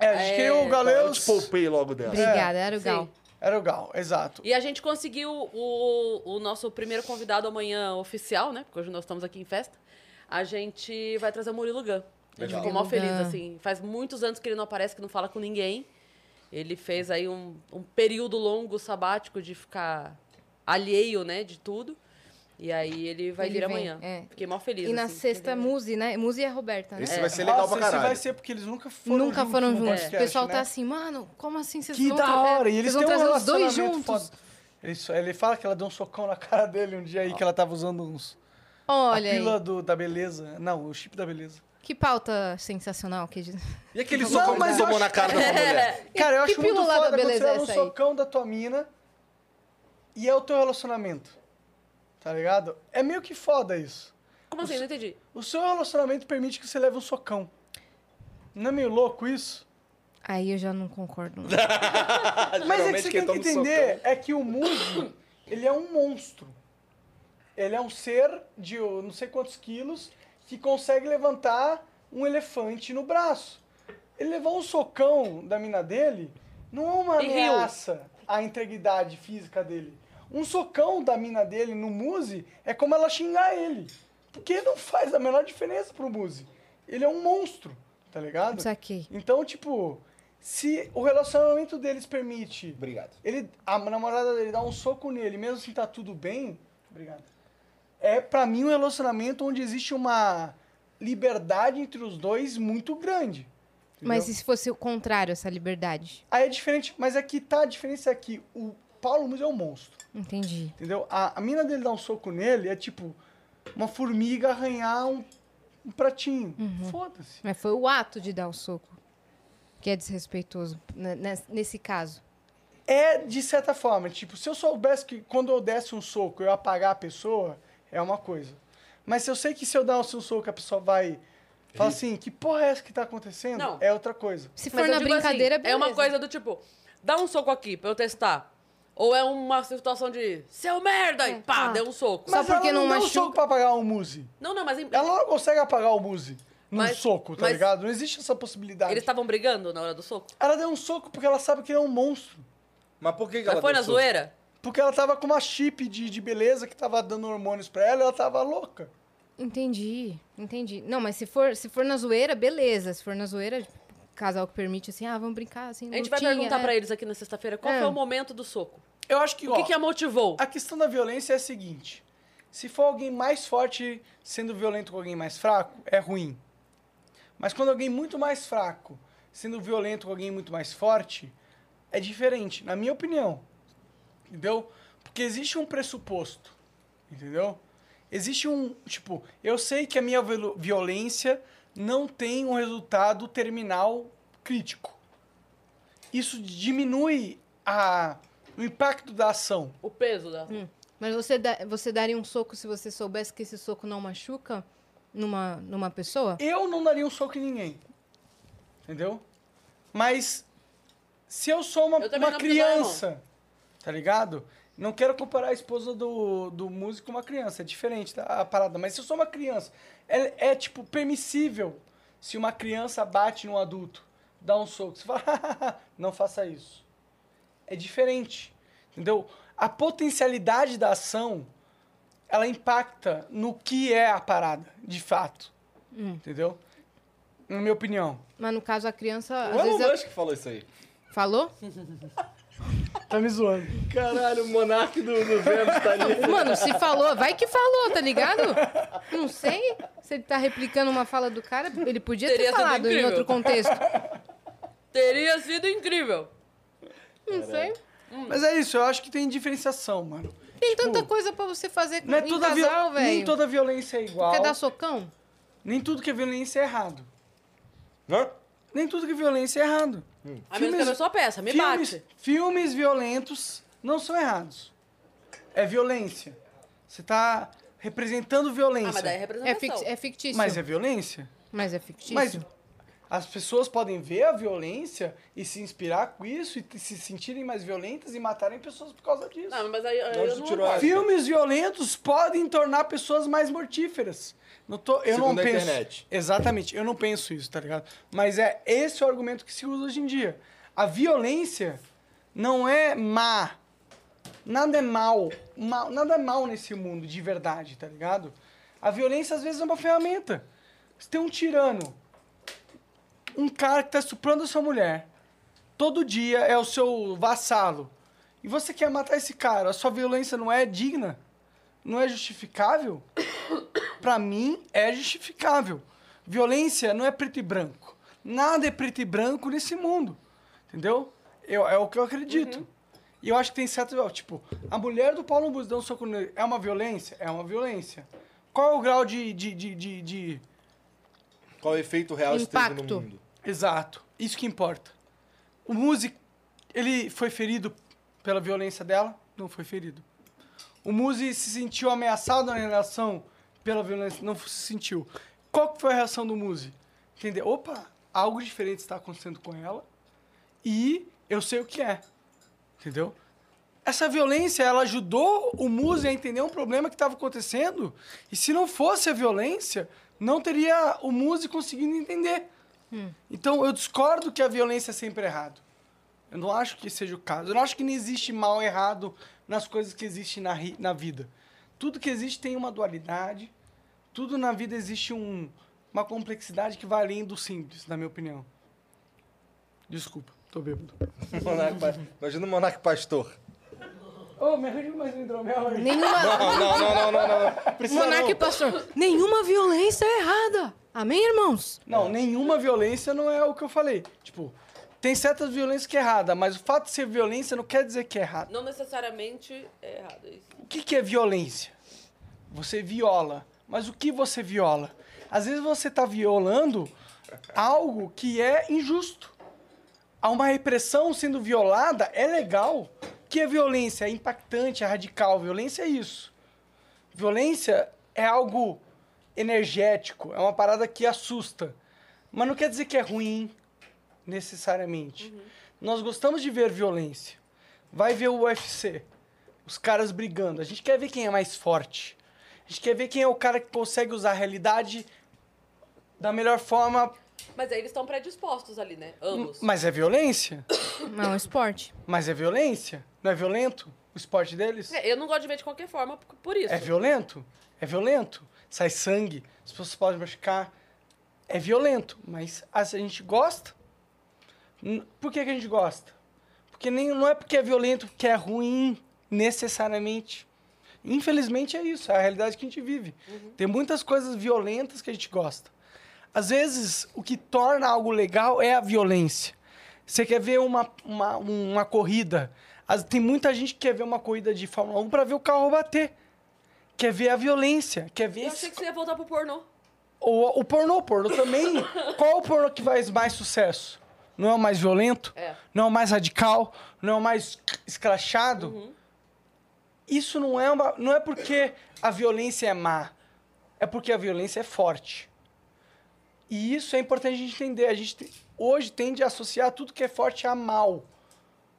[SPEAKER 4] É, acho que o
[SPEAKER 7] Eu
[SPEAKER 4] Galeus
[SPEAKER 7] te poupei logo dela.
[SPEAKER 1] Obrigada, era o
[SPEAKER 2] sim.
[SPEAKER 1] Gal.
[SPEAKER 4] era o Gal, exato.
[SPEAKER 2] E a gente conseguiu o, o nosso primeiro convidado amanhã oficial, né? Porque hoje nós estamos aqui em festa. A gente vai trazer o Murilo Gun. A gente
[SPEAKER 7] Legal.
[SPEAKER 2] ficou mal
[SPEAKER 1] Murilo
[SPEAKER 2] feliz,
[SPEAKER 1] Gun.
[SPEAKER 2] assim. Faz muitos anos que ele não aparece, que não fala com ninguém. Ele fez aí um, um período longo sabático de ficar alheio, né? De tudo. E aí ele vai
[SPEAKER 1] Ele
[SPEAKER 2] vir
[SPEAKER 1] vem,
[SPEAKER 2] amanhã.
[SPEAKER 1] é.
[SPEAKER 2] Fiquei mal feliz.
[SPEAKER 1] E na
[SPEAKER 2] assim,
[SPEAKER 1] sexta,
[SPEAKER 2] entendeu?
[SPEAKER 1] Muzi, né? Muzi e a Roberta, né?
[SPEAKER 7] Esse vai ser legal
[SPEAKER 4] Nossa,
[SPEAKER 7] pra
[SPEAKER 4] Esse vai
[SPEAKER 7] caralho.
[SPEAKER 4] ser porque eles nunca foram
[SPEAKER 1] Nunca
[SPEAKER 4] juntos
[SPEAKER 1] foram
[SPEAKER 4] no
[SPEAKER 1] juntos.
[SPEAKER 4] podcast,
[SPEAKER 1] o pessoal
[SPEAKER 4] né?
[SPEAKER 1] tá assim, mano, como assim vocês
[SPEAKER 4] Que
[SPEAKER 1] vão
[SPEAKER 4] da
[SPEAKER 1] trazer-
[SPEAKER 4] hora! E eles
[SPEAKER 1] vocês vão
[SPEAKER 4] têm um
[SPEAKER 1] trazer os dois
[SPEAKER 4] relacionamento
[SPEAKER 1] juntos?
[SPEAKER 4] foda. Ele, só- ele fala que ela deu um socão na cara dele um dia aí, que ela tava usando uns...
[SPEAKER 1] Olha
[SPEAKER 4] a pílula
[SPEAKER 1] aí,
[SPEAKER 4] do, da beleza. Não, o chip da beleza.
[SPEAKER 1] que pauta sensacional. Que... diz-
[SPEAKER 7] E aquele
[SPEAKER 4] Não,
[SPEAKER 7] socão que
[SPEAKER 4] mas
[SPEAKER 7] ele
[SPEAKER 4] eu
[SPEAKER 7] tomou
[SPEAKER 4] acho- é.
[SPEAKER 7] na cara da sua mulher?
[SPEAKER 4] Cara, eu
[SPEAKER 1] que
[SPEAKER 4] acho muito
[SPEAKER 1] pílula da
[SPEAKER 4] foda quando
[SPEAKER 1] beleza
[SPEAKER 4] você
[SPEAKER 1] é
[SPEAKER 4] leva um
[SPEAKER 1] essa aí?
[SPEAKER 4] socão da tua mina e é o teu relacionamento. Tá ligado? É meio que foda isso.
[SPEAKER 2] Como assim? Não entendi.
[SPEAKER 4] O seu relacionamento permite que você leve um socão. Não é meio louco isso?
[SPEAKER 1] Aí eu já não concordo. não.
[SPEAKER 4] Mas é que
[SPEAKER 7] Geralmente quem
[SPEAKER 4] você tem que
[SPEAKER 7] toma um
[SPEAKER 4] entender é que o mundo, ele é um monstro. Ele é um ser de eu não sei quantos quilos que consegue levantar um elefante no braço. Ele levou um socão da mina dele, não é uma
[SPEAKER 2] E riu.
[SPEAKER 4] ameaça à integridade física dele. Um socão da mina dele no Muse é como ela xingar ele. Porque não faz a menor diferença pro Muse. Ele é um monstro, tá ligado?
[SPEAKER 1] Saquei.
[SPEAKER 4] Então, tipo, se o relacionamento deles permite
[SPEAKER 7] Obrigado.
[SPEAKER 4] ele, a namorada dele dá um soco nele, mesmo assim tá tudo bem. Obrigado. É pra mim um relacionamento onde existe uma liberdade entre os dois muito grande.
[SPEAKER 1] Mas
[SPEAKER 4] entendeu?
[SPEAKER 1] e se fosse o contrário, essa liberdade?
[SPEAKER 4] aí é diferente, mas aqui tá a diferença é que o Paulo Muzi é um monstro,
[SPEAKER 1] Entendi.
[SPEAKER 4] entendeu? A, a mina dele dá um soco nele é tipo uma formiga arranhar um, um pratinho. Foda-se.
[SPEAKER 1] Mas foi o ato de dar o soco que é desrespeitoso né, nes- nesse caso.
[SPEAKER 4] É, de certa forma, tipo, se eu soubesse que quando eu desse um soco eu ia apagar a pessoa, é uma coisa. Mas se eu sei que se eu dar um soco a pessoa vai falar assim, que porra é essa que tá acontecendo?
[SPEAKER 2] Não.
[SPEAKER 4] É outra coisa.
[SPEAKER 1] Se for
[SPEAKER 2] Mas eu
[SPEAKER 1] na
[SPEAKER 2] digo
[SPEAKER 1] brincadeira,
[SPEAKER 2] assim, é uma
[SPEAKER 1] beleza.
[SPEAKER 2] coisa do tipo, dá um soco aqui pra eu testar. Ou é uma situação de, seu merda, e pá,
[SPEAKER 1] Ah.
[SPEAKER 2] deu um soco.
[SPEAKER 1] Só
[SPEAKER 4] Mas
[SPEAKER 1] porque
[SPEAKER 4] ela não,
[SPEAKER 1] não
[SPEAKER 4] deu um
[SPEAKER 1] machuca?
[SPEAKER 4] soco pra apagar o Muzi.
[SPEAKER 2] Não, não, mas em-
[SPEAKER 4] Ela não consegue apagar o Muzi num
[SPEAKER 2] Mas-
[SPEAKER 4] soco, tá
[SPEAKER 2] mas- tá-
[SPEAKER 4] ligado? Não existe essa possibilidade.
[SPEAKER 2] eles estavam brigando na hora do soco?
[SPEAKER 4] Ela deu um soco porque ela sabe que ele é um monstro.
[SPEAKER 7] Mas por que, que
[SPEAKER 2] Mas
[SPEAKER 7] ela
[SPEAKER 2] foi na
[SPEAKER 7] dançou?
[SPEAKER 2] zoeira?
[SPEAKER 4] Porque ela tava com uma chip de, de beleza que tava dando hormônios pra ela e ela tava louca.
[SPEAKER 1] Entendi, entendi. Não, mas se for, se for na zoeira, beleza. Se for na zoeira, tipo, casal que permite, assim, ah, vamos brincar, assim,
[SPEAKER 2] A gente vai perguntar pra eles aqui na sexta-feira qual
[SPEAKER 1] É.
[SPEAKER 2] foi o momento do soco.
[SPEAKER 4] Eu acho que,
[SPEAKER 2] O que, que a motivou?
[SPEAKER 4] A questão da violência é a seguinte: se for alguém mais forte sendo violento com alguém mais fraco, é ruim. Mas quando alguém muito mais fraco sendo violento com alguém muito mais forte, é diferente, na minha opinião. Entendeu? Porque existe um pressuposto. Entendeu? Existe um. Tipo, eu sei que a minha viol- violência não tem um resultado terminal crítico. Isso diminui a, o impacto da ação.
[SPEAKER 2] O peso da...
[SPEAKER 1] Hum. Mas você, dá- você daria um soco se você soubesse que esse soco não machuca numa, numa pessoa?
[SPEAKER 4] Eu não daria um soco em ninguém. Entendeu? Mas se eu sou uma,
[SPEAKER 2] Eu também
[SPEAKER 4] uma
[SPEAKER 2] não preciso dar a mão.
[SPEAKER 4] criança, tá ligado? Não quero comparar a esposa do, do músico com uma criança, é diferente tá, a parada. Mas se eu sou uma criança, é, é, tipo permissível se uma criança bate num adulto, dá um soco. Você fala, não faça isso. É diferente, entendeu? A potencialidade da ação, ela impacta no que é a parada, de fato. Entendeu? Na minha opinião.
[SPEAKER 1] Mas no caso, a criança,
[SPEAKER 7] O Elon
[SPEAKER 1] às vezes... é ela-
[SPEAKER 7] Musk que falou isso aí.
[SPEAKER 1] Falou?
[SPEAKER 4] Tá me zoando.
[SPEAKER 7] Caralho, o monarca do, do Vênus tá ali.
[SPEAKER 1] Mano, se falou, vai que falou, tá ligado? Não sei se ele tá replicando uma fala do cara. Ele podia
[SPEAKER 2] Teria
[SPEAKER 1] ter
[SPEAKER 2] sido
[SPEAKER 1] falado em
[SPEAKER 2] incrível.
[SPEAKER 1] outro contexto.
[SPEAKER 2] Teria sido incrível.
[SPEAKER 1] Não sei.
[SPEAKER 4] Mas é isso, eu acho que tem diferenciação, mano.
[SPEAKER 1] Tem
[SPEAKER 4] Tipo,
[SPEAKER 1] tanta coisa pra você fazer com
[SPEAKER 4] Não é
[SPEAKER 1] em
[SPEAKER 4] toda vi-
[SPEAKER 1] casal, velho.
[SPEAKER 4] Nem toda violência é
[SPEAKER 1] Tu
[SPEAKER 4] igual.
[SPEAKER 1] Quer dar socão?
[SPEAKER 4] Nem tudo que é violência é errado.
[SPEAKER 5] Hã?
[SPEAKER 4] Nem tudo que é violência é errado.
[SPEAKER 2] A menos que a pessoa peça, me
[SPEAKER 4] filmes,
[SPEAKER 2] bate.
[SPEAKER 4] filmes violentos não são errados. É violência. Você tá representando violência.
[SPEAKER 2] Ah, mas daí é
[SPEAKER 1] É,
[SPEAKER 2] representação.
[SPEAKER 1] fic- é fictício.
[SPEAKER 4] Mas é violência?
[SPEAKER 1] Mas é fictício.
[SPEAKER 4] Mas as pessoas podem ver a violência e se inspirar com isso e t- se sentirem mais violentas e matarem pessoas por causa disso.
[SPEAKER 2] Não, mas aí aí eu não...
[SPEAKER 5] tirou a-
[SPEAKER 4] Filmes violentos podem tornar pessoas mais mortíferas. Não tô, eu
[SPEAKER 5] Segundo
[SPEAKER 4] não
[SPEAKER 5] a
[SPEAKER 4] penso.
[SPEAKER 5] internet.
[SPEAKER 4] Exatamente, eu não penso isso, tá ligado? Mas é esse o argumento que se usa hoje em dia. A violência não é má. Nada é mal. mal nada é mal nesse mundo de verdade, tá ligado? A violência às vezes é uma ferramenta. Você tem um tirano, um cara que tá estuprando a sua mulher. Todo dia é o seu vassalo. E você quer matar esse cara, a sua violência não é digna? Não é justificável? Pra mim, é justificável. Violência não é preto e branco. Nada é preto e branco nesse mundo. Entendeu? Eu, é o que eu acredito. E eu acho que tem certo. ó, Tipo, a mulher do Paulo Bus dando um soco nele é uma violência? É uma violência. Qual é o grau de- de- de, de, de
[SPEAKER 5] Qual o efeito real isso teve no
[SPEAKER 1] Impacto.
[SPEAKER 5] mundo?
[SPEAKER 4] Exato. Isso que importa. O Muzi, ele foi ferido pela violência dela? Não foi ferido. O Muzi se sentiu ameaçado na relação pela violência? Não se sentiu. Qual que foi a reação do Muzi? Entendeu? Opa, algo diferente está acontecendo com ela e eu sei o que é. Entendeu? Essa violência, ela ajudou o Muzi a entender um problema que estava acontecendo e se não fosse a violência, não teria o Muzi conseguindo entender. Então eu discordo que a violência é sempre errado. Eu não acho que seja o caso. Eu não acho que não existe mal e errado nas coisas que existem na, ri- na vida. Tudo que existe tem uma dualidade. Tudo na vida existe um- uma complexidade que vai além do simples, na minha opinião. Desculpa, tô bêbado.
[SPEAKER 5] Monarca pa- Imagina o Monarca Pastor.
[SPEAKER 4] Ô, me arranja mais um hidromel aí.
[SPEAKER 1] Nenhuma.
[SPEAKER 5] Não, não, não, não, não. não. Precisa
[SPEAKER 1] Monarca e
[SPEAKER 5] não.
[SPEAKER 1] pastor. Nenhuma violência é errada. Amém, irmãos?
[SPEAKER 4] Não, nenhuma violência não é o que eu falei. Tipo, tem certas violências que é errada, mas o fato de ser violência não quer dizer que é errado.
[SPEAKER 2] Não necessariamente é errado isso.
[SPEAKER 4] O que, que é violência? Você viola. Mas o que você viola? Às vezes você está violando algo que é injusto. Há uma repressão sendo violada é legal. O que é violência? É impactante, é radical. Violência é isso. Violência é algo energético, é uma parada que assusta. Mas não quer dizer que é ruim, necessariamente. Nós gostamos de ver violência. Vai ver o UFC. Os caras brigando. A gente quer ver quem é mais forte. A gente quer ver quem é o cara que consegue usar a realidade da melhor forma.
[SPEAKER 2] Mas aí eles estão predispostos ali, né? Ambos.
[SPEAKER 4] Mas é violência?
[SPEAKER 1] Não, é um esporte.
[SPEAKER 4] Mas é violência? Não é violento? O esporte deles?
[SPEAKER 2] É, Eu não gosto de ver de qualquer forma por por isso.
[SPEAKER 4] É violento? É violento. Sai sangue, as pessoas podem machucar. É violento, mas ah, a gente gosta. N- Por que, que a gente gosta? Porque nem, não é porque é violento que é ruim, necessariamente. Infelizmente é isso, é a realidade que a gente vive.
[SPEAKER 2] Uhum.
[SPEAKER 4] Tem muitas coisas violentas que a gente gosta. Às vezes, o que torna algo legal é a violência. Você quer ver uma, uma, uma corrida. As- Tem muita gente que quer ver uma corrida de Fórmula 1 para ver o carro bater. Quer ver a violência. Quer ver
[SPEAKER 2] Eu
[SPEAKER 4] esse
[SPEAKER 2] achei que você ia voltar pro pornô.
[SPEAKER 4] ou o pornô, o pornô também. Qual o pornô que faz mais sucesso? Não é o mais violento?
[SPEAKER 2] É.
[SPEAKER 4] Não é o mais radical? Não é o mais escrachado? Isso não é uma, não é porque a violência é má. É porque a violência é forte. E isso é importante a gente entender. A gente te- hoje tende a associar tudo que é forte a mal.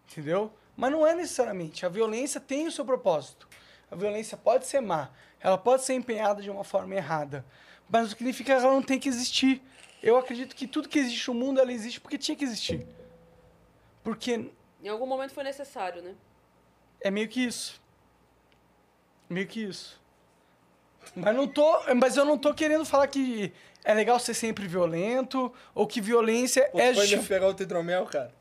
[SPEAKER 4] Entendeu? Mas não é necessariamente. A violência tem o seu propósito. A violência pode ser má, ela pode ser empenhada de uma forma errada, mas não significa que ela não tem que existir. Eu acredito que tudo que existe no mundo, ela existe porque tinha que existir. Porque
[SPEAKER 2] Em algum momento foi necessário, né?
[SPEAKER 4] é meio que isso. Meio que isso. Mas não tô, mas eu não tô querendo falar que é legal ser sempre violento ou que violência
[SPEAKER 5] Pô,
[SPEAKER 4] é
[SPEAKER 5] foi
[SPEAKER 4] justificada.
[SPEAKER 5] mesmo pegar o hidromel, cara.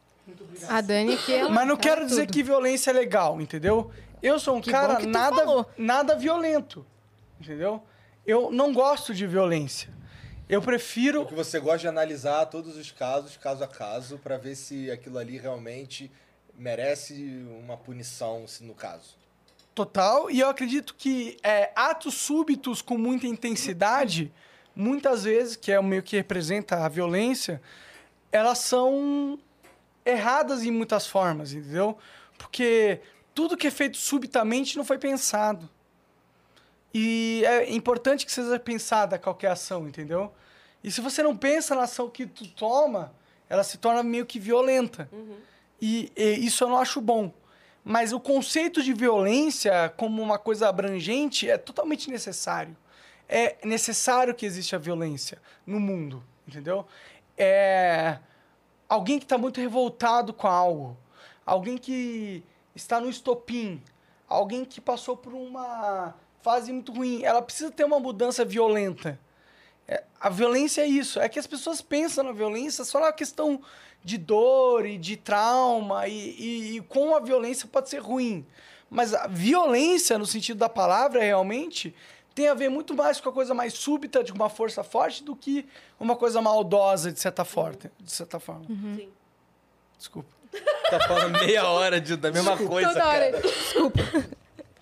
[SPEAKER 1] A Dani que ela-
[SPEAKER 4] Mas não
[SPEAKER 1] ela
[SPEAKER 4] quero dizer
[SPEAKER 1] Ah, tá tudo.
[SPEAKER 4] que violência é legal, entendeu? Eu sou um
[SPEAKER 1] Que bom
[SPEAKER 4] cara
[SPEAKER 1] que tu
[SPEAKER 4] nada,
[SPEAKER 1] falou.
[SPEAKER 4] nada violento, entendeu? Eu não gosto de violência. Eu prefiro.
[SPEAKER 5] O que você gosta de analisar todos os casos, caso a caso, pra ver se aquilo ali realmente merece uma punição, se no caso.
[SPEAKER 4] Total. E eu acredito que é, atos súbitos com muita intensidade, muitas vezes, que é o meio que representa a violência, elas são erradas em muitas formas, entendeu? Porque tudo que é feito subitamente não foi pensado. E é importante que seja pensada qualquer ação, entendeu? E se você não pensa na ação que tu toma, ela se torna meio que violenta.
[SPEAKER 2] Uhum.
[SPEAKER 4] E, e isso eu não acho bom. Mas o conceito de violência como uma coisa abrangente é totalmente necessário. É necessário que exista violência no mundo, entendeu? É alguém que está muito revoltado com algo, alguém que está no estopim, alguém que passou por uma fase muito ruim, ela precisa ter uma mudança violenta. É, a violência é isso, é que as pessoas pensam na violência só na questão de dor e de trauma e, e, e com a violência pode ser ruim. Mas a violência, no sentido da palavra, realmente tem a ver muito mais com a coisa mais súbita, de uma força forte, do que uma coisa maldosa, de certa forma. De certa forma.
[SPEAKER 2] Sim.
[SPEAKER 4] Desculpa.
[SPEAKER 7] Tá falando meia hora de, da mesma coisa,
[SPEAKER 1] Toda hora.
[SPEAKER 7] cara.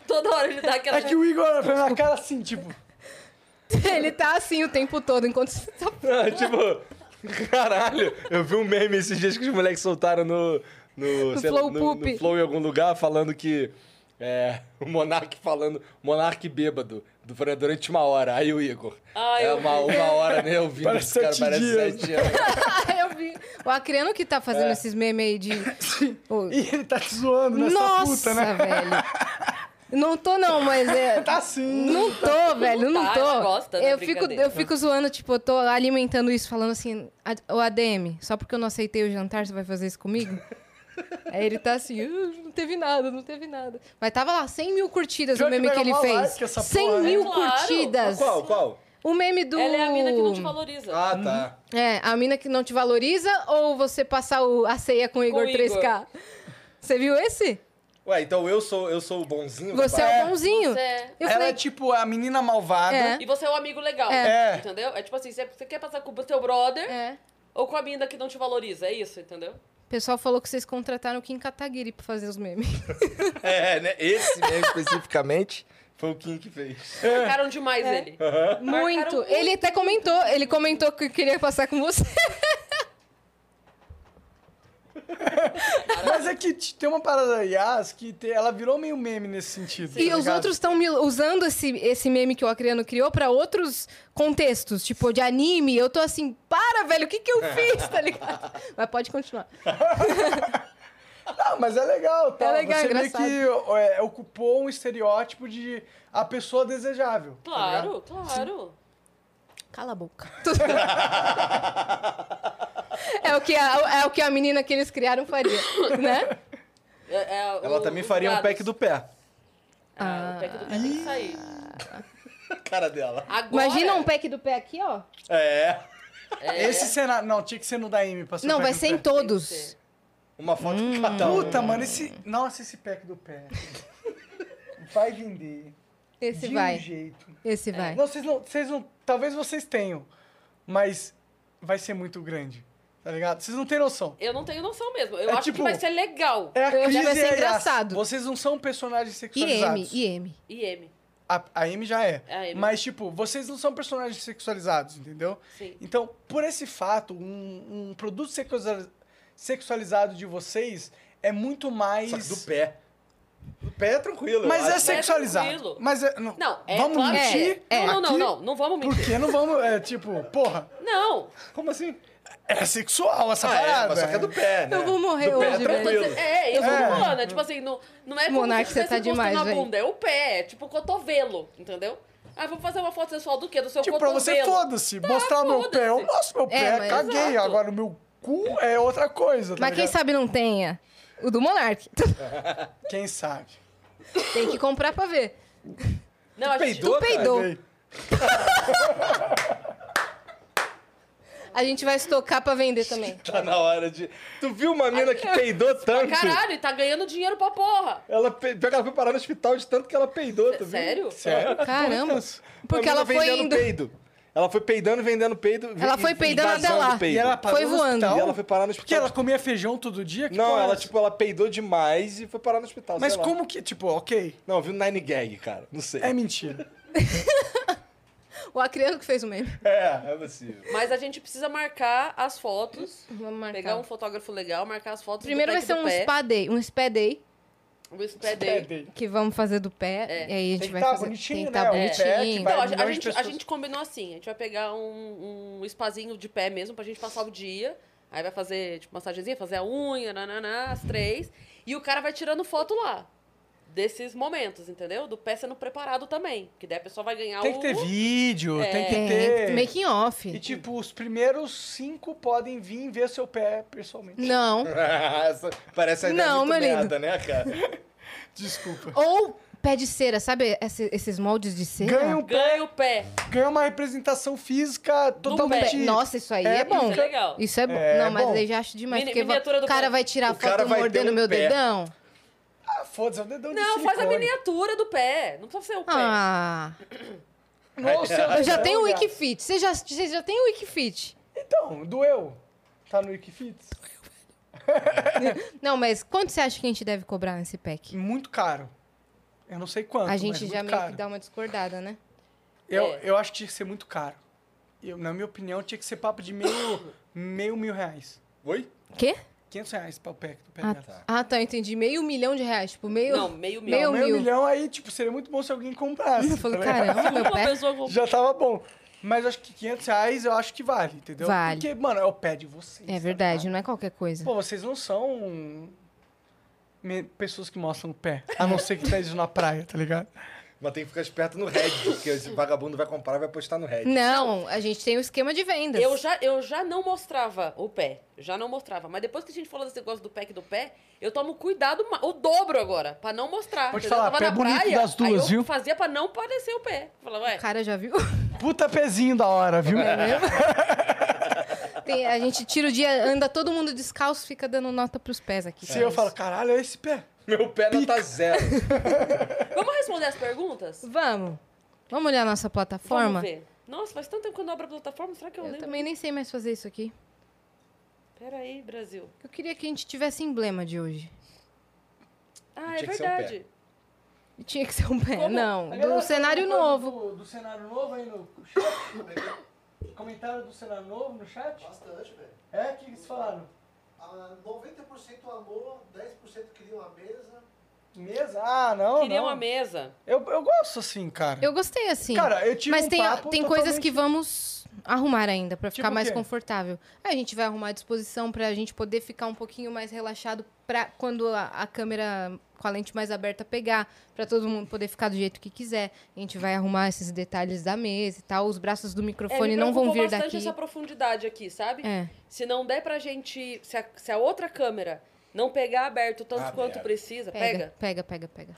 [SPEAKER 2] Toda hora ele dá aquela.
[SPEAKER 4] É que o Igor olha pra minha cara assim, tipo...
[SPEAKER 1] Ele tá assim o tempo todo, enquanto você tá
[SPEAKER 7] Não, Ah, tipo, caralho, eu vi um meme esses dias que os moleques soltaram no. No,
[SPEAKER 1] No
[SPEAKER 7] sei
[SPEAKER 1] Flow
[SPEAKER 7] no,
[SPEAKER 1] Poop.
[SPEAKER 7] no Flow em algum lugar falando que. É, o Monark falando. Monark bêbado. du- Durante uma hora. Aí o Igor.
[SPEAKER 2] Ah,
[SPEAKER 7] é
[SPEAKER 2] eu
[SPEAKER 7] uma, uma hora, né? Eu vi.
[SPEAKER 4] Parece
[SPEAKER 7] esse cara,
[SPEAKER 4] sete
[SPEAKER 7] parece
[SPEAKER 4] dias.
[SPEAKER 7] sete anos.
[SPEAKER 1] Ah, Eu vi. O Acriano que tá
[SPEAKER 2] É.
[SPEAKER 1] fazendo esses memes aí de. O-
[SPEAKER 4] E ele tá te zoando nessa
[SPEAKER 1] Nossa,
[SPEAKER 4] puta, né?
[SPEAKER 1] velho. Não tô, não, mas é.
[SPEAKER 4] Tá sim.
[SPEAKER 1] Não tô, velho, não
[SPEAKER 2] Tá,
[SPEAKER 1] tô.
[SPEAKER 2] ela gosta da
[SPEAKER 1] eu, fico,
[SPEAKER 2] brincadeira.
[SPEAKER 1] eu fico zoando, tipo, eu tô alimentando isso, falando assim, "A- ô ADM, só porque eu não aceitei o jantar, você vai fazer isso comigo? Aí ele tá assim, "Ah, não teve nada, não teve nada. Mas tava lá 100 mil curtidas
[SPEAKER 4] Pior
[SPEAKER 1] o meme
[SPEAKER 4] que
[SPEAKER 1] que, ele
[SPEAKER 4] pega mó
[SPEAKER 1] fez.
[SPEAKER 4] like essa
[SPEAKER 1] 100
[SPEAKER 4] porra, né?
[SPEAKER 1] mil
[SPEAKER 2] Claro.
[SPEAKER 1] curtidas.
[SPEAKER 7] Qual, qual?
[SPEAKER 1] O meme do.
[SPEAKER 2] Ela é a mina que não te valoriza.
[SPEAKER 7] Ah, tá.
[SPEAKER 1] É, a mina que não te valoriza ou você passar o- a ceia com o Igor
[SPEAKER 2] o Igor.
[SPEAKER 1] 3K? Você viu esse?
[SPEAKER 7] Ué, então eu sou, eu sou o bonzinho? da
[SPEAKER 1] Você é o bonzinho.
[SPEAKER 2] Você-
[SPEAKER 1] Eu
[SPEAKER 4] Ela
[SPEAKER 1] falei,
[SPEAKER 4] é tipo a menina malvada.
[SPEAKER 1] É.
[SPEAKER 2] E você é o amigo legal.
[SPEAKER 4] É.
[SPEAKER 2] Entendeu? É tipo assim, você você quer passar com o teu brother
[SPEAKER 1] é.
[SPEAKER 2] ou com a mina que não te valoriza. É isso, entendeu?
[SPEAKER 1] O pessoal falou que vocês contrataram o Kim Kataguiri pra fazer os memes.
[SPEAKER 7] É, né? Esse mesmo especificamente foi o Kim que
[SPEAKER 5] É.
[SPEAKER 7] fez.
[SPEAKER 2] Marcaram demais ele.
[SPEAKER 1] muito.
[SPEAKER 2] muito.
[SPEAKER 1] Ele até comentou. Ele comentou que queria passar com você.
[SPEAKER 4] Mas é que te- tem uma parada da Yas que te- ela virou meio meme nesse sentido.
[SPEAKER 1] e
[SPEAKER 4] tá
[SPEAKER 1] os
[SPEAKER 4] ligado?
[SPEAKER 1] outros estão usando esse, esse meme que o Acriano criou pra outros contextos, tipo de anime. Eu tô assim, para, velho, o que que eu fiz, tá ligado? Mas pode continuar.
[SPEAKER 4] Não, mas é legal, tá?
[SPEAKER 1] É legal,
[SPEAKER 4] Você
[SPEAKER 1] é
[SPEAKER 4] meio
[SPEAKER 1] engraçado.
[SPEAKER 4] que ó, é, ocupou um estereótipo de a pessoa desejável. tá ligado?
[SPEAKER 2] Claro, claro.
[SPEAKER 1] Cala a boca. é, o que a, é o que a menina que eles criaram faria, né?
[SPEAKER 2] É- é o-
[SPEAKER 7] Ela também
[SPEAKER 2] os
[SPEAKER 7] faria um
[SPEAKER 2] dados.
[SPEAKER 7] pack do pé.
[SPEAKER 2] Ah, o pack do pé tem que sair.
[SPEAKER 7] Cara dela.
[SPEAKER 2] Agora,
[SPEAKER 1] Imagina um pack do pé aqui, ó.
[SPEAKER 7] É.
[SPEAKER 4] Esse cenário. Não, tinha que ser no da Amy pra ser o
[SPEAKER 1] Não,
[SPEAKER 4] pack
[SPEAKER 1] vai
[SPEAKER 4] do
[SPEAKER 1] ser em
[SPEAKER 4] pé. Então,
[SPEAKER 1] todos.
[SPEAKER 7] Uma foto
[SPEAKER 1] Hum.
[SPEAKER 7] com cada um.
[SPEAKER 4] Puta, mano, esse. Nossa, esse pack do pé. Vai vender.
[SPEAKER 1] Esse
[SPEAKER 4] de um
[SPEAKER 1] vai.
[SPEAKER 4] jeito.
[SPEAKER 7] é.
[SPEAKER 1] Esse vai.
[SPEAKER 4] Não, vocês não. Vocês não. Talvez vocês tenham. Mas vai ser muito grande. Tá ligado? Vocês não têm noção.
[SPEAKER 2] Eu não tenho noção mesmo. Eu
[SPEAKER 4] É
[SPEAKER 2] acho que
[SPEAKER 4] tipo-
[SPEAKER 2] vai ser legal.
[SPEAKER 4] É a
[SPEAKER 1] Eu acho que
[SPEAKER 4] crise
[SPEAKER 1] vai ser
[SPEAKER 4] e a Yas.
[SPEAKER 1] engraçado.
[SPEAKER 4] Vocês não são personagens
[SPEAKER 1] IM,
[SPEAKER 4] sexualizados.
[SPEAKER 1] IM.
[SPEAKER 2] IM.
[SPEAKER 4] A, a Amy já é.
[SPEAKER 2] A Amy.
[SPEAKER 4] Mas, tipo, vocês não são personagens sexualizados, entendeu?
[SPEAKER 2] Sim.
[SPEAKER 4] Então, por esse fato, um, um produto sexualiza- sexualizado de vocês é muito mais.
[SPEAKER 7] Só que do pé. Do pé é tranquilo. eu
[SPEAKER 4] Mas
[SPEAKER 7] acho.
[SPEAKER 4] é sexualizado.
[SPEAKER 2] tranquilo.
[SPEAKER 4] mas é. Não,
[SPEAKER 2] Não, é
[SPEAKER 4] vamos
[SPEAKER 2] claro.
[SPEAKER 4] mentir?
[SPEAKER 1] É, é.
[SPEAKER 2] Não, não,
[SPEAKER 4] aqui?
[SPEAKER 2] não. Não vamos mentir.
[SPEAKER 4] Porque não vamos. É tipo, porra,
[SPEAKER 2] Não.
[SPEAKER 7] Como assim?
[SPEAKER 4] é sexual essa
[SPEAKER 7] Ah, é,
[SPEAKER 4] parada.
[SPEAKER 7] mas só que é do pé, né?
[SPEAKER 1] Eu vou morrer
[SPEAKER 7] do pé
[SPEAKER 1] hoje,
[SPEAKER 7] é
[SPEAKER 2] Eu tô
[SPEAKER 7] tranquilo.
[SPEAKER 2] dizendo- é, eu tô
[SPEAKER 4] É.
[SPEAKER 2] falando. É tipo assim, não, não é como
[SPEAKER 1] Monarca,
[SPEAKER 2] se
[SPEAKER 1] você
[SPEAKER 2] tivesse
[SPEAKER 1] tá
[SPEAKER 2] encosto
[SPEAKER 1] demais,
[SPEAKER 2] na
[SPEAKER 1] véi.
[SPEAKER 2] bunda. É o pé. É tipo o cotovelo, entendeu? Ah, vamos fazer uma foto sensual do quê? Do seu
[SPEAKER 4] Tipo, pra
[SPEAKER 2] cotovelo.
[SPEAKER 4] você, foda-se. mostrar o meu pé, eu
[SPEAKER 2] Tá, foda-se. É,
[SPEAKER 4] mostro meu pé,
[SPEAKER 1] mas-
[SPEAKER 4] caguei.
[SPEAKER 2] Exato.
[SPEAKER 4] Agora o meu cu é outra coisa, tá
[SPEAKER 1] Mas quem
[SPEAKER 4] ligado?
[SPEAKER 1] sabe não tenha. O do Monark.
[SPEAKER 4] Quem sabe?
[SPEAKER 1] Tem que comprar pra ver.
[SPEAKER 2] Não, a gente...
[SPEAKER 1] Tu peidou.
[SPEAKER 4] Caguei.
[SPEAKER 1] A gente vai estocar pra vender também.
[SPEAKER 7] Tá na hora de. Tu viu uma mina que peidou tanto?
[SPEAKER 2] Caralho, e tá ganhando dinheiro pra porra.
[SPEAKER 7] Ela pe... pior que ela foi parar no hospital de tanto que ela peidou, tu viu?
[SPEAKER 2] Sério?
[SPEAKER 7] Sério?
[SPEAKER 1] Caramba. Porque
[SPEAKER 7] Uma
[SPEAKER 1] ela
[SPEAKER 7] mina
[SPEAKER 1] foi
[SPEAKER 7] vendendo
[SPEAKER 1] indo.
[SPEAKER 7] Peido. Ela foi peidando, vendendo peido.
[SPEAKER 1] Ela
[SPEAKER 7] e-
[SPEAKER 1] foi
[SPEAKER 7] e
[SPEAKER 1] peidando até
[SPEAKER 7] vazando
[SPEAKER 1] lá.
[SPEAKER 7] peido.
[SPEAKER 4] E ela parou
[SPEAKER 1] Foi
[SPEAKER 4] no
[SPEAKER 1] voando.
[SPEAKER 4] hospital?
[SPEAKER 7] É. E ela foi parar no
[SPEAKER 4] Porque
[SPEAKER 7] hospital.
[SPEAKER 4] ela comia feijão todo dia? Que
[SPEAKER 7] Não,
[SPEAKER 4] porra é
[SPEAKER 7] ela,
[SPEAKER 4] essa?
[SPEAKER 7] tipo, ela peidou demais e foi parar no hospital.
[SPEAKER 4] Mas
[SPEAKER 7] sei lá.
[SPEAKER 4] como que, tipo, ok.
[SPEAKER 7] Não, eu vi no Nine Gag, cara. Não sei.
[SPEAKER 4] É mentira.
[SPEAKER 1] O Acriano que fez o meme.
[SPEAKER 7] É, é possível.
[SPEAKER 2] Mas a gente precisa marcar as fotos.
[SPEAKER 1] Vamos marcar.
[SPEAKER 2] Pegar um fotógrafo legal, marcar as fotos.
[SPEAKER 1] Primeiro
[SPEAKER 2] do
[SPEAKER 1] vai
[SPEAKER 2] pack
[SPEAKER 1] ser um
[SPEAKER 2] do pé,
[SPEAKER 1] spa day, um spa day
[SPEAKER 2] um spa
[SPEAKER 7] É
[SPEAKER 2] day.
[SPEAKER 1] que vamos fazer do pé. E aí a gente
[SPEAKER 7] que
[SPEAKER 1] vai
[SPEAKER 7] tá
[SPEAKER 1] fazer.
[SPEAKER 7] bonitinho,
[SPEAKER 1] Tem que
[SPEAKER 7] né?
[SPEAKER 1] tá
[SPEAKER 7] O pé que
[SPEAKER 1] bonitinho.
[SPEAKER 7] vai-
[SPEAKER 2] É. Então, a,
[SPEAKER 7] milhões
[SPEAKER 2] a
[SPEAKER 7] de
[SPEAKER 2] gente, a
[SPEAKER 7] pessoas.
[SPEAKER 2] gente combinou assim: a gente vai pegar um, um espazinho de pé mesmo pra gente passar o dia. Aí vai fazer, tipo, massagenzinha, fazer a unha, nananá, as três. E o cara vai tirando foto lá. Desses momentos, entendeu? Do pé sendo preparado também. Que daí a pessoa vai ganhar
[SPEAKER 4] Tem
[SPEAKER 2] É o. É.
[SPEAKER 4] que ter vídeo, tem que
[SPEAKER 1] É, Tem,
[SPEAKER 4] ter.
[SPEAKER 1] making
[SPEAKER 4] É, E
[SPEAKER 1] off.
[SPEAKER 4] tipo, os primeiros cinco podem vir ver seu pé pessoalmente.
[SPEAKER 1] Não.
[SPEAKER 5] é.
[SPEAKER 7] Essa- Parece a ideia
[SPEAKER 1] Não,
[SPEAKER 7] muito
[SPEAKER 1] meu lindo.
[SPEAKER 7] merda, né, cara?
[SPEAKER 4] Desculpa.
[SPEAKER 1] Ou pé de cera, sabe esse- esses moldes de cera?
[SPEAKER 4] Ganha, um,
[SPEAKER 2] Ganha o pé.
[SPEAKER 4] ganha uma representação física totalmente.
[SPEAKER 1] Pé. Nossa, isso aí é,
[SPEAKER 4] É,
[SPEAKER 1] bom.
[SPEAKER 2] Isso é legal.
[SPEAKER 1] Isso é bom.
[SPEAKER 4] É
[SPEAKER 1] não, mas
[SPEAKER 4] bom.
[SPEAKER 1] aí já acho demais.
[SPEAKER 2] Mini-
[SPEAKER 1] porque va-
[SPEAKER 2] miniatura do
[SPEAKER 1] o cara
[SPEAKER 2] pé.
[SPEAKER 1] vai tirar a
[SPEAKER 7] O cara
[SPEAKER 1] foto
[SPEAKER 7] vai ter
[SPEAKER 1] mordendo
[SPEAKER 7] um
[SPEAKER 1] meu
[SPEAKER 7] pé.
[SPEAKER 1] dedão.
[SPEAKER 4] Ah, Foda-se, é o dedão de
[SPEAKER 2] Não,
[SPEAKER 4] silicone.
[SPEAKER 2] faz a miniatura do pé. Não precisa ser o pé.
[SPEAKER 1] Ah,
[SPEAKER 4] Nossa, é
[SPEAKER 1] eu já
[SPEAKER 4] não,
[SPEAKER 1] tenho o
[SPEAKER 4] cara.
[SPEAKER 1] Wikifit. Vocês já, vocês já têm o Wikifit.
[SPEAKER 4] Então, doeu. Tá no Wikifits?
[SPEAKER 1] Não, mas quanto você acha que a gente deve cobrar nesse pack?
[SPEAKER 4] Muito caro. Eu não sei quanto,
[SPEAKER 1] a gente
[SPEAKER 4] mas é
[SPEAKER 1] já
[SPEAKER 4] muito
[SPEAKER 1] meio
[SPEAKER 4] caro.
[SPEAKER 1] que dá uma discordada, né?
[SPEAKER 4] Eu,
[SPEAKER 2] É.
[SPEAKER 4] eu acho que tinha que ser muito caro. Eu, na minha opinião, tinha que ser papo de meio, meio mil reais.
[SPEAKER 7] Oi?
[SPEAKER 1] Quê?
[SPEAKER 4] 500 reais pra o pé do pé
[SPEAKER 1] Ah,
[SPEAKER 4] dela.
[SPEAKER 1] ah, tá, entendi. Meio milhão de reais. Tipo, meio.
[SPEAKER 2] Não, meio mil.
[SPEAKER 1] Meio
[SPEAKER 4] Meio
[SPEAKER 1] mil.
[SPEAKER 4] milhão aí, tipo, seria muito bom se alguém comprasse.
[SPEAKER 1] Eu falei,
[SPEAKER 4] tá ligado?
[SPEAKER 1] caramba, meu
[SPEAKER 2] Uma
[SPEAKER 1] pé.
[SPEAKER 2] pessoa com...
[SPEAKER 4] Já tava bom. Mas acho que 500 reais eu acho que vale, entendeu?
[SPEAKER 1] Vale.
[SPEAKER 4] Porque, mano, é o pé de vocês.
[SPEAKER 1] É
[SPEAKER 4] tá
[SPEAKER 1] verdade,
[SPEAKER 4] ligado?
[SPEAKER 1] não é qualquer coisa.
[SPEAKER 4] Pô, vocês não são me- pessoas que mostram o pé. A não ser que tá indo na praia, tá ligado?
[SPEAKER 7] Mas tem que ficar esperto no Reddit, porque esse vagabundo vai comprar e vai postar no Reddit.
[SPEAKER 1] Não, a gente tem o esquema de vendas.
[SPEAKER 2] Eu já, eu já não mostrava o pé. Já não mostrava. Mas depois que a gente falou desse negócio do pé que do pé, eu tomo cuidado ma- o dobro agora, pra não mostrar.
[SPEAKER 4] Vou te
[SPEAKER 2] entendeu?
[SPEAKER 4] falar,
[SPEAKER 2] eu
[SPEAKER 4] pé bonito das duas,
[SPEAKER 2] aí eu
[SPEAKER 4] viu?
[SPEAKER 2] fazia pra não parecer o pé. Falava, ué,
[SPEAKER 1] O cara já viu?
[SPEAKER 4] Puta pezinho da hora, viu?
[SPEAKER 1] É, né? Tem- a gente tira o dia, anda todo mundo descalço, fica dando nota pros pés aqui.
[SPEAKER 4] Se eu falo, caralho, é esse pé.
[SPEAKER 7] Meu pé não tá zero.
[SPEAKER 2] vamos responder as perguntas?
[SPEAKER 1] Vamos. Vamos olhar a nossa plataforma?
[SPEAKER 2] Vamos ver. Nossa, faz tanto tempo que eu não abro a plataforma, será que eu,
[SPEAKER 1] Eu
[SPEAKER 2] lembro?
[SPEAKER 1] também nem sei mais fazer isso aqui.
[SPEAKER 2] Peraí, Brasil.
[SPEAKER 1] Eu queria que a gente tivesse emblema de hoje.
[SPEAKER 2] Ah, é
[SPEAKER 7] Tinha que ser um pé.
[SPEAKER 2] verdade.
[SPEAKER 1] E Tinha que ser um pé,
[SPEAKER 2] Como?
[SPEAKER 1] não.
[SPEAKER 4] Aliás,
[SPEAKER 1] Do cenário
[SPEAKER 4] comentário
[SPEAKER 1] novo.
[SPEAKER 4] Do, do cenário novo aí no chat. comentário do cenário novo no chat?
[SPEAKER 3] Bastante, velho.
[SPEAKER 4] É, o que eles falaram?
[SPEAKER 3] Ah, 90% amor, 10% queria uma mesa.
[SPEAKER 4] Mesa? Ah, não,
[SPEAKER 2] Queria
[SPEAKER 4] não.
[SPEAKER 2] uma mesa.
[SPEAKER 4] Eu, eu gosto assim, cara.
[SPEAKER 1] Eu gostei assim.
[SPEAKER 4] Cara, eu tive
[SPEAKER 1] Mas
[SPEAKER 4] um
[SPEAKER 1] tem,
[SPEAKER 4] papo
[SPEAKER 1] tem coisas
[SPEAKER 4] totalmente-
[SPEAKER 1] que vamos arrumar ainda pra ficar
[SPEAKER 4] Tipo o
[SPEAKER 1] mais
[SPEAKER 4] quê?
[SPEAKER 1] confortável. Aí a gente vai arrumar a disposição pra gente poder ficar um pouquinho mais relaxado pra quando a, a câmera com a lente mais aberta pegar, pra todo mundo poder ficar do jeito que quiser. A gente vai arrumar esses detalhes da mesa e tal. Os braços do
[SPEAKER 2] É, me
[SPEAKER 1] microfone não vão
[SPEAKER 2] preocupou
[SPEAKER 1] vir
[SPEAKER 2] bastante
[SPEAKER 1] daqui.
[SPEAKER 2] essa profundidade aqui, sabe?
[SPEAKER 1] É.
[SPEAKER 2] Se não der pra gente. Se a, se a outra câmera não pegar aberto tanto
[SPEAKER 7] Ah,
[SPEAKER 2] quanto
[SPEAKER 7] merda.
[SPEAKER 2] precisa,
[SPEAKER 1] Pega, pega, pega, pega.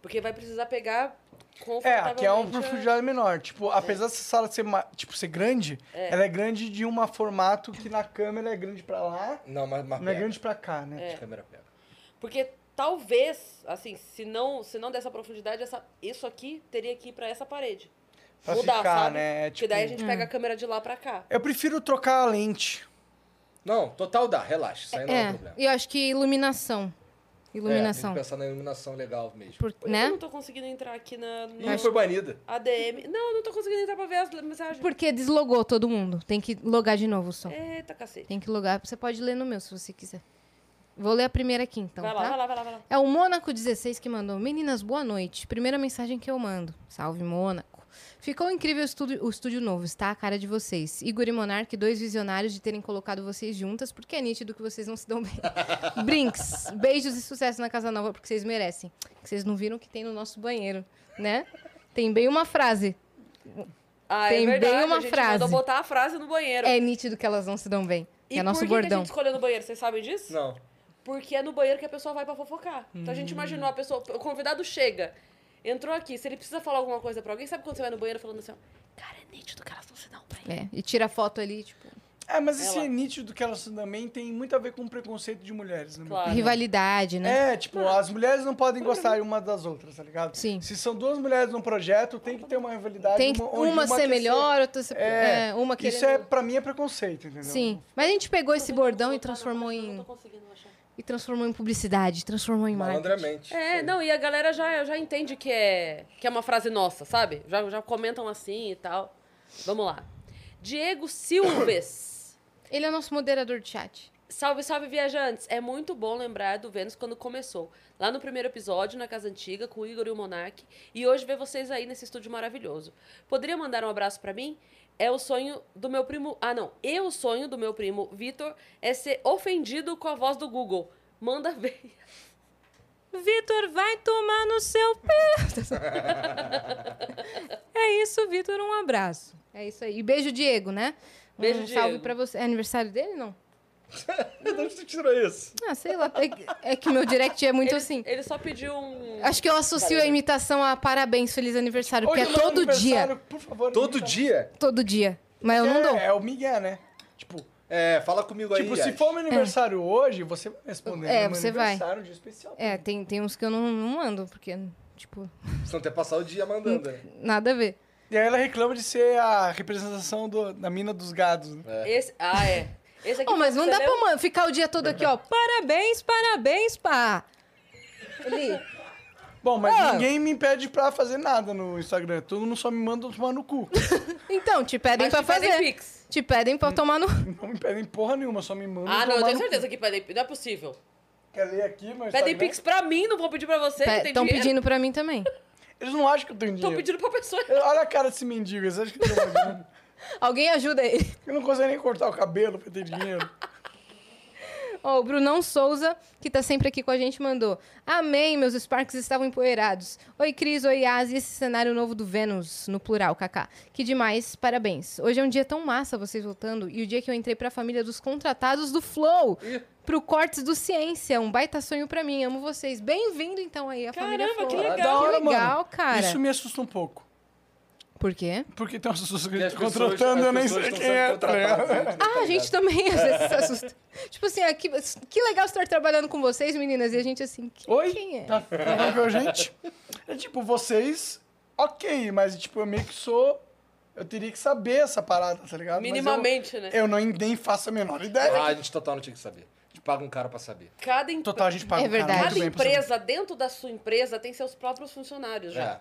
[SPEAKER 2] Porque vai precisar pegar
[SPEAKER 4] É,
[SPEAKER 2] confortavelmente.
[SPEAKER 4] aqui é uma
[SPEAKER 2] a-
[SPEAKER 4] profundidade menor. Tipo, apesar dessa sala ser, ma- tipo, ser grande, ela é grande de um formato que na câmera é grande pra lá,
[SPEAKER 7] Não, mas,
[SPEAKER 3] Tá
[SPEAKER 7] mas
[SPEAKER 4] não é
[SPEAKER 7] pega.
[SPEAKER 4] grande pra cá, né?
[SPEAKER 7] A câmera pega.
[SPEAKER 2] Porque talvez, assim, se não, se não dessa profundidade, essa, isso aqui teria que ir pra essa parede.
[SPEAKER 4] Pra
[SPEAKER 2] Mudar,
[SPEAKER 4] ficar,
[SPEAKER 2] sabe?
[SPEAKER 4] né?
[SPEAKER 2] Porque
[SPEAKER 4] Tipo-
[SPEAKER 2] daí a gente pega a
[SPEAKER 1] Hum.
[SPEAKER 2] câmera de lá pra cá.
[SPEAKER 4] Eu prefiro trocar a lente.
[SPEAKER 7] Não, total dá, relaxa. Isso aí não é, um
[SPEAKER 1] É,
[SPEAKER 7] problema.
[SPEAKER 1] e eu acho que iluminação.
[SPEAKER 7] É,
[SPEAKER 1] Iluminação.
[SPEAKER 4] É,
[SPEAKER 7] tem que pensar na iluminação legal mesmo.
[SPEAKER 1] Por-
[SPEAKER 4] assim.
[SPEAKER 2] Por que eu
[SPEAKER 1] né?
[SPEAKER 2] não tô conseguindo entrar aqui na, no
[SPEAKER 7] Ih, foi banida.
[SPEAKER 2] ADM? Não, eu não tô conseguindo entrar pra ver as mensagens.
[SPEAKER 1] Porque deslogou todo mundo. Tem que logar de novo o som.
[SPEAKER 2] Eita, cacete.
[SPEAKER 1] Tem que logar. Você pode ler no meu, se você quiser. Vou ler a primeira aqui, então,
[SPEAKER 2] vai, lá,
[SPEAKER 1] tá?
[SPEAKER 2] vai lá, vai lá, vai lá.
[SPEAKER 1] É o Mônaco16 que mandou. Meninas, boa noite. Primeira mensagem que eu mando. Salve, Mônaco. Ficou incrível o estúdio, o estúdio novo, está a cara de vocês. Igor e Monark, dois visionários de terem colocado vocês juntas, porque é nítido que vocês não se dão bem. Brinks, beijos e sucesso na Casa Nova, porque vocês merecem. Que vocês não viram o que tem no nosso banheiro, né? Tem bem uma frase.
[SPEAKER 2] Ah,
[SPEAKER 1] Tem
[SPEAKER 2] é verdade,
[SPEAKER 1] bem uma
[SPEAKER 2] a gente
[SPEAKER 1] frase.
[SPEAKER 2] mandou botar a frase no banheiro.
[SPEAKER 1] É nítido que elas não se dão bem.
[SPEAKER 2] E
[SPEAKER 1] é nosso
[SPEAKER 2] por que que a
[SPEAKER 1] bordão.
[SPEAKER 2] gente escolheu no banheiro? Vocês sabem disso?
[SPEAKER 7] Não.
[SPEAKER 2] Porque é no banheiro que a pessoa vai pra fofocar. Então a gente imaginou a pessoa, o convidado chega, entrou aqui, se ele precisa falar alguma coisa pra alguém, sabe quando você vai no banheiro falando assim, ó, cara, é nítido que elas não se dão bem.
[SPEAKER 1] É, e tira a foto ali, tipo.
[SPEAKER 4] É, mas esse
[SPEAKER 2] Ela.
[SPEAKER 4] nítido que elas também tem muito a ver com o preconceito de mulheres, né?
[SPEAKER 2] Claro.
[SPEAKER 1] Rivalidade, né?
[SPEAKER 4] É, tipo, as mulheres não podem gostar uma das outras, tá ligado?
[SPEAKER 1] Sim.
[SPEAKER 4] Se são duas mulheres num projeto, tem que ter uma rivalidade.
[SPEAKER 1] Tem que
[SPEAKER 4] onde
[SPEAKER 1] uma, ser
[SPEAKER 4] quer
[SPEAKER 1] melhor, outra ser...
[SPEAKER 4] É,
[SPEAKER 1] É, uma querendo...
[SPEAKER 4] Isso é, pra mim, é preconceito, entendeu?
[SPEAKER 1] Sim. Mas a gente pegou esse bordão e transformou
[SPEAKER 2] Eu não
[SPEAKER 1] em...
[SPEAKER 2] tô conseguindo achar.
[SPEAKER 1] E transformou em publicidade, transformou em marketing.
[SPEAKER 5] Malandramente.
[SPEAKER 2] É, não, e a galera já, já entende que é, que é uma frase nossa, sabe? Já, já comentam assim e tal. Vamos lá. Diego Silves.
[SPEAKER 1] Ele é o nosso moderador de chat.
[SPEAKER 2] Salve, salve, viajantes! É muito bom lembrar do Vênus quando começou. Lá no primeiro episódio, na Casa Antiga, com o Igor e o Monark. E hoje ver vocês aí nesse estúdio maravilhoso. Poderia mandar um abraço pra mim? É o sonho do meu primo... Ah, não. E o sonho do meu primo, Vitor, é ser ofendido com a voz do Google. Manda ver.
[SPEAKER 6] Vitor, vai tomar no seu pé. é isso, Vitor. Um abraço.
[SPEAKER 1] É isso aí. E beijo, Diego, né?
[SPEAKER 2] Beijo,
[SPEAKER 1] um salve
[SPEAKER 2] Diego.
[SPEAKER 1] pra você. É aniversário dele, não?
[SPEAKER 5] De onde tu tirou isso?
[SPEAKER 1] Ah, sei lá. É que- É que meu direct é muito
[SPEAKER 2] ele,
[SPEAKER 1] assim.
[SPEAKER 2] Ele só pediu um...
[SPEAKER 1] Acho que eu associo a imitação a parabéns, feliz aniversário, porque
[SPEAKER 4] Hoje
[SPEAKER 1] é
[SPEAKER 4] meu
[SPEAKER 1] todo dia.
[SPEAKER 4] aniversário, Por favor,
[SPEAKER 5] Todo
[SPEAKER 4] ninguém tá-
[SPEAKER 5] dia?
[SPEAKER 1] Todo dia. Mas eu não dou.
[SPEAKER 4] É, é o Miguel, né? Tipo,
[SPEAKER 5] É, fala comigo aí.
[SPEAKER 4] tipo se
[SPEAKER 5] Yash.
[SPEAKER 4] for meu aniversário hoje, você vai responder.
[SPEAKER 1] É,
[SPEAKER 4] meu
[SPEAKER 1] você vai.
[SPEAKER 4] aniversário, um dia especial.
[SPEAKER 1] É, tem, tem uns que eu não, não mando, porque, tipo,
[SPEAKER 5] Se não ter passar o dia mandando, né?
[SPEAKER 1] nada a ver.
[SPEAKER 4] E aí ela reclama de ser a representação do- da mina dos gados. né?
[SPEAKER 2] Esse... Ah, é. Esse aqui um
[SPEAKER 1] Oh, mas
[SPEAKER 2] foi
[SPEAKER 1] não
[SPEAKER 2] o
[SPEAKER 1] dá
[SPEAKER 2] que
[SPEAKER 1] pra mano, ficar o dia todo aqui, ó. Parabéns, parabéns, pá. Ele,
[SPEAKER 4] Bom, mas
[SPEAKER 1] Ah.
[SPEAKER 4] ninguém me impede pra fazer nada no Instagram. Todo mundo só me manda tomar no cu.
[SPEAKER 1] então, te pedem Hum.
[SPEAKER 2] Mas
[SPEAKER 1] pra
[SPEAKER 2] te pedem
[SPEAKER 1] fazer.
[SPEAKER 2] pix.
[SPEAKER 1] Te pedem pra tomar no.
[SPEAKER 4] Não me pedem porra nenhuma, só me mandam
[SPEAKER 2] Ah, não, eu
[SPEAKER 4] tomar
[SPEAKER 2] tenho
[SPEAKER 4] no cu.
[SPEAKER 2] certeza que pedem... Não é possível.
[SPEAKER 4] Quer ler aqui, mas.
[SPEAKER 2] Pedem pix pra mim, não vou pedir pra você, que tem
[SPEAKER 1] Estão
[SPEAKER 2] dinheiro.
[SPEAKER 1] pedindo pra mim também.
[SPEAKER 4] Eles não acham que eu tenho
[SPEAKER 2] Tô
[SPEAKER 4] dinheiro.
[SPEAKER 2] pedindo pra pessoa.
[SPEAKER 4] Eu- Olha a cara desse mendigo, eles acham que eu tenho dinheiro.
[SPEAKER 1] Alguém ajuda ele.
[SPEAKER 4] Eu não consigo nem cortar o cabelo pra ter dinheiro.
[SPEAKER 1] Ó, o Brunão Souza, que tá sempre aqui com a gente, mandou. Amém, meus Sparks estavam empoeirados. Oi, Cris, oi, Asi, esse cenário novo do Vênus, no plural, Kaká. Que demais, parabéns. Hoje é um dia tão massa vocês voltando e o dia que eu entrei pra família dos contratados do Flow. Pro Cortes do Ciência, um baita sonho pra mim. Amo vocês. Bem-vindo, então, aí, a família
[SPEAKER 2] Caramba,
[SPEAKER 1] Flow.
[SPEAKER 2] que
[SPEAKER 4] Da
[SPEAKER 2] legal.
[SPEAKER 4] hora,
[SPEAKER 1] Que legal,
[SPEAKER 4] mano.
[SPEAKER 1] cara.
[SPEAKER 4] Isso me assusta um pouco.
[SPEAKER 1] Por quê?
[SPEAKER 4] Porque tem umas pessoas que
[SPEAKER 5] E as
[SPEAKER 4] estão
[SPEAKER 5] pessoas-
[SPEAKER 4] contratando,
[SPEAKER 5] as
[SPEAKER 4] eu nem
[SPEAKER 5] pessoas
[SPEAKER 4] sei
[SPEAKER 5] não
[SPEAKER 4] quem
[SPEAKER 5] sendo
[SPEAKER 4] é. tá ligado?
[SPEAKER 5] contratadas, né?
[SPEAKER 1] Ah, a gente também às vezes se assusta. Tipo assim, ah, que, que legal estar trabalhando com vocês, meninas. E a gente assim, que-
[SPEAKER 4] Oi?
[SPEAKER 1] quem é?
[SPEAKER 4] Tá falando com a gente? É tipo, vocês, ok, mas tipo, eu meio que sou. Eu teria que saber essa parada, tá ligado? Mas eu-
[SPEAKER 2] Minimamente, né?
[SPEAKER 4] Eu, não nem faço a menor ideia.
[SPEAKER 5] Ah, a gente total não tinha que saber. A gente paga um cara pra saber.
[SPEAKER 2] Cada, em-
[SPEAKER 4] Total, a gente paga
[SPEAKER 1] É
[SPEAKER 4] o cara
[SPEAKER 1] verdade.
[SPEAKER 4] muito
[SPEAKER 2] cada
[SPEAKER 4] bem pra saber.
[SPEAKER 2] empresa, dentro da sua empresa, tem seus próprios funcionários já.
[SPEAKER 5] É.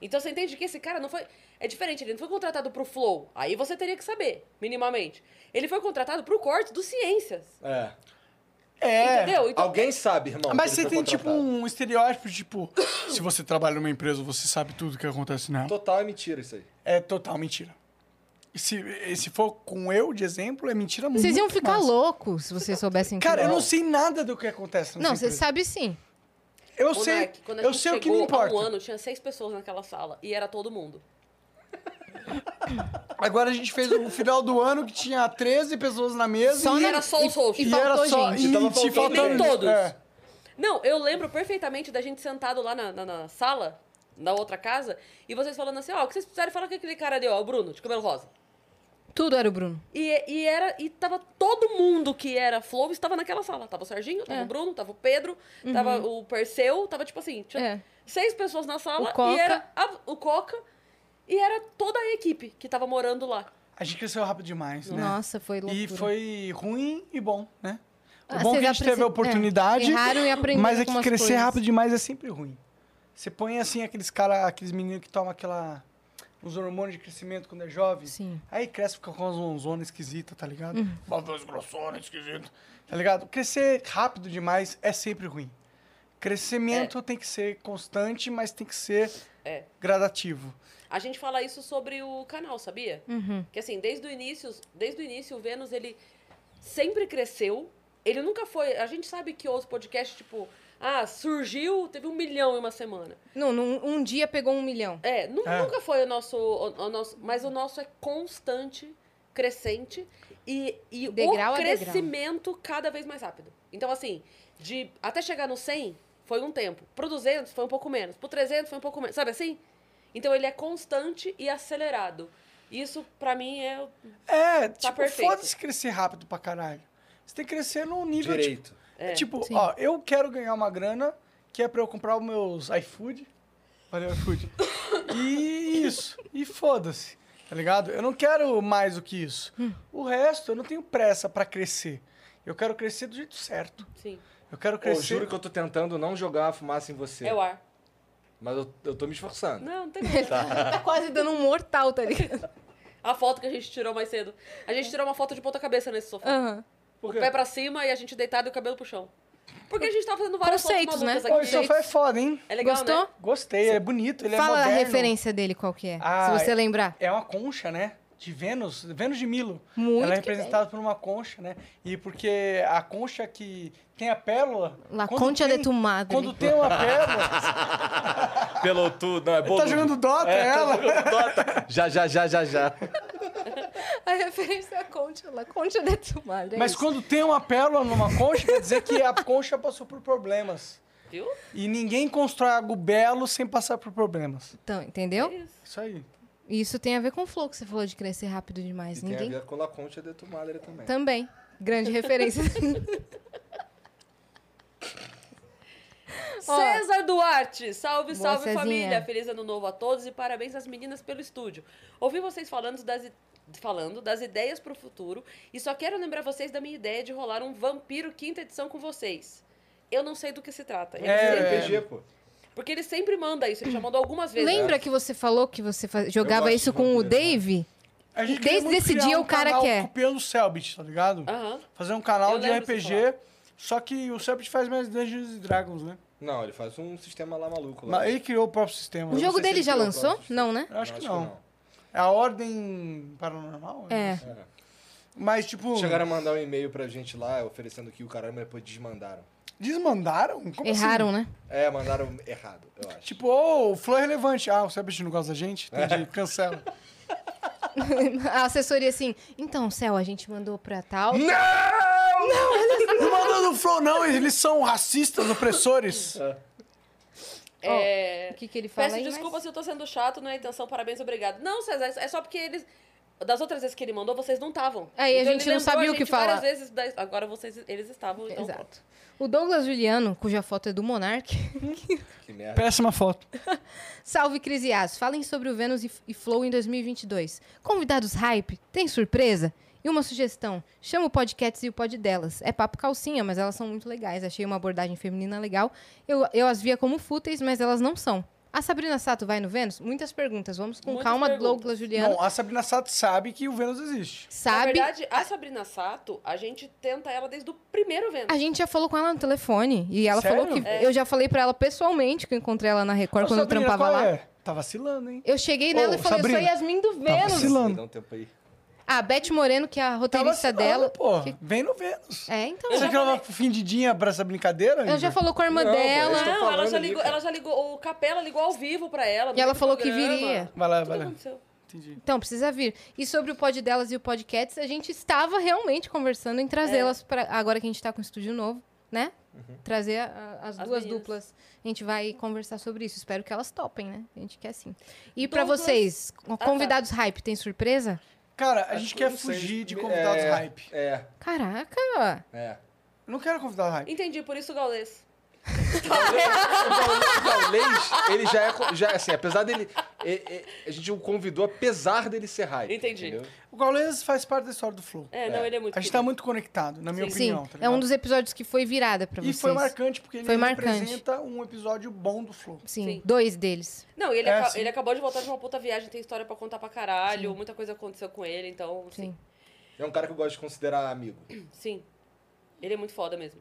[SPEAKER 2] Então você entende que esse cara não foi. É diferente, ele não foi contratado pro Flow. Aí você teria que saber, minimamente. Ele foi contratado pro corte do Ciências.
[SPEAKER 5] É.
[SPEAKER 4] É.
[SPEAKER 2] Entendeu? Então,
[SPEAKER 5] Alguém sabe, irmão.
[SPEAKER 4] Mas
[SPEAKER 5] que
[SPEAKER 4] você
[SPEAKER 5] ele
[SPEAKER 4] tem
[SPEAKER 5] foi
[SPEAKER 4] tipo
[SPEAKER 5] contratado.
[SPEAKER 4] um estereótipo, tipo, se você trabalha numa empresa, você sabe tudo que acontece nela.
[SPEAKER 5] Total é mentira isso aí.
[SPEAKER 4] É total mentira. E se, e se for com eu de exemplo, é mentira muito.
[SPEAKER 1] Vocês iam ficar
[SPEAKER 4] mais.
[SPEAKER 1] loucos se vocês soubessem.
[SPEAKER 4] Cara, eu
[SPEAKER 1] tudo.
[SPEAKER 4] não sei nada do que acontece nessa
[SPEAKER 1] Não, você
[SPEAKER 4] empresa.
[SPEAKER 1] sabe sim.
[SPEAKER 4] Eu
[SPEAKER 2] o
[SPEAKER 4] sei,
[SPEAKER 2] Narc, quando a
[SPEAKER 4] eu
[SPEAKER 2] gente
[SPEAKER 4] sei o que
[SPEAKER 2] chegou
[SPEAKER 4] me
[SPEAKER 2] há
[SPEAKER 4] importa.
[SPEAKER 2] um ano, tinha seis pessoas naquela sala. E era todo mundo.
[SPEAKER 4] Agora a gente fez o final do ano que tinha 13 pessoas na mesa
[SPEAKER 1] Só
[SPEAKER 4] e,
[SPEAKER 2] E era só os hosts.
[SPEAKER 1] e
[SPEAKER 4] e
[SPEAKER 1] faltou
[SPEAKER 4] era só
[SPEAKER 1] gente.
[SPEAKER 4] e
[SPEAKER 5] Tava
[SPEAKER 4] se
[SPEAKER 5] faltando
[SPEAKER 4] faltando
[SPEAKER 2] gente. Todos.
[SPEAKER 4] É.
[SPEAKER 2] Não, eu lembro perfeitamente da gente sentado lá na, na- na sala, na outra casa, e vocês falando assim, ó, o que vocês precisaram falar com aquele cara ali, ó, o Bruno, de cabelo rosa.
[SPEAKER 1] Tudo era o Bruno.
[SPEAKER 2] E, e era e tava todo mundo que era Flow estava naquela sala. Tava o Serginho, tava
[SPEAKER 1] É. Uhum.
[SPEAKER 2] o Bruno, tava o Pedro, tava o Perseu, tava tipo assim, tinha
[SPEAKER 1] É.
[SPEAKER 2] seis pessoas na sala
[SPEAKER 1] O Coca.
[SPEAKER 2] e era a- o Coca e era toda a equipe que tava morando lá.
[SPEAKER 4] A gente cresceu rápido demais, né?
[SPEAKER 1] Nossa, foi loucura.
[SPEAKER 4] E foi ruim e bom, né? O
[SPEAKER 1] Ah,
[SPEAKER 4] bom
[SPEAKER 1] vocês
[SPEAKER 4] que a gente teve a
[SPEAKER 1] apreci- é,
[SPEAKER 4] oportunidade,
[SPEAKER 1] erraram e aprenderam
[SPEAKER 4] mas é que
[SPEAKER 1] algumas
[SPEAKER 4] crescer
[SPEAKER 1] coisas.
[SPEAKER 4] rápido demais é sempre ruim. Você põe assim aqueles cara, aqueles meninos que tomam aquela os hormônios de crescimento quando é jovem.
[SPEAKER 1] Sim. Uhum.
[SPEAKER 4] Aí cresce, fica com umas lonzonas esquisitas, tá ligado? Uma voz grossona, esquisita, tá ligado? Crescer rápido demais é sempre ruim.
[SPEAKER 1] É.
[SPEAKER 4] Crescimento tem que ser constante, mas tem que ser
[SPEAKER 2] É.
[SPEAKER 4] gradativo.
[SPEAKER 2] A gente fala isso sobre o canal, sabia?
[SPEAKER 1] Uhum.
[SPEAKER 2] Que assim, desde o início, desde o início o Vênus ele sempre cresceu. Ele nunca foi, a gente sabe que outros podcasts tipo, ah, surgiu, teve um milhão em uma semana.
[SPEAKER 1] Não, num- um dia pegou um milhão.
[SPEAKER 2] É, nu-
[SPEAKER 4] É.
[SPEAKER 2] nunca foi o nosso, o, o nosso. Mas o nosso é constante, crescente e, e
[SPEAKER 1] Degrau
[SPEAKER 2] o
[SPEAKER 1] a degrau.
[SPEAKER 2] crescimento cada vez mais rápido. Então, assim, de até chegar no 100 foi um tempo. Pro 200 foi um pouco menos. Pro 300 foi um pouco menos. Sabe assim? Então ele é constante e acelerado. Isso, pra mim, é. o- Tá
[SPEAKER 4] É, tipo,
[SPEAKER 2] perfeito.
[SPEAKER 4] foda-se crescer rápido pra caralho. Você tem que crescer num nível de-
[SPEAKER 7] Direito.
[SPEAKER 4] É. Tipo,
[SPEAKER 1] Sim.
[SPEAKER 4] ó, eu quero ganhar uma grana que é pra eu comprar os meus iFood. Valeu, iFood. E isso. E foda-se. Tá ligado? Eu não quero mais do que isso.
[SPEAKER 1] Hum.
[SPEAKER 4] O resto, eu não tenho pressa pra crescer. Eu quero crescer do jeito certo.
[SPEAKER 2] Sim.
[SPEAKER 4] Eu quero
[SPEAKER 5] Pô, eu
[SPEAKER 4] crescer.
[SPEAKER 5] juro que eu tô tentando não jogar a fumaça em você.
[SPEAKER 2] É o ar.
[SPEAKER 5] Mas eu, eu tô me esforçando.
[SPEAKER 2] Não, não tem nada.
[SPEAKER 4] Ah.
[SPEAKER 1] Tá quase dando um mortal, tá ligado?
[SPEAKER 2] A foto que a gente tirou mais cedo. A gente tirou uma foto de ponta-cabeça nesse sofá.
[SPEAKER 1] Aham.
[SPEAKER 2] O pé pra cima e a gente deitado e o cabelo pro chão. Porque a gente tava fazendo várias
[SPEAKER 1] Conceitos,
[SPEAKER 2] fotos malucas
[SPEAKER 1] né?
[SPEAKER 4] Pô,
[SPEAKER 2] aqui.
[SPEAKER 4] esse sofá é foda, hein?
[SPEAKER 2] É legal,
[SPEAKER 1] Gostou?
[SPEAKER 2] né?
[SPEAKER 4] Gostei, é bonito, ele
[SPEAKER 1] Fala
[SPEAKER 4] é
[SPEAKER 1] da
[SPEAKER 4] moderno.
[SPEAKER 1] referência dele, qual que é.
[SPEAKER 4] Ah,
[SPEAKER 1] se você lembrar.
[SPEAKER 4] É uma concha, né? De Vênus, Vênus de Milo.
[SPEAKER 1] Muito
[SPEAKER 4] Ela é
[SPEAKER 1] que bem.
[SPEAKER 4] representada por uma concha, né? E porque a concha que tem a pérola.
[SPEAKER 1] La
[SPEAKER 4] quando
[SPEAKER 1] Concha
[SPEAKER 4] tem-
[SPEAKER 1] de tu Madre.
[SPEAKER 4] Quando tem uma pérola.
[SPEAKER 5] Pelotudo, não, é bom.
[SPEAKER 4] tá jogando Dota, ela?
[SPEAKER 5] Já, já, já, já, já.
[SPEAKER 1] A referência é a Concha, La Concha de tu Madre. é
[SPEAKER 4] Mas
[SPEAKER 1] isso.
[SPEAKER 4] quando tem uma pérola numa concha, quer dizer que a concha passou por problemas.
[SPEAKER 2] Viu?
[SPEAKER 4] E ninguém constrói algo belo sem passar por problemas.
[SPEAKER 1] Então, entendeu?
[SPEAKER 2] É
[SPEAKER 4] Isso aí.
[SPEAKER 1] Isso tem a ver com o flow que você falou de crescer rápido demais.
[SPEAKER 5] Tem a
[SPEAKER 1] Ninguém
[SPEAKER 5] ver com La Concha de tu madre também.
[SPEAKER 1] também. Grande referência. Ó.
[SPEAKER 2] César Duarte, salve,
[SPEAKER 1] Boa,
[SPEAKER 2] salve
[SPEAKER 1] Cezinha.
[SPEAKER 2] família. Feliz ano novo a todos e parabéns às meninas pelo estúdio. Ouvi vocês falando das, i- falando das ideias pro futuro e só quero lembrar vocês da minha ideia de rolar um Vampiro quinta edição com vocês. Eu não sei do que se trata. Ele
[SPEAKER 4] É,
[SPEAKER 2] sempre-
[SPEAKER 5] RPG, pô.
[SPEAKER 2] Porque ele sempre manda isso, ele já mandou algumas vezes.
[SPEAKER 1] Lembra que você falou que você fa- jogava
[SPEAKER 5] gosto
[SPEAKER 1] isso
[SPEAKER 5] de
[SPEAKER 1] com o
[SPEAKER 5] vampiro, né?
[SPEAKER 1] Dave?
[SPEAKER 4] A gente
[SPEAKER 1] Desde
[SPEAKER 4] queria muito
[SPEAKER 1] esse
[SPEAKER 4] criar
[SPEAKER 1] dia
[SPEAKER 4] um
[SPEAKER 1] o cara
[SPEAKER 4] canal
[SPEAKER 1] quer.
[SPEAKER 4] Pelo Selbit, tá ligado?
[SPEAKER 2] Aham.
[SPEAKER 4] Fazer um
[SPEAKER 2] Eu
[SPEAKER 4] canal de
[SPEAKER 2] lembro você
[SPEAKER 4] RPG. Só que o Selbit faz mais Dungeons and Dragons, né?
[SPEAKER 5] Não, ele faz um sistema lá maluco. Lá.
[SPEAKER 4] Mas Ele criou o próprio sistema.
[SPEAKER 1] O
[SPEAKER 4] né?
[SPEAKER 1] Um jogo
[SPEAKER 5] sei se
[SPEAKER 1] dele
[SPEAKER 5] ele
[SPEAKER 1] já
[SPEAKER 5] criou o
[SPEAKER 1] lançou?
[SPEAKER 5] próprio
[SPEAKER 1] Não, né?
[SPEAKER 4] Eu acho que
[SPEAKER 5] Acho
[SPEAKER 4] não. É a ordem paranormal?
[SPEAKER 1] É.
[SPEAKER 4] Mas, tipo,
[SPEAKER 5] Chegaram a mandar um e-mail pra gente lá, oferecendo que o caralho, mas depois desmandaram.
[SPEAKER 4] desmandaram? Como
[SPEAKER 1] Erraram, né?
[SPEAKER 5] É, mandaram errado, eu
[SPEAKER 4] Assim?
[SPEAKER 5] acho.
[SPEAKER 4] Tipo, ô, o Flow é relevante. Ah, o Selbit não gosta da gente?
[SPEAKER 5] É.
[SPEAKER 4] Entendi, cancela.
[SPEAKER 1] A assessoria assim, então, Céu, a gente mandou pra tal.
[SPEAKER 5] Hum.
[SPEAKER 4] Não mandando o Flow, não. Eles são racistas, opressores.
[SPEAKER 2] É...
[SPEAKER 1] O que, que ele fala
[SPEAKER 2] Peço
[SPEAKER 1] aí?
[SPEAKER 2] desculpa
[SPEAKER 1] mas-
[SPEAKER 2] se eu tô sendo chato, não é intenção, parabéns, obrigado. Não, César, é só porque eles. Das outras vezes que ele mandou, vocês não estavam.
[SPEAKER 1] Aí a
[SPEAKER 2] Então
[SPEAKER 1] gente
[SPEAKER 2] ele
[SPEAKER 1] não
[SPEAKER 2] lembrou
[SPEAKER 1] sabia
[SPEAKER 2] a
[SPEAKER 1] o que
[SPEAKER 2] gente várias
[SPEAKER 1] falar.
[SPEAKER 2] vezes, daí- agora vocês, eles estavam, então.
[SPEAKER 1] Exato. O Douglas Juliano, cuja foto é do Monark.
[SPEAKER 5] Que merda.
[SPEAKER 4] Péssima foto.
[SPEAKER 1] Salve, Crisias. Falem sobre o Vênus e, e Flow em 2022. Convidados hype? Tem surpresa? E uma sugestão. Chama o podcast e o pod delas. É papo calcinha, mas elas são muito legais. Achei uma abordagem feminina legal. Eu, eu as via como fúteis, mas elas não são. A Sabrina Sato vai no Vênus? Muitas perguntas. Vamos com
[SPEAKER 2] Muitas
[SPEAKER 1] calma,
[SPEAKER 2] perguntas.
[SPEAKER 1] Douglas Juliano.
[SPEAKER 4] Não, a Sabrina Sato sabe que o Vênus existe.
[SPEAKER 1] Sabe?
[SPEAKER 2] Na verdade, a Sabrina Sato, a gente tenta ela desde o primeiro evento.
[SPEAKER 1] A gente já falou com ela no telefone. E ela
[SPEAKER 4] Sério?
[SPEAKER 1] falou que.
[SPEAKER 2] É.
[SPEAKER 1] Eu já falei pra ela pessoalmente que eu encontrei ela na Record
[SPEAKER 4] Ô,
[SPEAKER 1] quando
[SPEAKER 4] Sabrina,
[SPEAKER 1] eu trampava
[SPEAKER 4] qual
[SPEAKER 1] lá.
[SPEAKER 4] é? Tá vacilando, hein?
[SPEAKER 1] Eu cheguei nela
[SPEAKER 4] Ô,
[SPEAKER 1] e falei, eu
[SPEAKER 4] Sabrina,
[SPEAKER 1] sou Yasmin do
[SPEAKER 4] Tá
[SPEAKER 1] Vênus.
[SPEAKER 5] Dá
[SPEAKER 4] vacilando.
[SPEAKER 5] um tempo aí.
[SPEAKER 1] a Beth Moreno, que é a
[SPEAKER 4] Tá
[SPEAKER 1] roteirista
[SPEAKER 4] vacilando,
[SPEAKER 1] dela.
[SPEAKER 4] pô. Vem no Vênus.
[SPEAKER 1] É, então.
[SPEAKER 4] Você que ela vai findidinha pra essa brincadeira?
[SPEAKER 1] Ela já
[SPEAKER 4] Igor?
[SPEAKER 1] falou com a irmã
[SPEAKER 5] Não, pô,
[SPEAKER 1] dela.
[SPEAKER 4] tá
[SPEAKER 5] eu tô
[SPEAKER 2] Não, ela
[SPEAKER 5] falando
[SPEAKER 2] já,
[SPEAKER 5] ali,
[SPEAKER 2] ligou,
[SPEAKER 5] cara.
[SPEAKER 2] ela já ligou, o Capela ligou ao vivo pra ela. no
[SPEAKER 1] E ela
[SPEAKER 2] meio do
[SPEAKER 1] falou que
[SPEAKER 2] programa.
[SPEAKER 1] viria.
[SPEAKER 4] Vai lá,
[SPEAKER 2] Tudo
[SPEAKER 4] vai lá.
[SPEAKER 2] aconteceu.
[SPEAKER 4] Entendi.
[SPEAKER 1] Então, precisa vir. E sobre o pod delas e o podcast, a gente estava realmente conversando em
[SPEAKER 4] É.
[SPEAKER 1] trazê-las pra. agora que a gente tá com o estúdio novo, né?
[SPEAKER 4] Uhum.
[SPEAKER 1] Trazer a- a- as,
[SPEAKER 2] As
[SPEAKER 1] duas
[SPEAKER 2] meninas.
[SPEAKER 1] duplas. A gente vai conversar sobre isso. Espero que elas topem, né? A gente quer sim. E pra
[SPEAKER 2] Douglas-
[SPEAKER 1] vocês,
[SPEAKER 4] Ah,
[SPEAKER 2] tá.
[SPEAKER 1] convidados hype, tem surpresa?
[SPEAKER 4] Cara, a
[SPEAKER 5] Acho
[SPEAKER 4] gente
[SPEAKER 5] que
[SPEAKER 4] quer
[SPEAKER 5] não sei.
[SPEAKER 4] fugir de
[SPEAKER 5] É,
[SPEAKER 4] convidados hype.
[SPEAKER 5] É,
[SPEAKER 1] Caraca!
[SPEAKER 5] é.
[SPEAKER 4] Eu não quero convidados hype.
[SPEAKER 2] Entendi, por isso o Gaules.
[SPEAKER 5] O Gaulês, ele já é. co- Já, assim, apesar dele. é- é- a gente o convidou apesar dele ser hype.
[SPEAKER 2] Entendi.
[SPEAKER 5] entendeu?
[SPEAKER 4] O Gaules faz parte da história do Flow.
[SPEAKER 2] É, não, ele é muito.
[SPEAKER 4] A gente tá
[SPEAKER 2] querido.
[SPEAKER 4] muito conectado, na minha
[SPEAKER 1] Sim,
[SPEAKER 4] opinião. tá
[SPEAKER 1] é um
[SPEAKER 4] ligado?
[SPEAKER 1] dos episódios que foi virada pra
[SPEAKER 4] E
[SPEAKER 1] vocês.
[SPEAKER 4] foi marcante, porque ele
[SPEAKER 1] Foi marcante.
[SPEAKER 4] representa um episódio bom do Flow.
[SPEAKER 1] Sim,
[SPEAKER 2] Sim.
[SPEAKER 1] dois deles.
[SPEAKER 2] Não, ele,
[SPEAKER 4] É,
[SPEAKER 2] aca-
[SPEAKER 4] sim.
[SPEAKER 2] ele acabou de voltar de uma puta viagem, tem história pra contar pra caralho, muita coisa aconteceu com ele, então. assim,
[SPEAKER 1] Sim.
[SPEAKER 5] É um cara que eu gosto de considerar amigo.
[SPEAKER 2] Sim. Ele é muito foda mesmo.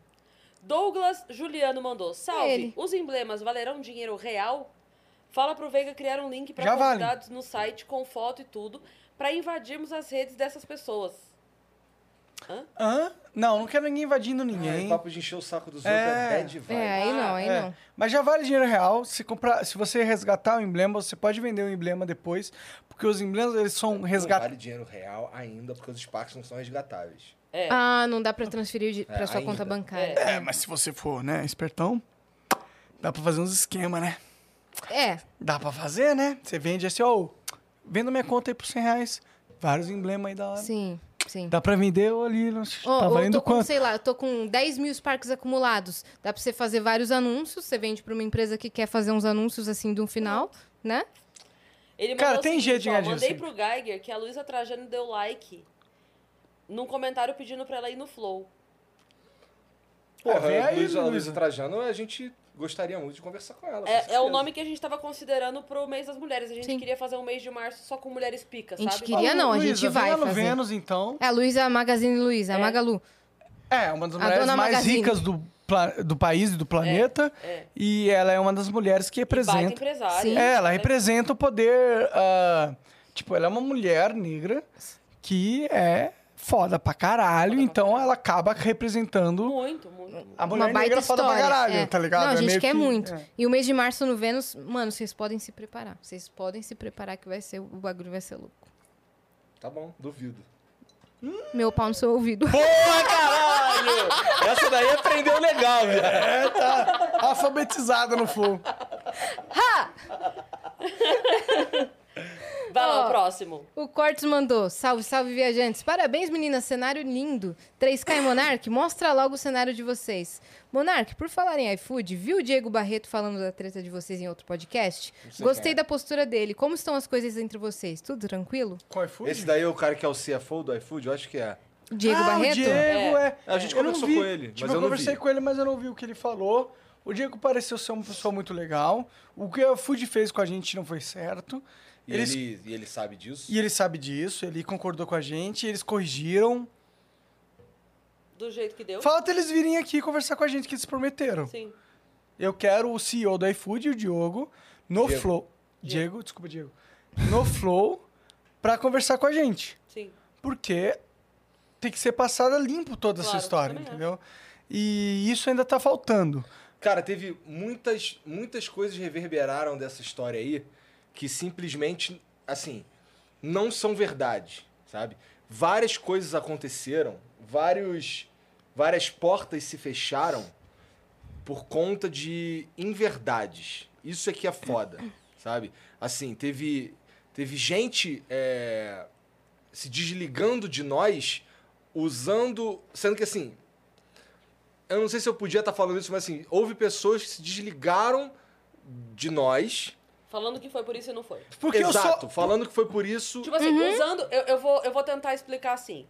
[SPEAKER 2] Douglas Juliano mandou. Salve.
[SPEAKER 1] ele.
[SPEAKER 2] Os emblemas valerão dinheiro real? Fala pro Veiga criar um link para
[SPEAKER 4] Já vale.
[SPEAKER 2] convidados no site com foto e tudo pra invadirmos as redes dessas pessoas.
[SPEAKER 4] Hã? Não, não quero ninguém invadindo
[SPEAKER 5] Ai,
[SPEAKER 4] ninguém.
[SPEAKER 5] Ah, é papo de encher o saco dos outros
[SPEAKER 4] É.
[SPEAKER 5] é bad vibe.
[SPEAKER 1] É, aí não, aí
[SPEAKER 4] É,
[SPEAKER 1] não.
[SPEAKER 4] Mas já vale dinheiro real. Se, comprar, se você resgatar o emblema, você pode vender o emblema depois, porque os emblemas eles são
[SPEAKER 5] Não
[SPEAKER 4] resgatados.
[SPEAKER 5] vale dinheiro real ainda, porque os Sparks não são resgatáveis.
[SPEAKER 2] É.
[SPEAKER 1] Ah, não dá pra transferir de- pra sua
[SPEAKER 5] ainda.
[SPEAKER 1] conta bancária.
[SPEAKER 4] É, mas se você for, né, espertão, dá pra fazer uns esquema, né?
[SPEAKER 1] É,
[SPEAKER 4] Dá pra fazer, né? Você vende assim, ó, vendo minha conta aí por 100 reais. Vários emblemas aí da hora.
[SPEAKER 1] Sim, sim.
[SPEAKER 4] Dá pra vender ou ali, não sei,
[SPEAKER 1] Ó,
[SPEAKER 4] tá
[SPEAKER 1] eu
[SPEAKER 4] valendo
[SPEAKER 1] tô com,
[SPEAKER 4] quanto?
[SPEAKER 1] sei lá, eu tô com 10 mil Sparks acumulados. Dá pra você fazer vários anúncios. Você vende pra uma empresa que quer fazer uns anúncios assim de um final, né?
[SPEAKER 2] Ele mandou
[SPEAKER 4] Cara,
[SPEAKER 2] o
[SPEAKER 4] tem
[SPEAKER 2] seguinte,
[SPEAKER 4] jeito de ganhar
[SPEAKER 2] ó,
[SPEAKER 4] dinheiro assim.
[SPEAKER 2] Mandei pro Geiger que a Luísa Trajano deu like num comentário pedindo pra ela ir no Flow.
[SPEAKER 4] Pô, vem aí,
[SPEAKER 5] Luísa,
[SPEAKER 4] Luísa.
[SPEAKER 5] Luísa Trajano, a gente gostaria muito de conversar com ela. com
[SPEAKER 2] É, é o
[SPEAKER 5] certeza.
[SPEAKER 2] nome que a gente tava considerando pro mês das mulheres. A gente
[SPEAKER 1] Sim.
[SPEAKER 2] queria fazer um mês de março só com mulheres picas,
[SPEAKER 1] A gente
[SPEAKER 2] sabe?
[SPEAKER 1] queria- Iria não, a gente
[SPEAKER 4] Luísa,
[SPEAKER 1] vai
[SPEAKER 4] vem lá no
[SPEAKER 1] fazer.
[SPEAKER 4] Vênus, então.
[SPEAKER 1] É a Luísa, a Magazine Luísa, a
[SPEAKER 2] É.
[SPEAKER 1] Magalu.
[SPEAKER 4] É, uma das
[SPEAKER 1] A
[SPEAKER 4] mulheres
[SPEAKER 1] dona
[SPEAKER 4] mais
[SPEAKER 1] Magazine.
[SPEAKER 4] ricas do, pla- do país e do planeta.
[SPEAKER 2] é.
[SPEAKER 4] E ela é uma das mulheres que
[SPEAKER 2] Baita
[SPEAKER 4] representa.
[SPEAKER 2] empresária.
[SPEAKER 1] Sim.
[SPEAKER 4] É, ela representa o poder. ah, tipo, ela é uma mulher negra que é foda pra caralho. então ela acaba representando
[SPEAKER 2] Muito, muito.
[SPEAKER 4] a mulher
[SPEAKER 1] Uma baita
[SPEAKER 4] negra
[SPEAKER 1] história.
[SPEAKER 4] foda pra caralho,
[SPEAKER 1] é.
[SPEAKER 4] tá ligado?
[SPEAKER 1] Não, a
[SPEAKER 4] É
[SPEAKER 1] gente
[SPEAKER 4] meio
[SPEAKER 1] quer
[SPEAKER 4] que-
[SPEAKER 1] muito.
[SPEAKER 4] é.
[SPEAKER 1] E o mês de março no Vênus, mano, vocês podem se preparar. Vocês podem se preparar que vai ser, o bagulho vai ser louco.
[SPEAKER 5] Tá bom, duvido.
[SPEAKER 1] Meu pau no seu ouvido.
[SPEAKER 5] Boa, caralho! Essa daí aprendeu legal, velho.
[SPEAKER 4] É, tá alfabetizada no fogo.
[SPEAKER 2] Vai lá,
[SPEAKER 1] Ó.
[SPEAKER 2] o próximo.
[SPEAKER 1] O Cortes mandou. Salve, salve, viajantes. Parabéns, meninas. Cenário lindo. 3K e Monark, mostra logo o cenário de vocês. Monark, por falar em iFood, viu o Diego Barreto falando da treta de vocês em outro podcast?
[SPEAKER 4] é.
[SPEAKER 1] Gostei da postura dele. Como estão as coisas entre vocês? Tudo tranquilo?
[SPEAKER 4] Com iFood?
[SPEAKER 5] Esse daí é o cara que é o CFO do iFood? Eu acho que é.
[SPEAKER 1] Diego
[SPEAKER 4] ah,
[SPEAKER 1] Barreto?
[SPEAKER 4] O Diego, é.
[SPEAKER 5] A gente
[SPEAKER 4] Eu não
[SPEAKER 5] conversou
[SPEAKER 4] vi.
[SPEAKER 5] com ele,
[SPEAKER 4] Tipo,
[SPEAKER 5] mas
[SPEAKER 4] eu,
[SPEAKER 5] eu não
[SPEAKER 4] conversei
[SPEAKER 5] vi.
[SPEAKER 4] com ele, mas eu não vi o que ele falou. O Diego pareceu ser uma pessoa muito legal. O que o Food fez com a gente não foi certo.
[SPEAKER 5] E
[SPEAKER 4] Eles-
[SPEAKER 5] ele, e ele sabe disso?
[SPEAKER 4] E ele sabe disso, ele concordou com a gente, eles corrigiram.
[SPEAKER 2] Do jeito que deu.
[SPEAKER 4] Falta eles virem aqui conversar com a gente, que eles prometeram.
[SPEAKER 2] Sim.
[SPEAKER 4] Eu quero o CEO do iFood e o Diogo no
[SPEAKER 5] Diego.
[SPEAKER 4] Flow. Diego, desculpa, Diego. No Flow pra conversar com a gente.
[SPEAKER 2] Sim.
[SPEAKER 4] Porque tem que ser passada limpo toda essa
[SPEAKER 2] Claro,
[SPEAKER 4] história,
[SPEAKER 2] também é.
[SPEAKER 4] entendeu? E isso ainda tá faltando.
[SPEAKER 5] Cara, teve muitas, muitas coisas reverberaram dessa história aí que simplesmente, assim, não são verdade, sabe? Várias coisas aconteceram, vários, várias portas se fecharam por conta de inverdades. Isso é que é foda, sabe? Assim, teve, teve gente é, se desligando de nós usando. Sendo que assim, eu não sei se eu podia estar falando isso, mas assim, houve pessoas que se desligaram de nós.
[SPEAKER 2] Falando que foi por isso e não foi.
[SPEAKER 1] Uhum.
[SPEAKER 4] Porque
[SPEAKER 5] Exato,
[SPEAKER 4] eu sou.
[SPEAKER 5] falando que foi por isso.
[SPEAKER 2] Tipo assim, usando. Eu, eu, vou, eu vou tentar explicar assim.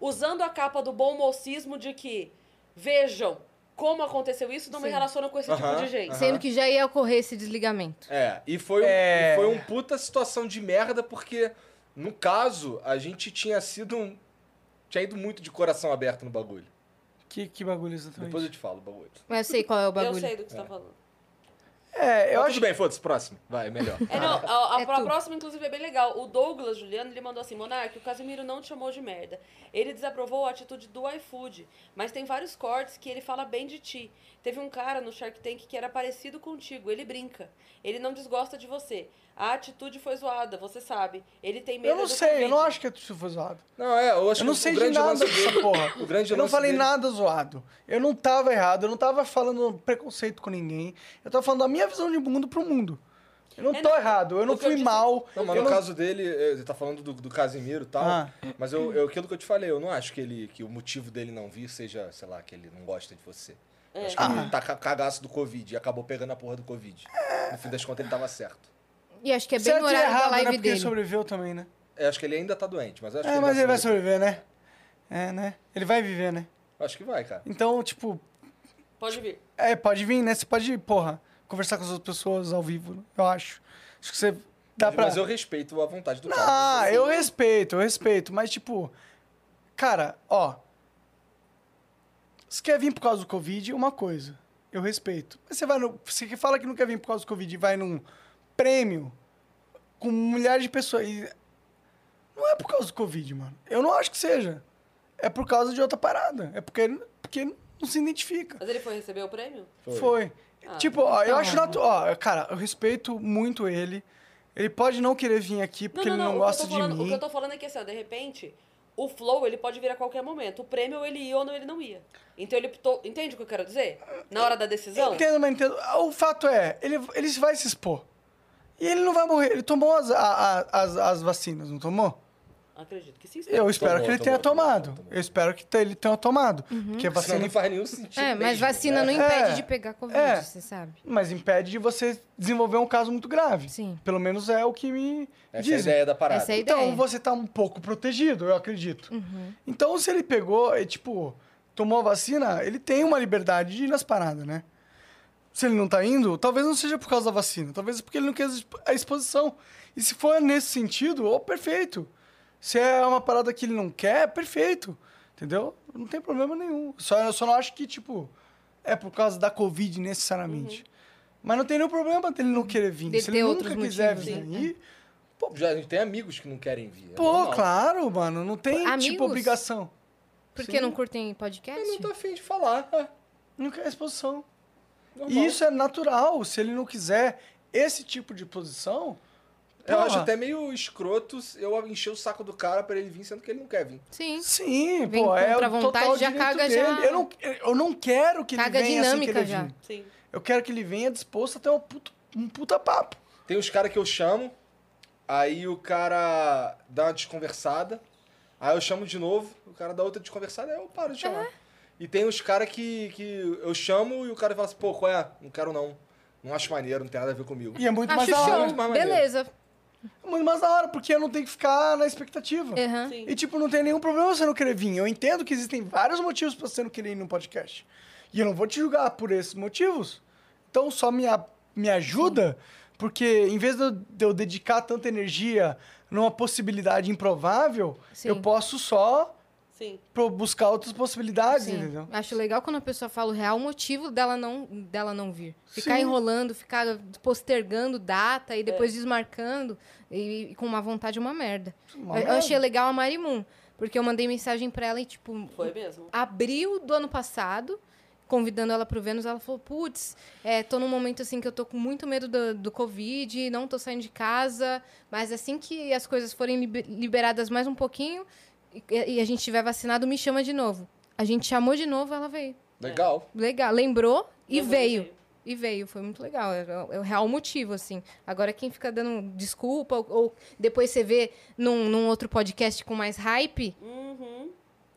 [SPEAKER 2] Usando a capa do bom mocismo de que, vejam como aconteceu isso, não me
[SPEAKER 1] Sim.
[SPEAKER 2] relaciono com esse tipo
[SPEAKER 5] Aham,
[SPEAKER 2] de gente.
[SPEAKER 5] aham.
[SPEAKER 1] Sendo que já ia ocorrer esse desligamento.
[SPEAKER 5] É, e foi, um-
[SPEAKER 4] É.
[SPEAKER 5] e foi um puta situação de merda, porque, no caso, a gente tinha sido um. Tinha ido muito de coração aberto no bagulho.
[SPEAKER 4] Que, que bagulho exatamente?
[SPEAKER 5] Depois eu te falo o bagulho.
[SPEAKER 1] Mas eu sei qual é o
[SPEAKER 2] Eu
[SPEAKER 1] bagulho.
[SPEAKER 2] sei do que você tá falando.
[SPEAKER 4] É, eu
[SPEAKER 5] Mas
[SPEAKER 4] acho
[SPEAKER 5] Tudo bem, foda-se, próximo. Vai, é melhor.
[SPEAKER 2] É, não, a, a-
[SPEAKER 1] É
[SPEAKER 2] a
[SPEAKER 1] tudo.
[SPEAKER 2] próxima, inclusive, é bem legal. O Douglas Juliano, ele mandou assim, Monark, o Casimiro não te chamou de merda. Ele desaprovou a atitude do iFood, mas tem vários cortes que ele fala bem de ti. Teve um cara no Shark Tank que era parecido contigo, ele brinca. Ele não desgosta de você. A atitude foi zoada, você sabe. Ele tem medo
[SPEAKER 4] Eu não
[SPEAKER 2] do
[SPEAKER 4] sei, eu
[SPEAKER 2] Covid.
[SPEAKER 4] não acho que é tudo foi zoado.
[SPEAKER 5] Não, é, eu acho
[SPEAKER 4] Eu não
[SPEAKER 5] que
[SPEAKER 4] sei
[SPEAKER 5] o
[SPEAKER 4] de
[SPEAKER 5] grande
[SPEAKER 4] nada
[SPEAKER 5] lance
[SPEAKER 4] dessa
[SPEAKER 5] dele.
[SPEAKER 4] porra.
[SPEAKER 5] O grande
[SPEAKER 4] Eu não
[SPEAKER 5] lance
[SPEAKER 4] falei
[SPEAKER 5] dele-
[SPEAKER 4] nada zoado. Eu não tava errado, eu não tava falando preconceito com ninguém. Eu tava falando da minha visão de mundo pro mundo. Eu não
[SPEAKER 2] É,
[SPEAKER 4] tô
[SPEAKER 2] não.
[SPEAKER 4] errado, eu não
[SPEAKER 2] O que eu
[SPEAKER 4] fui
[SPEAKER 2] disse-
[SPEAKER 4] mal.
[SPEAKER 5] Não, mas
[SPEAKER 4] eu
[SPEAKER 5] no
[SPEAKER 4] não-
[SPEAKER 5] caso dele, é, ele tá falando do, do Casimiro e tal.
[SPEAKER 4] Ah.
[SPEAKER 5] Mas eu, eu, aquilo que eu te falei, eu não acho que ele que o motivo dele não vir seja, sei lá, que ele não gosta de você.
[SPEAKER 1] É.
[SPEAKER 5] Eu Acho que
[SPEAKER 4] Ah.
[SPEAKER 5] ele tá ca- cagaço do Covid e acabou pegando a porra do Covid. No fim das contas, ele tava certo.
[SPEAKER 1] E acho que é bem
[SPEAKER 4] Certo
[SPEAKER 1] no
[SPEAKER 4] e
[SPEAKER 1] horário
[SPEAKER 4] errado,
[SPEAKER 1] da
[SPEAKER 4] né?
[SPEAKER 1] live
[SPEAKER 4] Porque
[SPEAKER 1] dele.
[SPEAKER 4] ele sobreviveu também, né?
[SPEAKER 5] Eu acho que ele ainda tá doente, mas eu acho que
[SPEAKER 4] É, mas ele vai
[SPEAKER 5] sobreviver.
[SPEAKER 4] sobreviver, né? É, né? Ele vai viver, né?
[SPEAKER 5] Eu Acho que vai, cara.
[SPEAKER 4] Então, tipo,
[SPEAKER 2] Pode vir.
[SPEAKER 4] é, pode vir, né? Você pode, porra, conversar com as outras pessoas ao vivo, né? eu acho. Acho que você dá pra.
[SPEAKER 5] Mas eu respeito a vontade do cara. Assim,
[SPEAKER 4] Ah, eu respeito, eu respeito, mas tipo, cara, ó. Você quer vir por causa do Covid, é uma coisa. Eu respeito. Mas você vai no. Você que fala que não quer vir por causa do Covid e vai num prêmio com milhares de pessoas. e- Não é por causa do Covid, mano. Eu não acho que seja. É por causa de outra parada. É porque, porque não se identifica.
[SPEAKER 2] Mas ele foi receber o prêmio?
[SPEAKER 5] Foi.
[SPEAKER 4] Foi.
[SPEAKER 2] Ah,
[SPEAKER 4] tipo, ó, eu acho natu... ó, cara, eu respeito muito ele. Ele pode não querer vir aqui porque ele não,
[SPEAKER 2] o que eu tô
[SPEAKER 4] gosta de
[SPEAKER 2] falando- O
[SPEAKER 4] mim.
[SPEAKER 2] que eu tô falando é que, assim, ó, de repente, o flow, ele pode vir a qualquer momento. O prêmio, ele ia ou não, ele não ia. Então, ele optou... Entende o que eu quero dizer? Na hora da decisão?
[SPEAKER 4] Ah, Entendo, mas entendo. O fato é, ele, ele vai se expor. E ele não vai morrer. Ele tomou as, a- a- as, as vacinas, não tomou?
[SPEAKER 2] Acredito que sim.
[SPEAKER 4] Eu espero
[SPEAKER 5] Tomou,
[SPEAKER 4] que ele
[SPEAKER 5] tomou,
[SPEAKER 4] tenha
[SPEAKER 5] tomou,
[SPEAKER 4] tomado.
[SPEAKER 5] tomou.
[SPEAKER 4] Eu espero que te- ele tenha tomado.
[SPEAKER 2] Uhum.
[SPEAKER 4] Porque a
[SPEAKER 5] Senão
[SPEAKER 4] vacina.
[SPEAKER 5] não faz nenhum sentido.
[SPEAKER 1] É, mas
[SPEAKER 5] mesmo,
[SPEAKER 1] vacina
[SPEAKER 5] né?
[SPEAKER 1] não impede
[SPEAKER 4] É,
[SPEAKER 1] de pegar Covid,
[SPEAKER 4] é.
[SPEAKER 1] você sabe.
[SPEAKER 4] Mas impede de você desenvolver um caso muito grave.
[SPEAKER 1] Sim.
[SPEAKER 4] Pelo menos é o que me
[SPEAKER 5] Essa é a
[SPEAKER 4] dizem.
[SPEAKER 5] ideia da parada.
[SPEAKER 1] Essa é a ideia. Uhum.
[SPEAKER 4] Então você tá um pouco protegido, eu acredito. Então, se ele pegou e, tipo, tomou a vacina, ele tem uma liberdade de ir nas paradas, né? Se ele não tá indo, talvez não seja por causa da vacina, talvez é porque ele não quer a exposição. E se for nesse sentido, ô, perfeito. Se é uma parada que ele não quer, perfeito. Entendeu? Não tem problema nenhum. Só, eu só não acho que, tipo, é por causa da Covid necessariamente. Mas não tem nenhum problema dele não querer vir.
[SPEAKER 1] Uhum. Dele
[SPEAKER 4] se ele
[SPEAKER 1] ter
[SPEAKER 4] nunca
[SPEAKER 1] outros
[SPEAKER 4] quiser
[SPEAKER 1] motivos,
[SPEAKER 4] vir,
[SPEAKER 1] né?
[SPEAKER 5] Já tem amigos que não querem vir. é
[SPEAKER 4] Pô,
[SPEAKER 5] normal.
[SPEAKER 4] claro, mano. Não tem, tipo,
[SPEAKER 1] Amigos?
[SPEAKER 4] obrigação.
[SPEAKER 1] Por que não curtem podcast?
[SPEAKER 5] Eu não tô afim de falar. Ah,
[SPEAKER 4] Não quer exposição.
[SPEAKER 1] Tá
[SPEAKER 5] normal.
[SPEAKER 4] E isso é natural. Se ele não quiser esse tipo de posição...
[SPEAKER 5] Eu
[SPEAKER 4] porra,
[SPEAKER 5] acho até meio escroto eu encher o saco do cara pra ele vir, sendo que ele não quer vir.
[SPEAKER 1] Sim.
[SPEAKER 4] Sim,
[SPEAKER 1] Vem
[SPEAKER 4] pô, é
[SPEAKER 1] contra a
[SPEAKER 4] o
[SPEAKER 1] vontade,
[SPEAKER 4] total
[SPEAKER 1] já
[SPEAKER 4] direito
[SPEAKER 1] caga,
[SPEAKER 4] dele.
[SPEAKER 1] já-
[SPEAKER 4] Eu não, eu não quero que
[SPEAKER 1] Caga a
[SPEAKER 4] ele venha assim que
[SPEAKER 1] dinâmica
[SPEAKER 4] ele
[SPEAKER 1] já.
[SPEAKER 4] vir.
[SPEAKER 2] Sim.
[SPEAKER 4] Eu quero que ele venha disposto a ter um puta, um puta papo.
[SPEAKER 5] Tem os caras que eu chamo, aí o cara dá uma desconversada, aí eu chamo de novo, o cara dá outra desconversada, aí eu paro de chamar. E tem os caras que, que eu chamo e o cara fala assim, pô, qual é? Não quero não. Não acho maneiro, não tem nada a ver comigo.
[SPEAKER 4] E é muito mais
[SPEAKER 1] Acho
[SPEAKER 4] da hora.
[SPEAKER 1] show.
[SPEAKER 5] muito mais maneiro.
[SPEAKER 1] Beleza.
[SPEAKER 4] É muito mais da hora, porque eu não tenho que ficar na expectativa.
[SPEAKER 1] Aham.
[SPEAKER 2] Sim.
[SPEAKER 4] E, tipo, não tem nenhum problema você não querer vir. Eu entendo que existem vários motivos pra você não querer ir num podcast. E eu não vou te julgar por esses motivos. Então, só me, a- me ajuda, porque em vez de eu, de eu dedicar tanta energia numa possibilidade improvável,
[SPEAKER 1] Sim.
[SPEAKER 4] eu posso só
[SPEAKER 2] Sim.
[SPEAKER 4] pro- buscar outras possibilidades,
[SPEAKER 1] Sim.
[SPEAKER 4] entendeu?
[SPEAKER 1] Acho legal quando a pessoa fala o real motivo dela não, dela não vir. Ficar
[SPEAKER 4] Sim. É.
[SPEAKER 1] enrolando, ficar postergando data e depois desmarcando e, e com uma vontade é uma merda.
[SPEAKER 4] Uma
[SPEAKER 1] eu, eu
[SPEAKER 4] merda.
[SPEAKER 1] achei legal a Marimun, porque eu mandei mensagem pra ela e tipo,
[SPEAKER 2] Foi mesmo.
[SPEAKER 1] abril do ano passado, convidando ela pro Vênus, ela falou, putz, é, tô num momento assim que eu tô com muito medo do, do Covid, não tô saindo de casa, mas assim que as coisas forem liber- liberadas mais um pouquinho e, e a gente tiver vacinado, me chama de novo. A gente chamou de novo, ela veio.
[SPEAKER 5] Legal.
[SPEAKER 1] Legal, lembrou e
[SPEAKER 2] Lembrou e
[SPEAKER 1] veio.
[SPEAKER 2] veio.
[SPEAKER 1] E veio, foi muito legal. É, o- é o real motivo, assim. Agora, quem fica dando desculpa, ou, ou depois você vê num, num outro podcast com mais hype,
[SPEAKER 2] Uhum.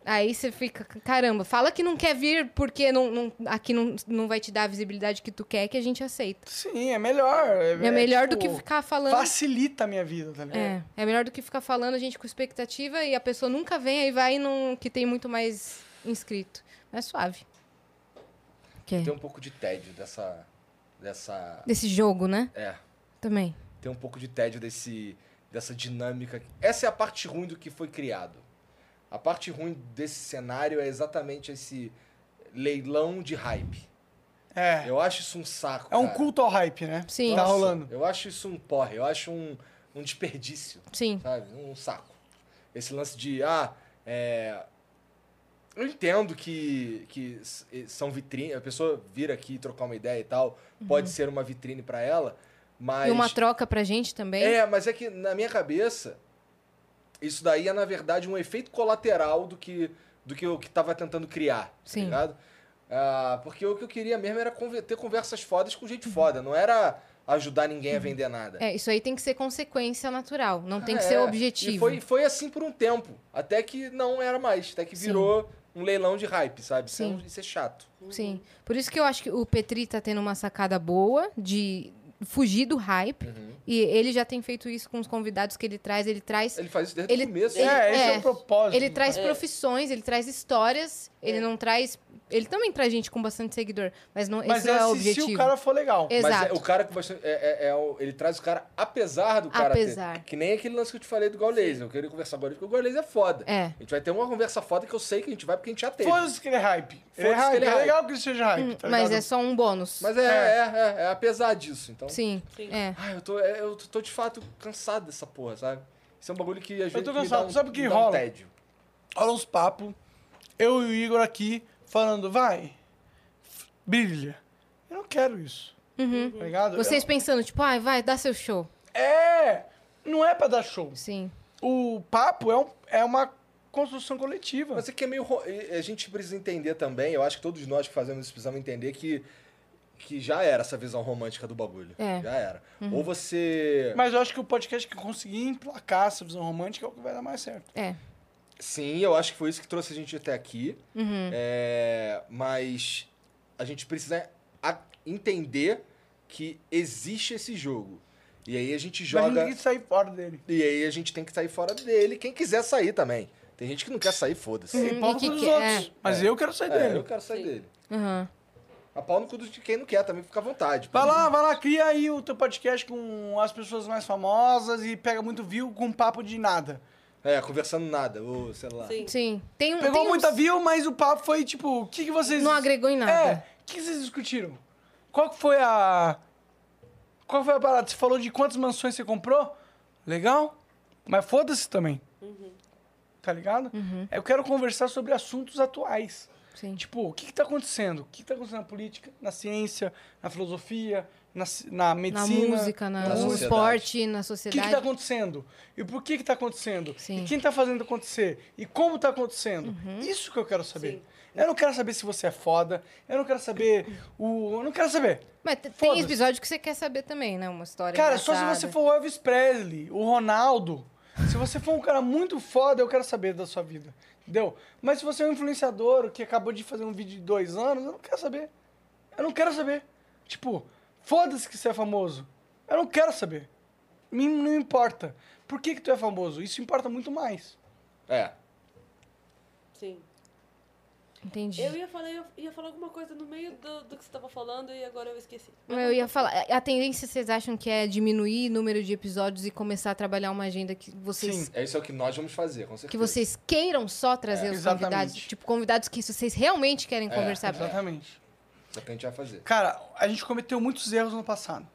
[SPEAKER 1] Aí você fica, caramba, fala que não quer vir porque não, não- aqui não, não vai te dar a visibilidade que tu quer, que a gente aceita.
[SPEAKER 4] Sim, é melhor. É,
[SPEAKER 1] É, melhor do
[SPEAKER 4] tipo,
[SPEAKER 1] que ficar falando.
[SPEAKER 4] Facilita a minha vida, tá ligado?
[SPEAKER 5] né?
[SPEAKER 1] É, é melhor do que ficar falando a gente com expectativa e a pessoa nunca vem, aí vai num que tem muito mais inscrito. É suave. Que é-
[SPEAKER 5] Tem um pouco de tédio dessa. dessa.
[SPEAKER 1] Desse jogo, né?
[SPEAKER 5] É.
[SPEAKER 1] Também.
[SPEAKER 5] Tem um pouco de tédio desse, dessa dinâmica. Essa é a parte ruim do que foi criado. A parte ruim desse cenário é exatamente esse leilão de hype.
[SPEAKER 4] É,
[SPEAKER 5] Eu acho isso um saco.
[SPEAKER 4] é um
[SPEAKER 5] cara.
[SPEAKER 4] culto ao hype, né?
[SPEAKER 1] Sim.
[SPEAKER 4] Tá
[SPEAKER 5] Nossa,
[SPEAKER 4] rolando.
[SPEAKER 5] Eu acho isso um porre, eu acho um, um desperdício,
[SPEAKER 1] Sim.
[SPEAKER 5] sabe? Um saco. Esse lance de, ah, é. Eu entendo que, que s- e- são vitrine, a pessoa vir aqui trocar uma ideia e tal, pode ser uma vitrine pra ela, mas.
[SPEAKER 1] Uhum. E uma troca pra gente também.
[SPEAKER 5] É, mas é que na minha cabeça, isso daí é, na verdade, um efeito colateral do que, do que eu que tava tentando criar,
[SPEAKER 1] Sim.
[SPEAKER 5] tá ligado? Ah, porque o que eu queria mesmo era conver- ter conversas fodas com gente foda, não era ajudar ninguém a vender nada.
[SPEAKER 1] É, isso aí tem que ser consequência natural, não tem que
[SPEAKER 5] É,
[SPEAKER 1] ser
[SPEAKER 5] E
[SPEAKER 1] objetivo.
[SPEAKER 5] foi, foi assim por um tempo, até que não era mais, até que
[SPEAKER 1] Sim.
[SPEAKER 5] virou um leilão de hype, sabe? Isso, é um-
[SPEAKER 1] Sim.
[SPEAKER 5] isso é chato.
[SPEAKER 1] Sim. Uhum. Por isso que eu acho que o Petri tá tendo uma sacada boa de fugir do hype.
[SPEAKER 4] Uhum.
[SPEAKER 1] E ele já tem feito isso com os convidados que ele traz. Ele traz.
[SPEAKER 5] Ele faz isso desde
[SPEAKER 1] Ele-
[SPEAKER 5] o começo.
[SPEAKER 1] ele-
[SPEAKER 4] é, esse é,
[SPEAKER 1] é.
[SPEAKER 4] o propósito.
[SPEAKER 1] Ele traz profissões, ele traz histórias. Ele
[SPEAKER 4] É.
[SPEAKER 1] não traz. Ele também traz gente com bastante seguidor. Mas não
[SPEAKER 4] Mas
[SPEAKER 1] esse não
[SPEAKER 4] é
[SPEAKER 1] é o
[SPEAKER 4] se- se,
[SPEAKER 1] objetivo.
[SPEAKER 4] o cara for legal.
[SPEAKER 5] Mas é,
[SPEAKER 1] Exato.
[SPEAKER 5] o cara que bastante, é, é- é o- ele traz o cara apesar do cara
[SPEAKER 1] Apesar.
[SPEAKER 5] ter. Que nem aquele lance que eu te falei do Gaules. Eu queria conversar agora porque o Gaules é foda.
[SPEAKER 1] É.
[SPEAKER 4] Tá
[SPEAKER 5] A gente vai ter uma conversa foda que eu sei que a gente vai porque a gente já teve.
[SPEAKER 4] Foda-se que ele é hype. Ele é
[SPEAKER 5] Foda-se que
[SPEAKER 4] hype.
[SPEAKER 5] ele é
[SPEAKER 4] É
[SPEAKER 5] hype.
[SPEAKER 4] legal que ele seja hype, tá
[SPEAKER 1] Mas
[SPEAKER 4] ligado?
[SPEAKER 1] é só um bônus.
[SPEAKER 5] Mas é, é, é, é apesar disso, então.
[SPEAKER 1] Sim.
[SPEAKER 2] Sim.
[SPEAKER 1] É.
[SPEAKER 5] Ai, eu tô, é, eu tô de fato cansado dessa porra, sabe? Isso é um bagulho que às vezes.
[SPEAKER 4] Eu tô
[SPEAKER 5] me dá
[SPEAKER 4] cansado.
[SPEAKER 5] um-
[SPEAKER 4] Sabe o que
[SPEAKER 5] me dá um
[SPEAKER 4] rola?
[SPEAKER 5] tédio.
[SPEAKER 4] Olha uns papos. Eu e o Igor aqui falando, vai, f- brilha. Eu não quero isso. Tá ligado?
[SPEAKER 1] Vocês pensando, tipo, ai, vai, dá seu show.
[SPEAKER 4] Eu- É! Não é pra dar show.
[SPEAKER 1] Sim.
[SPEAKER 4] O papo é, um- é uma construção coletiva.
[SPEAKER 5] Mas é que é meio. ro- e- A gente precisa entender também, eu acho que todos nós que fazemos isso precisamos entender que, que já era essa visão romântica do bagulho.
[SPEAKER 1] É.
[SPEAKER 5] Já era. Ou você.
[SPEAKER 4] Mas eu acho que o podcast que conseguir emplacar essa visão romântica é o que vai dar mais certo.
[SPEAKER 1] É.
[SPEAKER 5] Sim, eu acho que foi isso que trouxe a gente até aqui.
[SPEAKER 4] Uhum.
[SPEAKER 5] É, mas a gente precisa a- entender que existe esse jogo. E aí a gente
[SPEAKER 4] Mas
[SPEAKER 5] joga.
[SPEAKER 4] ninguém sair fora dele.
[SPEAKER 5] E aí a gente tem que sair fora dele. Quem quiser sair também. Tem gente que não quer sair, foda-se.
[SPEAKER 4] E pau no
[SPEAKER 1] que
[SPEAKER 4] cu dos
[SPEAKER 1] que-
[SPEAKER 4] outros. Mas
[SPEAKER 5] É.
[SPEAKER 4] eu quero sair
[SPEAKER 5] É,
[SPEAKER 4] dele.
[SPEAKER 5] eu quero sair dele.
[SPEAKER 1] Aham.
[SPEAKER 5] A pau no cu de quem não quer também, fica à vontade.
[SPEAKER 4] Vai lá, vai lá, cria aí o teu podcast com as pessoas mais famosas e pega muito view com papo de nada.
[SPEAKER 5] É, conversando nada, ou sei lá.
[SPEAKER 2] Sim.
[SPEAKER 1] Sim. Tem um.
[SPEAKER 4] Pegou
[SPEAKER 1] tem
[SPEAKER 4] muita
[SPEAKER 1] uns-
[SPEAKER 4] view, mas o papo foi tipo, o que, que vocês.
[SPEAKER 1] Não agregou em nada.
[SPEAKER 4] É, o que, que vocês discutiram? Qual que foi a. Qual foi a parada? Você falou de quantas mansões você comprou? Legal. Mas foda-se também.
[SPEAKER 1] Uhum.
[SPEAKER 4] Tá ligado? Eu quero conversar sobre assuntos atuais.
[SPEAKER 1] Sim.
[SPEAKER 4] Tipo, o que, que tá acontecendo? O que, que tá acontecendo na política, na ciência, na filosofia, na, ci- na
[SPEAKER 1] Na
[SPEAKER 4] medicina?
[SPEAKER 1] música, na-
[SPEAKER 5] na
[SPEAKER 1] no
[SPEAKER 5] sociedade.
[SPEAKER 1] esporte, na
[SPEAKER 4] O que
[SPEAKER 1] sociedade.
[SPEAKER 4] está acontecendo? E por que está acontecendo?
[SPEAKER 1] Sim. Uhum.
[SPEAKER 4] E quem está fazendo acontecer? E como está acontecendo? Isso que eu quero saber. Eu não quero saber se você é foda. Eu não quero saber o. Eu não quero saber.
[SPEAKER 1] Mas t- tem
[SPEAKER 4] Foda-se.
[SPEAKER 1] episódio que você quer saber também, né? Uma história.
[SPEAKER 4] Cara, só se
[SPEAKER 1] engraçada.
[SPEAKER 4] você for o Elvis Presley, o Ronaldo. Se você for um cara muito foda, eu quero saber da sua vida. Entendeu? Mas se você é um influenciador que acabou de fazer um vídeo de dois anos, eu não quero saber. Eu não quero saber. Tipo, foda-se que você é famoso. Eu não quero saber. Me- Não importa. Por que, que tu é famoso? Isso importa muito mais.
[SPEAKER 5] É.
[SPEAKER 2] Sim.
[SPEAKER 1] Entendi.
[SPEAKER 2] Eu ia falar, eu ia falar alguma coisa no meio do, do que você tava falando e agora eu esqueci.
[SPEAKER 1] Mas Eu ia falar, a tendência vocês acham que é diminuir o número de episódios e começar a trabalhar uma agenda que vocês
[SPEAKER 4] Sim. É,
[SPEAKER 5] É isso é o que nós vamos fazer, com certeza.
[SPEAKER 1] que vocês queiram só trazer os
[SPEAKER 4] exatamente. É,
[SPEAKER 1] convidados, tipo convidados que vocês realmente querem conversar.
[SPEAKER 4] Exatamente.
[SPEAKER 5] É o que a gente vai fazer.
[SPEAKER 4] Cara, a gente cometeu muitos erros no passado.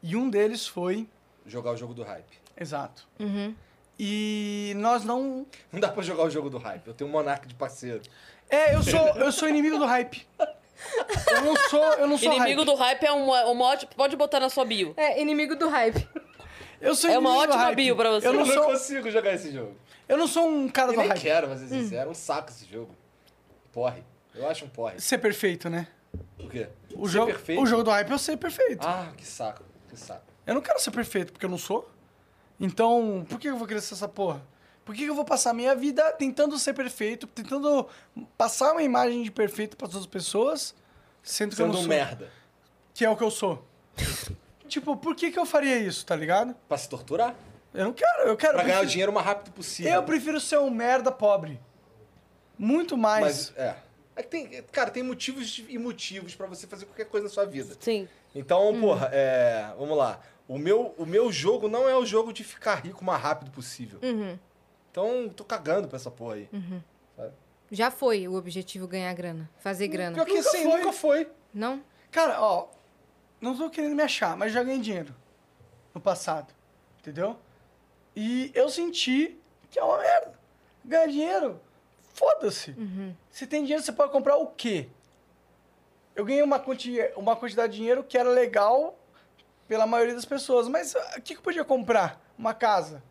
[SPEAKER 4] E um deles foi.
[SPEAKER 5] Jogar o jogo do hype.
[SPEAKER 4] Exato.
[SPEAKER 1] Uhum.
[SPEAKER 4] E nós não
[SPEAKER 5] Não dá pra jogar o jogo do hype. Eu tenho um monarca de parceiro.
[SPEAKER 4] É, eu sou, eu sou inimigo do hype. Eu não sou, eu não sou
[SPEAKER 9] Inimigo
[SPEAKER 4] hype.
[SPEAKER 9] do hype é
[SPEAKER 2] um,
[SPEAKER 9] uma, uma ótima. Pode botar na sua bio.
[SPEAKER 1] É inimigo do hype.
[SPEAKER 4] Eu sou
[SPEAKER 9] É uma
[SPEAKER 4] inimigo do
[SPEAKER 9] ótima
[SPEAKER 4] hype.
[SPEAKER 9] bio pra você.
[SPEAKER 4] Eu não,
[SPEAKER 5] Eu não
[SPEAKER 4] sou,
[SPEAKER 5] consigo jogar esse jogo.
[SPEAKER 4] eu não sou um cara
[SPEAKER 5] Eu
[SPEAKER 4] do
[SPEAKER 5] nem
[SPEAKER 4] hype.
[SPEAKER 5] quero, pra ser sincero. É um saco esse jogo. Porre. Eu acho um porre.
[SPEAKER 4] Ser perfeito, né?
[SPEAKER 5] Por quê?
[SPEAKER 4] O
[SPEAKER 5] Ser
[SPEAKER 4] jogo,
[SPEAKER 5] perfeito?
[SPEAKER 4] o jogo do hype é eu ser perfeito.
[SPEAKER 5] Ah, que saco. Que saco.
[SPEAKER 4] Eu não quero ser perfeito porque eu não sou. Então, por que eu vou querer ser essa porra? Por que eu vou passar a minha vida tentando ser perfeito, tentando passar uma imagem de perfeito para outras pessoas, sendo que eu
[SPEAKER 5] Sendo
[SPEAKER 4] não
[SPEAKER 5] um
[SPEAKER 4] sou,
[SPEAKER 5] merda.
[SPEAKER 4] que é o que eu sou? tipo, por que que eu faria isso, tá ligado?
[SPEAKER 5] Pra se torturar?
[SPEAKER 4] Eu não quero, eu quero
[SPEAKER 5] Pra ganhar o
[SPEAKER 4] prefiro-
[SPEAKER 5] dinheiro o mais rápido possível.
[SPEAKER 4] Eu prefiro ser um merda pobre. Muito mais.
[SPEAKER 5] Mas, é. É que tem, cara, tem motivos e motivos pra você fazer qualquer coisa na sua vida.
[SPEAKER 9] Sim.
[SPEAKER 5] Então,
[SPEAKER 4] Hum.
[SPEAKER 5] porra, é, vamos lá. O meu, o meu jogo não é o jogo de ficar rico o mais rápido possível.
[SPEAKER 1] Uhum.
[SPEAKER 5] Então, tô cagando pra essa porra
[SPEAKER 4] Hum.
[SPEAKER 5] aí.
[SPEAKER 1] Já foi o objetivo ganhar grana, fazer
[SPEAKER 4] Hum,
[SPEAKER 1] grana.
[SPEAKER 5] Pior que
[SPEAKER 4] Nunca
[SPEAKER 5] assim,
[SPEAKER 4] foi.
[SPEAKER 5] nunca foi.
[SPEAKER 1] Não?
[SPEAKER 4] Cara, ó, não tô querendo me achar, mas já ganhei dinheiro no passado. Entendeu? E eu senti que é uma merda. Ganhar dinheiro, foda-se.
[SPEAKER 1] Uhum.
[SPEAKER 4] Se tem dinheiro, você pode comprar o quê? Eu ganhei uma, quanti uma quantidade de dinheiro que era legal pela maioria das pessoas, mas ah, o que, que eu podia comprar? Uma casa?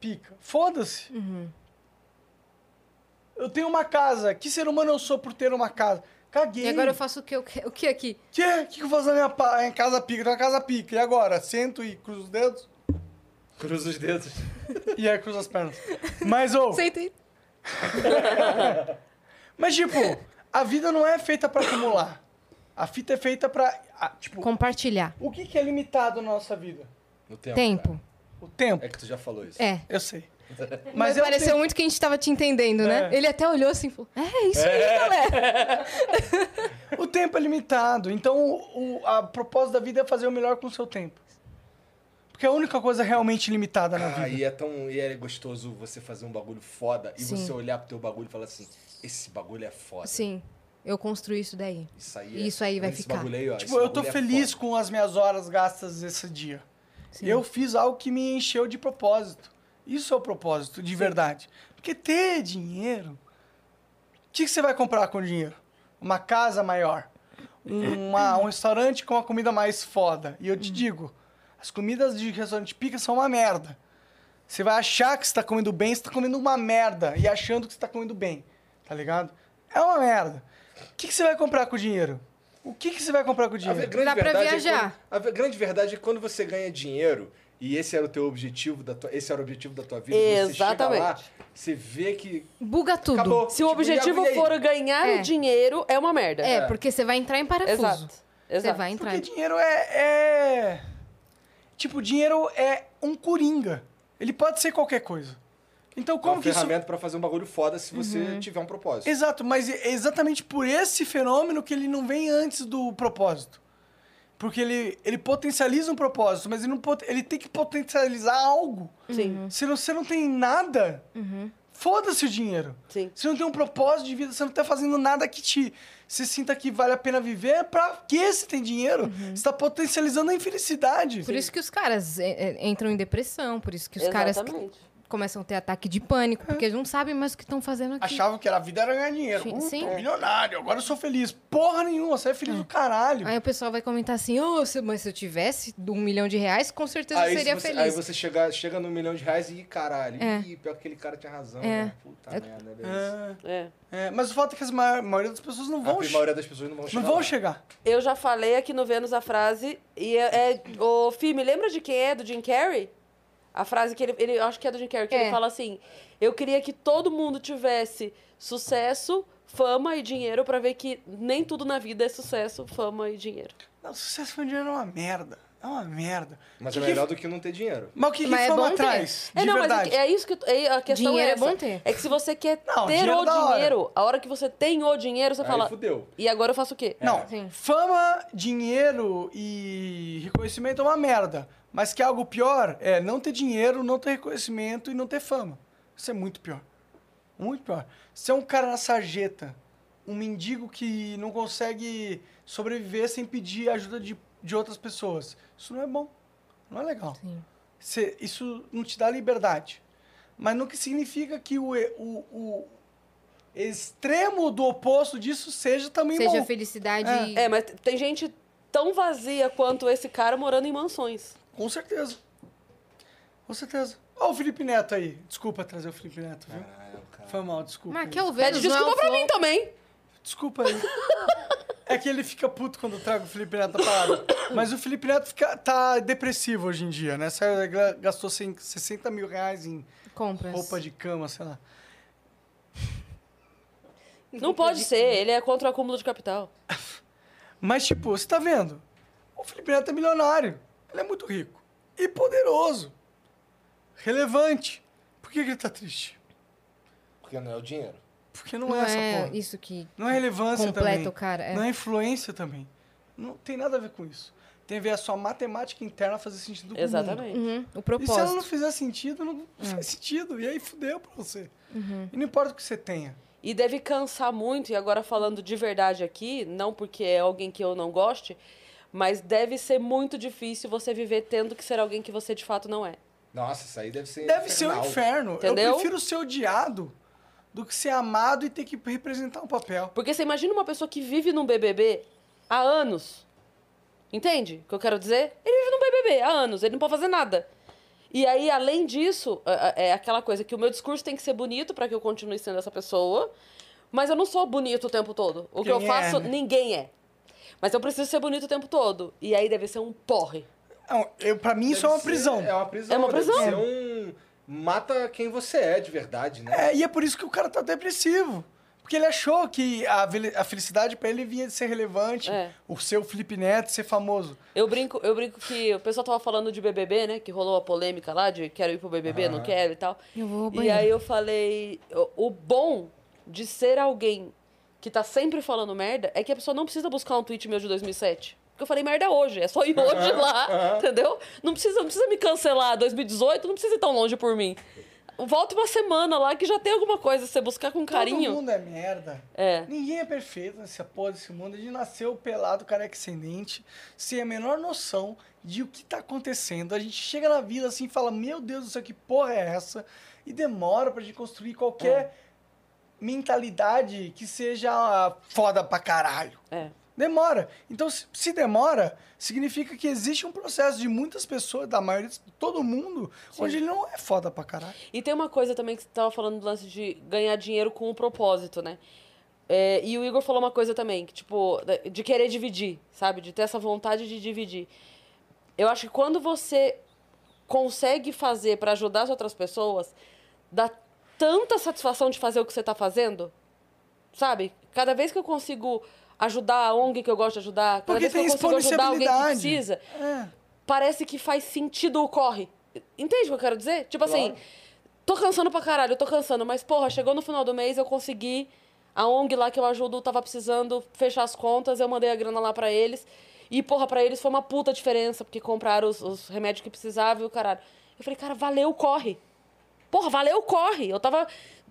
[SPEAKER 4] Pica. Foda-se.
[SPEAKER 1] Uhum.
[SPEAKER 4] Eu tenho uma casa. Que ser humano eu sou por ter uma casa? Caguei.
[SPEAKER 1] E agora eu faço o que eu que- o que aqui?
[SPEAKER 4] Que? O que, que eu vou fazer na minha pa- em casa pica? Tá na casa pica. E agora? Sento e cruzo os dedos?
[SPEAKER 5] Cruza os dedos.
[SPEAKER 4] E aí cruzo as pernas. Mas, ô...
[SPEAKER 1] Senta aí.
[SPEAKER 4] Mas, tipo, a vida não é feita pra acumular. A fita é feita pra... ah, tipo,
[SPEAKER 1] Compartilhar.
[SPEAKER 4] o que, que é limitado na nossa vida?
[SPEAKER 5] No tempo.
[SPEAKER 1] Tempo.
[SPEAKER 4] O tempo.
[SPEAKER 5] cara. É que tu já falou isso.
[SPEAKER 1] É.
[SPEAKER 4] Eu sei.
[SPEAKER 1] Mas
[SPEAKER 4] eu
[SPEAKER 1] pareceu
[SPEAKER 4] tenho-
[SPEAKER 1] muito que a gente tava te entendendo, né?
[SPEAKER 4] É.
[SPEAKER 1] Ele até olhou assim e falou: É isso aí, galera.
[SPEAKER 4] O tempo é limitado. Então, o, o- a propósito da vida é fazer o melhor com o seu tempo. Porque é a única coisa realmente limitada na
[SPEAKER 5] Ah,
[SPEAKER 4] vida.
[SPEAKER 5] e é tão e é gostoso você fazer um bagulho foda e
[SPEAKER 1] Sim.
[SPEAKER 5] você olhar pro teu bagulho e falar assim, esse bagulho é foda.
[SPEAKER 1] Sim, eu construí isso daí.
[SPEAKER 5] Isso aí, é-
[SPEAKER 1] Isso aí vai
[SPEAKER 5] esse
[SPEAKER 1] ficar.
[SPEAKER 5] Bagulho é aí, ó,
[SPEAKER 4] Tipo, eu tô feliz com as minhas horas gastas esse dia.
[SPEAKER 1] Sim.
[SPEAKER 4] Eu fiz algo que me encheu de propósito. Isso é o propósito, de verdade. Porque ter dinheiro. O que, que você vai comprar com o dinheiro? Uma casa maior. uma- um restaurante com uma comida mais foda. E eu te digo: as comidas de restaurante pica são uma merda. Você vai achar que você tá comendo bem, você tá comendo uma merda. E achando que você tá comendo bem. Tá ligado? É uma merda. O que, que você vai comprar com o dinheiro? O que, que você vai comprar com o
[SPEAKER 5] A ve-
[SPEAKER 4] dinheiro?
[SPEAKER 5] grande
[SPEAKER 1] Dá pra
[SPEAKER 5] verdade é
[SPEAKER 1] viajar.
[SPEAKER 5] quando- a ve- grande verdade é que quando você ganha dinheiro, e esse era o teu objetivo, da tua, esse era o objetivo da tua vida,
[SPEAKER 2] Exatamente.
[SPEAKER 5] você chega lá, você vê que
[SPEAKER 1] Buga tudo.
[SPEAKER 5] acabou.
[SPEAKER 2] Se o
[SPEAKER 5] Tipo,
[SPEAKER 2] objetivo
[SPEAKER 5] e aí?
[SPEAKER 2] for ganhar
[SPEAKER 1] É.
[SPEAKER 2] dinheiro, é uma merda.
[SPEAKER 1] É, porque você vai entrar em parafuso.
[SPEAKER 2] Exato.
[SPEAKER 1] Você
[SPEAKER 2] Exato.
[SPEAKER 1] vai entrar.
[SPEAKER 4] Porque dinheiro é, é- Tipo, dinheiro é um coringa. Ele pode ser qualquer coisa. Então,
[SPEAKER 5] É
[SPEAKER 4] como
[SPEAKER 5] uma
[SPEAKER 4] que isso.
[SPEAKER 5] ferramenta pra fazer um bagulho foda se você
[SPEAKER 1] Uhum.
[SPEAKER 5] tiver um propósito.
[SPEAKER 4] Exato, mas é exatamente por esse fenômeno que ele não vem antes do propósito. Porque ele, ele potencializa um propósito, mas ele, não, pot- ele tem que potencializar algo.
[SPEAKER 1] Uhum.
[SPEAKER 2] Sim,
[SPEAKER 4] Se você não tem nada, foda-se o dinheiro.
[SPEAKER 2] sim.
[SPEAKER 4] Você não tem um propósito de vida, você não tá fazendo nada que te você sinta que vale a pena viver, é pra que você tem dinheiro? Você tá potencializando a infelicidade.
[SPEAKER 1] Uhum. Por isso que os caras é, é, entram em depressão, por isso que os caras
[SPEAKER 2] Exatamente.
[SPEAKER 1] que- começam a ter ataque de pânico, porque eles não sabem mais o que estão fazendo aqui.
[SPEAKER 4] Achava que era a vida era ganhar dinheiro.
[SPEAKER 1] Sim,
[SPEAKER 4] Sim,
[SPEAKER 1] sim.
[SPEAKER 4] Tô milionário, agora eu sou feliz. Porra nenhuma, você é feliz do caralho.
[SPEAKER 1] Aí o pessoal vai comentar assim, ô, se, mas se eu tivesse um milhão de reais, com certeza Então eu
[SPEAKER 5] Aí
[SPEAKER 1] seria
[SPEAKER 5] você, aí
[SPEAKER 1] feliz.
[SPEAKER 5] você chega, chega no milhão de reais e, ih, caralho,
[SPEAKER 1] É.
[SPEAKER 5] ih, pior que aquele cara tinha razão,
[SPEAKER 1] É.
[SPEAKER 5] né? Puta merda, era isso.
[SPEAKER 4] É,
[SPEAKER 2] É.
[SPEAKER 4] é, mas o fato é que a maioria das pessoas não vão,
[SPEAKER 5] a
[SPEAKER 4] che-
[SPEAKER 5] maioria das pessoas não vão chegar.
[SPEAKER 4] não vão
[SPEAKER 5] lá.
[SPEAKER 4] chegar.
[SPEAKER 2] Eu já falei aqui no Vênus a frase. E é. é ô, Fih, me lembra de quem é? Do Jim Carrey? A frase que ele. ele eu acho que é do Jim Carrey, que
[SPEAKER 1] É.
[SPEAKER 2] ele fala assim: Eu queria que todo mundo tivesse sucesso, fama e dinheiro pra ver que nem tudo na vida é sucesso, fama e dinheiro.
[SPEAKER 4] Não, sucesso com dinheiro é uma merda. É uma merda.
[SPEAKER 5] Mas
[SPEAKER 4] Que
[SPEAKER 5] é
[SPEAKER 4] que-
[SPEAKER 5] melhor do que não ter dinheiro.
[SPEAKER 4] Mas o que,
[SPEAKER 1] Mas
[SPEAKER 4] que
[SPEAKER 1] é
[SPEAKER 4] fama
[SPEAKER 1] bom ter.
[SPEAKER 4] atrás?
[SPEAKER 2] É,
[SPEAKER 4] De
[SPEAKER 2] não,
[SPEAKER 4] verdade.
[SPEAKER 2] mas é isso que. eu- é- a questão
[SPEAKER 1] Dinheiro
[SPEAKER 2] é,
[SPEAKER 1] é
[SPEAKER 2] essa.
[SPEAKER 1] bom ter.
[SPEAKER 2] É que se você quer
[SPEAKER 4] Não,
[SPEAKER 2] ter
[SPEAKER 4] dinheiro
[SPEAKER 2] o
[SPEAKER 4] é da hora.
[SPEAKER 2] dinheiro, a hora que você tem o dinheiro, você
[SPEAKER 5] Aí
[SPEAKER 2] fala.
[SPEAKER 5] fudeu.
[SPEAKER 2] E agora eu faço o quê?
[SPEAKER 4] Não,
[SPEAKER 1] Sim.
[SPEAKER 4] fama, dinheiro e reconhecimento é uma merda. Mas que algo pior é não ter dinheiro, não ter reconhecimento e não ter fama. Isso é muito pior. Muito pior. Ser um cara na sarjeta, um mendigo que não consegue sobreviver sem pedir ajuda de, de outras pessoas. Isso não é bom. Não é legal.
[SPEAKER 1] Sim.
[SPEAKER 4] Cê- isso não te dá liberdade. Mas não que significa que o, e- o, o extremo do oposto disso seja também
[SPEAKER 1] Seja
[SPEAKER 4] bom.
[SPEAKER 1] felicidade e...
[SPEAKER 2] É, mas tem gente tão vazia quanto esse cara morando em mansões.
[SPEAKER 4] Com certeza. Com certeza. Olha o Felipe Neto aí. Desculpa trazer o Felipe Neto, viu? Foi mal, desculpa.
[SPEAKER 1] Mas
[SPEAKER 4] aí.
[SPEAKER 1] que é o
[SPEAKER 2] Pede
[SPEAKER 1] Vênus, não é
[SPEAKER 2] desculpa
[SPEAKER 1] o
[SPEAKER 2] pra
[SPEAKER 1] Flow.
[SPEAKER 2] mim também.
[SPEAKER 4] Desculpa aí. É que ele fica puto quando eu trago o Felipe Neto na parada. Mas o Felipe Neto fica- tá depressivo hoje em dia, né? Saiu- Gastou 100 60 mil reais em
[SPEAKER 1] Compras.
[SPEAKER 4] roupa de cama, sei lá.
[SPEAKER 2] Não pode ser, ele é contra o acúmulo de capital.
[SPEAKER 4] Mas, tipo, você tá vendo? O Felipe Neto é milionário. Ele é muito rico. E poderoso. Relevante. Por que, que ele tá triste?
[SPEAKER 5] Porque não é o dinheiro.
[SPEAKER 4] Porque não,
[SPEAKER 1] Não,
[SPEAKER 4] é essa
[SPEAKER 1] é,
[SPEAKER 4] porra.
[SPEAKER 1] isso que
[SPEAKER 4] Não é relevância
[SPEAKER 1] completa
[SPEAKER 4] também.
[SPEAKER 1] o cara. é.
[SPEAKER 4] Não é influência também. Não tem nada a ver com isso. Tem a ver a sua matemática interna fazer sentido com o
[SPEAKER 2] Exatamente. É.
[SPEAKER 1] Uhum, o
[SPEAKER 4] mundo. E se ela não
[SPEAKER 1] propósito.
[SPEAKER 4] fizer sentido, não faz sentido. E aí fudeu pra você.
[SPEAKER 2] Uhum.
[SPEAKER 4] E não importa o que você tenha.
[SPEAKER 2] E deve cansar muito, e agora falando de verdade aqui, não porque é alguém que eu não goste, mas deve ser muito difícil você viver tendo que ser alguém que você de fato não é.
[SPEAKER 5] Nossa, isso aí deve ser.
[SPEAKER 4] Deve ser um
[SPEAKER 5] infernal.
[SPEAKER 4] inferno.
[SPEAKER 2] Entendeu?
[SPEAKER 4] Eu prefiro ser odiado do que ser amado e ter que representar um papel.
[SPEAKER 2] Porque você imagina uma pessoa que vive num BBB há anos. Entende o que eu quero dizer? Ele vive num BBB há anos, ele não pode fazer nada. E aí, além disso, é- é aquela coisa que o meu discurso tem que ser bonito para que eu continue sendo essa pessoa. Mas eu não sou bonito o tempo todo. O que eu
[SPEAKER 4] Quem é,
[SPEAKER 2] faço,
[SPEAKER 4] né?
[SPEAKER 2] ninguém é. Mas eu preciso ser bonito o tempo todo. E aí deve ser um porre.
[SPEAKER 4] Não, eu, pra mim,
[SPEAKER 5] Deve
[SPEAKER 4] isso é uma
[SPEAKER 5] ser-
[SPEAKER 4] prisão.
[SPEAKER 5] É uma prisão.
[SPEAKER 2] É uma prisão.
[SPEAKER 5] Deve ser um. Mata quem você é de verdade, né?
[SPEAKER 4] É, e é por isso que o cara tá depressivo. Porque ele achou que a, vele- a felicidade pra ele vinha de ser relevante,
[SPEAKER 2] É.
[SPEAKER 4] o seu Felipe Neto ser famoso.
[SPEAKER 2] Eu brinco, eu brinco que o pessoal tava falando de BBB, né? Que rolou a polêmica lá de quero ir pro BBB, não quero e tal.
[SPEAKER 1] Eu vou ao
[SPEAKER 2] E
[SPEAKER 1] banheiro.
[SPEAKER 2] aí eu falei, o- o bom de ser alguém que tá sempre falando merda é que a pessoa não precisa buscar um tweet meu de 2007. Porque eu falei merda hoje, é só ir hoje lá, entendeu? Não precisa, não precisa me cancelar 2018, não precisa ir tão longe por mim. Volta uma semana lá que já tem alguma coisa, se você buscar com
[SPEAKER 4] Todo
[SPEAKER 2] carinho.
[SPEAKER 4] mundo é merda.
[SPEAKER 2] É.
[SPEAKER 4] Ninguém é perfeito nessa porra desse mundo. A gente nasceu pelado, careca e sem dente, sem a menor noção de o que tá acontecendo. A gente chega na vida assim e fala, meu Deus do céu, que porra é essa? E demora pra gente construir qualquer mentalidade que seja foda pra caralho.
[SPEAKER 2] É.
[SPEAKER 4] Demora. Então, se- se demora, significa que existe um processo de muitas pessoas, da maioria de todo mundo, onde ele não é foda pra caralho.
[SPEAKER 2] E tem uma coisa também que você tava falando do lance de ganhar dinheiro com um propósito, né? É, e o Igor falou uma coisa também, que, tipo, da- de querer dividir, sabe? De ter essa vontade de dividir. Eu acho que quando você consegue fazer pra ajudar as outras pessoas, dá tanta satisfação de fazer o que você tá fazendo, sabe? Cada vez que eu consigo ajudar a ONG que eu gosto de ajudar, cada
[SPEAKER 4] Porque
[SPEAKER 2] vez que
[SPEAKER 4] tem
[SPEAKER 2] eu consigo ajudar alguém que
[SPEAKER 4] disponibilidade.
[SPEAKER 2] precisa,
[SPEAKER 4] É.
[SPEAKER 2] parece que faz sentido o corre. Entende o que eu quero dizer? Tipo assim, tô cansando pra caralho, eu tô cansando, mas porra, chegou no final do mês, eu consegui. A ONG lá que eu ajudo tava precisando fechar as contas, eu mandei a grana lá pra eles. E, porra, pra eles foi uma puta diferença, porque compraram os, os remédios que precisavam e o caralho. Eu falei, cara, valeu, corre. Porra, valeu, corre. Eu tava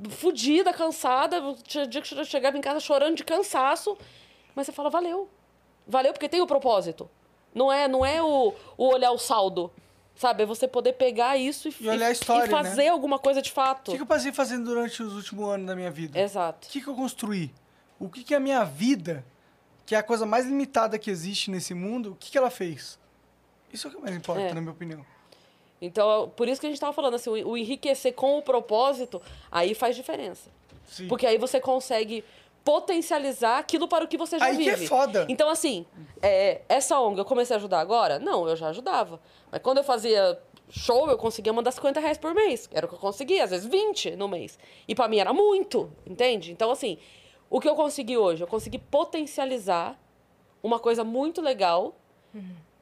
[SPEAKER 2] fodida, cansada. Tinha dia que eu chegava em casa chorando de cansaço. Mas você fala, valeu. Valeu porque tem o propósito. Não é, não é o, o olhar o saldo. Sabe? É você poder pegar isso e,
[SPEAKER 4] E olhar a história, né?
[SPEAKER 2] e fazer alguma coisa de
[SPEAKER 4] O
[SPEAKER 2] fato.
[SPEAKER 4] que, que eu passei fazendo durante os últimos anos da minha vida?
[SPEAKER 2] Exato.
[SPEAKER 4] O que, que eu construí? O que, que a minha vida, que é a coisa mais limitada que existe nesse mundo, o que, que ela fez? Isso é o que mais importa,
[SPEAKER 2] É.
[SPEAKER 4] na minha opinião.
[SPEAKER 2] Então, por isso que a gente tava falando assim, o o enriquecer com o propósito, aí faz diferença.
[SPEAKER 4] Sim.
[SPEAKER 2] Porque aí você consegue potencializar aquilo para o que você já
[SPEAKER 4] Aí que
[SPEAKER 2] vive.
[SPEAKER 4] é foda.
[SPEAKER 2] Então, assim, é, essa ONG, eu comecei a ajudar agora? Não, eu já ajudava. Mas quando eu fazia show, eu conseguia mandar 50 reais por mês. Era o que eu conseguia, às vezes 20 no mês. E para mim era muito, entende? Então, assim, o que eu consegui hoje? Eu consegui potencializar uma coisa muito legal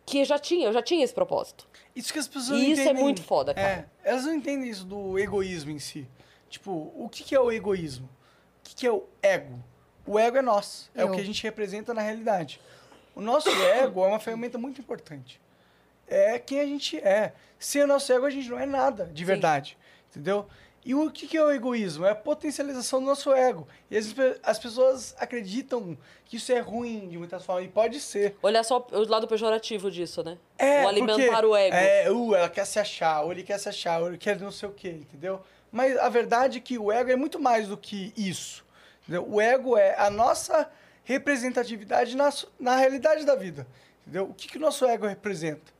[SPEAKER 2] que eu já tinha, eu já tinha esse propósito.
[SPEAKER 4] Isso que as pessoas
[SPEAKER 2] E
[SPEAKER 4] não
[SPEAKER 2] isso é
[SPEAKER 4] entendem.
[SPEAKER 2] muito foda, cara.
[SPEAKER 4] É, elas não entendem isso do egoísmo em si. Tipo, o que, que é o egoísmo? O que, que é o ego? O ego é nós, é o
[SPEAKER 1] Eu.
[SPEAKER 4] que a gente representa na realidade. O nosso ego é uma ferramenta muito importante. É quem a gente é. Sem o nosso ego, a gente não é nada, de verdade. Entendeu? E o que, que é o egoísmo? É a potencialização do nosso ego. E as, pe- as pessoas acreditam que isso é ruim de muitas formas, e pode ser.
[SPEAKER 2] Olhar só o lado pejorativo disso, né?
[SPEAKER 4] É,
[SPEAKER 2] o alimentar
[SPEAKER 4] porque,
[SPEAKER 2] o ego.
[SPEAKER 4] É, uh, ela quer se achar, ou ele quer se achar, ou ele quer não sei o quê, entendeu? Mas a verdade é que o ego é muito mais do que isso. entendeu? O ego é a nossa representatividade na, so- na realidade da vida. Entendeu? O que, que o nosso ego representa?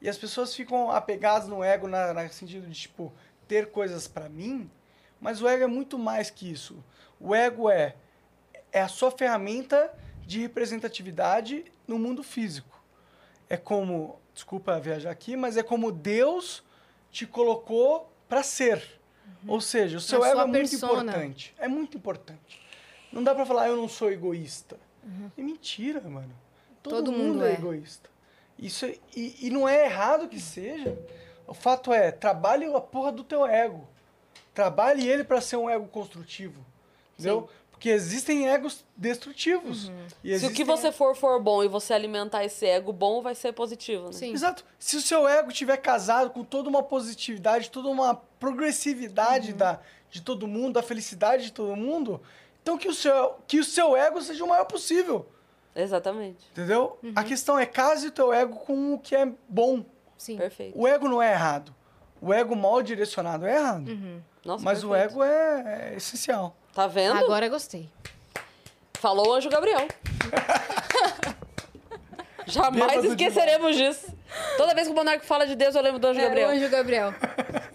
[SPEAKER 4] E as pessoas ficam apegadas no ego, na, na sentido de, tipo, ter coisas pra mim, mas o ego é muito mais que isso. O ego é, é a sua ferramenta de representatividade no mundo físico é como, desculpa viajar aqui, mas é como Deus te colocou para ser. Ou seja, o seu
[SPEAKER 1] Uhum. Na
[SPEAKER 4] ego
[SPEAKER 1] sua
[SPEAKER 4] é muito
[SPEAKER 1] persona.
[SPEAKER 4] importante. É muito importante. Não dá para falar "Ah, eu não sou egoísta. É mentira, mano. Todo,
[SPEAKER 1] Uhum. Todo
[SPEAKER 4] mundo,
[SPEAKER 1] mundo
[SPEAKER 4] é,
[SPEAKER 1] é.
[SPEAKER 4] egoísta. Isso é- e, e não é errado que seja. O fato é, trabalhe a porra do teu ego. Trabalhe ele para ser um ego construtivo. Entendeu? Porque existem egos destrutivos. E
[SPEAKER 2] Uhum.
[SPEAKER 4] né?
[SPEAKER 2] Se o que
[SPEAKER 4] existem
[SPEAKER 2] você for for bom e você alimentar esse ego bom, vai ser positivo, né?
[SPEAKER 1] Sim.
[SPEAKER 4] Exato. Se o seu ego tiver casado com toda uma positividade, toda uma progressividade
[SPEAKER 2] Uhum.
[SPEAKER 4] da, de todo mundo, da felicidade de todo mundo, então que o seu, que o seu ego seja o maior possível.
[SPEAKER 2] Exatamente.
[SPEAKER 4] Entendeu? A
[SPEAKER 2] Uhum.
[SPEAKER 4] questão é case o teu ego com o que é bom.
[SPEAKER 1] Sim.
[SPEAKER 2] Perfeito.
[SPEAKER 4] O ego não é errado. O ego mal direcionado é errado.
[SPEAKER 2] Nossa,
[SPEAKER 4] Mas o
[SPEAKER 2] Uhum. perfeito.
[SPEAKER 4] ego é, é essencial.
[SPEAKER 2] Tá vendo?
[SPEAKER 1] Agora gostei.
[SPEAKER 2] Falou o anjo Gabriel. Jamais
[SPEAKER 4] Bêbado
[SPEAKER 2] esqueceremos disso. Toda vez que o Monarco fala de Deus, eu lembro do anjo Gabriel.
[SPEAKER 1] É, o Anjo Gabriel.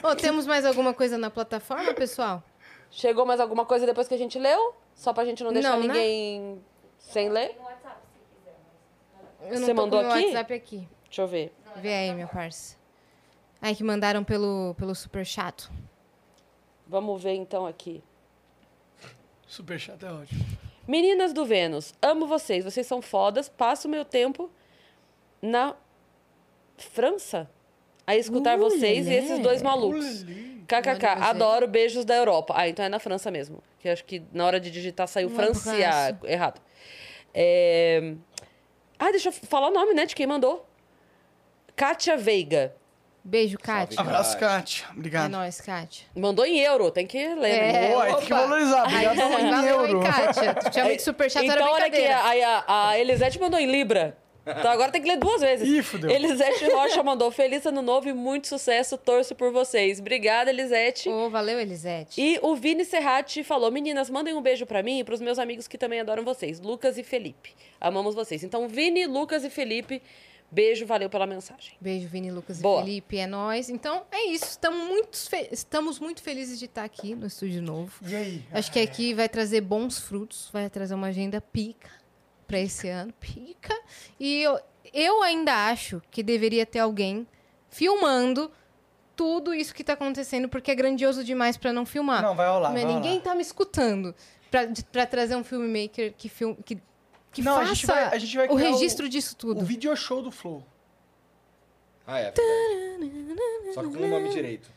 [SPEAKER 1] Ô, temos mais alguma coisa na plataforma, pessoal?
[SPEAKER 2] Chegou mais alguma coisa depois que a gente leu? Só pra gente não deixar
[SPEAKER 1] Não, né?
[SPEAKER 2] ninguém sem ler?
[SPEAKER 1] Eu
[SPEAKER 2] Você
[SPEAKER 1] não tô
[SPEAKER 2] mandou
[SPEAKER 1] com o meu
[SPEAKER 2] aqui?
[SPEAKER 1] WhatsApp aqui.
[SPEAKER 2] Deixa eu ver.
[SPEAKER 1] Vê aí, minha parça. Ai, que mandaram pelo, pelo super chato.
[SPEAKER 2] Vamos ver então aqui.
[SPEAKER 4] Super chato é ótimo.
[SPEAKER 2] Meninas do Vênus, amo vocês, vocês são fodas. Passo meu tempo na França a escutar
[SPEAKER 1] Ulelê.
[SPEAKER 2] vocês e esses dois malucos. KKK,
[SPEAKER 1] né? Olha, mas é.
[SPEAKER 2] adoro beijos da Europa. Ah, então é na França mesmo. Que eu acho que na hora de digitar saiu
[SPEAKER 1] Uma
[SPEAKER 2] Francia
[SPEAKER 1] França.
[SPEAKER 2] errado. É... Ah, deixa eu falar o nome, né, de quem mandou. Kátia Veiga.
[SPEAKER 1] Beijo, Kátia.
[SPEAKER 4] Abraço, Kátia.
[SPEAKER 1] É
[SPEAKER 4] Obrigado.
[SPEAKER 1] nóis, Kátia.
[SPEAKER 2] Mandou em euro, tem que ler, né?
[SPEAKER 1] É,
[SPEAKER 4] Boa, aí tem que
[SPEAKER 1] opa.
[SPEAKER 4] valorizar.
[SPEAKER 1] Aí
[SPEAKER 2] Tá
[SPEAKER 4] Obrigado
[SPEAKER 1] sim,
[SPEAKER 4] em
[SPEAKER 1] valeu, hein,
[SPEAKER 4] euro.
[SPEAKER 1] Kátia. Tu Chamei de super chato, era
[SPEAKER 2] então, olha aqui,
[SPEAKER 1] brincadeira.
[SPEAKER 2] aí a, a Elisete mandou em Libra. Então agora tem que ler duas vezes.
[SPEAKER 4] Ih, fudeu.
[SPEAKER 2] Elisete Rocha mandou Feliz Ano Novo e muito sucesso, torço por vocês. Obrigada, Elisete.
[SPEAKER 1] Ô, valeu, Elisete.
[SPEAKER 2] E o Vini Serrati falou: Meninas, mandem um beijo pra mim e pros meus amigos que também adoram vocês, Lucas e Felipe. Amamos vocês. Então, Vini, Lucas e Felipe, Beijo, valeu pela mensagem.
[SPEAKER 1] Beijo, Vini, Lucas
[SPEAKER 2] Boa.
[SPEAKER 1] e Felipe. É nóis. Então, é isso. Estamos muito, fe- estamos muito felizes de estar aqui no estúdio novo.
[SPEAKER 4] E aí?
[SPEAKER 1] Acho que aqui vai trazer bons frutos, vai trazer uma agenda pica para esse ano. Pica. E eu, eu ainda acho que deveria ter alguém filmando tudo isso que tá acontecendo, porque é grandioso demais para não filmar.
[SPEAKER 4] Não, vai
[SPEAKER 1] Ah,
[SPEAKER 4] rolar.
[SPEAKER 1] Mas
[SPEAKER 4] vai
[SPEAKER 1] ninguém
[SPEAKER 4] rolar.
[SPEAKER 1] tá me escutando pra- de- pra trazer um filmmaker que, film, que, que
[SPEAKER 4] Não, a
[SPEAKER 1] faça
[SPEAKER 4] gente vai- a gente vai
[SPEAKER 1] o
[SPEAKER 4] criar o-
[SPEAKER 1] registro disso
[SPEAKER 4] O
[SPEAKER 1] tudo.
[SPEAKER 4] video show do Flow.
[SPEAKER 5] Ah, é. verdade. Só que com o nome direito.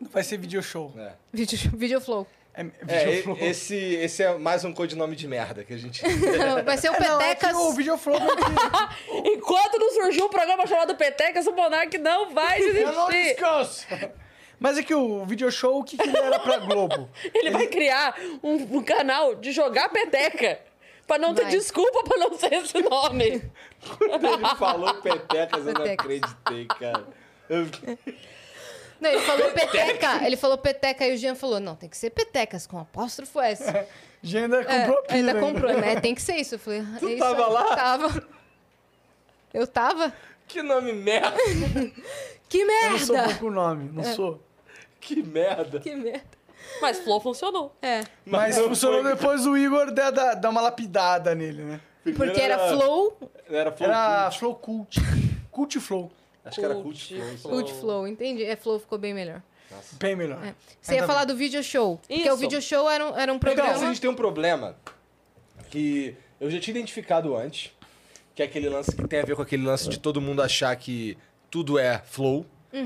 [SPEAKER 4] Vai ser video show.
[SPEAKER 5] né?
[SPEAKER 1] Video, videoflow.
[SPEAKER 4] É, video
[SPEAKER 5] É, e-
[SPEAKER 4] flow.
[SPEAKER 5] esse, esse é mais um codinome de merda que a gente.
[SPEAKER 1] Vai ser o
[SPEAKER 4] É, não, é que
[SPEAKER 1] Petecas.
[SPEAKER 4] o video flow vai
[SPEAKER 2] Enquanto não surgiu um programa chamado Petecas, o Monark não vai
[SPEAKER 4] Eu não
[SPEAKER 2] desistir.
[SPEAKER 4] descanso. Mas é que o video show, o que, que ele era pra Globo?
[SPEAKER 2] Ele vai criar um, um canal de jogar peteca. Pra não ter
[SPEAKER 1] Vai.
[SPEAKER 2] desculpa pra não ser esse nome.
[SPEAKER 5] Ele falou petecas, eu não
[SPEAKER 1] Petecas.
[SPEAKER 5] acreditei, cara. Eu-
[SPEAKER 1] Não, ele falou peteca. Ele falou peteca e o Jean falou: não, tem que ser petecas com apóstrofo S.
[SPEAKER 4] Já ainda
[SPEAKER 1] É,
[SPEAKER 4] comprou pilha.
[SPEAKER 1] ainda comprou, né? Tem que ser isso. Eu falei, tu
[SPEAKER 5] tava lá?
[SPEAKER 1] Tava. Eu tava?
[SPEAKER 5] Que nome merda!
[SPEAKER 1] Que
[SPEAKER 4] Eu não sou
[SPEAKER 1] merda! É.
[SPEAKER 4] bom com o nome, não sou.
[SPEAKER 5] Que merda!
[SPEAKER 1] Que merda.
[SPEAKER 2] Mas Flow funcionou.
[SPEAKER 1] É.
[SPEAKER 4] Mas
[SPEAKER 5] não
[SPEAKER 4] funcionou
[SPEAKER 5] foi-
[SPEAKER 4] depois o Igor dá, dá, dá uma lapidada nele, né?
[SPEAKER 5] Primeiro
[SPEAKER 1] Porque era flow,
[SPEAKER 5] Era flow.
[SPEAKER 4] Era Flow Cult. Cult Flow.
[SPEAKER 5] Acho que era cult flow.
[SPEAKER 1] good flow, entendi. É, flow ficou bem melhor.
[SPEAKER 4] Bem melhor.
[SPEAKER 1] Você ia
[SPEAKER 4] Ainda
[SPEAKER 1] falar do video show. Porque
[SPEAKER 2] Isso.
[SPEAKER 1] o video show era um, era um
[SPEAKER 5] Então,
[SPEAKER 1] programa.
[SPEAKER 5] a gente tem um problema que eu já tinha identificado antes, que é aquele lance que tem a ver com aquele lance de todo mundo achar que tudo é flow,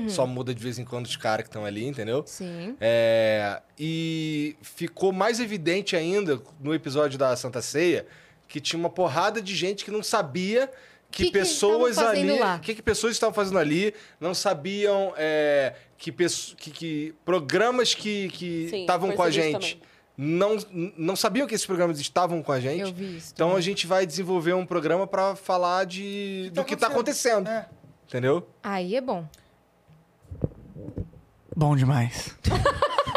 [SPEAKER 5] só muda de vez em quando os caras que estão ali, entendeu?
[SPEAKER 1] Sim.
[SPEAKER 5] É, e ficou mais evidente ainda no episódio da Santa Ceia que tinha uma porrada de gente que não sabia que,
[SPEAKER 1] Que que
[SPEAKER 5] pessoas
[SPEAKER 1] estavam fazendo
[SPEAKER 5] ali.
[SPEAKER 1] lá?
[SPEAKER 5] O que, que pessoas estavam fazendo ali, não sabiam é, que, pesso- que- que programas que que
[SPEAKER 2] Sim,
[SPEAKER 5] estavam com a
[SPEAKER 2] percebi isso
[SPEAKER 5] gente não, não sabiam que esses programas estavam com a gente.
[SPEAKER 1] Eu vi isso.
[SPEAKER 5] Então a gente vai desenvolver um programa pra falar de do que tá acontecendo,
[SPEAKER 4] É.
[SPEAKER 5] entendeu?
[SPEAKER 1] Aí é bom.
[SPEAKER 4] Bom demais.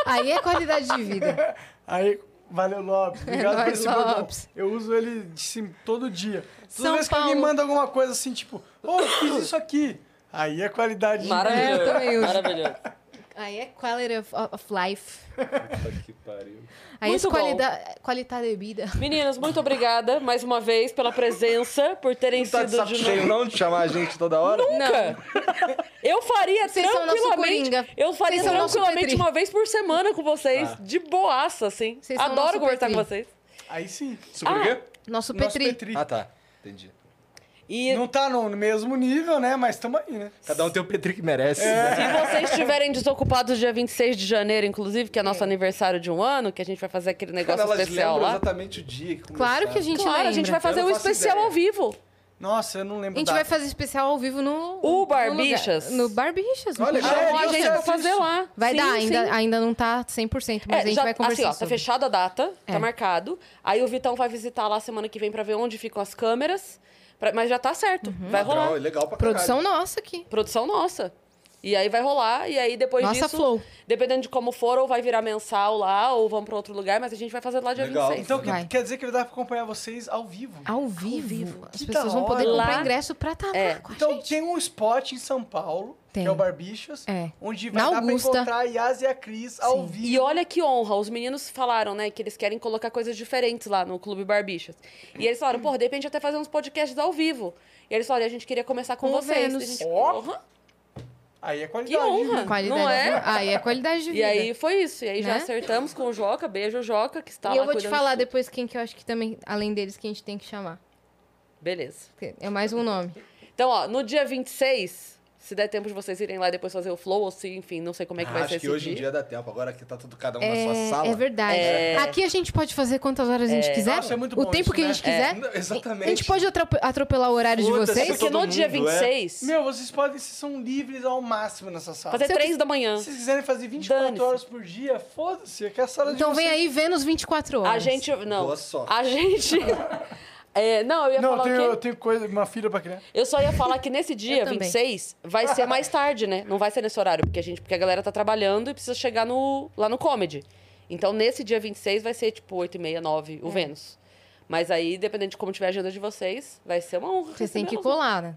[SPEAKER 1] Aí é qualidade de vida.
[SPEAKER 4] Aí, valeu, Lopes. Obrigado por
[SPEAKER 1] nóis,
[SPEAKER 4] esse bordão.
[SPEAKER 1] Lopes.
[SPEAKER 4] Eu uso ele assim, todo dia. Toda
[SPEAKER 1] São
[SPEAKER 4] vez que alguém
[SPEAKER 1] Paulo.
[SPEAKER 4] manda alguma coisa assim, tipo, ô, fiz isso aqui. Aí é qualidade.
[SPEAKER 1] É,
[SPEAKER 4] de-
[SPEAKER 1] eu também
[SPEAKER 2] Maravilhoso.
[SPEAKER 1] uso.
[SPEAKER 2] Maravilhoso.
[SPEAKER 1] Aí é quality of, of life.
[SPEAKER 5] que pariu.
[SPEAKER 1] Aí
[SPEAKER 2] Muito
[SPEAKER 1] é
[SPEAKER 2] bom.
[SPEAKER 1] qualidade, qualidade de vida.
[SPEAKER 2] Meninas, muito obrigada mais uma vez pela presença, por terem
[SPEAKER 5] Tá de
[SPEAKER 2] sido
[SPEAKER 5] saco
[SPEAKER 2] de
[SPEAKER 5] cheio
[SPEAKER 2] novo.
[SPEAKER 5] não de chamar a gente toda hora?
[SPEAKER 2] Nunca. Eu faria
[SPEAKER 1] Vocês são nosso
[SPEAKER 2] tranquilamente.
[SPEAKER 1] coringa.
[SPEAKER 2] eu faria
[SPEAKER 1] Vocês são nosso
[SPEAKER 2] tranquilamente
[SPEAKER 1] Petri.
[SPEAKER 2] uma vez por semana com vocês,
[SPEAKER 5] Ah.
[SPEAKER 2] de boaça, assim.
[SPEAKER 1] Vocês são
[SPEAKER 2] Adoro
[SPEAKER 1] nosso
[SPEAKER 2] conversar
[SPEAKER 1] Petri.
[SPEAKER 2] com vocês.
[SPEAKER 4] Aí sim.
[SPEAKER 5] Sobre o quê?
[SPEAKER 1] Nosso
[SPEAKER 4] Nosso
[SPEAKER 1] Petri.
[SPEAKER 4] Petri.
[SPEAKER 5] Ah, tá. Entendi.
[SPEAKER 2] E
[SPEAKER 4] Não tá no mesmo nível, né? Mas tamo aí, né?
[SPEAKER 5] Cada um tem o Petri que merece. né?
[SPEAKER 2] se vocês estiverem desocupados dia 26 de janeiro, inclusive, que é nosso aniversário de um ano, que a gente vai fazer aquele
[SPEAKER 5] Cara,
[SPEAKER 2] negócio
[SPEAKER 5] elas
[SPEAKER 2] especial
[SPEAKER 5] lembram
[SPEAKER 2] lá.
[SPEAKER 5] exatamente o dia que começaram.
[SPEAKER 1] Claro que a gente
[SPEAKER 2] Claro,
[SPEAKER 1] lembra.
[SPEAKER 2] a gente vai fazer
[SPEAKER 5] Eu não
[SPEAKER 2] um
[SPEAKER 5] faço
[SPEAKER 2] especial
[SPEAKER 5] ideia.
[SPEAKER 2] ao vivo.
[SPEAKER 4] Nossa, eu não lembro
[SPEAKER 1] A gente
[SPEAKER 4] da
[SPEAKER 1] vai fazer especial ao vivo no.
[SPEAKER 2] O
[SPEAKER 1] no
[SPEAKER 2] Barbichas.
[SPEAKER 1] lugar- No Barbichas.
[SPEAKER 4] Olha,
[SPEAKER 1] Olha,
[SPEAKER 4] já é,
[SPEAKER 2] Então a
[SPEAKER 4] eu
[SPEAKER 2] gente
[SPEAKER 4] já
[SPEAKER 2] vai
[SPEAKER 4] assisto.
[SPEAKER 2] fazer lá.
[SPEAKER 1] Vai
[SPEAKER 2] Sim,
[SPEAKER 1] dar,
[SPEAKER 2] sim.
[SPEAKER 1] ainda, ainda não tá 100%, mas a gente
[SPEAKER 2] já-
[SPEAKER 1] vai conversar.
[SPEAKER 2] Assim, ó, tá
[SPEAKER 1] sobre.
[SPEAKER 2] fechada a data, tá
[SPEAKER 1] É.
[SPEAKER 2] marcado. Aí o Vitão vai visitar lá semana que vem pra ver onde ficam as câmeras. pra- mas já tá certo,
[SPEAKER 1] Uhum.
[SPEAKER 2] vai rolar.
[SPEAKER 5] Legal, legal pra caralho.
[SPEAKER 1] Produção nossa aqui.
[SPEAKER 2] Produção nossa. E aí vai rolar, e aí depois
[SPEAKER 1] Nossa,
[SPEAKER 2] disso...
[SPEAKER 1] Flow.
[SPEAKER 2] Dependendo de como for, ou vai virar mensal lá, ou vamos pra outro lugar, mas a gente vai fazer lá dia
[SPEAKER 5] Legal.
[SPEAKER 2] 26.
[SPEAKER 4] Então que-
[SPEAKER 1] Vai. Ah,
[SPEAKER 4] quer dizer que dá pra acompanhar vocês ao vivo.
[SPEAKER 1] Ao vivo. As
[SPEAKER 4] Que
[SPEAKER 1] pessoas
[SPEAKER 4] da
[SPEAKER 1] vão poder
[SPEAKER 4] hora.
[SPEAKER 1] comprar
[SPEAKER 2] Então, Lá-
[SPEAKER 1] ingresso pra estar lá
[SPEAKER 2] É.
[SPEAKER 1] com a
[SPEAKER 4] Então
[SPEAKER 1] gente.
[SPEAKER 4] tem um spot em São Paulo,
[SPEAKER 1] Tem.
[SPEAKER 4] que é o Barbichas,
[SPEAKER 1] É.
[SPEAKER 4] onde vai
[SPEAKER 1] Na
[SPEAKER 4] dar
[SPEAKER 1] Augusta.
[SPEAKER 4] pra encontrar a Yas e a Cris ao vivo.
[SPEAKER 2] E olha que honra, os meninos falaram, né, que eles querem colocar coisas diferentes lá no Clube Barbichas. E eles falaram, pô, de repente até fazer uns podcasts ao vivo. E eles falaram, e a gente queria começar com
[SPEAKER 1] Com o
[SPEAKER 2] vocês. E a
[SPEAKER 1] Vênus.
[SPEAKER 2] gente,
[SPEAKER 4] Ó.
[SPEAKER 2] porra.
[SPEAKER 4] Aí é
[SPEAKER 2] Que
[SPEAKER 4] qualidade.
[SPEAKER 2] honra,
[SPEAKER 4] né?
[SPEAKER 1] Qualidade
[SPEAKER 2] não é?
[SPEAKER 1] de- Aí é qualidade de vida.
[SPEAKER 2] E aí foi isso. E aí já
[SPEAKER 1] Né?
[SPEAKER 2] acertamos com o Joca. Beijo, Joca, que está
[SPEAKER 1] E
[SPEAKER 2] tá lá
[SPEAKER 1] eu vou te
[SPEAKER 2] cuidando
[SPEAKER 1] falar
[SPEAKER 2] de tudo.
[SPEAKER 1] depois quem que eu acho que também, além deles, que a gente tem que chamar.
[SPEAKER 2] Beleza.
[SPEAKER 1] Porque É mais um nome.
[SPEAKER 2] Então, ó, no dia 26, se der tempo de vocês irem lá e depois fazer o flow, ou se, enfim, não sei como é que
[SPEAKER 5] Ah,
[SPEAKER 2] vai
[SPEAKER 5] acho
[SPEAKER 2] ser
[SPEAKER 5] que
[SPEAKER 2] esse
[SPEAKER 5] hoje em dia dá tempo. Agora que tá tudo cada um na sua sala.
[SPEAKER 1] É, é verdade.
[SPEAKER 2] É.
[SPEAKER 1] Aqui a gente pode fazer quantas horas a gente quiser.
[SPEAKER 4] Nossa, é muito
[SPEAKER 1] o
[SPEAKER 4] bom
[SPEAKER 1] tempo
[SPEAKER 4] isso,
[SPEAKER 1] que
[SPEAKER 4] né?
[SPEAKER 1] a gente
[SPEAKER 2] É.
[SPEAKER 1] quiser.
[SPEAKER 5] Não, exatamente.
[SPEAKER 1] A gente pode atrope- atropelar o horário de
[SPEAKER 5] Foda-se,
[SPEAKER 1] vocês?
[SPEAKER 2] Porque
[SPEAKER 5] todo
[SPEAKER 2] no dia
[SPEAKER 5] mundo, é.
[SPEAKER 2] 26,
[SPEAKER 4] Meu, vocês podem, vocês são livres ao máximo nessa sala.
[SPEAKER 2] fazer
[SPEAKER 1] Se eu
[SPEAKER 2] 3 da manhã.
[SPEAKER 4] Se vocês quiserem fazer 24
[SPEAKER 2] Dane-se.
[SPEAKER 4] horas por dia, foda-se, é que a sala de
[SPEAKER 1] Então vem
[SPEAKER 4] vocês-
[SPEAKER 1] aí Vênus 24 horas.
[SPEAKER 2] A gente. Não.
[SPEAKER 5] Boa sorte.
[SPEAKER 2] A gente. É, não, eu ia
[SPEAKER 4] Não, eu
[SPEAKER 2] falar
[SPEAKER 4] tenho,
[SPEAKER 2] o
[SPEAKER 4] eu
[SPEAKER 2] quê?
[SPEAKER 4] tenho coisa, uma filha pra criar.
[SPEAKER 2] Eu só ia falar que nesse dia,
[SPEAKER 1] também.
[SPEAKER 2] 26, vai ser mais tarde, né? Não vai ser nesse horário, porque a gente, porque a galera tá trabalhando e precisa chegar no, lá no comedy. Então, nesse dia 26 vai ser tipo 8 e meia, 9,
[SPEAKER 1] É.
[SPEAKER 2] o Vênus. Mas aí, dependendo de como tiver a agenda de vocês, vai ser uma honra.
[SPEAKER 1] Vocês têm que
[SPEAKER 2] recebê-los.
[SPEAKER 1] colar, né?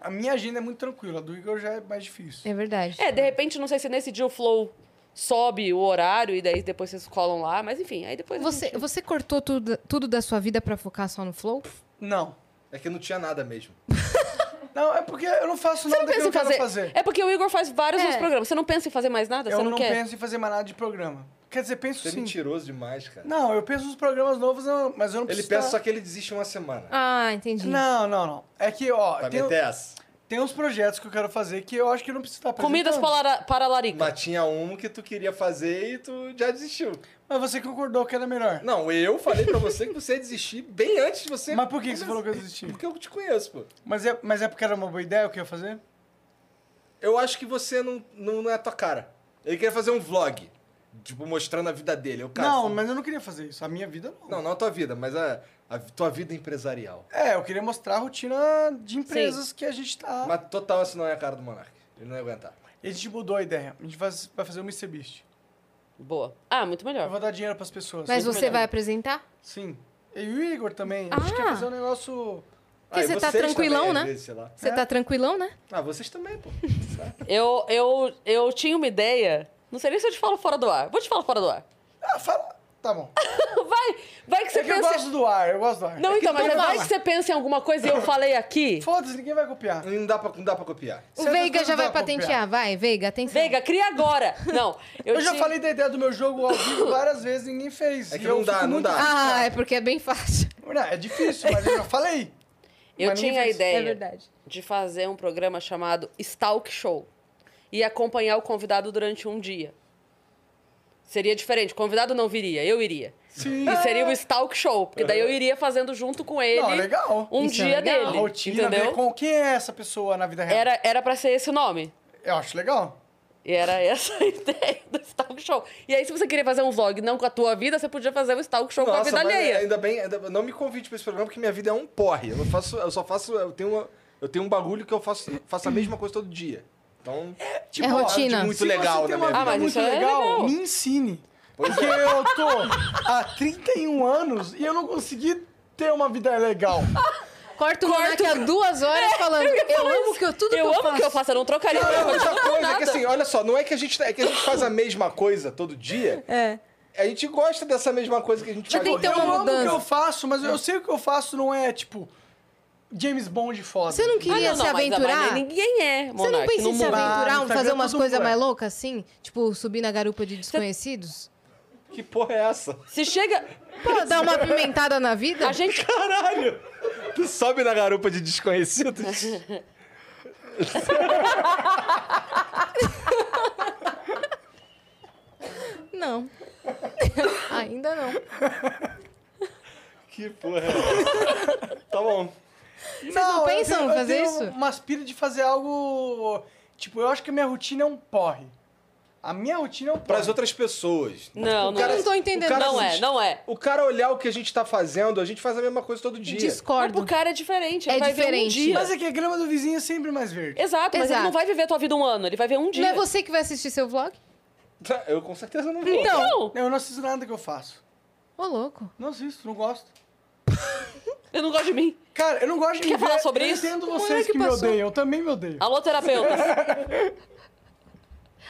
[SPEAKER 4] A minha agenda é muito tranquila, a do Igor já é mais difícil.
[SPEAKER 1] É verdade.
[SPEAKER 2] É, de repente, não sei se nesse dia o Flow sobe o horário e daí depois vocês colam lá, mas enfim, aí depois. a
[SPEAKER 1] Você,
[SPEAKER 2] gente-
[SPEAKER 1] você cortou tudo, tudo da sua vida pra focar só no flow?
[SPEAKER 4] Não.
[SPEAKER 5] É que não tinha nada mesmo.
[SPEAKER 4] Não, é porque eu não faço
[SPEAKER 2] Você
[SPEAKER 4] nada que eu não quero fazer.
[SPEAKER 2] É porque o Igor faz vários
[SPEAKER 1] É.
[SPEAKER 2] outros programas. Você não pensa em fazer mais nada?
[SPEAKER 4] Eu
[SPEAKER 2] você
[SPEAKER 4] não,
[SPEAKER 2] não, quer?
[SPEAKER 4] penso em fazer mais nada de programa. Quer dizer, penso
[SPEAKER 5] Você é
[SPEAKER 4] sim.
[SPEAKER 5] mentiroso demais, cara.
[SPEAKER 4] Não, eu penso nos programas novos, eu- mas eu não
[SPEAKER 5] Ele
[SPEAKER 4] preciso.
[SPEAKER 5] pensa
[SPEAKER 4] tá-
[SPEAKER 5] só que ele desiste em uma semana.
[SPEAKER 1] Ah, entendi.
[SPEAKER 4] Não, não, não. É que, ó,
[SPEAKER 5] Vai
[SPEAKER 4] tem,
[SPEAKER 5] meter essa.
[SPEAKER 4] tem uns projetos que eu quero fazer que eu acho que eu não preciso estar
[SPEAKER 2] Comidas
[SPEAKER 4] apresentando.
[SPEAKER 2] para, para larica.
[SPEAKER 5] Mas tinha um que tu queria fazer e tu já desistiu.
[SPEAKER 4] Mas você concordou que era melhor.
[SPEAKER 5] Não, eu falei pra você que você ia desistir bem antes de você.
[SPEAKER 4] Mas por que que você falou que eu desisti?
[SPEAKER 5] Porque eu te conheço, pô.
[SPEAKER 4] Mas é, mas é porque era uma boa ideia o que eu ia fazer?
[SPEAKER 5] Eu acho que você não, não, não é a tua cara. Ele queria fazer um vlog, tipo, mostrando a vida dele. Eu, cara, um
[SPEAKER 4] não,
[SPEAKER 5] você-
[SPEAKER 4] mas eu não queria fazer isso. A minha vida não.
[SPEAKER 5] não, não a tua vida, mas a, a tua vida empresarial.
[SPEAKER 4] É, eu queria mostrar a rotina de empresas que a gente tá.
[SPEAKER 5] Mas total, essa não é a cara do Monark. Ele não ia aguentar.
[SPEAKER 4] E a gente mudou a ideia. A gente faz- vai fazer o Mr. Beast.
[SPEAKER 2] Boa. Ah, muito
[SPEAKER 4] Eu
[SPEAKER 5] Tá.
[SPEAKER 2] melhor.
[SPEAKER 4] vou dar dinheiro pras pessoas.
[SPEAKER 1] Mas
[SPEAKER 4] Sim.
[SPEAKER 1] você vai apresentar?
[SPEAKER 4] Sim. E o Igor também. A gente
[SPEAKER 1] Ah.
[SPEAKER 4] quer fazer um negócio.
[SPEAKER 1] Porque
[SPEAKER 5] Ah, e
[SPEAKER 1] você tá
[SPEAKER 5] vocês
[SPEAKER 1] tranquilão,
[SPEAKER 5] também,
[SPEAKER 1] né?
[SPEAKER 5] às vezes, sei lá.
[SPEAKER 4] É.
[SPEAKER 1] Você tá tranquilão, né?
[SPEAKER 5] Ah, vocês também, pô.
[SPEAKER 2] Eu, eu, eu tinha uma ideia. Não sei nem se eu te falo fora do ar. Vou te falar fora do ar.
[SPEAKER 4] Ah, fala. Tá bom.
[SPEAKER 2] Vai, vai que você
[SPEAKER 4] É que eu
[SPEAKER 2] pensa.
[SPEAKER 4] gosto do ar, eu gosto do ar. É
[SPEAKER 2] Não, então, mas
[SPEAKER 4] todo
[SPEAKER 2] vai
[SPEAKER 4] mundo
[SPEAKER 2] que você pensa em alguma coisa e eu falei aqui.
[SPEAKER 4] Foda-se, ninguém vai copiar.
[SPEAKER 5] Não dá pra, não dá pra copiar.
[SPEAKER 1] O
[SPEAKER 4] Certas
[SPEAKER 1] Veiga
[SPEAKER 4] coisas
[SPEAKER 1] já
[SPEAKER 4] não
[SPEAKER 1] vai
[SPEAKER 4] dá pra copiar.
[SPEAKER 1] patentear, vai, Veiga, atenção.
[SPEAKER 2] Veiga, cria agora. Não, eu,
[SPEAKER 4] Eu já
[SPEAKER 2] te-
[SPEAKER 4] falei da ideia do meu jogo ao vivo várias vezes e ninguém fez.
[SPEAKER 5] É que
[SPEAKER 4] E
[SPEAKER 5] não
[SPEAKER 4] eu
[SPEAKER 5] dá,
[SPEAKER 4] fico
[SPEAKER 5] não
[SPEAKER 4] muito-
[SPEAKER 5] dá.
[SPEAKER 1] Ah, é porque é bem fácil.
[SPEAKER 4] Não, é difícil, mas eu já falei.
[SPEAKER 2] Eu
[SPEAKER 4] Mas
[SPEAKER 2] tinha
[SPEAKER 4] ninguém
[SPEAKER 2] a
[SPEAKER 4] fez.
[SPEAKER 1] É
[SPEAKER 2] ideia
[SPEAKER 1] verdade.
[SPEAKER 2] de fazer um programa chamado Stalk Show e acompanhar o convidado durante um dia. Seria diferente. O convidado não viria, eu iria.
[SPEAKER 4] Sim.
[SPEAKER 2] E seria o Stalk Show, porque daí eu iria fazendo junto com ele
[SPEAKER 4] Ah. Não, legal.
[SPEAKER 2] um
[SPEAKER 1] Isso é
[SPEAKER 2] dia
[SPEAKER 1] legal.
[SPEAKER 4] A
[SPEAKER 2] dele,
[SPEAKER 4] rotina, ver
[SPEAKER 2] entendeu?
[SPEAKER 4] com quem é essa pessoa na vida real.
[SPEAKER 2] Era era para ser esse o nome.
[SPEAKER 4] Eu acho legal.
[SPEAKER 2] E era essa a ideia do Stalk Show. E aí, se você queria fazer um vlog não com a tua vida, você podia fazer o Stalk Show Então, com a vida
[SPEAKER 5] mas
[SPEAKER 2] alheia.
[SPEAKER 5] ainda bem, ainda- não me convide pra esse programa porque minha vida é um porre. Eu não faço, eu só faço, eu tenho uma- eu tenho um bagulho que eu faço, faço a mesma coisa todo dia. Então,
[SPEAKER 1] é
[SPEAKER 4] ó,
[SPEAKER 1] rotina.
[SPEAKER 5] muito
[SPEAKER 4] Se
[SPEAKER 5] legal né,
[SPEAKER 4] você tem
[SPEAKER 5] na
[SPEAKER 4] uma
[SPEAKER 5] minha
[SPEAKER 4] vida
[SPEAKER 2] Ah, mas isso
[SPEAKER 1] assim,
[SPEAKER 4] muito
[SPEAKER 2] é
[SPEAKER 4] legal,
[SPEAKER 2] legal.
[SPEAKER 4] me ensine. Porque
[SPEAKER 5] é.
[SPEAKER 4] eu tô há 31 anos e eu não consegui ter uma vida legal.
[SPEAKER 1] Corta o Monark há duas horas
[SPEAKER 2] É,
[SPEAKER 1] falando. Eu amo que eu, tudo
[SPEAKER 2] eu
[SPEAKER 1] que eu
[SPEAKER 2] amo
[SPEAKER 1] faço.
[SPEAKER 2] que eu faço, eu não trocaria.
[SPEAKER 5] Não, é
[SPEAKER 2] por
[SPEAKER 5] outra coisa, é
[SPEAKER 2] nada.
[SPEAKER 5] que assim, olha só, não é que a gente, é que a gente faz a mesma coisa todo dia.
[SPEAKER 1] É.
[SPEAKER 5] A gente gosta dessa mesma coisa que a gente
[SPEAKER 1] Já
[SPEAKER 5] faz.
[SPEAKER 1] tem que ter
[SPEAKER 4] eu
[SPEAKER 1] uma
[SPEAKER 4] amo o que
[SPEAKER 1] mudança.
[SPEAKER 4] eu faço, mas eu sei que o que eu faço não é, tipo, James Bond foda.
[SPEAKER 1] Você não
[SPEAKER 2] Ah, não,
[SPEAKER 1] queria
[SPEAKER 2] não,
[SPEAKER 1] se
[SPEAKER 2] mas-
[SPEAKER 1] aventurar?
[SPEAKER 2] mas ninguém é,
[SPEAKER 1] Você não
[SPEAKER 2] Monark,
[SPEAKER 1] pensa
[SPEAKER 2] no
[SPEAKER 1] em se
[SPEAKER 2] mundo.
[SPEAKER 4] mundo. Ah,
[SPEAKER 1] aventurar,
[SPEAKER 4] no
[SPEAKER 1] fazer
[SPEAKER 4] Instagram
[SPEAKER 1] umas
[SPEAKER 4] todo
[SPEAKER 1] coisas
[SPEAKER 4] mundo
[SPEAKER 1] mais
[SPEAKER 4] é.
[SPEAKER 1] loucas assim? Tipo, subir na garupa de desconhecidos?
[SPEAKER 5] Que porra é essa?
[SPEAKER 2] Se chega...
[SPEAKER 1] Pô, dar uma pimentada na vida?
[SPEAKER 2] A gente...
[SPEAKER 5] Caralho! Tu sobe na garupa de desconhecidos?
[SPEAKER 1] Não. Ainda não.
[SPEAKER 5] que porra é essa? Tá bom.
[SPEAKER 4] Vocês
[SPEAKER 1] não pensam
[SPEAKER 4] eu tenho,
[SPEAKER 1] fazer
[SPEAKER 4] eu tenho
[SPEAKER 1] isso?
[SPEAKER 4] uma aspira de fazer algo... Tipo, eu acho que a minha rotina é um porre. A minha rotina é um porre.
[SPEAKER 5] Pras outras pessoas.
[SPEAKER 2] Não, não
[SPEAKER 1] Eu
[SPEAKER 2] é.
[SPEAKER 1] não tô entendendo.
[SPEAKER 5] o cara
[SPEAKER 2] Não é,
[SPEAKER 5] assiste.
[SPEAKER 2] não é.
[SPEAKER 5] O cara olhar o que a gente tá fazendo, a gente faz a mesma coisa todo dia.
[SPEAKER 2] Mas pro
[SPEAKER 1] Discordo.
[SPEAKER 2] cara é diferente, ele
[SPEAKER 1] É
[SPEAKER 2] vai ver um
[SPEAKER 1] diferente.
[SPEAKER 2] dia.
[SPEAKER 4] Mas é que a grama do vizinho é sempre mais verde.
[SPEAKER 2] Exato, mas ele
[SPEAKER 1] Exato.
[SPEAKER 2] não vai viver a tua vida um ano, ele vai ver um
[SPEAKER 1] Não
[SPEAKER 2] dia.
[SPEAKER 1] é você que vai assistir seu vlog?
[SPEAKER 5] Eu com certeza não vou.
[SPEAKER 2] Então,
[SPEAKER 4] Eu não assisto nada que eu faço.
[SPEAKER 1] Ô, louco.
[SPEAKER 4] Não assisto, não gosto.
[SPEAKER 2] eu não gosto de mim.
[SPEAKER 4] Cara, eu não gosto de
[SPEAKER 2] Quer
[SPEAKER 4] me ver-
[SPEAKER 2] falar sobre
[SPEAKER 4] eu
[SPEAKER 2] isso?
[SPEAKER 4] entendo
[SPEAKER 1] Como é
[SPEAKER 4] vocês
[SPEAKER 1] que
[SPEAKER 4] que, me
[SPEAKER 1] passou?
[SPEAKER 4] odeiam, eu também me odeio.
[SPEAKER 2] Alô, terapeutas.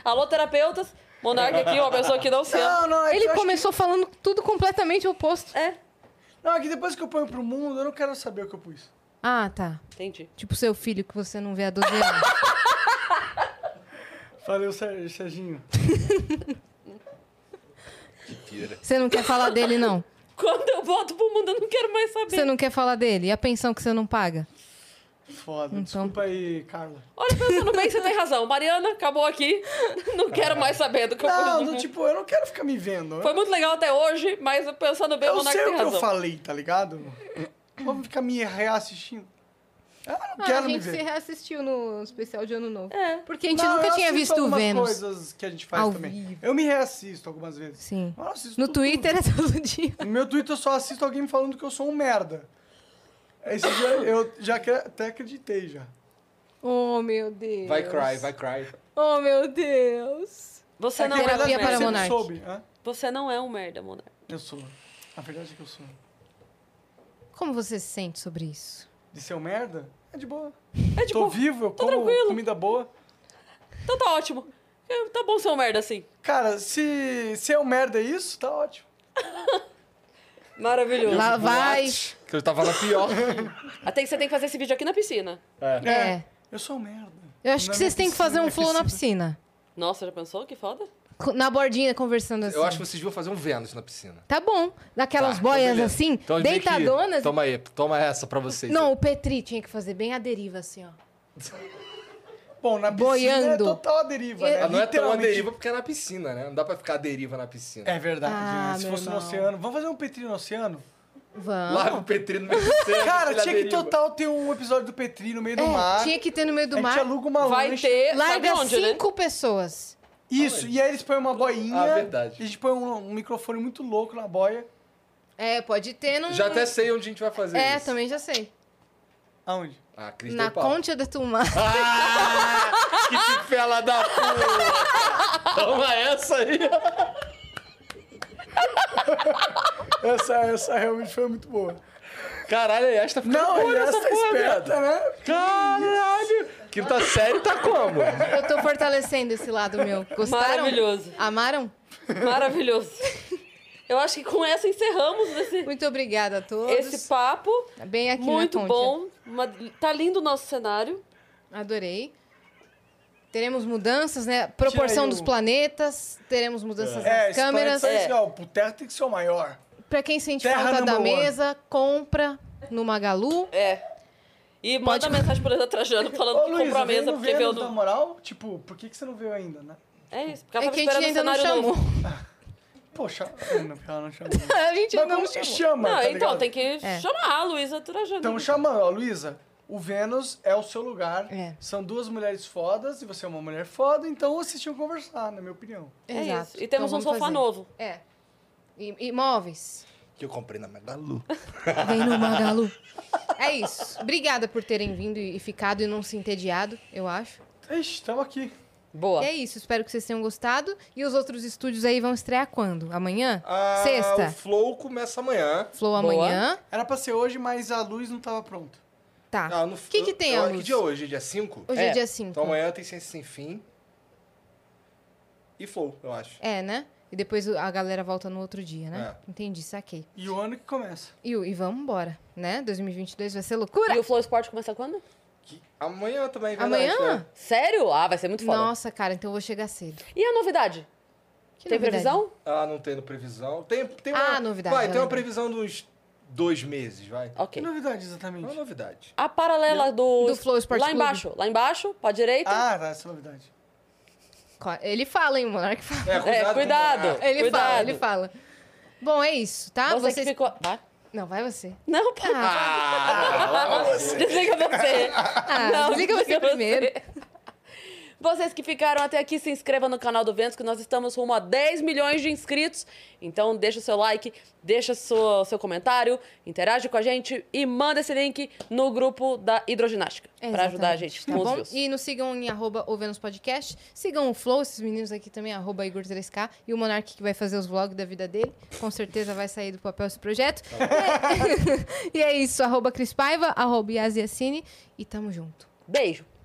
[SPEAKER 2] Alô, terapeutas. Monarca aqui, uma pessoa que não se ama.
[SPEAKER 4] Não, não, é que eu
[SPEAKER 1] Ele
[SPEAKER 4] acho
[SPEAKER 1] começou falando tudo completamente oposto.
[SPEAKER 2] É,
[SPEAKER 4] que- Não, é que depois que eu ponho pro mundo, eu não quero saber o que eu pus.
[SPEAKER 1] Ah, tá.
[SPEAKER 2] entendi.
[SPEAKER 1] Tipo seu filho que você não vê há 12 anos.
[SPEAKER 4] Valeu, Ser- Serginho.
[SPEAKER 1] Você não quer falar dele, não?
[SPEAKER 2] Quando eu volto pro mundo, eu não quero mais saber.
[SPEAKER 1] Você não quer falar dele? E a pensão que você não paga?
[SPEAKER 4] Foda.
[SPEAKER 1] Então.
[SPEAKER 4] Desculpa aí, Carla.
[SPEAKER 2] Olha, pensando bem, você tem razão. Mariana, acabou aqui. Não
[SPEAKER 4] Ah.
[SPEAKER 2] quero mais saber do que eu
[SPEAKER 4] Não,
[SPEAKER 2] fui do
[SPEAKER 4] não,
[SPEAKER 2] mundo.
[SPEAKER 4] tipo, eu não quero ficar me vendo.
[SPEAKER 2] Foi muito legal até hoje, mas pensando bem, o
[SPEAKER 4] eu
[SPEAKER 2] Monarca
[SPEAKER 4] sei o
[SPEAKER 2] tem
[SPEAKER 4] que eu
[SPEAKER 2] razão.
[SPEAKER 4] falei, tá ligado? Vamos ficar me reassistindo. Eu não
[SPEAKER 1] Ah,
[SPEAKER 4] quero
[SPEAKER 1] a
[SPEAKER 4] me
[SPEAKER 1] gente se
[SPEAKER 4] ver.
[SPEAKER 1] reassistiu no especial de Ano Novo.
[SPEAKER 2] É.
[SPEAKER 1] Porque a gente
[SPEAKER 4] Não,
[SPEAKER 1] nunca
[SPEAKER 4] eu
[SPEAKER 1] tinha
[SPEAKER 4] assisto
[SPEAKER 1] visto o
[SPEAKER 4] algumas
[SPEAKER 1] Vênus.
[SPEAKER 4] coisas que a gente faz
[SPEAKER 1] ao
[SPEAKER 4] também.
[SPEAKER 1] vivo.
[SPEAKER 4] Eu me reassisto algumas vezes.
[SPEAKER 1] Sim.
[SPEAKER 4] Mas eu assisto
[SPEAKER 1] No
[SPEAKER 4] tudo.
[SPEAKER 1] Twitter é todo dia.
[SPEAKER 4] No meu Twitter eu só assisto alguém me falando que eu sou um merda. Esse dia eu já que- até acreditei já.
[SPEAKER 1] Oh, meu Deus.
[SPEAKER 5] Vai cry, vai cry.
[SPEAKER 1] Oh, meu Deus.
[SPEAKER 2] Você não
[SPEAKER 4] é
[SPEAKER 2] é
[SPEAKER 4] que, na
[SPEAKER 2] um
[SPEAKER 1] terapia para
[SPEAKER 4] verdade, você
[SPEAKER 2] merda.
[SPEAKER 4] não
[SPEAKER 1] monarca.
[SPEAKER 4] soube. hã?
[SPEAKER 2] Você não é um merda, Monarca.
[SPEAKER 4] Eu sou. A verdade é que eu sou.
[SPEAKER 1] Como você se sente sobre isso?
[SPEAKER 4] De ser um merda? É de boa.
[SPEAKER 2] É tipo,
[SPEAKER 4] tô vivo, eu como
[SPEAKER 2] tranquilo.
[SPEAKER 4] comida boa.
[SPEAKER 2] então tá ótimo. É, Tá bom ser um merda assim.
[SPEAKER 4] Cara, se, se é um merda isso, tá ótimo.
[SPEAKER 2] Maravilhoso.
[SPEAKER 1] Lá vai.
[SPEAKER 5] Que eu tava na pior.
[SPEAKER 2] Até que você tem que fazer esse vídeo aqui na piscina.
[SPEAKER 1] É.
[SPEAKER 4] Eu sou um merda.
[SPEAKER 1] Eu acho
[SPEAKER 4] Na
[SPEAKER 1] que vocês têm que
[SPEAKER 4] piscina,
[SPEAKER 1] fazer um flow na piscina.
[SPEAKER 2] Nossa, já pensou? Que foda.
[SPEAKER 1] Co- Na bordinha, conversando assim.
[SPEAKER 5] Eu acho que vocês viram fazer um Vênus na piscina.
[SPEAKER 1] Tá bom. Naquelas
[SPEAKER 5] Tá, então
[SPEAKER 1] boias
[SPEAKER 5] beleza.
[SPEAKER 1] assim,
[SPEAKER 5] Então, meio que-
[SPEAKER 1] deitadonas.
[SPEAKER 5] Toma um aí, toma essa pra vocês.
[SPEAKER 1] Não, o Petri tinha que fazer bem a deriva, assim, ó.
[SPEAKER 4] Bom, na piscina
[SPEAKER 1] Boiando.
[SPEAKER 4] é total a deriva, né?
[SPEAKER 5] Ah, não é tão a
[SPEAKER 4] Literalmente.
[SPEAKER 5] deriva porque é na piscina, né? Não dá pra ficar à deriva na piscina.
[SPEAKER 4] É verdade,
[SPEAKER 1] Ah,
[SPEAKER 4] né? Se
[SPEAKER 1] meu
[SPEAKER 4] fosse no
[SPEAKER 1] irmão.
[SPEAKER 4] oceano. Vamos fazer um Petri no oceano?
[SPEAKER 1] Vamos.
[SPEAKER 5] Larga o Petri no meio do oceano,
[SPEAKER 4] Cara,
[SPEAKER 5] filha
[SPEAKER 4] tinha que
[SPEAKER 5] deriva.
[SPEAKER 4] total ter um episódio do Petri no meio do
[SPEAKER 1] É,
[SPEAKER 4] mar.
[SPEAKER 1] tinha que ter no meio
[SPEAKER 4] a
[SPEAKER 1] do
[SPEAKER 4] gente
[SPEAKER 1] mar.
[SPEAKER 4] aluga uma
[SPEAKER 2] Vai
[SPEAKER 4] lancha.
[SPEAKER 2] ter.
[SPEAKER 1] Larga
[SPEAKER 2] sabe onde, né?
[SPEAKER 1] cinco pessoas.
[SPEAKER 4] Isso, e aí eles põem uma boinha.
[SPEAKER 5] Ah, verdade.
[SPEAKER 4] E a gente põe um, um microfone muito louco na boia.
[SPEAKER 1] É, pode ter num.
[SPEAKER 5] Já até sei onde a gente vai fazer
[SPEAKER 1] É,
[SPEAKER 5] isso.
[SPEAKER 1] também já sei.
[SPEAKER 4] Aonde?
[SPEAKER 5] Ah, Cris
[SPEAKER 1] Na
[SPEAKER 5] deu pau. Ah,
[SPEAKER 1] Concha da Tumar.
[SPEAKER 5] Que fela da puta! Toma essa aí.
[SPEAKER 4] Essa, essa realmente foi muito boa.
[SPEAKER 5] Caralho, esta fica
[SPEAKER 4] Não,
[SPEAKER 5] boa
[SPEAKER 4] e essa
[SPEAKER 5] essa
[SPEAKER 4] tá
[SPEAKER 5] porra,
[SPEAKER 4] esperta,
[SPEAKER 5] viado.
[SPEAKER 4] né?
[SPEAKER 5] Caralho. Que tá sério, tá como?
[SPEAKER 1] Eu tô fortalecendo esse lado meu. Gostaram?
[SPEAKER 2] Maravilhoso.
[SPEAKER 1] Amaram?
[SPEAKER 2] Maravilhoso. Eu acho que com essa encerramos esse,
[SPEAKER 1] Muito obrigada a todos.
[SPEAKER 2] esse papo.
[SPEAKER 1] Bem aqui
[SPEAKER 2] Muito
[SPEAKER 1] na Concha.
[SPEAKER 2] bom. Uma- tá lindo o nosso cenário.
[SPEAKER 1] Adorei. Teremos mudanças, né? Proporção
[SPEAKER 4] aí
[SPEAKER 1] dos
[SPEAKER 4] o-
[SPEAKER 1] planetas, teremos mudanças
[SPEAKER 4] É,
[SPEAKER 1] nas câmeras.
[SPEAKER 4] É.
[SPEAKER 2] É.
[SPEAKER 4] Assim, ó, o teto tem que ser o maior.
[SPEAKER 1] Pra quem sente
[SPEAKER 4] Terra
[SPEAKER 1] falta da
[SPEAKER 4] number one.
[SPEAKER 1] mesa, compra no Magalu.
[SPEAKER 2] É. E manda
[SPEAKER 1] Pode-
[SPEAKER 2] mensagem pro Elisa Trajano falando
[SPEAKER 4] Ô,
[SPEAKER 2] que
[SPEAKER 4] Luísa,
[SPEAKER 2] comprou a
[SPEAKER 4] vem
[SPEAKER 2] mesa
[SPEAKER 4] no
[SPEAKER 2] porque veio
[SPEAKER 4] Vênus, na
[SPEAKER 2] no.
[SPEAKER 4] moral? Tipo, por que, que você não veio ainda, né?
[SPEAKER 2] É isso, porque ela
[SPEAKER 1] É
[SPEAKER 2] tava
[SPEAKER 1] que a
[SPEAKER 2] esperando
[SPEAKER 1] gente
[SPEAKER 2] o
[SPEAKER 1] ainda não
[SPEAKER 2] cenário
[SPEAKER 1] chamou.
[SPEAKER 2] novo.
[SPEAKER 4] Poxa, não, ela não chamou.
[SPEAKER 1] A gente
[SPEAKER 4] Mas
[SPEAKER 1] ainda não
[SPEAKER 4] como se
[SPEAKER 1] chamou.
[SPEAKER 4] chama,
[SPEAKER 2] Não,
[SPEAKER 4] tá
[SPEAKER 2] então,
[SPEAKER 4] ligado? Então,
[SPEAKER 2] tem que chamar a Luísa Trajano. É
[SPEAKER 4] Estamos chamando, ó, Luísa. O Vênus é o seu lugar.
[SPEAKER 1] É.
[SPEAKER 4] São duas mulheres fodas e você é uma mulher foda, então vocês tinham que conversar, na minha opinião.
[SPEAKER 2] É
[SPEAKER 1] Exato.
[SPEAKER 2] isso. E temos
[SPEAKER 1] Então
[SPEAKER 2] um
[SPEAKER 1] vamos
[SPEAKER 2] sofá
[SPEAKER 1] fazer.
[SPEAKER 2] novo.
[SPEAKER 1] É. I- Imóveis.
[SPEAKER 5] Que eu comprei na Magalu.
[SPEAKER 1] Vem no Magalu. É isso. Obrigada por terem vindo e e ficado e não se entediado, eu acho.
[SPEAKER 4] Ixi, estamos aqui.
[SPEAKER 2] Boa.
[SPEAKER 1] E é isso. Espero que vocês tenham gostado. E os outros estúdios aí vão estrear quando? Amanhã?
[SPEAKER 5] Ah,
[SPEAKER 1] Sexta?
[SPEAKER 5] O Flow começa amanhã.
[SPEAKER 1] Flow
[SPEAKER 2] Boa.
[SPEAKER 1] amanhã.
[SPEAKER 4] Era pra ser hoje, mas a luz não tava pronta.
[SPEAKER 1] Tá.
[SPEAKER 5] Ah, no-
[SPEAKER 1] O que, que tem
[SPEAKER 5] eu-
[SPEAKER 1] a
[SPEAKER 5] Que
[SPEAKER 1] luz?
[SPEAKER 5] dia é hoje? Dia 5?
[SPEAKER 1] Hoje é, dia 5.
[SPEAKER 5] Então amanhã tem Ciência Sem Fim. E Flow, eu acho.
[SPEAKER 1] É, né? E depois a galera volta no outro dia, né?
[SPEAKER 2] É.
[SPEAKER 1] Entendi, saquei.
[SPEAKER 4] E o ano que começa.
[SPEAKER 1] E, o- e vamos embora, né? 2022 vai ser loucura.
[SPEAKER 2] E o Flow Sport começa quando?
[SPEAKER 5] Que- Amanhã também, é verdade,
[SPEAKER 1] Amanhã?
[SPEAKER 5] né?
[SPEAKER 2] Sério? Ah, vai ser muito foda.
[SPEAKER 1] Nossa, cara, então eu vou chegar cedo.
[SPEAKER 2] E a novidade?
[SPEAKER 1] Que
[SPEAKER 2] tem
[SPEAKER 1] novidade?
[SPEAKER 2] previsão?
[SPEAKER 5] Ah, não tem no previsão. Tem, tem uma...
[SPEAKER 1] Ah, novidade,
[SPEAKER 5] Vai,
[SPEAKER 1] eu
[SPEAKER 5] tem uma
[SPEAKER 1] lembrei.
[SPEAKER 5] previsão de uns dois meses, vai.
[SPEAKER 4] Que
[SPEAKER 2] Ok.
[SPEAKER 4] novidade,
[SPEAKER 5] Não é
[SPEAKER 4] exatamente?
[SPEAKER 5] novidade.
[SPEAKER 2] A paralela do.
[SPEAKER 1] Do Flow Sport
[SPEAKER 2] Lá
[SPEAKER 1] Clube.
[SPEAKER 2] embaixo. Lá embaixo, pra direita.
[SPEAKER 4] Ah, tá, essa novidade.
[SPEAKER 1] Co- Ele fala, hein, o Monark fala.
[SPEAKER 5] É,
[SPEAKER 2] é, cuidado.
[SPEAKER 5] com-
[SPEAKER 1] Ele
[SPEAKER 2] cuidado.
[SPEAKER 1] fala, ele fala. Bom, é isso, tá?
[SPEAKER 2] Você
[SPEAKER 1] Vocês-
[SPEAKER 2] que ficou. Ah?
[SPEAKER 1] Não, vai você.
[SPEAKER 2] Não, pode.
[SPEAKER 5] Ah,
[SPEAKER 2] Desliga é você.
[SPEAKER 1] Ah, desliga você primeiro.
[SPEAKER 2] Vocês que ficaram até aqui, se inscrevam no canal do Ventos, que nós estamos rumo a 10 milhões de inscritos. Então deixa o seu like, deixa sua, seu comentário, interage com a gente e manda esse link no grupo da hidroginástica pra
[SPEAKER 1] Exatamente,
[SPEAKER 2] ajudar a gente
[SPEAKER 1] Tá
[SPEAKER 2] com os
[SPEAKER 1] bom?
[SPEAKER 2] views.
[SPEAKER 1] E nos sigam em arroba o Vênus Podcast. Sigam o Flow, esses meninos aqui também, arroba Igor3K. E o Monark que vai fazer os vlogs da vida dele. Com certeza vai sair do papel esse projeto.
[SPEAKER 2] Tá
[SPEAKER 1] e é isso, arroba Cris Paiva, arroba Yasiacine. E tamo junto.
[SPEAKER 2] Beijo!